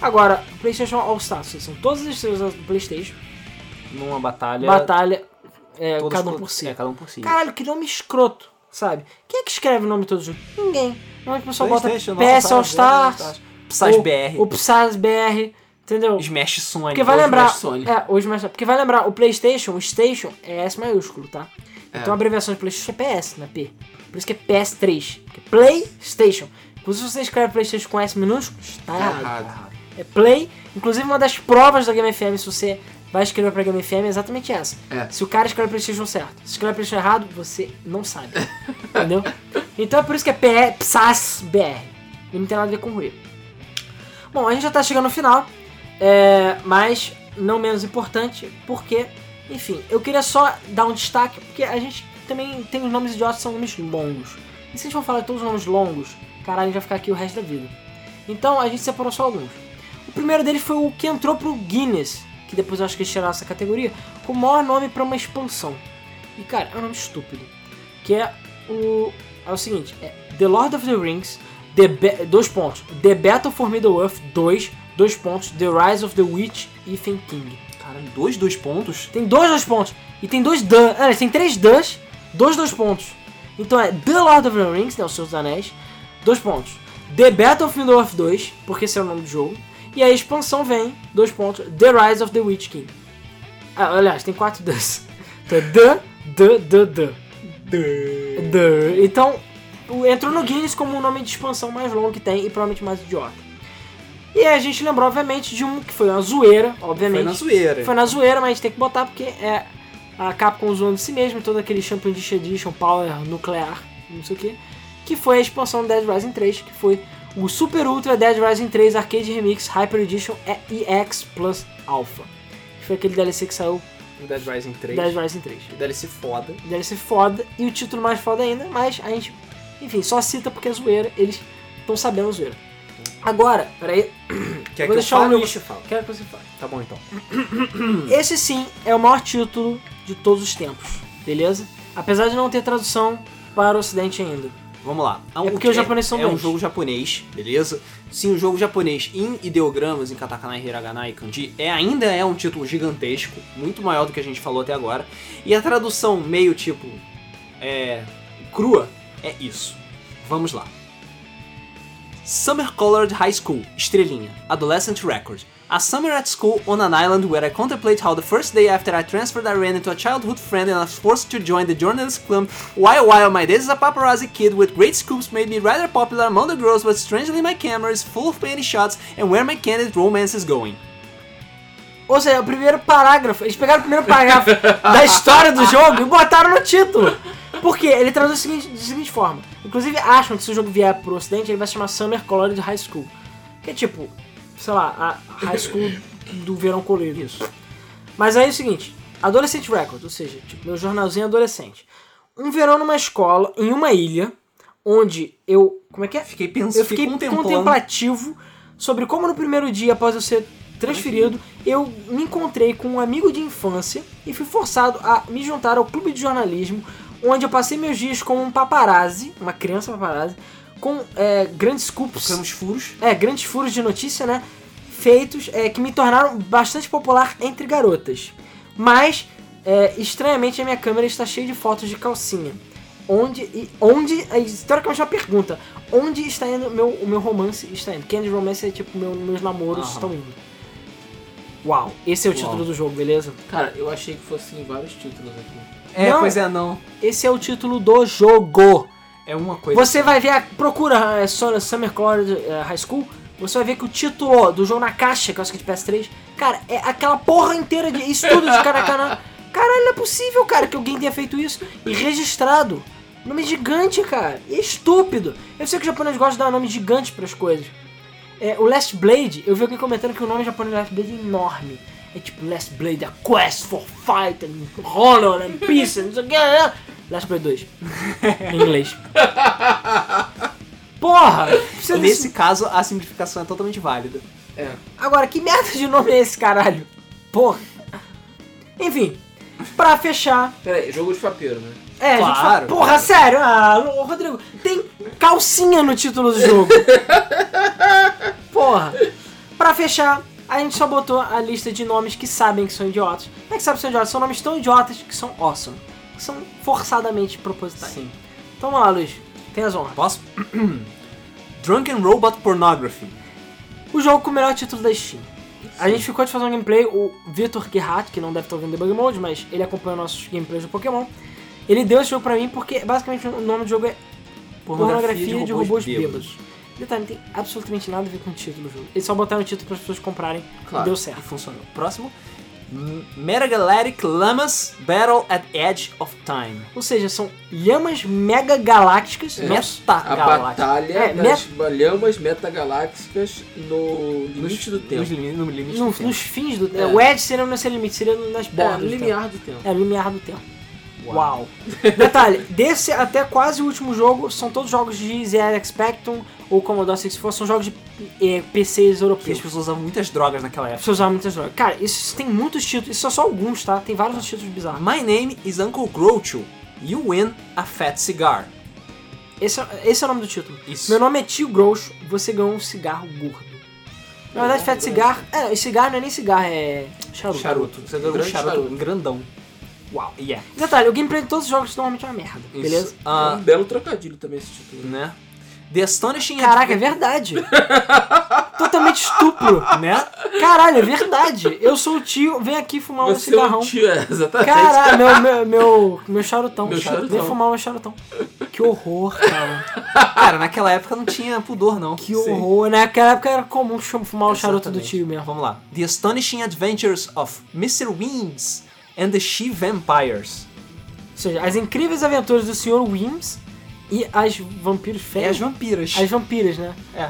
Speaker 2: Agora, PlayStation All Stars, são todas as estrelas do PlayStation,
Speaker 1: Numa batalha.
Speaker 2: batalha, é,
Speaker 1: todos
Speaker 2: cada um por si.
Speaker 1: É, cada um por si.
Speaker 2: Caralho, que nome escroto, sabe? Quem é que escreve o nome de todos os jogos? Ninguém. é Normalmente o pessoal bota
Speaker 1: PlayStation,
Speaker 2: PS
Speaker 1: nossa, tá
Speaker 2: All
Speaker 1: Stars,
Speaker 3: tá.
Speaker 2: Stars,
Speaker 1: Psys
Speaker 2: o-
Speaker 1: BR.
Speaker 2: o Psys BR, entendeu?
Speaker 1: Smash Sonic.
Speaker 2: Porque vai
Speaker 3: Hoje
Speaker 2: lembrar.
Speaker 3: mais Sony.
Speaker 2: É, hoje mais. Porque vai lembrar, o PlayStation, o Station é S maiúsculo, tá?
Speaker 3: É.
Speaker 2: Então a abreviação de PlayStation é PS, né? P. Por isso que é PS3. Que é PlayStation. Inclusive, se você escreve PlayStation com S minúsculo, tá
Speaker 3: Tá
Speaker 2: errado.
Speaker 3: errado.
Speaker 2: É Play. Inclusive, uma das provas da Game FM, se você vai escrever pra Game FM é exatamente essa.
Speaker 3: É.
Speaker 2: Se o cara escreve PlayStation certo, se escreve PlayStation errado, você não sabe. entendeu? Então é por isso que é PE, PSAS, BR. E não tem nada a ver com ruído. Bom, a gente já tá chegando no final, é, mas não menos importante, porque, enfim, eu queria só dar um destaque, porque a gente também tem os nomes idiotas, são nomes longos. E se a gente for falar todos os nomes longos, caralho, a gente vai ficar aqui o resto da vida. Então a gente separou só alguns. O primeiro deles foi o que entrou pro Guinness, que depois eu acho que eles tiraram essa categoria, com o maior nome pra uma expansão. E cara, é um nome estúpido. Que é o. É o seguinte: é The Lord of the Rings, The Ba- dois pontos. The Battle for Middle Earth 2, dois pontos. The Rise of the Witch e King.
Speaker 1: Caralho, dois, dois pontos?
Speaker 2: Tem dois dois pontos. E tem dois dan. Aliás, tem três duns, dois dois pontos. Então é The Lord of the Rings, né? O Senhor dos Anéis, dois pontos. The Battle of Middle-earth 2, porque esse é o nome do jogo. E a expansão vem, dois pontos. The Rise of the Witch King. Ah, aliás, tem quatro duns. [LAUGHS] Então é The, The, The, The. The. Então, o- entrou no Guinness como o nome de expansão mais longo que tem e provavelmente mais idiota. E a gente lembrou, obviamente, de um que foi uma zoeira,
Speaker 1: Foi
Speaker 2: obviamente.
Speaker 1: na zoeira.
Speaker 2: Foi na zoeira, mas a gente tem que botar porque é a Capcom zoando de si mesmo, todo aquele Championship Edition, Power Nuclear, não sei o que, que foi a expansão do Dead Rising 3, que foi o Super Ultra Dead Rising 3 Arcade Remix Hyper Edition EX Plus Alpha. Que foi aquele DLC que saiu
Speaker 1: O Dead Rising 3.
Speaker 2: Dead Rising 3.
Speaker 1: O DLC foda.
Speaker 2: DLC foda e o título mais foda ainda, mas a gente, enfim, só cita porque é zoeira, eles estão sabendo a zoeira. Agora, peraí,
Speaker 1: Quer
Speaker 2: Vou
Speaker 1: que
Speaker 2: deixar
Speaker 1: eu fale
Speaker 2: o
Speaker 1: ou
Speaker 2: meu-
Speaker 1: você fala?
Speaker 2: quero que você fale.
Speaker 1: Tá bom então.
Speaker 2: Esse sim é o maior título de todos os tempos, beleza? Apesar de não ter tradução para o ocidente ainda.
Speaker 1: Vamos lá. É, um-
Speaker 2: porque os japoneses são
Speaker 1: É um
Speaker 2: bons.
Speaker 1: jogo japonês, beleza? Sim, o jogo japonês em ideogramas, em katakana, hiragana e kanji, é, ainda é um título gigantesco, muito maior do que a gente falou até agora. E a tradução meio tipo... É... Crua é isso. Vamos lá. Summer Colored High School, estrelinha, Adolescent Record. A summer at school on an island where I contemplate how the first day after I transferred I ran into a childhood friend and I was forced to join the journalist club while while my days as a paparazzi kid with great scoops made me rather popular among the girls but strangely my camera is full of panty shots and where my candid romance is going.
Speaker 2: Ou seja, o primeiro parágrafo, eles pegaram o primeiro parágrafo da história do jogo e botaram no título. Porque ele traduz da seguinte, da seguinte forma. Inclusive acham que se o jogo vier pro ocidente, ele vai se chamar Summer Colored High School. Que é tipo, sei lá, a High School do verão colorido. Isso. Mas aí é o seguinte, Adolescent Record, ou seja, tipo, meu jornalzinho adolescente. Um verão numa escola, em uma ilha, onde eu... Como é que é?
Speaker 1: Fiquei pensando,
Speaker 2: Eu fiquei contemplativo sobre como no primeiro dia após eu ser transferido, eu me encontrei com um amigo de infância e fui forçado a me juntar ao clube de jornalismo, onde eu passei meus dias como um paparazzi, uma criança paparazzi, com é, grandes scoops,
Speaker 1: Ficamos furos.
Speaker 2: é, grandes furos de notícia, né? Feitos é, que me tornaram bastante popular entre garotas. Mas, é, estranhamente, a minha câmera está cheia de fotos de calcinha. Onde, e onde, é, historicamente é uma pergunta, onde está indo meu, o meu romance? Está indo. Candy Romance é tipo, meu- meus namoros
Speaker 1: Aham.
Speaker 2: estão indo. Uau, esse é o título
Speaker 3: Uau.
Speaker 2: do jogo, beleza?
Speaker 3: Cara, eu achei que fossem vários títulos aqui.
Speaker 1: É,
Speaker 2: Não.
Speaker 1: pois é, não.
Speaker 2: Esse é o título do jogo.
Speaker 1: É uma coisa.
Speaker 2: Você vai ver, a, procura é, Summer Summer College é, High School, você vai ver que o título do jogo na caixa, que eu acho que é de PS3, cara, é aquela porra inteira de estudo de Caracanã. Caralho, não é possível, cara, que alguém tenha feito isso e registrado. Nome gigante, cara. E é estúpido. Eu sei que os japoneses gostam de dar nome gigante pras coisas. É, o Last Blade, eu vi alguém comentando que o nome japonês do Last Blade é enorme. É tipo Last Blade, a Quest for Fight, and Honor and Peace, and não sei o que. Last Blade 2. em inglês. Porra! Precisa
Speaker 1: Nesse
Speaker 2: desse...
Speaker 1: caso, a simplificação é totalmente válida. É,
Speaker 2: Agora, que merda de nome é esse, caralho? Porra. Enfim, pra fechar...
Speaker 3: Pera aí, jogo de papeiro, né?
Speaker 2: É, a gente fala,
Speaker 1: Claro.
Speaker 2: porra, sério, ah, ô, Rodrigo, tem calcinha no título do jogo. porra. Pra fechar, a gente só botou a lista de nomes que sabem que são idiotas. Não é que sabem que são idiotas, são nomes tão idiotas que são awesome. Que são forçadamente propositais.
Speaker 1: Sim.
Speaker 2: Então vamos lá, Luiz. Tem as honras.
Speaker 1: Posso? [CLEARS THROAT] Drunken Robot Pornography.
Speaker 2: O jogo com o melhor título da Steam. A gente ficou de fazer um gameplay, o Vitor Gerhardt, que não deve estar ouvindo Debug Mode, mas ele acompanha nossos gameplays do Pokémon. Ele deu esse jogo pra mim porque basicamente o nome do jogo é Pornografia, de, robôs, bêbados. Detalhe, não tem absolutamente nada a ver com o título do jogo. Eles só botaram o título para as pessoas comprarem e
Speaker 3: Claro.
Speaker 2: deu
Speaker 1: E
Speaker 2: certo.
Speaker 1: funcionou. Próximo. M- Megagalatic Lamas Battle at Edge of Time.
Speaker 2: Ou seja, são lhamas mega galácticas.
Speaker 3: É. A
Speaker 1: Meta
Speaker 3: batalha
Speaker 2: É,
Speaker 3: das lhamas metagalácticas no limite do
Speaker 1: nos
Speaker 3: tempo.
Speaker 1: limi- no limite
Speaker 2: no-
Speaker 1: do tempo.
Speaker 2: nos fins do
Speaker 3: É.
Speaker 2: tempo. O Edge seria não ser limite, seria nas
Speaker 3: É,
Speaker 2: bordas. do tempo.
Speaker 3: limiar do tempo.
Speaker 2: É, limiar do tempo. Uau. Detalhe, desse até quase o último jogo, são todos jogos de ZX Spectrum ou Commodore 64, são jogos de eh, PCs
Speaker 1: Porque
Speaker 2: europeus.
Speaker 1: as pessoas usavam muitas drogas naquela época.
Speaker 2: Você usava muitas drogas. Cara, isso tem muitos títulos, isso é só alguns, tá? Tem vários outros títulos bizarros.
Speaker 1: My name is Uncle Groucho. You win a fat cigar.
Speaker 2: Esse, é- esse é o nome do título.
Speaker 1: Isso.
Speaker 2: Meu nome é Tio Groucho, você ganhou um cigarro gordo. Na verdade, Fat Cigar. É, cigarro não é nem cigarro, é. Charuto.
Speaker 1: Charuto. Você ganhou
Speaker 2: é
Speaker 1: um
Speaker 3: Grande
Speaker 1: charuto,
Speaker 3: charuto. É
Speaker 1: grandão. Uau, é. yeah.
Speaker 2: Detalhe, o gameplay de todos os jogos normalmente é uma merda,
Speaker 1: Isso.
Speaker 2: beleza?
Speaker 1: Ah,
Speaker 3: É um belo trocadilho também esse título.
Speaker 1: né? The Astonishing
Speaker 2: Caraca,
Speaker 1: [LAUGHS]
Speaker 2: é verdade. Totalmente estúpido.
Speaker 1: né?
Speaker 2: Caralho, é verdade. Eu sou o tio, vem aqui fumar um
Speaker 3: Você é
Speaker 2: cigarrão.
Speaker 3: um tio, [LAUGHS] é, exatamente.
Speaker 2: Caralho, meu, meu, meu, meu charutão.
Speaker 3: Meu
Speaker 2: cara. Vem
Speaker 3: charutão.
Speaker 2: fumar meu charutão. Que horror, cara.
Speaker 1: Cara, naquela época não tinha pudor, não.
Speaker 2: Que horror. Naquela época era comum chum- fumar o charuto do
Speaker 1: Exatamente.
Speaker 2: tio mesmo.
Speaker 1: Vamos lá. The Astonishing Adventures of Mr. Weems and the She Vampires.
Speaker 2: Ou seja, as incríveis aventuras do Sr. Wims e as vampiros
Speaker 1: É as
Speaker 2: férias.
Speaker 1: vampiras.
Speaker 2: As vampiras, né?
Speaker 1: É.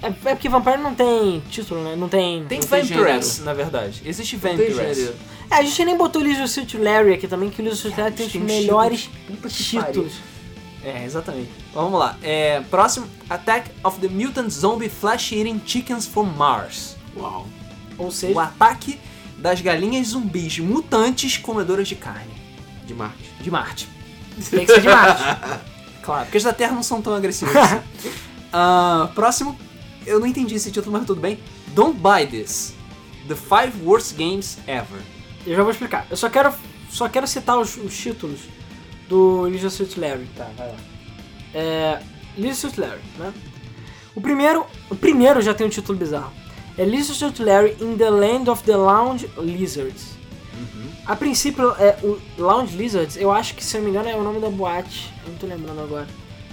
Speaker 2: É, é porque vampiro não tem título, né? Não tem.
Speaker 1: Tem
Speaker 3: Não tem
Speaker 1: Vampires, na verdade. Existe
Speaker 3: Não tem
Speaker 1: Vampires.
Speaker 3: gênero.
Speaker 2: É, a gente nem botou o Lizard Suit Larry aqui também, que o Lizard Suit Larry tem os
Speaker 1: Tem
Speaker 2: melhores
Speaker 1: Puta que pariu.
Speaker 2: títulos.
Speaker 1: É, exatamente. Vamos lá. É, próximo: Attack of the Mutant Zombie Flesh Eating Chickens from Mars.
Speaker 3: Uau.
Speaker 2: Ou seja,
Speaker 1: O ataque das galinhas zumbis mutantes comedoras de carne.
Speaker 3: De Marte.
Speaker 1: De Marte.
Speaker 2: tem que ser de Marte.
Speaker 1: Claro, porque as da Terra não são tão agressivas assim. Ah, próximo. Eu não entendi esse título, mas tudo bem. Don't Buy This. The Five Worst Games Ever.
Speaker 2: Eu já vou explicar. Eu só quero, só quero citar os, os títulos do Leisure Suit Larry. Tá, vai lá. É, Leisure Suit Larry, né? O primeiro, o primeiro já tem um título bizarro. É Leisure Suit Larry in the Land of the Lounge Lizards. A princípio, é, o Lounge Lizards, eu acho que, se eu não me engano, é o nome da boate. Eu não tô lembrando agora.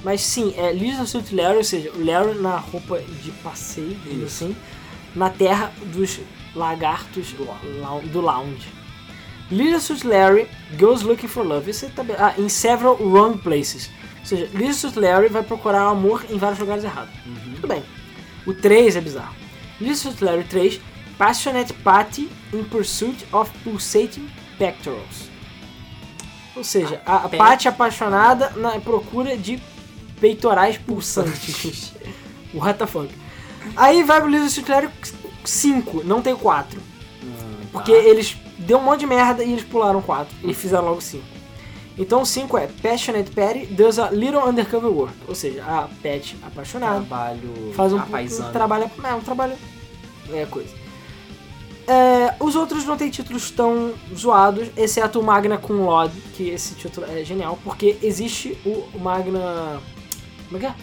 Speaker 2: Mas sim, é Leisure Suit Larry, ou seja, o Larry na roupa de passeio, digamos assim, na terra dos lagartos lau- do lounge. Little Suit Larry goes looking for love. Isso também. Ah, in several wrong places. Ou seja, Little Suit Larry vai procurar amor em vários lugares errados. Tudo bem. O 3 é bizarro. Little Suit Larry 3, Passionate Patty in Pursuit of Pulsating Pectorals. Ou seja, a, a
Speaker 1: pe-
Speaker 2: Patty apaixonada na procura de peitorais pulsantes. What the fuck? Aí vai pro Little Suit Larry 5, não tem 4. Porque eles deu um monte de merda e eles pularam 4 e fizeram logo 5. Então 5 é Passionate Patty does a little undercover work. Ou seja, a Patty apaixonada
Speaker 1: Trabalho.
Speaker 2: faz um, um
Speaker 1: apaisando.
Speaker 2: trabalho. É, um trabalho. É coisa. É, os outros não têm títulos tão zoados, exceto o Magna Cum Laude, que esse título é genial, porque existe o Magna. Como é que é?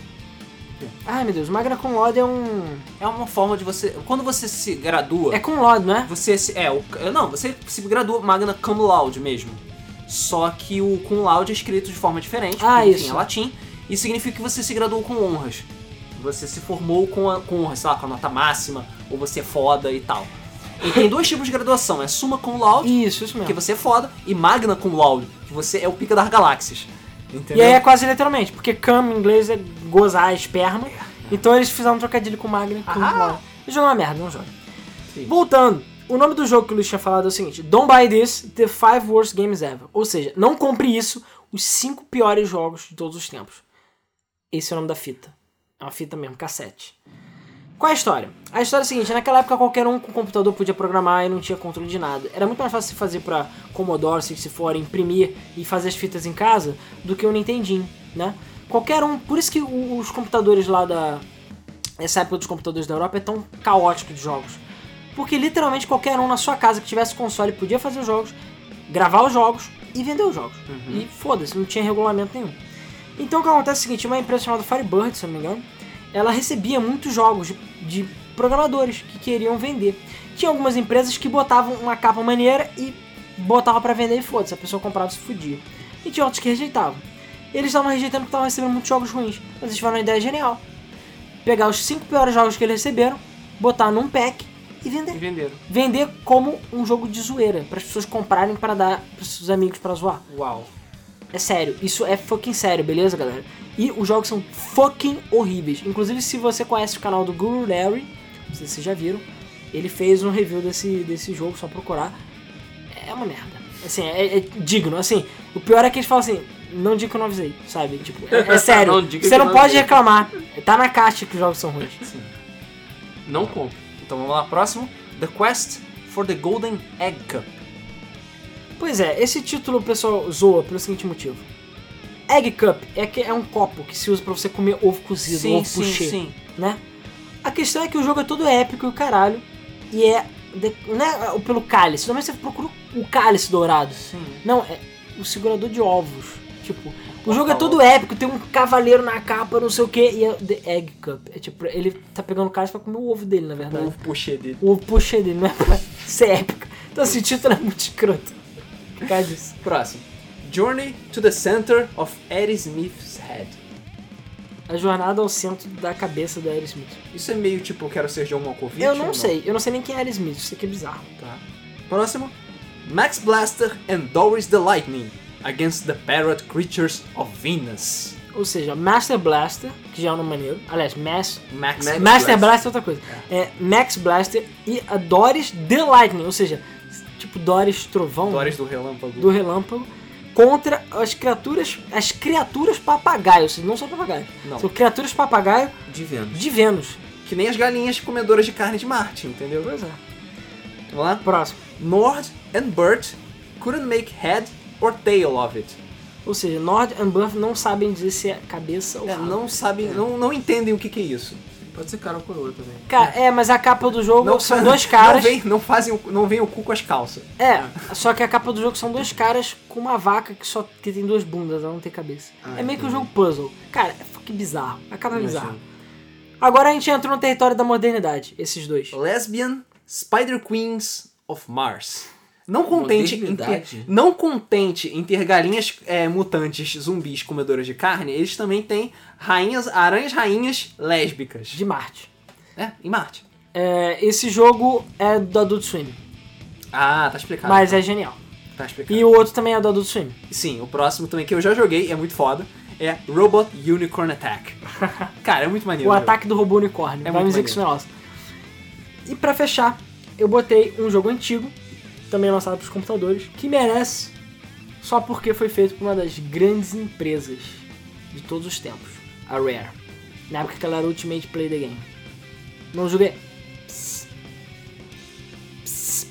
Speaker 2: Ai meu Deus, Magna Cum Laude é um.
Speaker 1: É uma forma de você. Quando você se gradua,
Speaker 2: É Cum Laude, não é?
Speaker 1: você se. É, o, não, você se gradua magna cum laude mesmo. Só que o cum laude é escrito de forma diferente,
Speaker 2: Ah,
Speaker 1: porque, enfim,
Speaker 2: isso.
Speaker 1: é latim, e significa que você se graduou com honras. Você se formou com, a, com honras, sei lá, com a nota máxima, ou você é foda e tal. E tem dois tipos de graduação, é summa cum laude,
Speaker 2: Isso, isso
Speaker 1: que
Speaker 2: mesmo.
Speaker 1: você é foda, e magna cum laude, que você é o pica das galáxias. Entendeu?
Speaker 2: E aí é quase literalmente, porque cum em inglês é gozar, esperma. Então eles fizeram um trocadilho com Magna Cum Laude. O jogo é uma merda, não joga.
Speaker 3: Sim.
Speaker 2: Voltando, o nome do jogo que o Luiz tinha falado é o seguinte: Don't Buy This, The Five Worst Games Ever. Ou seja, não compre isso, os cinco piores jogos de todos os tempos. Esse é o nome da fita. É uma fita mesmo, cassete. Qual é a história? A história é a seguinte: naquela época qualquer um com computador podia programar e não tinha controle de nada. Era muito mais fácil se fazer pra Commodore 64, imprimir e fazer as fitas em casa do que o Nintendinho, né? Qualquer um, por isso que o- os computadores lá da. Essa época dos computadores da Europa é tão caótico de jogos. Porque literalmente qualquer um na sua casa que tivesse console podia fazer os jogos, gravar os jogos e vender os jogos. E foda-se, não tinha regulamento nenhum. Então o que acontece é o seguinte, uma empresa chamada Firebird, se eu não me engano, ela recebia muitos jogos de, de programadores que queriam vender. Tinha algumas empresas que botavam uma capa maneira e botava pra vender e foda-se, a pessoa comprava e se fudia. E tinha outros que rejeitavam. Eles estavam rejeitando porque estavam recebendo muitos jogos ruins. Mas eles tiveram uma ideia genial. Pegar os cinco piores jogos que eles receberam, botar num pack e
Speaker 4: E
Speaker 2: vender.
Speaker 4: venderam.
Speaker 2: Vender como um jogo de zoeira, para as pessoas comprarem para dar pros seus amigos para zoar.
Speaker 4: Uau.
Speaker 2: É sério, isso é fucking sério, beleza, galera? E os jogos são fucking horríveis. Inclusive, se você conhece o canal do Guru Larry, não sei se vocês já viram, ele fez um review desse, desse jogo, só procurar. É uma merda. Assim, é, é digno. Assim, o pior é que eles falam assim, não diga que eu não avisei, sabe? Tipo, é,
Speaker 3: [LAUGHS]
Speaker 2: é sério.
Speaker 3: Não diga que
Speaker 2: você não
Speaker 3: eu não
Speaker 2: pode
Speaker 3: avisei.
Speaker 2: reclamar. Tá na caixa que os jogos são ruins.
Speaker 3: Não compre.
Speaker 1: Então vamos lá, próximo. The Quest for the Golden Egg Cup.
Speaker 2: Pois é, esse título o pessoal zoa pelo seguinte motivo. Egg Cup é, que é um copo que se usa pra você comer ovo cozido, ovo pochê. né? A questão é que o jogo é todo épico e o caralho. E é. De, não é pelo cálice. Normalmente você procura o cálice dourado.
Speaker 4: Sim.
Speaker 2: Não, é o segurador de ovos. Tipo, o jogo é todo épico, tem um cavaleiro na capa, não sei o que, e é The Egg Cup. É tipo, ele tá pegando o cálice pra comer o ovo dele, na verdade.
Speaker 4: Ovo pochê dele.
Speaker 2: O ovo pochê dele, não é pra [LAUGHS] ser épico. Então esse título é muito escroto. Por causa disso.
Speaker 1: Próximo.
Speaker 4: Journey to the Center of Eddie Smith's Head.
Speaker 2: A jornada ao centro da cabeça da Aerosmith.
Speaker 4: Isso é meio tipo, eu quero ser John Malkovich?
Speaker 2: Eu
Speaker 4: ou
Speaker 2: não sei, eu não sei nem quem é Aerosmith, isso aqui é bizarro.
Speaker 4: Tá.
Speaker 1: Próximo. Max Blaster and Doris the Lightning against the parrot creatures of Venus.
Speaker 2: Ou seja, Master Blaster, que já é um nome maneiro. Aliás, Mas,
Speaker 1: Max,
Speaker 3: Max
Speaker 2: Master Blaster é outra coisa. É Max Blaster e a Doris The Lightning. Ou seja, tipo Doris Trovão
Speaker 4: Doris do Relâmpago.
Speaker 2: do Relâmpago. Contra as criaturas. As criaturas papagaio. Ou seja, não são papagaios.
Speaker 4: Não.
Speaker 2: São criaturas papagaio
Speaker 3: De venda.
Speaker 2: de Vênus.
Speaker 4: Que nem as galinhas comedoras de carne de Marte, entendeu?
Speaker 2: Pois é.
Speaker 4: Vamos lá.
Speaker 2: Próximo.
Speaker 4: Nord and Bert couldn't make head or tail of it.
Speaker 2: Ou seja, Nord and Buff não sabem dizer se é cabeça ou
Speaker 4: É,
Speaker 2: rabo.
Speaker 4: não sabem, não, não entendem o que, que é isso.
Speaker 3: Pode ser Carol Coroa também.
Speaker 2: Ca- É, mas a capa do jogo
Speaker 4: Não
Speaker 2: são
Speaker 4: fa-
Speaker 2: dois caras.
Speaker 4: Não vem, não fazem, o- não vem o cu com as calças.
Speaker 2: É, só que a capa do jogo são dois caras com uma vaca que só que tem duas bundas, ela não tem cabeça.
Speaker 3: Ah,
Speaker 2: é meio que um
Speaker 3: entendi.
Speaker 2: jogo puzzle. Cara, é fucking bizarro. A capa é
Speaker 3: Imagino.
Speaker 2: bizarra. Agora a gente entra no território da modernidade, esses dois.
Speaker 4: Lesbian Spider Queens of Mars. Não contente, em ter,
Speaker 3: Modernidade?
Speaker 4: não contente em ter galinhas é, mutantes, zumbis, comedoras de carne, eles também têm rainhas, aranhas rainhas lésbicas.
Speaker 2: De Marte.
Speaker 4: É, em Marte.
Speaker 2: É, esse jogo é do Adult Swim,
Speaker 4: Ah, tá explicado.
Speaker 2: mas é genial.
Speaker 4: Tá explicado.
Speaker 2: E o outro também é do Adult Swim.
Speaker 4: Sim, o próximo também que eu já joguei, é muito foda, é Robot Unicorn
Speaker 2: [LAUGHS]
Speaker 4: Attack. Cara, é muito maneiro.
Speaker 2: O
Speaker 4: jogo.
Speaker 2: ataque do robô unicórnio.
Speaker 4: É
Speaker 2: Vai
Speaker 4: muito
Speaker 2: dizer que isso não é nosso. E pra fechar, eu botei um jogo antigo, também lançado pros computadores, que merece só porque foi feito por uma das grandes empresas de todos os tempos, a Rare. Na época que ela era Ultimate Play the Game. Não joguei. é Pss. Pss.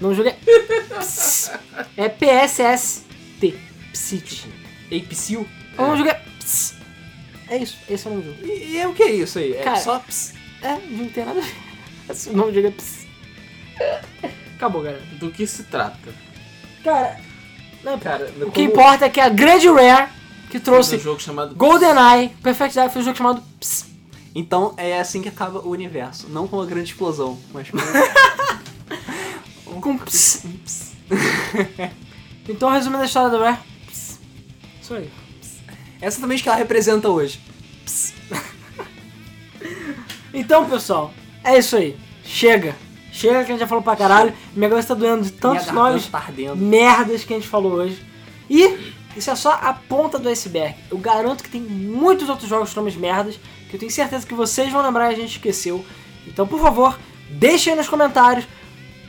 Speaker 2: Não joguei. é Pss. É PSST. Psit.
Speaker 4: Apecil.
Speaker 2: Eu não joguei. Pss. É isso. Esse é o nome do jogo.
Speaker 4: E, e o que é isso aí? É
Speaker 2: Cara,
Speaker 4: só... Ps,
Speaker 2: É, não tem nada a ver. [LAUGHS] Esse nome dele é ps. Acabou, galera.
Speaker 3: Do que se trata?
Speaker 2: Cara, não,
Speaker 4: cara,
Speaker 2: o que importa é que a grande Rare que
Speaker 3: Tem
Speaker 2: trouxe
Speaker 3: um jogo chamado
Speaker 2: GoldenEye, Perfect Dark, fez um jogo chamado Ps.
Speaker 4: Então é assim que acaba o universo. Não com uma grande explosão, mas
Speaker 2: [LAUGHS]
Speaker 4: com...
Speaker 2: Com ps. [LAUGHS] então, resumindo a história da Rare, ps. Isso aí.
Speaker 4: Essa também é que ela representa hoje.
Speaker 2: Então, pessoal, é isso aí. Chega. Chega que a gente já falou pra caralho. Minha cabeça tá doendo de tantos
Speaker 4: Minha garganta
Speaker 2: nomes
Speaker 4: tá ardendo.
Speaker 2: merdas que a gente falou hoje. E isso é só a ponta do iceberg. Eu garanto que tem muitos outros jogos com nomes merdas que eu tenho certeza que vocês vão lembrar e a gente esqueceu. Então, por favor, deixem aí nos comentários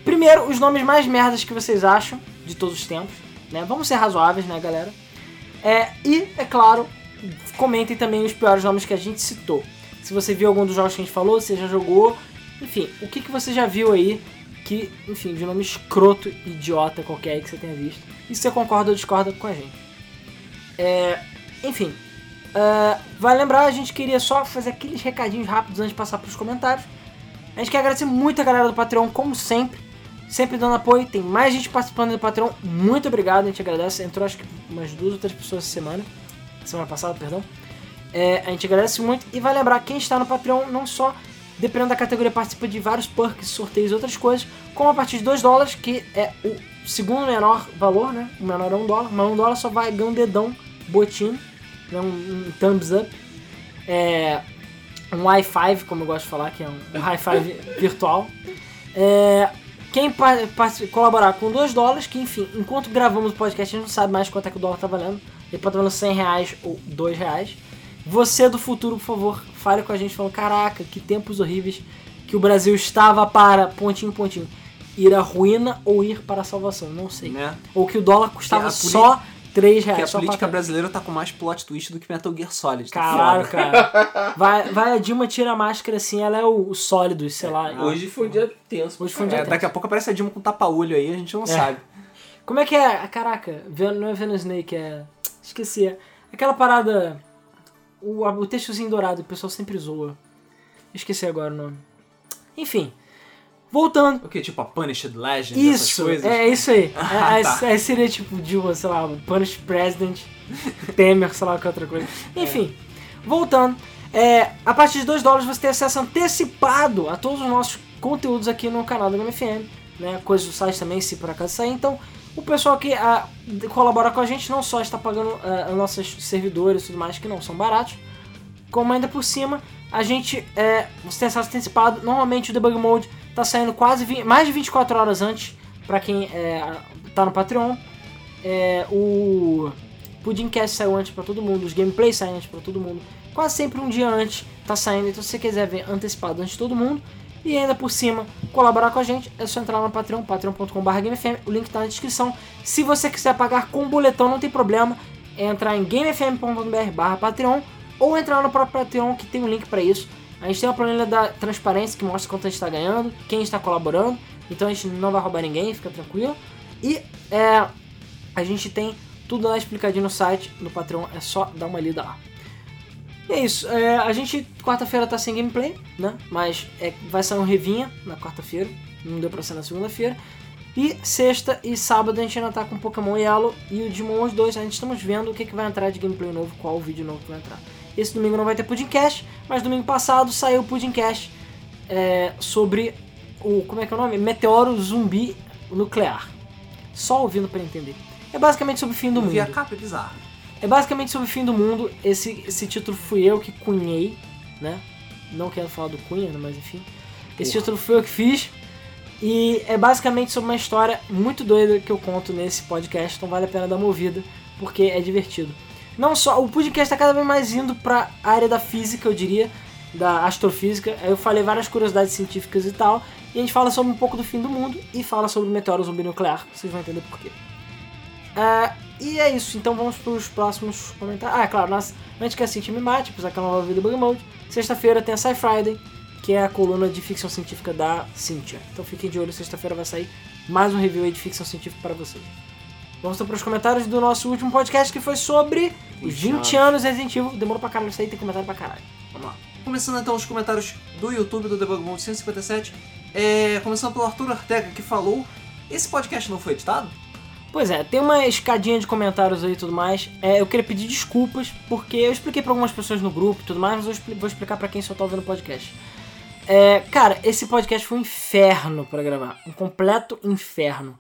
Speaker 2: primeiro os nomes mais merdas que vocês acham de todos os tempos, né? Vamos ser razoáveis, né, galera? É, e, é claro, comentem também os piores nomes que a gente citou. Se você viu algum dos jogos que a gente falou, se já jogou, enfim, o que, que você já viu aí que, enfim, de nome escroto, idiota qualquer aí que você tenha visto. E se você concorda ou discorda com a gente. É, enfim, ah, vai lembrar, a gente queria só fazer aqueles recadinhos rápidos antes de passar pros comentários. A gente quer agradecer muito a galera do Patreon, como sempre. Sempre dando apoio, tem mais gente participando do Patreon. Muito obrigado, a gente agradece. Entrou acho que umas duas ou três pessoas essa semana. Semana passada, perdão. É, a gente agradece muito e vai lembrar quem está no Patreon, não só dependendo da categoria, participa de vários perks, sorteios e outras coisas, como a partir de 2 dólares, que é o segundo menor valor, né? O menor é 1 dólar, mas 1 dólar só vai ganhar um dedão botinho, né? um, um thumbs up. um É, um high five, como eu gosto de falar, que é um, um high
Speaker 4: [LAUGHS]
Speaker 2: five virtual. É, quem pa- parti- colaborar com 2 dólares, que enfim, enquanto gravamos o podcast, a gente não sabe mais quanto é que o dólar tá valendo. Ele pode estar valendo 100 reais ou 2 reais. Você do futuro, por favor, fale com a gente falando, caraca, que tempos horríveis que o Brasil estava para, pontinho, pontinho, ir à ruína ou ir para a salvação, não sei.
Speaker 4: Né?
Speaker 2: Ou que o dólar custava
Speaker 4: Que a poli-
Speaker 2: só 3 reais.
Speaker 4: Que a
Speaker 2: É, só
Speaker 4: política
Speaker 2: quatro reais.
Speaker 4: brasileira tá com mais plot twist do que Metal Gear Solid. tá
Speaker 2: Caralho,
Speaker 4: foda.
Speaker 2: cara. Vai, vai a Dilma, tira a máscara assim, ela é o, o sólido, sei lá.
Speaker 3: Hoje foi um dia tenso.
Speaker 2: Hoje foi um dia
Speaker 4: É,
Speaker 2: tenso.
Speaker 4: daqui a pouco aparece a Dilma com tapa-olho aí, a gente
Speaker 2: É.
Speaker 4: não sabe.
Speaker 2: Como é que é? Ah, Caraca, Ven- não é Venus Snake, é. Esqueci. é Aquela parada. O, a- o textozinho dourado, o pessoal sempre zoa. Esqueci agora o nome. Enfim. Voltando.
Speaker 4: O que? Tipo a Punished Legend, essas
Speaker 2: Isso,
Speaker 4: coisas?
Speaker 2: é isso aí.
Speaker 4: [LAUGHS] Ah,
Speaker 2: é,
Speaker 4: tá.
Speaker 2: é- é- seria tipo Dilma, sei lá, Punish President, Temer, sei lá que
Speaker 4: [LAUGHS]
Speaker 2: outra coisa.
Speaker 4: É.
Speaker 2: Enfim, voltando. é, a partir de 2 dólares você tem acesso antecipado a todos os nossos conteúdos aqui no canal da GameFM, né? Coisas do site também, se por acaso sair. Então, o pessoal que ah, colabora com a gente não só está pagando ah, os nossos servidores e tudo mais, que não são baratos, como ainda por cima, a gente é, você tem acesso antecipado. Normalmente o debug mode tá saindo quase 20 mais de 24 horas antes para quem é, tá no Patreon. É, o Pudimcast saiu antes para todo mundo, os gameplays saem antes para todo mundo. Quase sempre um dia antes tá saindo, então se você quiser ver antecipado antes de todo mundo e ainda por cima colaborar com a gente, é só entrar lá no Patreon, patreon.com.br GameFM, o link tá na descrição. Se você quiser pagar com boletão, não tem problema, é entrar em gamefm.br barra Patreon ou entrar lá no próprio Patreon que tem um link para isso. A gente tem uma planilha da transparência que mostra quanto a gente está ganhando, quem está colaborando, então a gente não vai roubar ninguém, fica tranquilo. E é, a gente tem tudo lá explicadinho no site, no Patreon, é só dar uma lida lá. E é isso, é, a gente quarta-feira tá sem gameplay, né? Mas é, vai sair um revinha na quarta-feira, não deu pra ser na segunda-feira. E sexta e sábado a gente ainda tá com Pokémon Yellow e o Digimon 2, a gente estamos vendo o que, que vai entrar de gameplay novo, qual o vídeo novo que vai entrar. Esse domingo não vai ter Pudimcast, mas domingo passado saiu o Pudimcast é, sobre o. Como é que é o nome? Meteoro zumbi nuclear. Só ouvindo pra entender. É basicamente sobre o fim do
Speaker 4: Eu
Speaker 2: mundo.
Speaker 4: vi a capa é bizarra.
Speaker 2: É basicamente sobre o fim do mundo. Esse, esse título fui eu que cunhei, né? Não quero falar do Cunha, né, mas enfim. Esse título fui eu que fiz. E é basicamente sobre uma história muito doida que eu conto nesse podcast, então vale a pena dar uma ouvida, porque é divertido. Não só, o podcast tá cada vez mais indo pra área da física, eu diria, da astrofísica. Aí Eu falei várias curiosidades científicas e tal, e a gente fala sobre um pouco do fim do mundo e fala sobre o meteoro zumbi nuclear, vocês vão entender por quê. Ah, e é isso, então vamos pros próximos comentários. Ah, é claro, nós, antes que a Cintia me mate, pois aquela nova vida Bug Mode. Sexta-feira tem a Sci Friday, que é a coluna de ficção científica da Cintia. Então fiquem de olho, sexta-feira vai sair mais um review aí de ficção científica para vocês. Vamos então pros comentários do nosso último podcast que foi sobre os 20 anos de Resident Evil. Demorou pra caralho isso aí, tem comentário pra caralho. Vamos lá.
Speaker 4: Começando então os comentários do YouTube do Debug Mode 157. É, começando pelo Arthur Ortega, que falou... Esse podcast não foi editado?
Speaker 2: Pois é, tem uma escadinha de comentários aí e tudo mais. É, eu queria pedir desculpas, porque eu expliquei pra algumas pessoas no grupo e tudo mais, mas eu expli- vou explicar pra quem só tá ouvindo o podcast. É, cara, esse podcast foi um inferno pra gravar. Um completo inferno.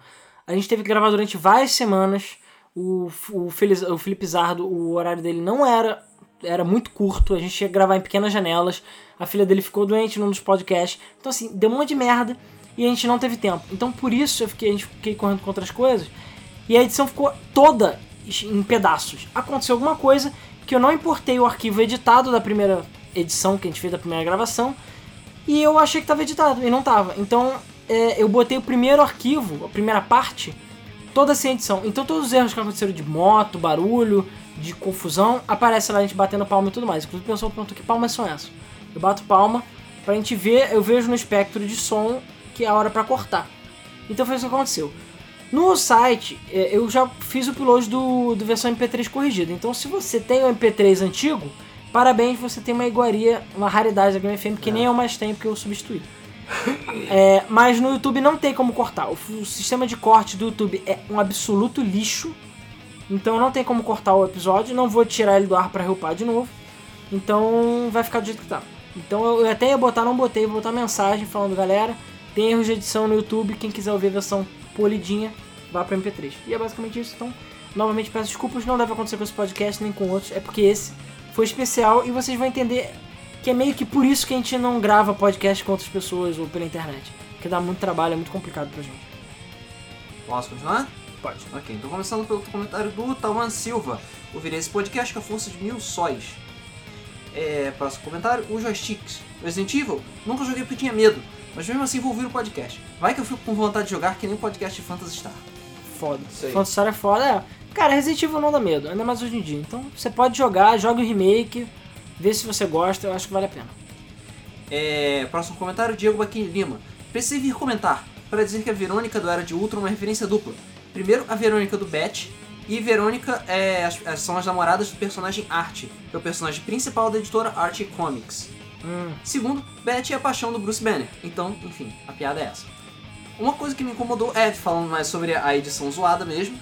Speaker 2: A gente teve que gravar durante várias semanas. O, F- o, Feliz- o Felipe Zardo, o horário dele não era. Era muito curto. A gente ia gravar em pequenas janelas. A filha dele ficou doente num dos podcasts. Então, assim, deu um monte de merda. E a gente não teve tempo. Então, por isso, eu fiquei, a gente fiquei correndo contra as coisas. E a edição ficou toda em pedaços. Aconteceu alguma coisa que eu não importei o arquivo editado da primeira edição que a gente fez da primeira gravação. E eu achei que tava editado, e não tava. Então é, eu botei o primeiro arquivo, a primeira parte, toda sem edição. Então todos os erros que aconteceram de moto, barulho, de confusão, aparece lá a gente batendo palma e tudo mais. Inclusive o pessoal perguntou que palmas são essas. Eu bato palma pra gente ver, eu vejo no espectro de som que é a hora pra cortar. Então foi isso que aconteceu. No site, é, eu já fiz o upload do, do versão MP3 corrigida. Então, se você tem o MP3 antigo, parabéns, você tem uma iguaria, uma raridade da Game FM que nem eu mais tenho, porque eu substituí. [LAUGHS] É, mas no YouTube não tem como cortar. O, f- o sistema de corte do YouTube é um absoluto lixo. Então não tem como cortar o episódio. Não vou tirar ele do ar pra reupar de novo. Então vai ficar do jeito que tá. Então eu, eu até ia botar, não botei, vou botar mensagem falando, galera, tem erros de edição no YouTube, quem quiser ouvir a versão polidinha, vá pra MP3. E é basicamente isso, então, novamente peço desculpas, não deve acontecer com esse podcast nem com outros, é porque esse foi especial e vocês vão entender Que é meio que por isso que a gente não grava podcast com outras pessoas ou pela internet. Porque dá muito trabalho, é muito complicado pra gente.
Speaker 1: Posso continuar?
Speaker 2: Pode.
Speaker 1: Ok, então começando pelo comentário do Tawan Silva. Ouvirei esse podcast com a força de mil sóis. É, próximo comentário, os joysticks. Resident Evil, nunca joguei porque tinha medo, mas mesmo assim vou ouvir o podcast. Vai que eu fico com vontade de jogar que nem o podcast de Phantasy Star.
Speaker 2: Foda.
Speaker 1: Isso aí.
Speaker 2: Phantasy Star é foda, é. Cara, Resident Evil não dá medo, ainda mais hoje em dia. Então você pode jogar, joga o remake, vê se você gosta, eu acho que vale a pena.
Speaker 1: É, próximo comentário, Diego Baquinho Lima. Precisei vir comentar para dizer que a Verônica do Era de Ultra é uma referência dupla. Primeiro, a Verônica do Bat e Verônica é, as- as- são as namoradas do personagem Art, que é o personagem principal da editora Art Comics.
Speaker 2: Hum,
Speaker 1: Segundo, Betty é a paixão do Bruce Banner. Então, enfim, a piada é essa. Uma coisa que me incomodou é, falando mais sobre a edição zoada mesmo,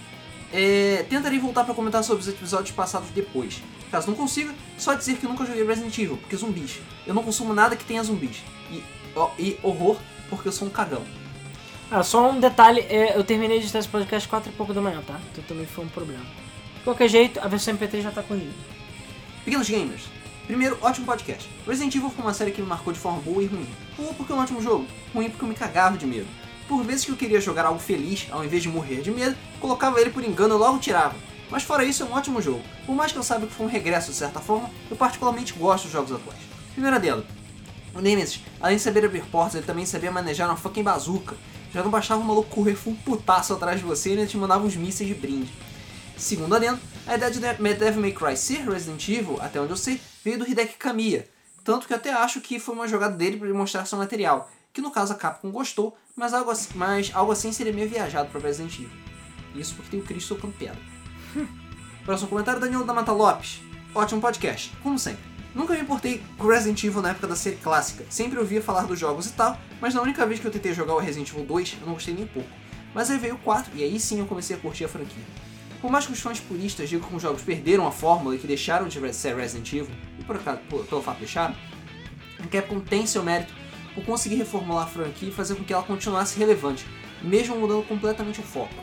Speaker 1: é, tentarei voltar pra comentar sobre os episódios passados depois. Caso não consiga, só dizer que nunca joguei Resident Evil, porque zumbis. Eu não consumo nada que tenha zumbis. E, ó, e horror, porque eu sou um cagão.
Speaker 2: Ah, só um detalhe, é, eu terminei de editar esse podcast 4 e pouco da manhã, tá? Então também foi um problema. De qualquer jeito, a versão MP3 já tá corrigida.
Speaker 1: Pequenos Gamers. Primeiro, ótimo podcast. Resident Evil foi uma série que me marcou de forma boa e ruim. Boa porque é um ótimo jogo, ruim porque eu me cagava de medo. Por vezes que eu queria jogar algo feliz, ao invés de morrer de medo, colocava ele por engano e logo tirava. Mas fora isso, é um ótimo jogo. Por mais que eu saiba que foi um regresso de certa forma, eu particularmente gosto dos jogos atuais. Primeira dela, o Nemesis, além de saber abrir portas, ele também sabia manejar uma fucking bazuca. Já não bastava o maluco correr full um putaço atrás de você e ainda te mandava uns mísseis de brinde. Segundo adendo, a ideia de Ne- Devil May Cry ser Resident Evil, até onde eu sei, veio do Hideki Kamiya. Tanto que eu até acho que foi uma jogada dele para demonstrar seu material, que no caso a Capcom gostou, mas algo assim, mas algo assim seria meio viajado para Resident Evil. Isso porque tem o Chris tocando pedra. [LAUGHS] Próximo comentário, Daniel da Mata Lopes. Ótimo podcast, como sempre. Nunca me importei com Resident Evil na época da série clássica. Sempre ouvia falar dos jogos e tal, mas na única vez que eu tentei jogar o Resident Evil 2, eu não gostei nem pouco. Mas aí veio o 4 e aí sim eu comecei a curtir a franquia. Por mais que os fãs puristas digam que os jogos perderam a fórmula e que deixaram de ser Resident Evil, e por acaso, por- pelo fato deixaram, a Capcom tem seu mérito por conseguir reformular a franquia e fazer com que ela continuasse relevante, mesmo mudando completamente o foco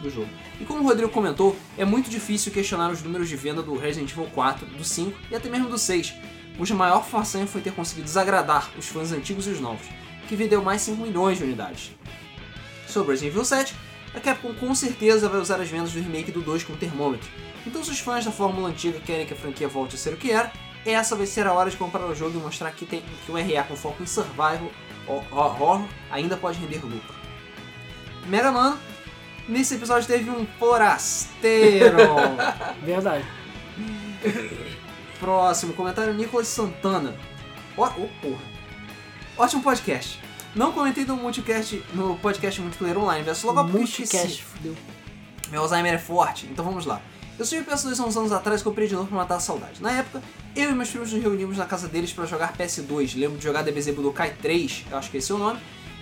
Speaker 1: do jogo. E como o Rodrigo comentou, é muito difícil questionar os números de venda do Resident Evil 4, do 5 e até mesmo do 6, cuja maior façanha foi ter conseguido desagradar os fãs antigos e os novos, que vendeu mais 5 milhões de unidades. Sobre Resident Evil 7, a Capcom com certeza vai usar as vendas do remake do 2 como termômetro. Então se os fãs da fórmula antiga querem que a franquia volte a ser o que era, essa vai ser a hora de comprar o jogo e mostrar que, tem, que um RA com foco em survival ou ou horror ainda pode render lucro. Mega Man, nesse episódio teve um forasteiro.
Speaker 2: Verdade.
Speaker 1: Próximo comentário, Nicolas Santana. Ó, ô, porra. Ótimo podcast. Não comentei no multicast, no podcast multiplayer online versus logo porque eu esqueci.
Speaker 2: Multicast, fudeu.
Speaker 1: Meu Alzheimer é forte, então vamos lá. Eu tive PS2 há uns anos atrás e comprei de novo pra matar a saudade. Na época, eu e meus primos nos reunimos na casa deles pra jogar PS2. Lembro de jogar DBZ Budokai 3, eu acho que esse é o nome.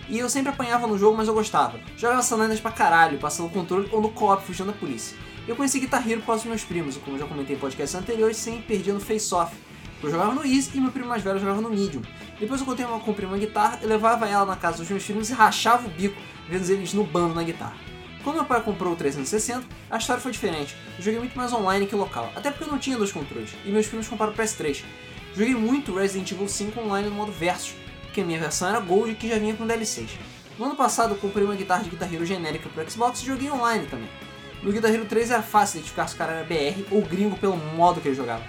Speaker 1: E eu sempre apanhava no jogo, mas eu gostava. Jogava Sananas pra caralho, passando o controle ou no co-op fugindo da polícia. Eu conheci Guitar Hero por causa dos meus primos, e como eu já comentei em podcasts anteriores, sempre perdia no Face Off. Eu jogava no Easy e meu primo mais velho jogava no Medium. Depois eu contei uma, comprei uma guitarra, eu levava ela na casa dos meus filhos e rachava o bico, vendo eles no bando na guitarra. Quando meu pai comprou o 360, a história foi diferente. Eu joguei muito mais online que local, até porque eu não tinha dois controles, e meus filhos compraram o PS3. Joguei muito Resident Evil 5 online no modo Versus, porque a minha versão era Gold que já vinha com DLCs. No ano passado eu comprei uma guitarra de Guitar Hero genérica pro Xbox e joguei online também. No Guitar Hero 3 era fácil identificar se o cara era BR ou gringo pelo modo que ele jogava.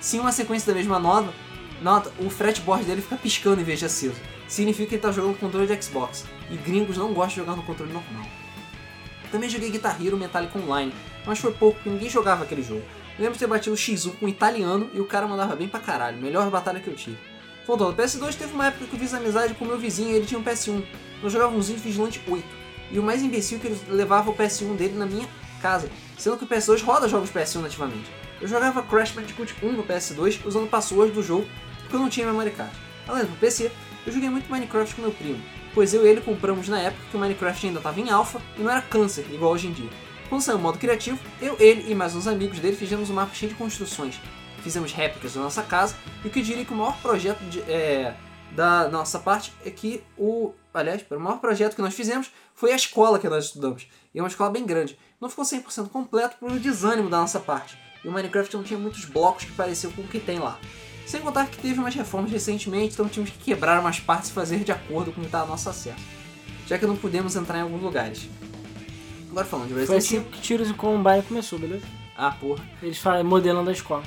Speaker 1: Se em uma sequência da mesma nota, nota, o fretboard dele fica piscando em vez de aceso. Significa que ele tá jogando com controle de Xbox, e gringos não gostam de jogar no controle normal. Também joguei Guitar Hero Metallica Online, mas foi pouco porque ninguém jogava aquele jogo. Lembro de ter batido o X1 com um italiano e o cara mandava bem pra caralho, melhor batalha que eu tive. Voltando ao PS2, teve uma época que eu fiz amizade com meu vizinho e ele tinha um PS1. Nós jogávamos um Vigilante 8. E o mais imbecil é que ele levava o PS1 dele na minha casa, sendo que o PS2 roda jogos PS1 nativamente. Eu jogava Crash Bandicoot 1 no PS2 usando passwords do jogo, porque eu não tinha memory card. Além do PC, eu joguei muito Minecraft com meu primo, pois eu e ele compramos na época que o Minecraft ainda estava em alpha e não era câncer, igual hoje em dia. Quando saiu o modo criativo, eu, ele e mais uns amigos dele fizemos um mapa cheio de construções, fizemos réplicas da nossa casa, e o que eu diria que o maior projeto de- é, da nossa parte é que o. Aliás, o maior projeto que nós fizemos foi a escola que nós estudamos. E é uma escola bem grande. Não ficou 100% completo por um desânimo da nossa parte. E o Minecraft não tinha muitos blocos que pareciam com o que tem lá. Sem contar que teve umas reformas recentemente, então tivemos que quebrar umas partes e fazer de acordo com o que está a nosso acesso. Já que não pudemos entrar em alguns lugares. Agora falando de
Speaker 2: Foi
Speaker 1: Resident
Speaker 2: assim
Speaker 1: Evil.
Speaker 2: que Tiros e Columbine começou, beleza?
Speaker 1: Ah, porra.
Speaker 2: Eles falam modelando a escola.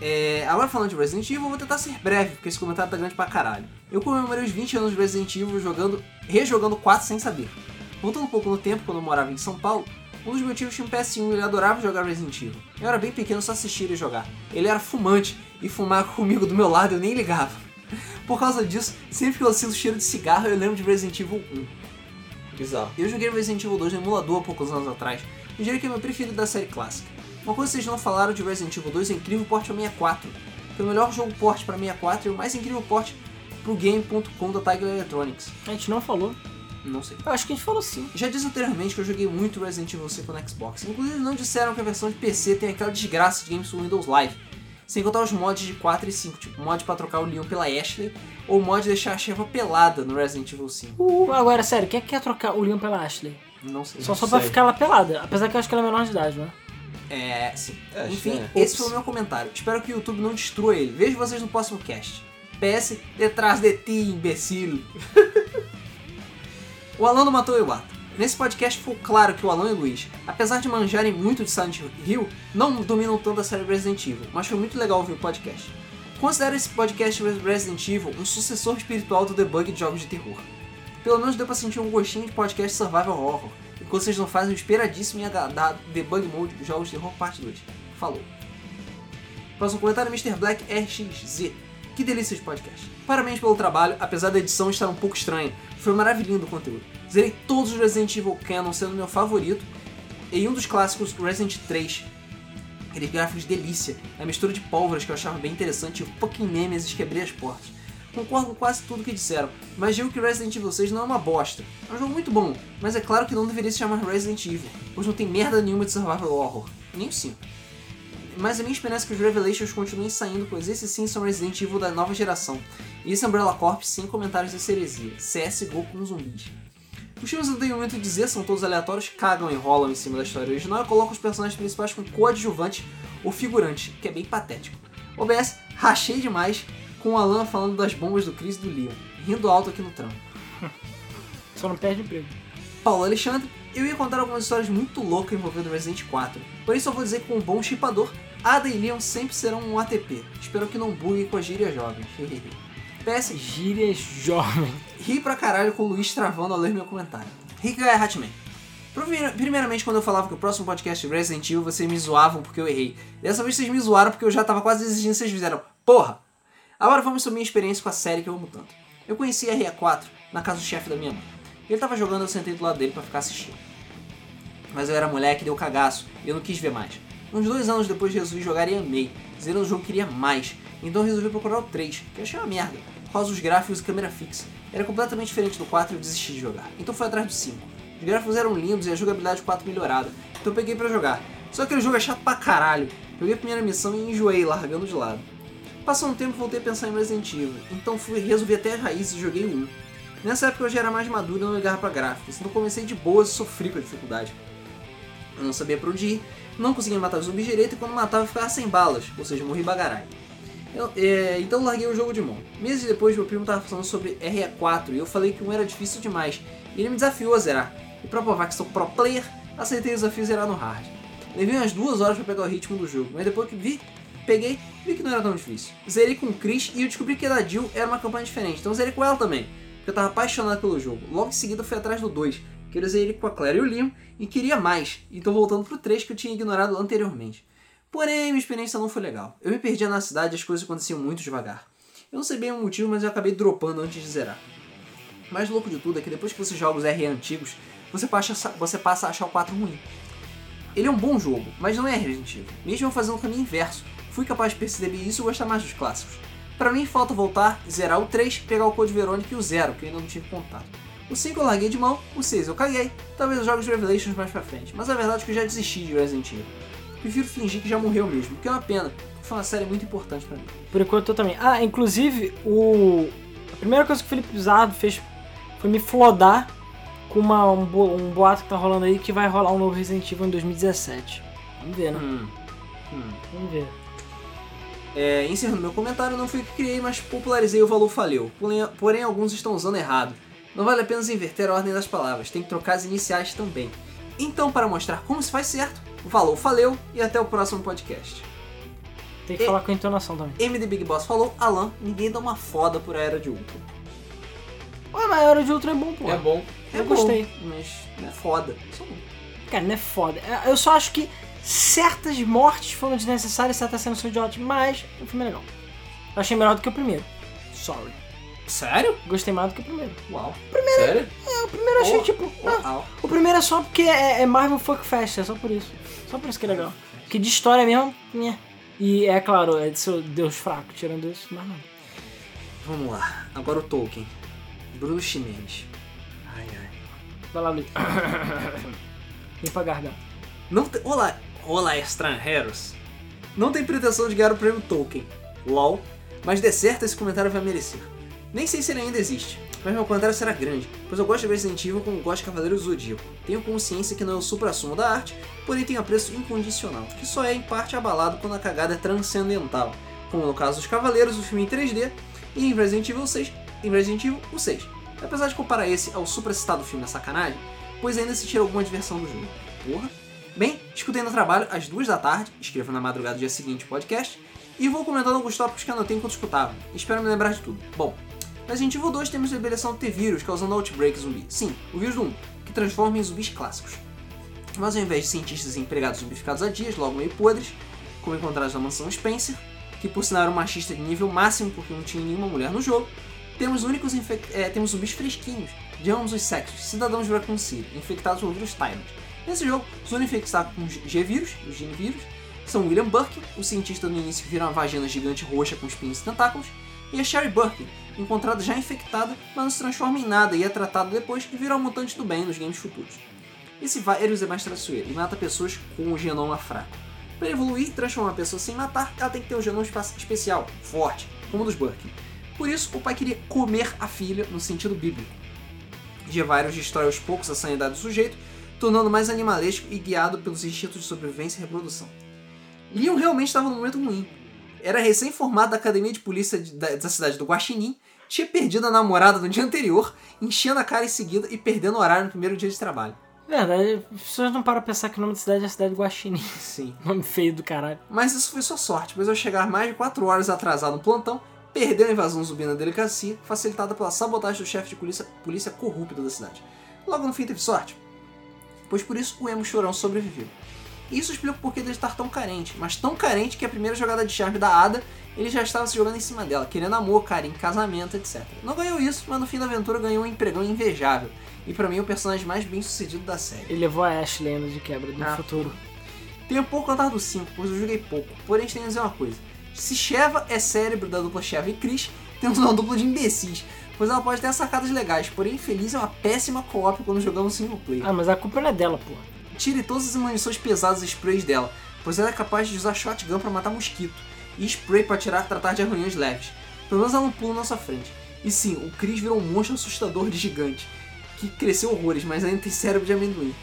Speaker 1: É, agora falando de Resident Evil, eu vou tentar ser breve, porque esse comentário tá grande pra caralho. Eu comemorei os 20 anos de Resident Evil jogando, rejogando 4 sem saber. Voltando um pouco no tempo, quando eu morava em São Paulo, um dos meus tios tinha um PS1 e ele adorava jogar Resident Evil. Eu era bem pequeno, só assistia ele jogar. Ele era fumante e fumava [LAUGHS] comigo do meu lado, eu nem ligava. Por causa disso, sempre que eu sinto cheiro de cigarro, eu lembro de Resident Evil 1.
Speaker 3: Bizarro.
Speaker 1: Eu joguei Resident Evil 2 no emulador há poucos anos atrás, e diria que é meu preferido da série clássica. Uma coisa que vocês não falaram de Resident Evil 2 é o incrível porte ao 64. Foi é o melhor jogo porte para 64 e o mais incrível porte pro game.com da Tiger Electronics.
Speaker 2: A gente não falou.
Speaker 1: Não sei.
Speaker 2: Eu acho que a gente falou sim.
Speaker 1: Já disse anteriormente que eu joguei muito Resident Evil 5 no Xbox. Inclusive não disseram que a versão de PC tem aquela desgraça de games com Windows Live. Sem contar os mods de 4 e 5, tipo mod pra trocar o Leon pela Ashley, ou mod de deixar a Sheva pelada no Resident Evil 5.
Speaker 2: Uh, agora, sério, quem é que quer trocar o Leon pela Ashley?
Speaker 1: Não sei.
Speaker 2: Só só
Speaker 3: sei.
Speaker 2: pra ficar lá pelada. Apesar que eu acho que ela é menor de idade, né?
Speaker 1: É, sim.
Speaker 3: É, acho
Speaker 1: Enfim,
Speaker 3: que
Speaker 2: é.
Speaker 1: esse foi o meu comentário. Espero que o YouTube não destrua ele. Vejo vocês no próximo cast. PS, detrás de ti, imbecil. [LAUGHS] o Alan não matou o Iwata. Nesse podcast ficou claro que o Alan e o Luiz, apesar de manjarem muito de Silent Hill, não dominam tanto a série Resident Evil, mas foi muito legal ouvir o podcast. Considero esse podcast Resident Evil um sucessor espiritual do debug de jogos de terror. Pelo menos deu pra sentir um gostinho de podcast Survival Horror, enquanto vocês não fazem o esperadíssimo e agradado Debug Mode de Jogos de Terror Parte 2. Falou. Próximo comentário, Mr. Black RXZ. Que delícia de podcast. Parabéns pelo trabalho, apesar da edição estar um pouco estranha. Foi maravilhoso o conteúdo. Zerei todos os Resident Evil Canon, sendo meu favorito, e um dos clássicos, Resident 3. Aqueles gráficos delícia, a mistura de pólvoras que eu achava bem interessante e o fucking Nemesis quebrei as portas. Concordo com quase tudo que disseram, mas digo que Resident Evil 6 não é uma bosta. É um jogo muito bom, mas é claro que não deveria se chamar Resident Evil, pois não tem merda nenhuma de survival horror, nem o 5. Mas a minha esperança é que os Revelations continuem saindo, pois esses sim são Resident Evil da nova geração. E esse Umbrella Corp sem comentários dessa heresia. CSGO com zumbis. Os filmes não tem muito a dizer, são todos aleatórios, cagam e rolam em cima da história original e colocam os personagens principais com coadjuvante ou figurante, que é bem patético. OBS, rachei demais com o Alan falando das bombas do Chris e do Leon, rindo alto aqui no trampo.
Speaker 2: Só não perde emprego.
Speaker 1: Paulo Alexandre, eu ia contar algumas histórias muito loucas envolvendo Resident 4. Porém, só vou dizer que com um bom chipador, Ada e Leon sempre serão um ATP. Espero que não bugue com a gíria jovem. [LAUGHS] PS,
Speaker 2: Gírias jovem.
Speaker 1: ri pra caralho com o Luiz travando ao ler meu comentário. Rica é Hatman. Primeira- Primeiramente, quando eu falava que o próximo podcast era Resident Evil, vocês me zoavam porque eu errei. Dessa vez vocês me zoaram porque eu já tava quase exigindo, vocês fizeram. Porra! Agora vamos sobre minha experiência com a série que eu amo tanto. Eu conheci a RE4 na casa do chefe da minha mãe. Ele tava jogando, eu sentei do lado dele pra ficar assistindo. Mas eu era moleque, deu cagaço, e eu não quis ver mais. Uns dois anos depois resolvi jogar e amei. Zerei o jogo que queria mais. Então resolvi procurar o 3, que eu achei uma merda. Por causa dos gráficos e câmera fixa. Era completamente diferente do 4 e eu desisti de jogar. Então fui atrás do 5. Os gráficos eram lindos e a jogabilidade 4 melhorada. Então eu peguei pra jogar. Só que aquele jogo é chato pra caralho. Joguei a primeira missão e enjoei, largando de lado. Passou um tempo e voltei a pensar em Resident Evil. Então fui resolvi até a raiz e joguei o 1. Nessa época eu já era mais maduro e não ligava pra gráficos. Então comecei de boas e sofri com a dificuldade. Eu não sabia pra onde ir, não conseguia matar os zumbis direito e quando matava eu ficava sem balas, ou seja, morri bagarai. Eu- é, então eu larguei o jogo de mão. Meses depois, meu primo tava falando sobre RE4 e eu falei que um era difícil demais. E ele me desafiou a zerar. E pra provar que sou pro player, aceitei o desafio de zerar no hard. Levei umas duas horas pra pegar o ritmo do jogo, mas depois que vi, peguei, vi que não era tão difícil. Zerei com o Chris e eu descobri que a da Jill era uma campanha diferente, então eu zerei com ela também, porque eu tava apaixonado pelo jogo. Logo em seguida eu fui atrás do 2, que eu zerei com a Claire e o Liam, e queria mais, então voltando pro 3 que eu tinha ignorado anteriormente. Porém, minha experiência não foi legal. Eu me perdia na cidade e as coisas aconteciam muito devagar. Eu não sei bem o motivo, mas eu acabei dropando antes de zerar. O mais louco de tudo é que depois que você joga os R antigos, você passa, você passa a achar o 4 ruim. Ele é um bom jogo, mas não é Resident Evil. Mesmo eu fazendo o caminho inverso, fui capaz de perceber isso e gostar mais dos clássicos. Pra mim, falta voltar, zerar o 3, pegar o Code Verônica e o 0, que eu ainda não tive contato. O 5 eu larguei de mão, o 6 eu caguei, talvez eu jogue os Revelations mais pra frente, mas a verdade é que eu já desisti de Resident Evil. Prefiro fingir que já morreu mesmo, que é uma pena, porque foi uma série muito importante pra mim.
Speaker 2: Por enquanto eu também. Ah, inclusive, o. A primeira coisa que o Felipe Pizarro fez foi me flodar com uma, um, bo- um boato que tá rolando aí que vai rolar um novo Resident Evil em 2017. Vamos ver, né? Vamos ver.
Speaker 1: É, encerrando meu comentário, não fui eu que criei, mas popularizei o valor faleu. Porém, porém, alguns estão usando errado. Não vale apenas inverter a ordem das palavras, tem que trocar as iniciais também. Então, para mostrar como se faz certo, valor faleu e até o próximo podcast.
Speaker 2: Tem que
Speaker 1: E-
Speaker 2: falar com a entonação também.
Speaker 1: MD Big Boss falou, Alan, ninguém dá uma foda por a Era de Ultron.
Speaker 2: Ué, mas a Era de Ultron é bom, pô.
Speaker 3: É bom.
Speaker 2: Eu gostei.
Speaker 1: Bom, mas não é foda. Só bom.
Speaker 2: Cara, não é foda. É, Eu só acho que certas mortes foram desnecessárias, certas cenas são idiotas, mas o filme é legal. Eu achei melhor do que o primeiro. Sorry.
Speaker 1: Sério?
Speaker 2: Gostei mais do que o primeiro. é,
Speaker 1: Uau.
Speaker 3: Sério?
Speaker 2: O primeiro eu achei
Speaker 1: Oh.
Speaker 2: tipo. ah,
Speaker 1: Uau.
Speaker 2: O primeiro é só porque é, é Marvel Fuck Fest, é só por isso. Só por isso que é legal. Porque de história mesmo, né? E é claro, é de seu Deus fraco, tirando isso, mas não.
Speaker 1: Vamos lá. Agora o Tolkien. Bruno Chimenez. Ai, ai.
Speaker 2: Vai lá, Luiz. [COUGHS] Limpa a garganta.
Speaker 1: Não te... Olá, olá estrangeiros. Não tem pretensão de ganhar o prêmio Tolkien. LOL. Mas de certo esse comentário vai merecer. Nem sei se ele ainda existe, mas meu comentário será grande, pois eu gosto de Resident Evil como gosto de Cavaleiro do Zodíaco. Tenho consciência que não é o supra-sumo da arte, porém tenho apreço incondicional, que só é em parte abalado quando a cagada é transcendental, como no caso dos Cavaleiros, o filme em 3D, e em Resident Evil 6, em Resident Evil o 6. Apesar de comparar esse ao supracitado filme é sacanagem, pois ainda se tira alguma diversão do jogo. Porra. Bem, escutei no trabalho às duas da tarde, escrevo na madrugada do dia seguinte o podcast, e vou comentando alguns tópicos que anotei enquanto escutava. Espero me lembrar de tudo. Bom, na Resident Evil 2 temos a liberação do T-Vírus causando Outbreak zumbi. Sim, o vírus do 1, que transforma em zumbis clássicos. Mas ao invés de cientistas e empregados zumbificados há dias, logo meio podres, como encontrados na mansão Spencer, que por sinal era um machista de nível máximo porque não tinha nenhuma mulher no jogo, temos únicos infec- eh, temos zumbis fresquinhos, de ambos os sexos, cidadãos de Raccoon City, infectados pelo vírus Tyrant. Nesse jogo, Zona infectada com G-Vírus, os G-Vírus, são William Burke, o cientista no início que vira uma vagina gigante roxa com espinhos e tentáculos, e a Sherry Burke, encontrada já infectada, mas não se transforma em nada e é tratada depois e vira um mutante do bem nos games futuros. Esse Virus é mais traiçoeiro e mata pessoas com o genoma fraco. Para evoluir e transformar uma pessoa sem matar, ela tem que ter um genoma espa- especial, forte, como o dos Burke. Por isso, o pai queria comer a filha no sentido bíblico. G-Virus destrói aos poucos a sanidade do sujeito, tornando mais animalesco e guiado pelos instintos de sobrevivência e reprodução. Leon realmente estava num momento ruim. Era recém-formado da academia de polícia de- da, da cidade do Guaxinim, tinha perdido a namorada no dia anterior, enchendo a cara em seguida e perdendo o horário no primeiro dia de trabalho.
Speaker 2: Verdade, as pessoas não param pra pensar que o nome da cidade é a cidade do Guaxinim. [LAUGHS]
Speaker 1: Sim.
Speaker 2: Nome feio do caralho.
Speaker 1: Mas isso foi sua sorte, pois ao chegar mais de 4 horas atrasado no plantão, perdeu a invasão zumbi na delegacia, facilitada pela sabotagem do chefe de polícia, polícia corrupto da cidade. Logo no fim teve sorte, pois por isso o emo chorão sobreviveu. Isso explica o porquê dele estar tão carente, mas tão carente que a primeira jogada de charme da Ada, ele já estava se jogando em cima dela, querendo amor, carinho, casamento, etc. Não ganhou isso, mas no fim da aventura ganhou um empregão invejável, e pra mim é o personagem mais bem sucedido da série.
Speaker 2: Ele levou a Ashley ainda de quebra do
Speaker 1: Ah.
Speaker 2: futuro.
Speaker 1: Tenho um pouco andar do 5, pois eu joguei pouco. Porém, tenho a dizer uma coisa. Se Sheva é cérebro da dupla Sheva e Chris, temos uma dupla de imbecis. Pois ela pode ter sacadas legais, porém infeliz é uma péssima co-op quando jogamos single player.
Speaker 2: Ah, mas a culpa não é dela, porra.
Speaker 1: Tire todas as munições pesadas e sprays dela, pois ela é capaz de usar shotgun pra matar mosquito, e spray pra tirar tratar de arranhões leves. Pelo menos ela não pula na nossa frente. E sim, o Chris virou um monstro assustador de gigante, que cresceu horrores, mas ainda tem cérebro de amendoim.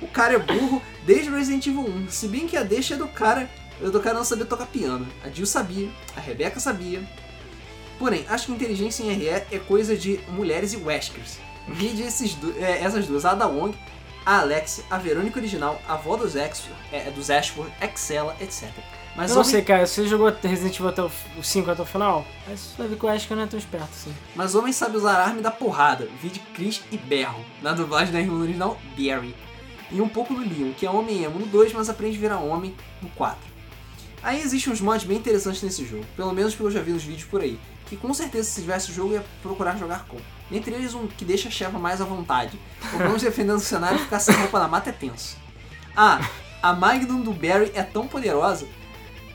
Speaker 1: E o cara é burro desde Resident Evil 1, se bem que a deixa é do cara, é do cara não saber tocar piano. A Jill sabia, a Rebecca sabia. Porém, acho que inteligência em RE é coisa de mulheres e Weskers. Vide esses du- é, essas duas, a Ada Wong a Alexia, a Verônica original, a avó dos, Ex, é, dos Ashford, Excella, etc. Mas
Speaker 2: eu não
Speaker 1: homem,
Speaker 2: sei, cara. Você jogou Resident Evil até o f- o 5 até o final? Aí você vai ver que o Ashley não é tão esperto assim.
Speaker 1: mas homem sabe usar a arma da porrada, vide Chris e Berro, na dublagem da irmã original, Barry. E um pouco do Leon, que é homem emo no 2, mas aprende a virar homem no 4. Aí existem uns mods bem interessantes nesse jogo, pelo menos que eu já vi nos vídeos por aí, que com certeza se tivesse o jogo ia procurar jogar com. Entre eles um que deixa a Sheva mais à vontade. Ou vamos defendendo o cenário e ficar sem roupa na mata é tenso. Ah, a Magnum do Barry é tão poderosa,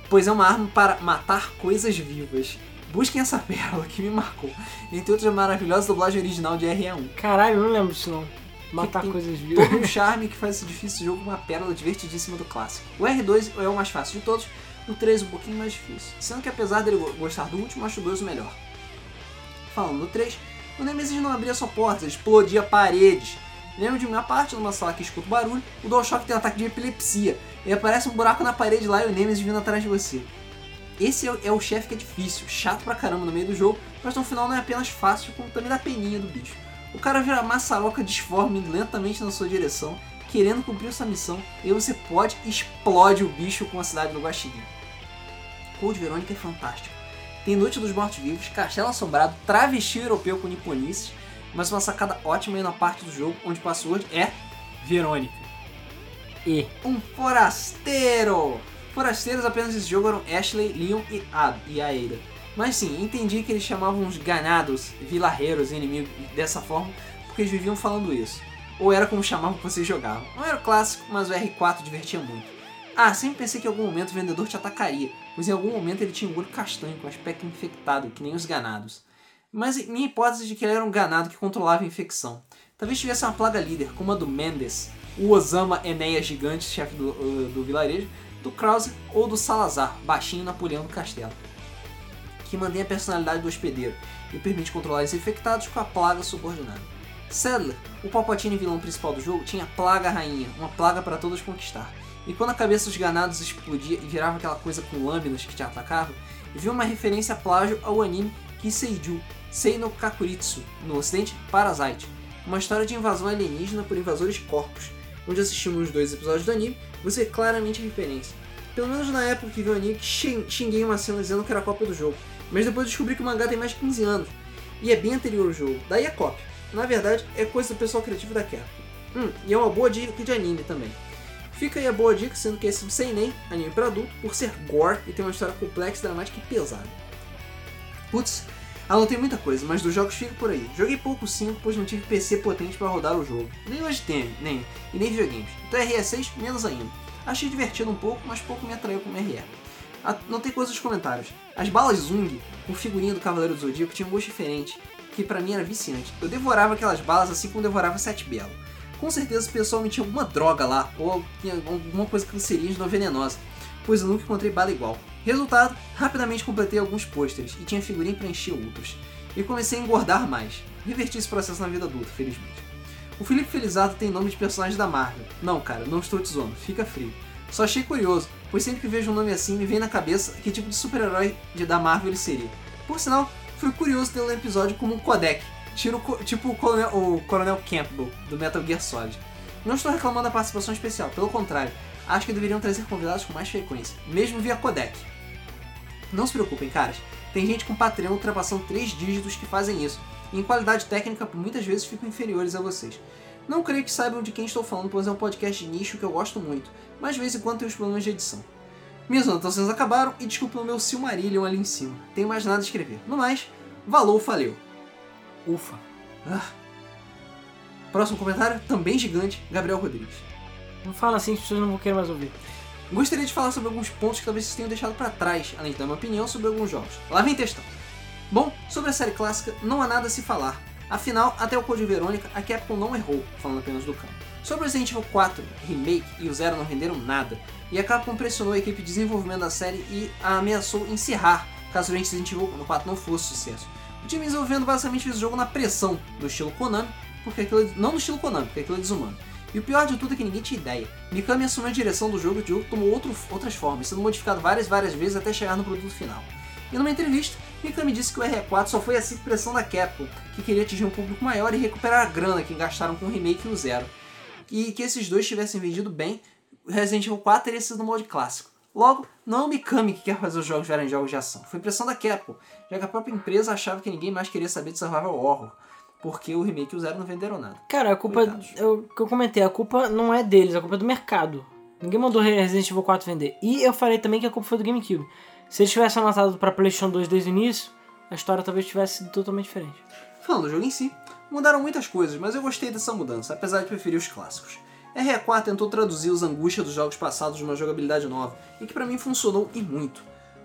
Speaker 1: pois é uma arma para matar coisas vivas. Busquem essa pérola que me marcou. Entre outras maravilhosas dublagem original de RE1.
Speaker 2: Caralho, eu não lembro disso não. [LAUGHS] Matar
Speaker 1: tem-
Speaker 2: coisas vivas.
Speaker 1: Todo um charme que faz esse difícil jogo uma pérola divertidíssima do clássico. O R2 é o mais fácil de todos, o 3 um pouquinho mais difícil. Sendo que apesar dele go- gostar do último, acho o 2 o melhor. Falando do 3, o Nemesis não abria só portas, ele explodia paredes. Lembro de minha parte, numa sala que escuta barulho, o DualShock tem um ataque de epilepsia. E aparece um buraco na parede lá e o Nemesis vindo atrás de você. Esse é, o- é o chefe que é difícil, chato pra caramba no meio do jogo, mas no final não é apenas fácil, como também dá peninha do bicho. O cara vira maçaroca disforme lentamente na sua direção, querendo cumprir sua missão, e você pode e explode o bicho com a cidade do Guaxinim. Code Verônica é fantástico. Tem Noite dos Mortos-Vivos, Castelo Assombrado, Travesti Europeu com Niponices, mas uma sacada ótima aí na parte do jogo onde o password é Verônica.
Speaker 2: E.
Speaker 1: Um forasteiro! Forasteiros apenas nesse jogo eram Ashley, Leon e, Ad, e Aida. Mas sim, entendi que eles chamavam os ganados, vilarreiros, inimigos dessa forma, porque eles viviam falando isso. Ou era como chamavam que vocês jogavam. Não era o clássico, mas o R4 divertia muito. Ah, sempre pensei que em algum momento o vendedor te atacaria, pois em algum momento ele tinha um olho castanho com aspecto infectado, que nem os ganados. Mas minha hipótese de que ele era um ganado que controlava a infecção. Talvez tivesse uma plaga líder, como a do Mendes, o Osama Enéas Gigante, chefe do, uh, do vilarejo, do Krause ou do Salazar, baixinho Napoleão do Castelo, que mantém a personalidade do hospedeiro e permite controlar os infectados com a plaga subordinada. Sadler, o Palpatine vilão principal do jogo, tinha a Plaga Rainha, uma plaga para todos conquistar. E quando a cabeça dos ganados explodia e virava aquela coisa com lâminas que te atacava, viu uma referência a plágio ao anime Kiseiju, Sei no Kakuritsu, no ocidente, Parasite, uma história de invasão alienígena por invasores corpos, onde assistimos os dois episódios do anime, você vê claramente a referência. Pelo menos na época que vi o anime, xin- xinguei uma cena dizendo que era cópia do jogo, mas depois descobri que o mangá tem mais de 15 anos, e é bem anterior ao jogo, daí é cópia. Na verdade, é coisa do pessoal criativo da Capcom. Hum, e é uma boa dica de anime também. Fica aí a boa dica, sendo que esse sem nem anime pra adulto, por ser gore e ter uma história complexa, dramática e pesada. Putz, anotei muita coisa, mas dos jogos fica por aí. Joguei pouco 5, pois não tive PC potente pra rodar o jogo. Nem hoje tenho, nem, e nem videogames. Então RE6, menos ainda. Achei divertido um pouco, mas pouco me atraiu como RE. A- Notei coisas nos comentários. As balas Zung, com figurinha do Cavaleiro do Zodíaco, tinham um gosto diferente, que pra mim era viciante. Eu devorava aquelas balas assim como devorava Sete Belo. Com certeza o pessoal tinha alguma droga lá, ou tinha alguma coisa cancerígena ou venenosa, pois eu nunca encontrei bala igual. Resultado, rapidamente completei alguns pôsteres e tinha figurinha pra encher outros. E comecei a engordar mais. Reverti esse processo na vida adulta, felizmente. O Felipe Felizardo tem nome de personagem da Marvel. Não, cara, não estou te zoando, fica frio. Só achei curioso, pois sempre que vejo um nome assim me vem na cabeça que tipo de super-herói de- da Marvel ele seria. Por sinal, fui curioso ter um episódio como um codec, tiro co- tipo o coronel, o coronel Campbell, do Metal Gear Solid. Não estou reclamando da participação especial, pelo contrário, acho que deveriam trazer convidados com mais frequência, mesmo via codec. Não se preocupem, caras, tem gente com Patreon ultrapassando 3 dígitos que fazem isso, e em qualidade técnica muitas vezes ficam inferiores a vocês. Não creio que saibam de quem estou falando, pois é um podcast de nicho que eu gosto muito, mas de vez em quando tem os problemas de edição. Minhas anotações acabaram e desculpa o meu Silmarillion ali em cima. Tem mais nada a escrever. No mais, valou, valeu.
Speaker 2: Ufa.
Speaker 1: Próximo comentário, também gigante, Gabriel Rodrigues.
Speaker 2: Não fala assim que as pessoas não vão querer mais ouvir.
Speaker 1: Gostaria de falar sobre alguns pontos que talvez vocês tenham deixado pra trás, além de dar minha opinião sobre alguns jogos. Lá vem textão. Bom, sobre a série clássica, não há nada a se falar. Afinal, até o Code Verônica, a Capcom não errou, falando apenas do campo. Sobre Resident Evil 4, Remake e o Zero não renderam nada, e a Capcom pressionou a equipe de desenvolvimento da série e a ameaçou encerrar, caso o Resident Evil 4 não fosse sucesso. O time desenvolvendo basicamente fez o jogo na pressão, no estilo Konami, porque aquilo é- não no estilo Konami, porque aquilo é desumano. E o pior de tudo é que ninguém tinha ideia. Mikami assumiu a direção do jogo e o jogo tomou outro- outras formas, sendo modificado várias várias vezes até chegar no produto final. E numa entrevista, Mikami disse que o RE4 só foi assim por pressão da Capcom, que queria atingir um público maior e recuperar a grana que gastaram com o remake e o Zero. E que esses dois tivessem vendido bem, Resident Evil 4 teria sido um molde clássico. Logo, não é o Mikami que quer fazer os jogos virarem jogos de ação. Foi pressão da Capcom, já que a própria empresa achava que ninguém mais queria saber de survival horror, porque o remake e o Zero não venderam nada.
Speaker 2: Cara, a culpa.
Speaker 1: Coitados.
Speaker 2: é o que eu comentei, a culpa não é deles, a culpa é do mercado. Ninguém mandou Resident Evil 4 vender. E eu falei também que a culpa foi do GameCube. Se eles tivessem anotado pra PlayStation 2 desde o início, a história talvez tivesse sido totalmente diferente.
Speaker 1: Falando do jogo em si, mudaram muitas coisas, mas eu gostei dessa mudança, apesar de preferir os clássicos. RE4 tentou traduzir os angústias dos jogos passados numa jogabilidade nova, e que pra mim funcionou e muito.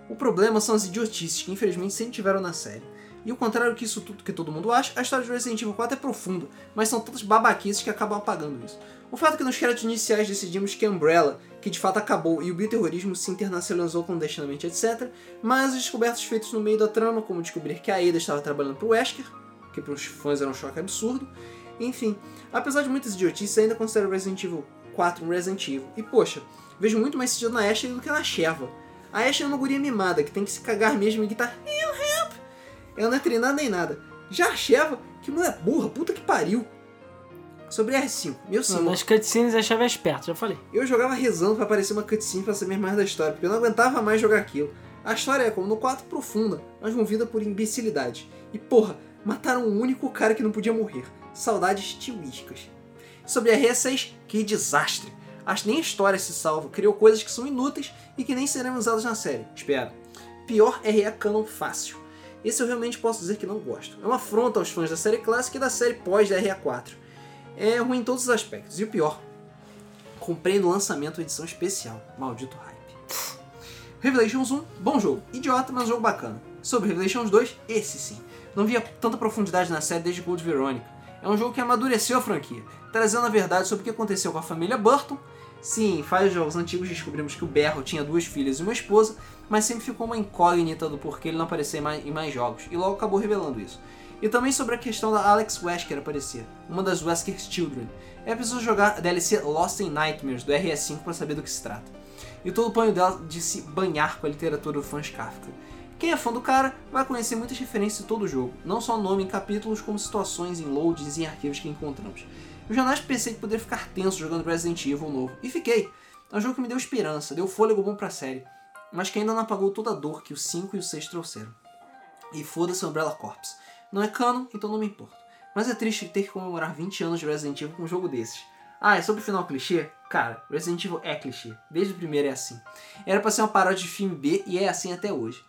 Speaker 1: O problema são as idiotices que infelizmente sempre tiveram na série. E ao contrário que isso tudo que todo mundo acha, a história de Resident Evil 4 é profunda, mas são tantas babaquices que acabam apagando isso. O fato é que nos créditos iniciais decidimos que Umbrella, que de fato acabou e o bioterrorismo se internacionalizou clandestinamente, etc., mas as descobertas feitas no meio da trama, como descobrir que a Ada estava trabalhando para o Wesker, que para os fãs era um choque absurdo. Enfim, apesar de muitas idiotices, ainda considero Resident Evil 4 um Resident Evil. E poxa, vejo muito mais sentido na Ashley do que na Sheva. A Ashley é uma guria mimada, que tem que se cagar mesmo e gritar "Help, help". Ela não é treinada nem nada. Já a Sheva, que mulher burra, puta que pariu. Sobre a R5, meu
Speaker 2: Não,
Speaker 1: senhor.
Speaker 2: nas cutscenes a chave é esperta, já falei.
Speaker 1: Eu jogava rezando pra aparecer uma cutscene pra saber mais da história, porque eu não aguentava mais jogar aquilo. A história é como no 4 profunda, mas movida por imbecilidade. E porra, mataram o único cara que não podia morrer. Saudades tiuísticas. Sobre a RE6, que desastre. Acho que nem a história se salva, criou coisas que são inúteis e que nem serão usadas na série. Espera. Pior RE Canon fácil. Esse eu realmente posso dizer que não gosto. É uma afronta aos fãs da série clássica e da série pós da RE4. É ruim em todos os aspectos. E o pior, Comprei no lançamento edição especial. Maldito hype. Revelations 1, bom jogo. Idiota, mas jogo bacana. Sobre Revelations 2, esse sim. Não via tanta profundidade na série desde Gold Veronica. É um jogo que amadureceu a franquia, trazendo a verdade sobre o que aconteceu com a família Burton. Sim, em vários jogos antigos descobrimos que o Barrel tinha duas filhas e uma esposa, mas sempre ficou uma incógnita do porquê ele não aparecer em mais- em mais jogos, e logo acabou revelando isso. E também sobre a questão da Alex Wesker aparecer, uma das Wesker's Children, é preciso jogar a DLC Lost in Nightmares do RS5 para saber do que se trata. E todo o plano dela de se banhar com a literatura do Franz Kafka. Quem é fã do cara vai conhecer muitas referências de todo o jogo, não só nome em capítulos, como situações em loadings e em arquivos que encontramos. Eu jamais pensei que poderia ficar tenso jogando Resident Evil novo, e fiquei. É um jogo que me deu esperança, deu fôlego bom pra série, mas que ainda não apagou toda a dor que o 5 e o 6 trouxeram. E foda-se o Umbrella Corpse. Não é canon, então não me importo. Mas é triste ter que comemorar 20 anos de Resident Evil com um jogo desses. Ah, é sobre o final clichê? Cara, Resident Evil é clichê. Desde o primeiro é assim. Era pra ser uma paródia de filme B e é assim até hoje.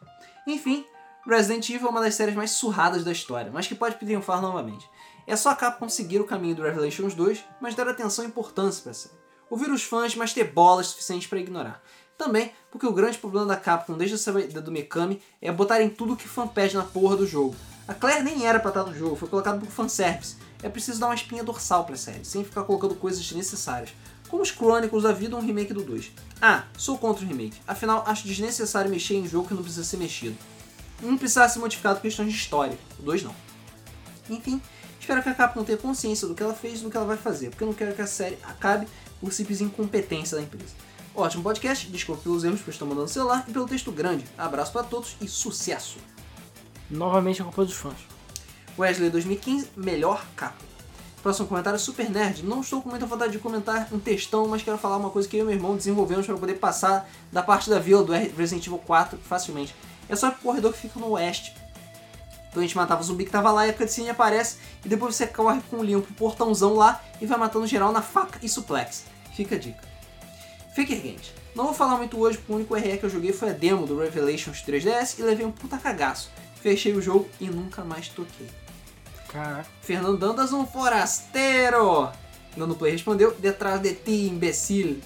Speaker 1: Enfim, Resident Evil é uma das séries mais surradas da história, mas que pode triunfar novamente. É só a Capcom seguir o caminho do Revelations 2, mas dar atenção e importância pra série. Ouvir os fãs, mas ter bolas suficientes pra ignorar. Também porque o grande problema da Capcom desde a saída do Mikami é botarem tudo que fã pede na porra do jogo. A Claire nem era pra estar no jogo, foi colocada por fanservice. É preciso dar uma espinha dorsal pra série, sem ficar colocando coisas desnecessárias. Como os Chronicles da vida ou um remake do 2. Ah, sou contra o remake. Afinal, acho desnecessário mexer em jogo que não precisa ser mexido. Um precisava ser modificado por questões de história, o 2 não. Enfim, espero que a Capcom tenha consciência do que ela fez e do que ela vai fazer, porque eu não quero que a série acabe por simples incompetência da empresa. Ótimo podcast, desculpe pelos erros que eu estou mandando no celular e pelo texto grande. Abraço pra todos e sucesso!
Speaker 2: Novamente a culpa é dos fãs.
Speaker 1: Wesley 2015, melhor capa. Próximo comentário é Super Nerd. Não estou com muita vontade de comentar um textão, mas quero falar uma coisa que eu e meu irmão desenvolvemos para poder passar da parte da vila do Resident Evil 4 facilmente. É só o corredor que fica no oeste. Então a gente matava o zumbi que tava lá e a cutscene aparece e depois você corre com o Leon pro portãozão lá e vai matando geral na faca e suplex. Fica a dica. Faker Games. Não vou falar muito hoje, porque o único RE que eu joguei foi a demo do Revelations 3DS e levei um puta cagaço. Fechei o jogo e nunca mais toquei.
Speaker 2: Caraca.
Speaker 1: Fernandão das um forasteiro. Nando Play respondeu, detrás de ti, imbecil.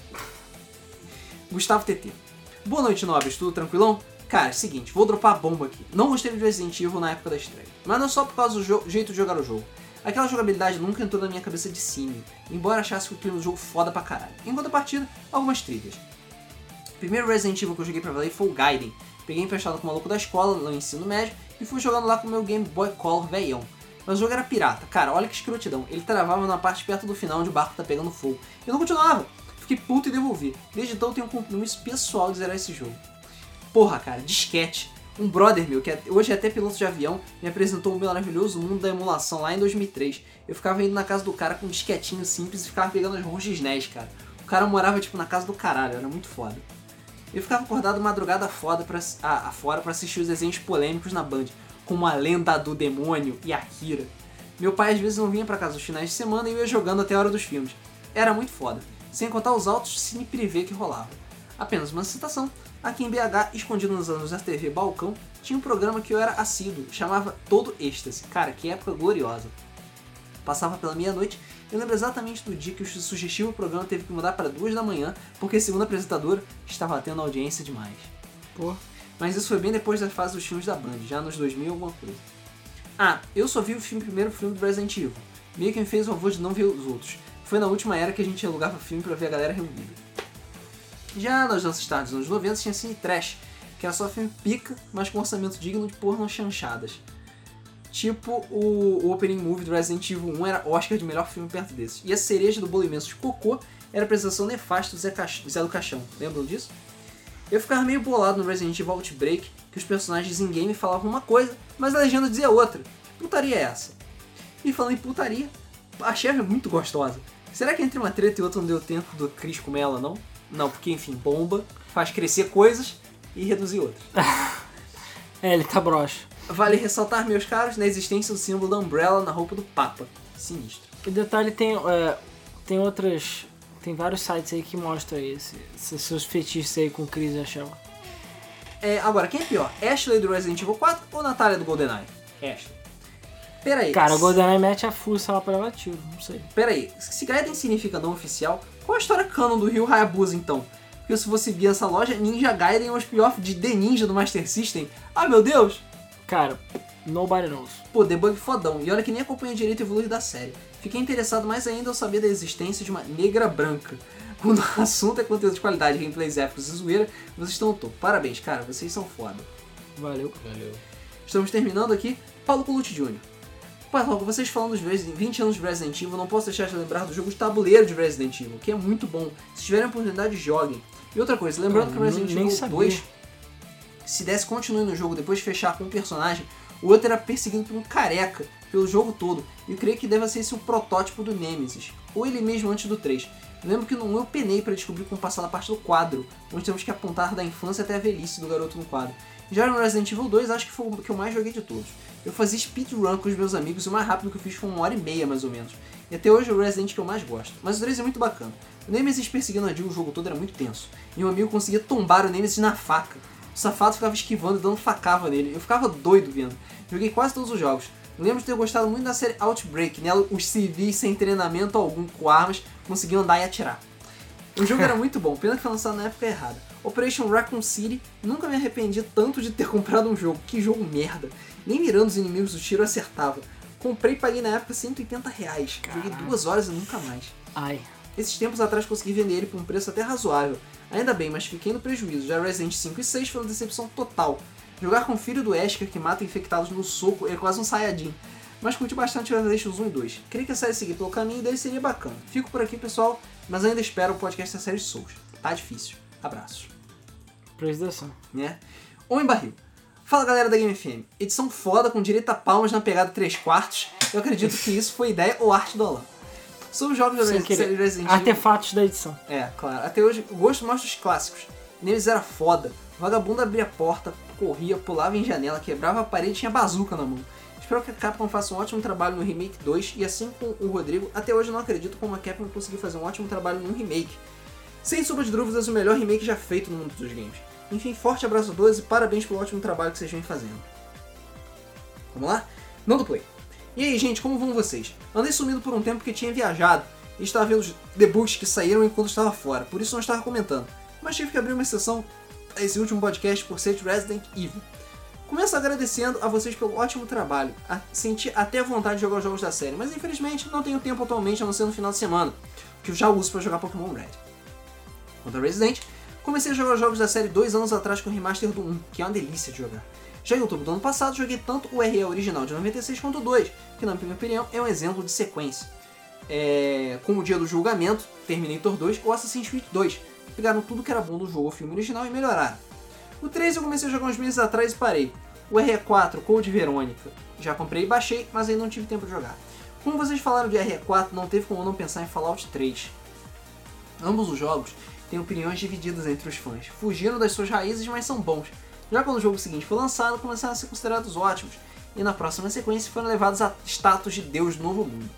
Speaker 1: Gustavo TT. Boa noite, nobres, tudo tranquilão? Cara, é seguinte, vou dropar a bomba aqui. Não gostei do Resident Evil na época da estreia, mas não só por causa do jo- jeito de jogar o jogo. Aquela jogabilidade nunca entrou na minha cabeça de cine, embora achasse que o clima do jogo foda pra caralho. Enquanto a partida, algumas trilhas. O primeiro Resident Evil que eu joguei pra valer foi o Gaiden. Peguei emprestado com o maluco da escola, lá no ensino médio, e fui jogando lá com o meu Game Boy Color velhão. Mas o jogo era pirata. Cara, olha que escrotidão. Ele travava na parte perto do final onde o barco tá pegando fogo. Eu não continuava. Fiquei puto e devolvi. Desde então eu tenho um compromisso pessoal de zerar esse jogo. Porra, cara, disquete. Um brother meu, que é- hoje é até piloto de avião, me apresentou o maravilhoso mundo da emulação lá em 2003. Eu ficava indo na casa do cara com um disquetinho simples e ficava pegando as ronges NES, cara. O cara morava, tipo, na casa do caralho. Era muito foda. Eu ficava acordado madrugada foda pra, a, afora pra assistir os desenhos polêmicos na Band, como A Lenda do Demônio e Akira. Meu pai às vezes não vinha pra casa nos finais de semana e eu ia jogando até a hora dos filmes. Era muito foda, sem contar os altos cine privê que rolavam. Apenas uma citação, aqui em BH, escondido nos anos da TV Balcão, tinha um programa que eu era assíduo, chamava Todo Êxtase. Cara, que época gloriosa. Passava pela meia-noite, eu lembro exatamente do dia que o sugestivo programa teve que mudar para duas da manhã, porque segundo a apresentadora, estava tendo audiência demais.
Speaker 2: Pô.
Speaker 1: Mas isso foi bem depois da fase dos filmes da Band, já nos 2000 e alguma coisa. Ah, eu só vi o filme, primeiro filme do Resident Evil. Meio que me fez o favor de não ver os outros. Foi na última era que a gente alugava filme pra ver a galera reunida. Já nas nossas tardes dos anos 90 tinha Cine Trash, que era só filme pica, mas com orçamento digno de porno chanchadas. Tipo, o, o opening movie do Resident Evil 1 era Oscar de melhor filme perto desses. E a cereja do bolo imenso de cocô era a apresentação nefasta do Zé, Cach... Zé do Caixão. Lembram disso? Eu ficava meio bolado no Resident Evil Outbreak, que os personagens em game falavam uma coisa, mas a legenda dizia outra. Que putaria é essa? E falando em putaria, a chefe é muito gostosa. Será que entre uma treta e outra não deu tempo do Chris comer ela, não? Não, porque enfim, bomba, faz crescer coisas e reduzir outras.
Speaker 2: É, ele tá broxa.
Speaker 1: Vale ressaltar, meus caros, na existência do símbolo da Umbrella na roupa do Papa. Sinistro.
Speaker 2: E detalhe, tem, é, tem outras. Tem vários sites aí que mostram aí esse- esses seus fetiches aí com Chris e a Shell.
Speaker 1: É, agora, quem é pior? Ashley do Resident Evil 4 ou Natália do GoldenEye? Ashley. Peraí.
Speaker 2: Cara, o
Speaker 1: se-
Speaker 2: GoldenEye mete a fuça lá pra ela tiro, não sei.
Speaker 1: Peraí, se Gaiden significa não oficial, qual a história canon do Rio Hayabusa então? Porque se você via essa loja, Ninja Gaiden é um spin-off de The Ninja do Master System. Ah, meu Deus!
Speaker 2: Cara, nobody knows.
Speaker 1: Pô, debug fodão. E olha que nem acompanhei direito o evoluir da série. Fiquei interessado mais ainda ao saber da existência de uma negra branca. Quando o assunto é conteúdo de qualidade, gameplays épicos e zoeira, vocês estão no topo. Parabéns, cara, vocês são foda.
Speaker 2: Valeu.
Speaker 5: Valeu.
Speaker 1: Estamos terminando aqui. Paulo Colucci Jr. Pai, logo, vocês falando dos Resident- 20 anos de Resident Evil, não posso deixar de lembrar do jogo de tabuleiro de Resident Evil, que é muito bom. Se tiverem a oportunidade, joguem. E outra coisa, lembrando
Speaker 2: Eu
Speaker 1: que o Resident
Speaker 2: nem
Speaker 1: Evil
Speaker 2: sabia.
Speaker 1: 2, se desse continue no jogo depois de fechar com um personagem, o outro era perseguido por um careca pelo jogo todo, e eu creio que deve ser esse o protótipo do Nemesis, ou ele mesmo antes do 3. Lembro que no 1 eu penei pra descobrir como passar na parte do quadro, onde temos que apontar da infância até a velhice do garoto no quadro. Já no Resident Evil 2, acho que foi o que eu mais joguei de todos. Eu fazia speedrun com os meus amigos e o mais rápido que eu fiz foi uma hora e meia, mais ou menos. E até hoje é o Resident que eu mais gosto. Mas o 3 é muito bacana. O Nemesis perseguindo a Jill o jogo todo era muito tenso. E um amigo conseguia tombar o Nemesis na faca. O safado ficava esquivando e dando facava nele. Eu ficava doido vendo. Joguei quase todos os jogos. Lembro de ter gostado muito da série Outbreak. Nela, os civis sem treinamento algum com armas conseguiam andar e atirar. O jogo era muito bom, pena que foi lançado na época errada. Operation Raccoon City, nunca me arrependi tanto de ter [LAUGHS] comprado um jogo. Que jogo merda. Nem mirando os inimigos do tiro eu acertava. Comprei e paguei na época 180 reais. Joguei duas horas e nunca mais.
Speaker 2: Ai.
Speaker 1: Esses tempos atrás consegui vender ele por um preço até razoável. Ainda bem, mas fiquei no prejuízo. Já Resident 5 e 6 foi uma decepção total. Jogar com o filho do Esker que mata infectados no soco é quase um Saiyajin. Mas curti bastante Revelations 1 e 2. Creio que a série seguir pelo caminho e daí seria bacana. Fico por aqui, pessoal, mas ainda espero o podcast da série Souls. Tá difícil. Abraço
Speaker 2: Prejudicação.
Speaker 1: né? Homem Barril. Fala galera da Game FM. Edição foda com direito a palmas na pegada 3 quartos. Eu acredito que isso foi ideia ou arte do Alan. Sobre os jogos da
Speaker 2: Sem
Speaker 1: Res-
Speaker 2: querer.
Speaker 1: série Resident Evil.
Speaker 2: Artefatos da edição.
Speaker 1: É, claro. Até hoje, o gosto mostra os clássicos. Neles era foda. O vagabundo abria a porta, corria, pulava em janela, quebrava a parede e tinha bazuca na mão. Espero que a Capcom faça um ótimo trabalho no Remake 2 e assim como o Rodrigo, até hoje eu não acredito como a Capcom conseguiu fazer um ótimo trabalho num remake. Sem sombra de dúvidas, o melhor remake já feito no mundo dos games. Enfim, forte abraço a todos e parabéns pelo ótimo trabalho que vocês vêm fazendo. Vamos lá? Não do play. E aí, gente, como vão vocês? Andei sumido por um tempo porque tinha viajado e estava vendo os debugs que saíram enquanto estava fora, por isso não estava comentando. Mas tive que abrir uma exceção a esse último podcast por ser de Resident Evil. Começo agradecendo a vocês pelo ótimo trabalho. A- senti até a vontade de jogar os jogos da série, mas infelizmente não tenho tempo atualmente, a não ser no final de semana, que eu já uso para jogar Pokémon Red. Quanto a Resident, comecei a jogar os jogos da série dois anos atrás com o remaster do 1, que é uma delícia de jogar. Já em outubro do ano passado, joguei tanto o RE original de 96 quanto o 2, que na minha opinião é um exemplo de sequência. É, com o dia do julgamento, Terminator 2 ou Assassin's Creed 2, que pegaram tudo que era bom do jogo ou filme original e melhoraram. O 3 eu comecei a jogar uns meses atrás e parei. O RE4, Code Verônica, já comprei e baixei, mas ainda não tive tempo de jogar. Como vocês falaram de RE4, não teve como não pensar em Fallout 3. Ambos os jogos têm opiniões divididas entre os fãs. Fugiram das suas raízes, mas são bons. Já quando o jogo seguinte foi lançado, começaram a ser considerados ótimos, e na próxima sequência foram levados a status de deus do novo mundo.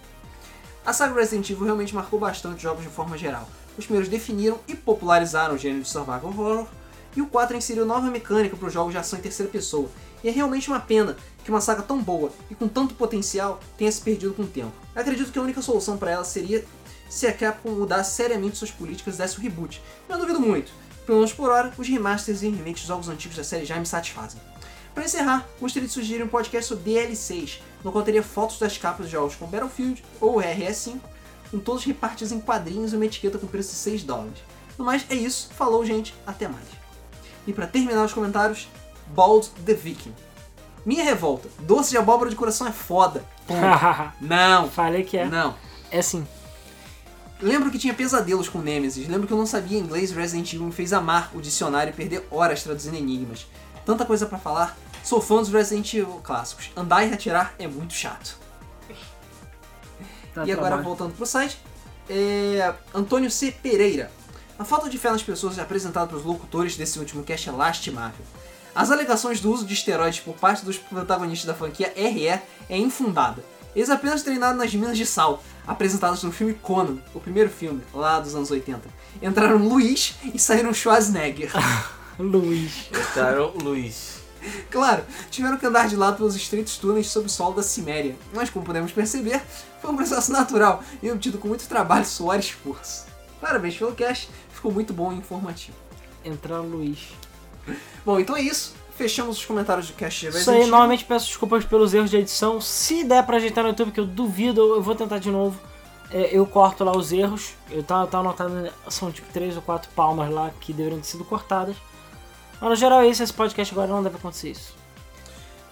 Speaker 1: A saga Resident Evil realmente marcou bastante os jogos de forma geral. Os primeiros definiram e popularizaram o gênero de survival horror, e o 4 inseriu nova mecânica para os jogos de ação em terceira pessoa. E é realmente uma pena que uma saga tão boa e com tanto potencial tenha se perdido com o tempo. Acredito que a única solução para ela seria se a Capcom mudasse seriamente suas políticas e desse o reboot. Não duvido muito. Pelo menos por hora, os remasters e remakes dos jogos antigos da série já me satisfazem. Para encerrar, gostaria de sugerir um podcast sobre DL6, no qual teria fotos das capas de jogos com Battlefield ou RS5, com todos repartidos em quadrinhos e uma etiqueta com preço de 6 dólares. No mais, é isso. Falou, gente. Até mais. E para terminar os comentários, Bald the Viking. Minha revolta. Doce de
Speaker 2: [LAUGHS]
Speaker 1: abóbora de coração é foda. Ponto. Não.
Speaker 2: Falei que é.
Speaker 1: Não.
Speaker 2: É sim.
Speaker 1: Lembro que tinha pesadelos com Nemesis, lembro que eu não sabia inglês e Resident Evil me fez amar o dicionário e perder horas traduzindo enigmas. Tanta coisa pra falar, sou fã dos Resident Evil clássicos. Andar e atirar é muito chato.
Speaker 6: Tá
Speaker 1: E agora
Speaker 6: trabalho.
Speaker 1: voltando pro site, é... Antônio C. Pereira. A falta de fé nas pessoas é apresentada pelos locutores desse último cast é lastimável. As alegações do uso de esteroides por parte dos protagonistas da franquia RE é infundada. Eles apenas treinaram nas minas de sal, apresentados no filme Conan, o primeiro filme, lá dos anos 80. Entraram Luiz e saíram Schwarzenegger.
Speaker 2: Luiz.
Speaker 3: Entraram Luiz.
Speaker 1: Claro, tiveram que andar de lado pelos estreitos túneis sob o solo da Ciméria, mas como podemos perceber, foi um processo [LAUGHS] natural e obtido com muito trabalho, suor e esforço. Parabéns pelo cast, ficou muito bom e informativo.
Speaker 2: Entrar Luiz.
Speaker 1: Bom, então é isso. Fechamos os comentários do cast de
Speaker 2: Isso
Speaker 1: Resident
Speaker 2: aí,
Speaker 1: Evil.
Speaker 2: novamente peço desculpas pelos erros de edição. Se der pra ajeitar no YouTube, que eu duvido, eu vou tentar de novo. É, Eu corto lá os erros. Eu tava, tava anotando, são tipo três ou quatro palmas lá que deveriam ter sido cortadas. Mas no geral é isso, esse podcast agora não deve acontecer isso.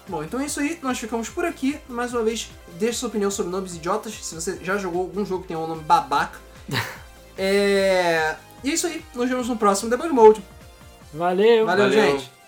Speaker 1: Bom, então é isso aí, nós ficamos por aqui. Mais uma vez, deixe sua opinião sobre nomes idiotas, se você já jogou algum jogo que tem um nome babaca. é... E é isso aí, nos vemos no próximo Debug Mode.
Speaker 2: Valeu!
Speaker 1: Valeu,
Speaker 3: Valeu.
Speaker 1: gente!